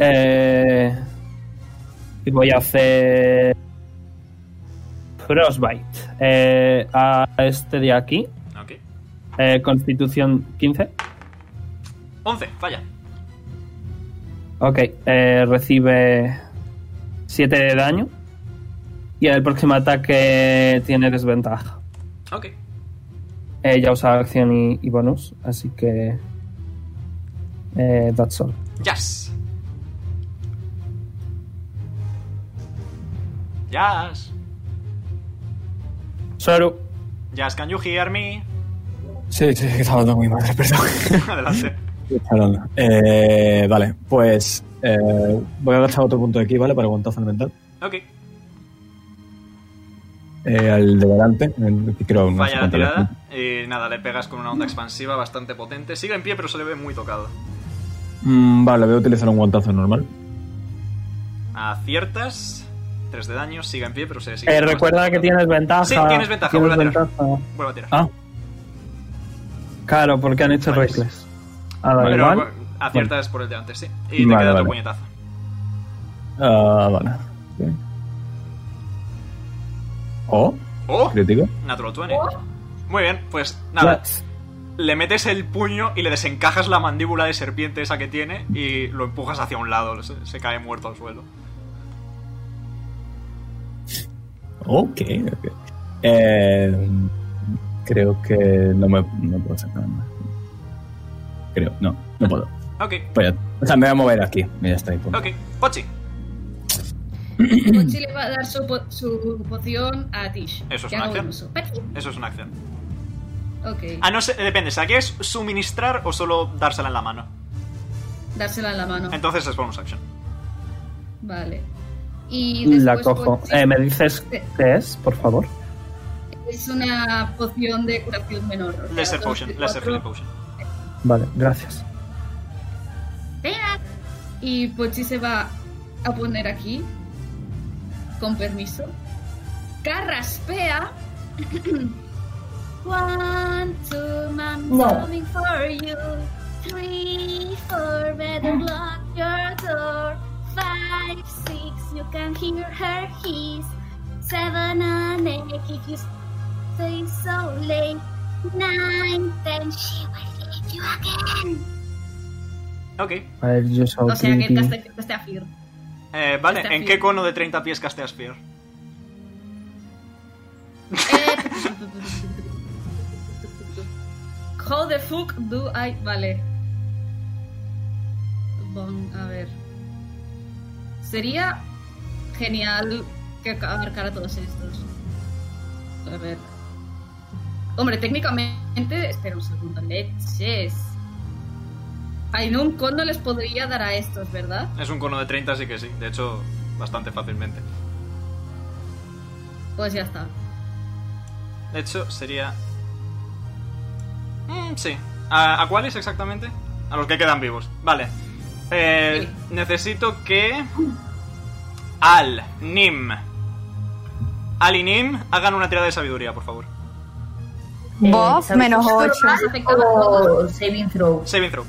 E: Eh,
J: Y voy a hacer. Frostbite. eh, a este de aquí.
A: Ok.
J: Eh, Constitución 15.
A: 11, falla.
J: Ok, eh, recibe 7 de daño. Y el próximo ataque tiene desventaja.
A: Ok.
J: Eh, ya usa acción y, y bonus, así que. Eh, that's all.
A: Jazz. Jazz.
J: Soru.
A: Jazz, can you hear me?
G: Sí, sí, que estaba hablando muy madre, perdón.
A: Adelante.
G: Perdón. Eh, vale, pues eh, voy a gastar otro punto de aquí, ¿vale? Para guantazo elemental.
A: Ok.
G: Eh, al de delante, el que creo... no sé
A: Falla la
G: cuánto le-
A: tirada. Y nada, le pegas con una onda expansiva bastante potente. Sigue en pie, pero se le ve muy tocado.
G: Mm, vale, voy a utilizar un guantazo normal.
A: Aciertas. 3 de daño, sigue en pie, pero se sigue.
J: Eh,
A: bastante
J: recuerda que
A: tocado.
J: tienes ventaja.
A: Sí, tienes ventaja, vuelve a tirar. Vuelve a tirar.
G: Ah,
J: Claro, porque han hecho reckless. Ah, vale,
A: Pero
J: vale.
A: bueno, aciertas por el de antes, sí. Y te
G: Vale,
A: queda tu
G: vale.
A: puñetazo.
G: ah, vale. Bien. ¿Oh?
A: ¡Oh!
G: ¿Crítico?
A: Natural 20. Muy bien, pues nada. Le metes el puño y le desencajas la mandíbula de serpiente esa que tiene y lo empujas hacia un lado. Se, se cae muerto al suelo.
G: Ok, ok. Eh, creo que no me no puedo hacer nada más. Creo, no, no puedo.
A: Ok,
G: Pues ya- o sea, me voy a mover aquí. y Ya está ahí. punto.
A: ok. Pochi.
D: Pochi le va a dar su, po- su poción a Tish.
A: Eso es
D: que
A: una
D: haga
A: acción.
D: un uso. Pachi.
A: Eso es una acción.
D: Ok.
A: Ah, no sé, depende. ¿Aquí es suministrar o solo dársela en la mano?
D: Dársela en la mano.
A: Entonces es bonus action.
D: Vale. Y después pues,
J: La cojo.
D: Pochi-
J: Eh, ¿Me dices qué es, por favor?
D: Es una poción de curación menor. o sea,
A: Lesser
D: dos
A: Potion,
D: de
A: Lesser
D: cuatro.
A: Healing Potion.
J: Vale, gracias.
F: Venga,
D: Y Pochi se va a poner aquí. Con permiso. Carraspea.
F: one, two, mom's
C: No.
F: coming for you. Three, four, better lock your door. Five, six, you can hear her hiss. Seven and eight, if you stay so late. Nine, ten, she will leave you again.
A: Ok.
J: A ver, yo soy
D: O sea que
J: creepy.
D: el caste, el caste a Fear.
A: Eh, vale,
D: Está
A: ¿en
D: bien.
A: qué cono de 30 pies casteas Fear?
D: How the fuck do I. Vale. Bon, a ver. Sería genial que abarcara todos estos. A ver. Hombre, técnicamente. Espera un segundo, leches. Ainun Kondo les podría dar a estos, ¿verdad?
A: Es un cono de 30, así que sí. De hecho, bastante fácilmente.
D: Pues ya está.
A: De hecho, sería. Mm, sí. ¿A, a cuáles exactamente? A los que quedan vivos. Vale. Eh, necesito que. Al, Nim. Al y Nim hagan una tirada de sabiduría, por favor.
H: Buff menos 8.
D: Más afectaba a todos.
C: O Oh, saving throw.
A: Saving throw.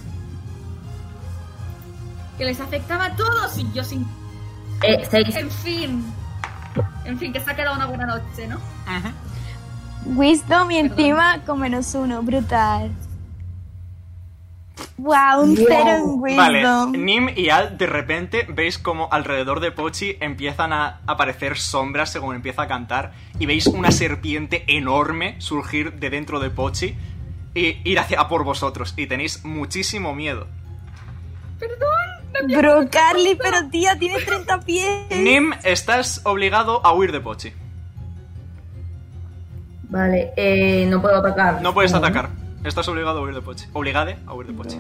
D: que les afectaba a todos y yo sin...
C: Eh, seis.
D: En fin. En fin, que se ha quedado una buena noche, ¿no?
B: Wisdom y encima con menos uno, brutal. Wow, un cero en Wisdom.
A: Vale, Nim y Al de repente veis como alrededor de Pochi empiezan a aparecer sombras según empieza a cantar y veis una serpiente enorme surgir de dentro de Pochi y ir hacia a por vosotros y tenéis muchísimo miedo.
B: Bro, Carly, pero tía, tienes 30 pies.
A: Nim, estás obligado a huir de Pochi.
C: Vale, eh, no puedo atacar.
A: No puedes atacar. Estás obligado a huir de Pochi. Obligade a huir de Pochi.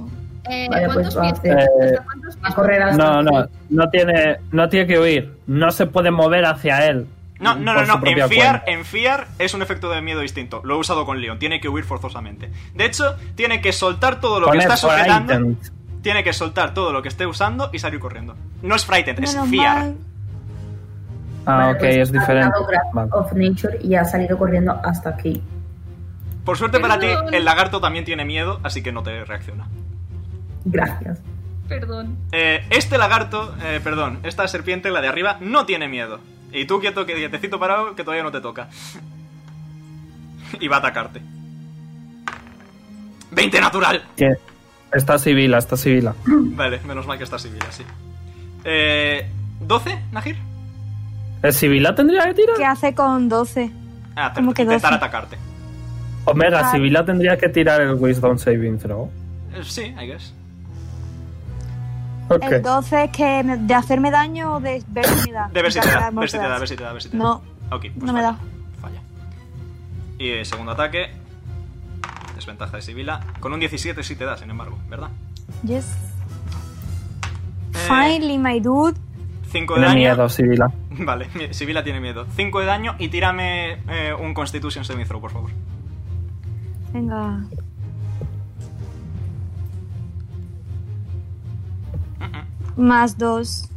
D: Eh,
C: Vale,
D: ¿Cuántos
C: pues va a
D: pies?
C: hacer.
J: Eh,
D: ¿Hasta cuántos pies?
C: A correr hasta.
J: No, no, no tiene, no tiene que huir. No se puede mover hacia él.
A: No, no, no,
J: Por
A: no.
J: su propia
A: En fear,
J: cuenta.
A: en fear es un efecto de miedo distinto. Lo he usado con Leon. Tiene que huir forzosamente. De hecho, tiene que soltar todo lo que
J: Pone
A: está
J: for
A: sujetando.
J: item.
A: Tiene que soltar todo lo que esté usando y salir corriendo. No es frightened, es
B: Menos
A: fear.
B: mal.
J: Ah,
C: Vale,
J: ok,
C: pues
J: es
C: ha
J: diferente.
C: atacado Graph
J: Vale.
C: of Nature y ha salido corriendo hasta aquí.
A: Por suerte para ti,
D: Perdón.
A: el lagarto también tiene miedo, así que no te reacciona.
C: Gracias.
P: Perdón.
A: Eh, este lagarto, eh, perdón, esta serpiente, la de arriba, no tiene miedo. Y tú quieto, que te cito parado, que todavía no te toca. y va a atacarte. ¡20 natural!
E: ¿Qué? Está Sibila, está Sibila.
A: Vale, menos mal que está Sibila, sí. Eh, ¿12, Najir?
E: ¿El Sibila tendría que tirar?
B: ¿Qué hace con 12?
A: Ah, te-
B: ¿Cómo que
A: intentar
B: 12?
A: atacarte.
E: Omega,
B: Ah.
E: Sibila tendría que tirar el Wisdom Saving Throw.
A: Eh, sí, I guess.
E: Ok.
B: El 12 es que me- de hacerme daño o de ver si me da.
A: De ver si te da,
B: Ganar
A: ver si te da,
B: mortales.
A: ver si te da, ver si te da.
B: No,
A: Ok, pues
B: no me
A: falla.
B: da.
A: Falla. Y eh, segundo ataque. Desventaja de Sibila. Con un 17 sí te da, sin embargo, ¿verdad?
B: Yes.
A: Eh,
B: Finally, my dude.
A: 5 de
E: Tiene
A: daño.
E: miedo, Sibila.
A: Vale, mi- Sibila tiene miedo. 5 de daño y tírame eh, un Constitution Saving Throw, por favor.
B: Venga. Más dos.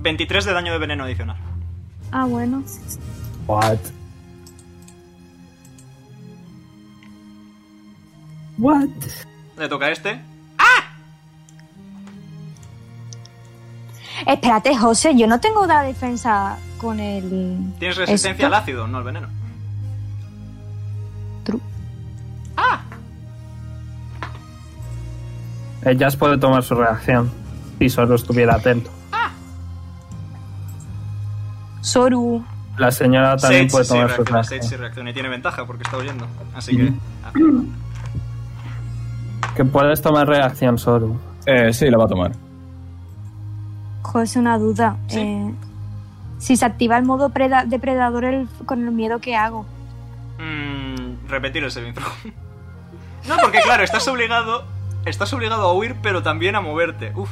A: 23 de daño de veneno adicional.
B: Ah, bueno.
E: What? What?
A: Le toca a este.
B: Espérate, José, yo no tengo la defensa con el.
A: Tienes resistencia
B: ¿Esto?
A: al ácido, no al veneno.
E: Ellas puede tomar su reacción. Si solo estuviera atento.
B: Soru.
E: La señora también
A: Sage
E: puede
A: sí
E: tomar su
A: reacciona, Sage
E: reacción.
A: sí reacciona y tiene ventaja porque está huyendo. Así que.
G: Ujú.
A: ah,
E: Que puedes tomar reacción, Soru.
G: Eh, sí, la va a tomar.
B: José, una duda.
A: Sí.
B: Eh, si se activa el modo preda- depredador el- con el miedo que hago.
A: mm, repetir el saving throw. No, porque claro, estás obligado. Estás obligado a huir, pero también a moverte. Uf.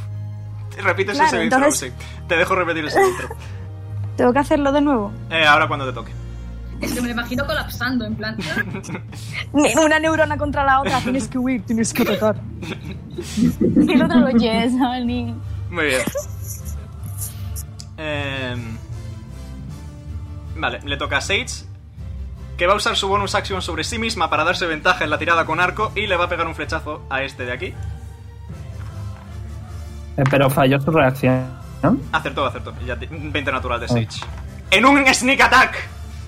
A: Repites el
B: Claro,
A: saving
B: entonces-
A: throw, sí. Te dejo repetir el saving throw.
B: Tengo que hacerlo de nuevo.
A: Eh, ahora cuando te toque.
P: Es que me lo imagino colapsando, en plan.
B: Ni- Una neurona contra la otra. Tienes que huir, tienes que atacar. y el otro lo yes, honey.
A: Muy bien. Em, vale, le toca a Sage, que va a usar su bonus action sobre sí misma para darse ventaja en la tirada con arco y le va a pegar un flechazo a este de aquí.
E: Eh, pero falló su reacción. ¿no?
A: Acertó, acertó. Ya ti- 20 natural de Sage. ¡En un sneak attack!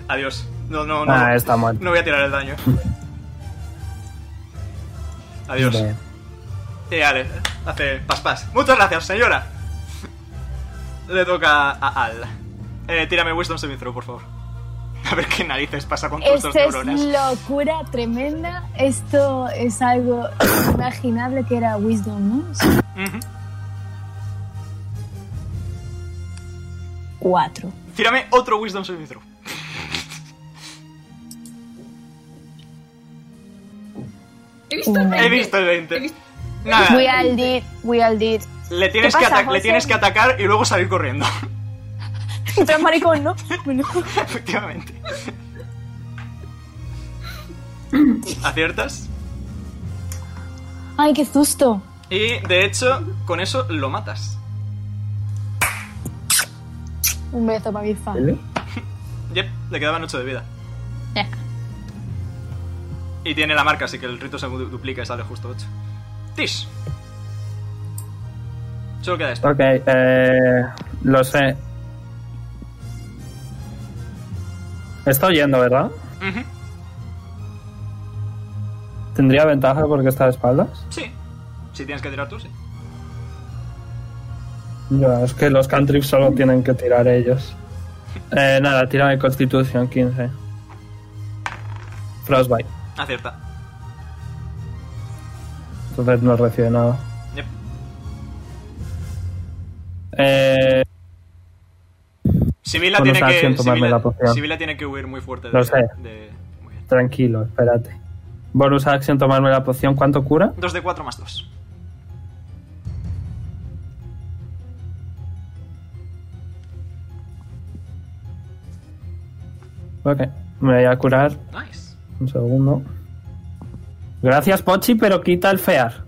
A: Adiós. No, no, no.
E: Ah, está muerto.
A: No voy a tirar el daño. Adiós.
E: Eh,
A: Y vale, hace pas pas. Muchas gracias, señora. Le toca a Al. Eh, tírame Wisdom Saving Throw, por favor. A ver qué narices pasa con tus dos
D: Esto Este es
A: neuronas.
D: locura tremenda. Esto es algo imaginable que era Wisdom, ¿no?
A: Ujú.
D: Cuatro.
A: Tírame otro Wisdom Saving Throw.
P: He visto el 20.
A: He visto el
P: He
A: 20.
P: visto-
A: Nada,
D: We all did, we all did.
A: le tienes,
D: ¿Qué
A: que
D: pasa,
A: atac- le
D: José?
A: tienes que atacar y luego salir corriendo.
D: Tú eres maricón, ¿no? Bueno.
A: Efectivamente. ¿Aciertas?
D: Ay, qué susto.
A: Y de hecho, con eso lo matas.
D: Un beso para mi fan.
A: Yep, le quedaban 8 de vida.
D: Ya.
A: Y tiene la marca, así que el rito se du- duplica y sale justo 8. Tish. Solo queda esto.
E: Ok, eh, lo sé. Está oyendo, ¿verdad?
A: Ujú.
E: ¿Tendría ventaja porque está de espaldas?
A: Sí. Si tienes que tirar tú, sí.
E: Ya, es que los cantrips solo tienen que tirar ellos. Eh, nada, tírame Constitución 15. Frostbite.
A: Acierta.
E: Entonces no recibe nada.
A: Yep.
E: Eh,
A: Sibila
E: Con
A: tiene
E: esa
A: que.
E: acción tomarme
A: Sibila-
E: la poción.
A: Sibila tiene que huir muy fuerte de.
E: Lo sé.
A: de- muy bien.
E: tranquilo, espérate. Bonus action, tomarme la poción. ¿Cuánto cura?
A: 2 de 4 más 2.
E: Ok, me voy a curar.
A: Nice.
E: Un segundo. Gracias, Pochi, pero quita el fear.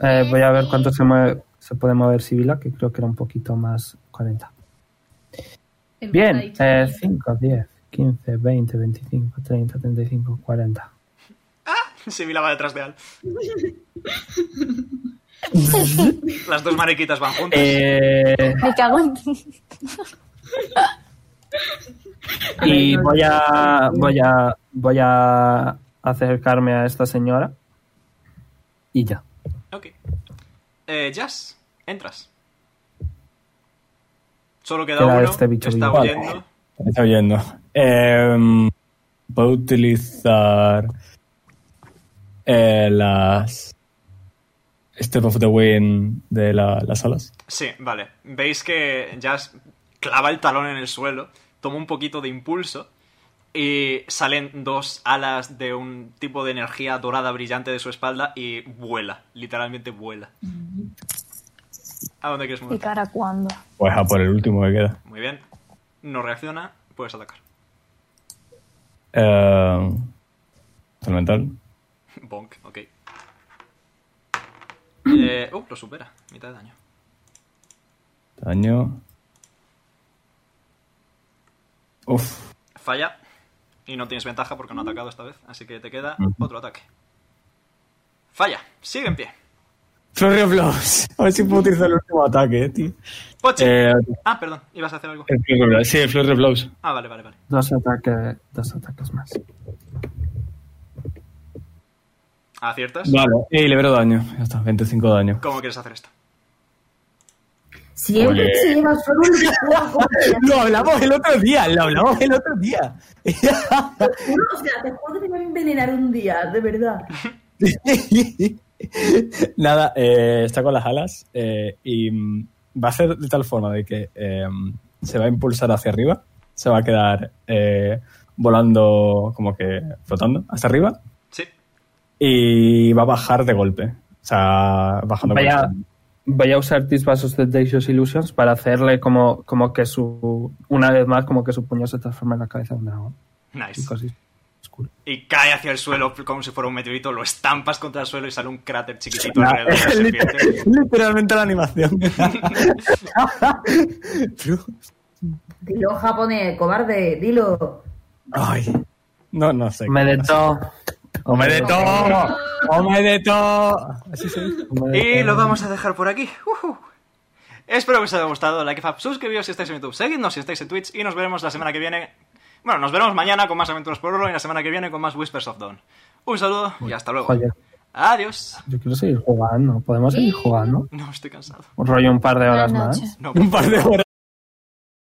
E: Eh, voy a ver cuánto se, mueve- se puede mover Sibila, que creo que era un poquito más 40.
P: El
E: Bien,
P: botadito.
E: eh, 5, 10, 15, 20, 25, 30, 35, 40.
A: Sibila va detrás de Al. Las dos mariquitas van juntas.
E: Eh,
B: Me cago en ti.
E: y voy a, voy a. Voy a acercarme a esta señora. Y ya.
A: Ok. Eh, Jazz, entras. Solo queda
E: Queda
A: uno.
E: este bicho
A: está
E: vivo.
A: huyendo.
G: Está oyendo. Em, puedo utilizar eh, las Step of the Wind de la- las alas.
A: Sí, vale. Veis que Jazz clava el talón en el suelo, toma un poquito de impulso y salen dos alas de un tipo de energía dorada brillante de su espalda y vuela, literalmente vuela. ¿A dónde quieres
B: ¿Y
A: moverte?
B: cara cuándo?
G: Pues a por el último que queda.
A: Muy bien. No reacciona, puedes atacar.
G: Eh, tormental.
A: Bonk, ok. Eh, uh, lo supera, mitad de daño.
G: Daño. Uf.
A: Falla y no tienes ventaja porque no ha atacado esta vez, así que te queda
G: Ujú.
A: otro ataque. Falla, sigue en pie.
G: Flurry of Blows. A ver si puedo utilizar el último ataque, tío.
A: Pochi.
G: Eh,
A: Ah, perdón, ibas a hacer algo.
G: el Flurry of Blows. Sí, el Flurry of Blows.
A: Ah, vale, vale, vale.
E: Dos ataques, dos ataques más.
A: ¿Aciertas?
G: Vale. Y libero daño. Ya está, 25 daño.
A: ¿Cómo quieres hacer esto?
C: Siempre
G: Ole.
C: se lleva solo un recuerdo.
G: Lo hablamos el otro día, lo hablamos el otro día.
C: O sea, te juro que te voy a envenenar un día, de verdad.
G: Nada, eh, está con las alas eh, y mm, va a hacer de tal forma de que eh, se va a impulsar hacia arriba, se va a quedar eh, volando como que flotando hasta arriba
A: Sí.
G: y va a bajar de golpe. O sea, bajando de
E: Vaya,
G: golpe.
E: voy a usar Tisbas of the Deicious Illusions para hacerle como, como que su. Una vez más, como que su puño se transforma en la cabeza de un dragón.
A: Nice.
E: Y cosas.
A: Y cae hacia el suelo como si fuera un meteorito, lo estampas contra el suelo y sale un cráter chiquitito
G: Nah,
A: alrededor de la serpiente.
G: Literalmente la animación. Pero-
C: Dilo, japonés, cobarde, dilo.
G: Ay, no, no sé.
E: Me de todo.
G: ¡Hombre de todo! ¡Hombre de todo! Así se dice.
A: Y lo vamos a dejar por aquí. Ujú. Espero que os haya gustado. Like, fab, suscribíos si estáis en YouTube, seguidnos si estáis en Twitch y nos veremos la semana que viene. Bueno, nos veremos mañana con más Aventuras por Oro y la semana que viene con más Whispers of Dawn. Un saludo y hasta luego.
E: Joder,
A: Adiós.
E: yo quiero seguir jugando. Podemos seguir jugando.
A: No, estoy cansado.
E: Un rollo un par de horas
B: Buenas
E: más.
B: noches.
A: No,
G: Un par de horas.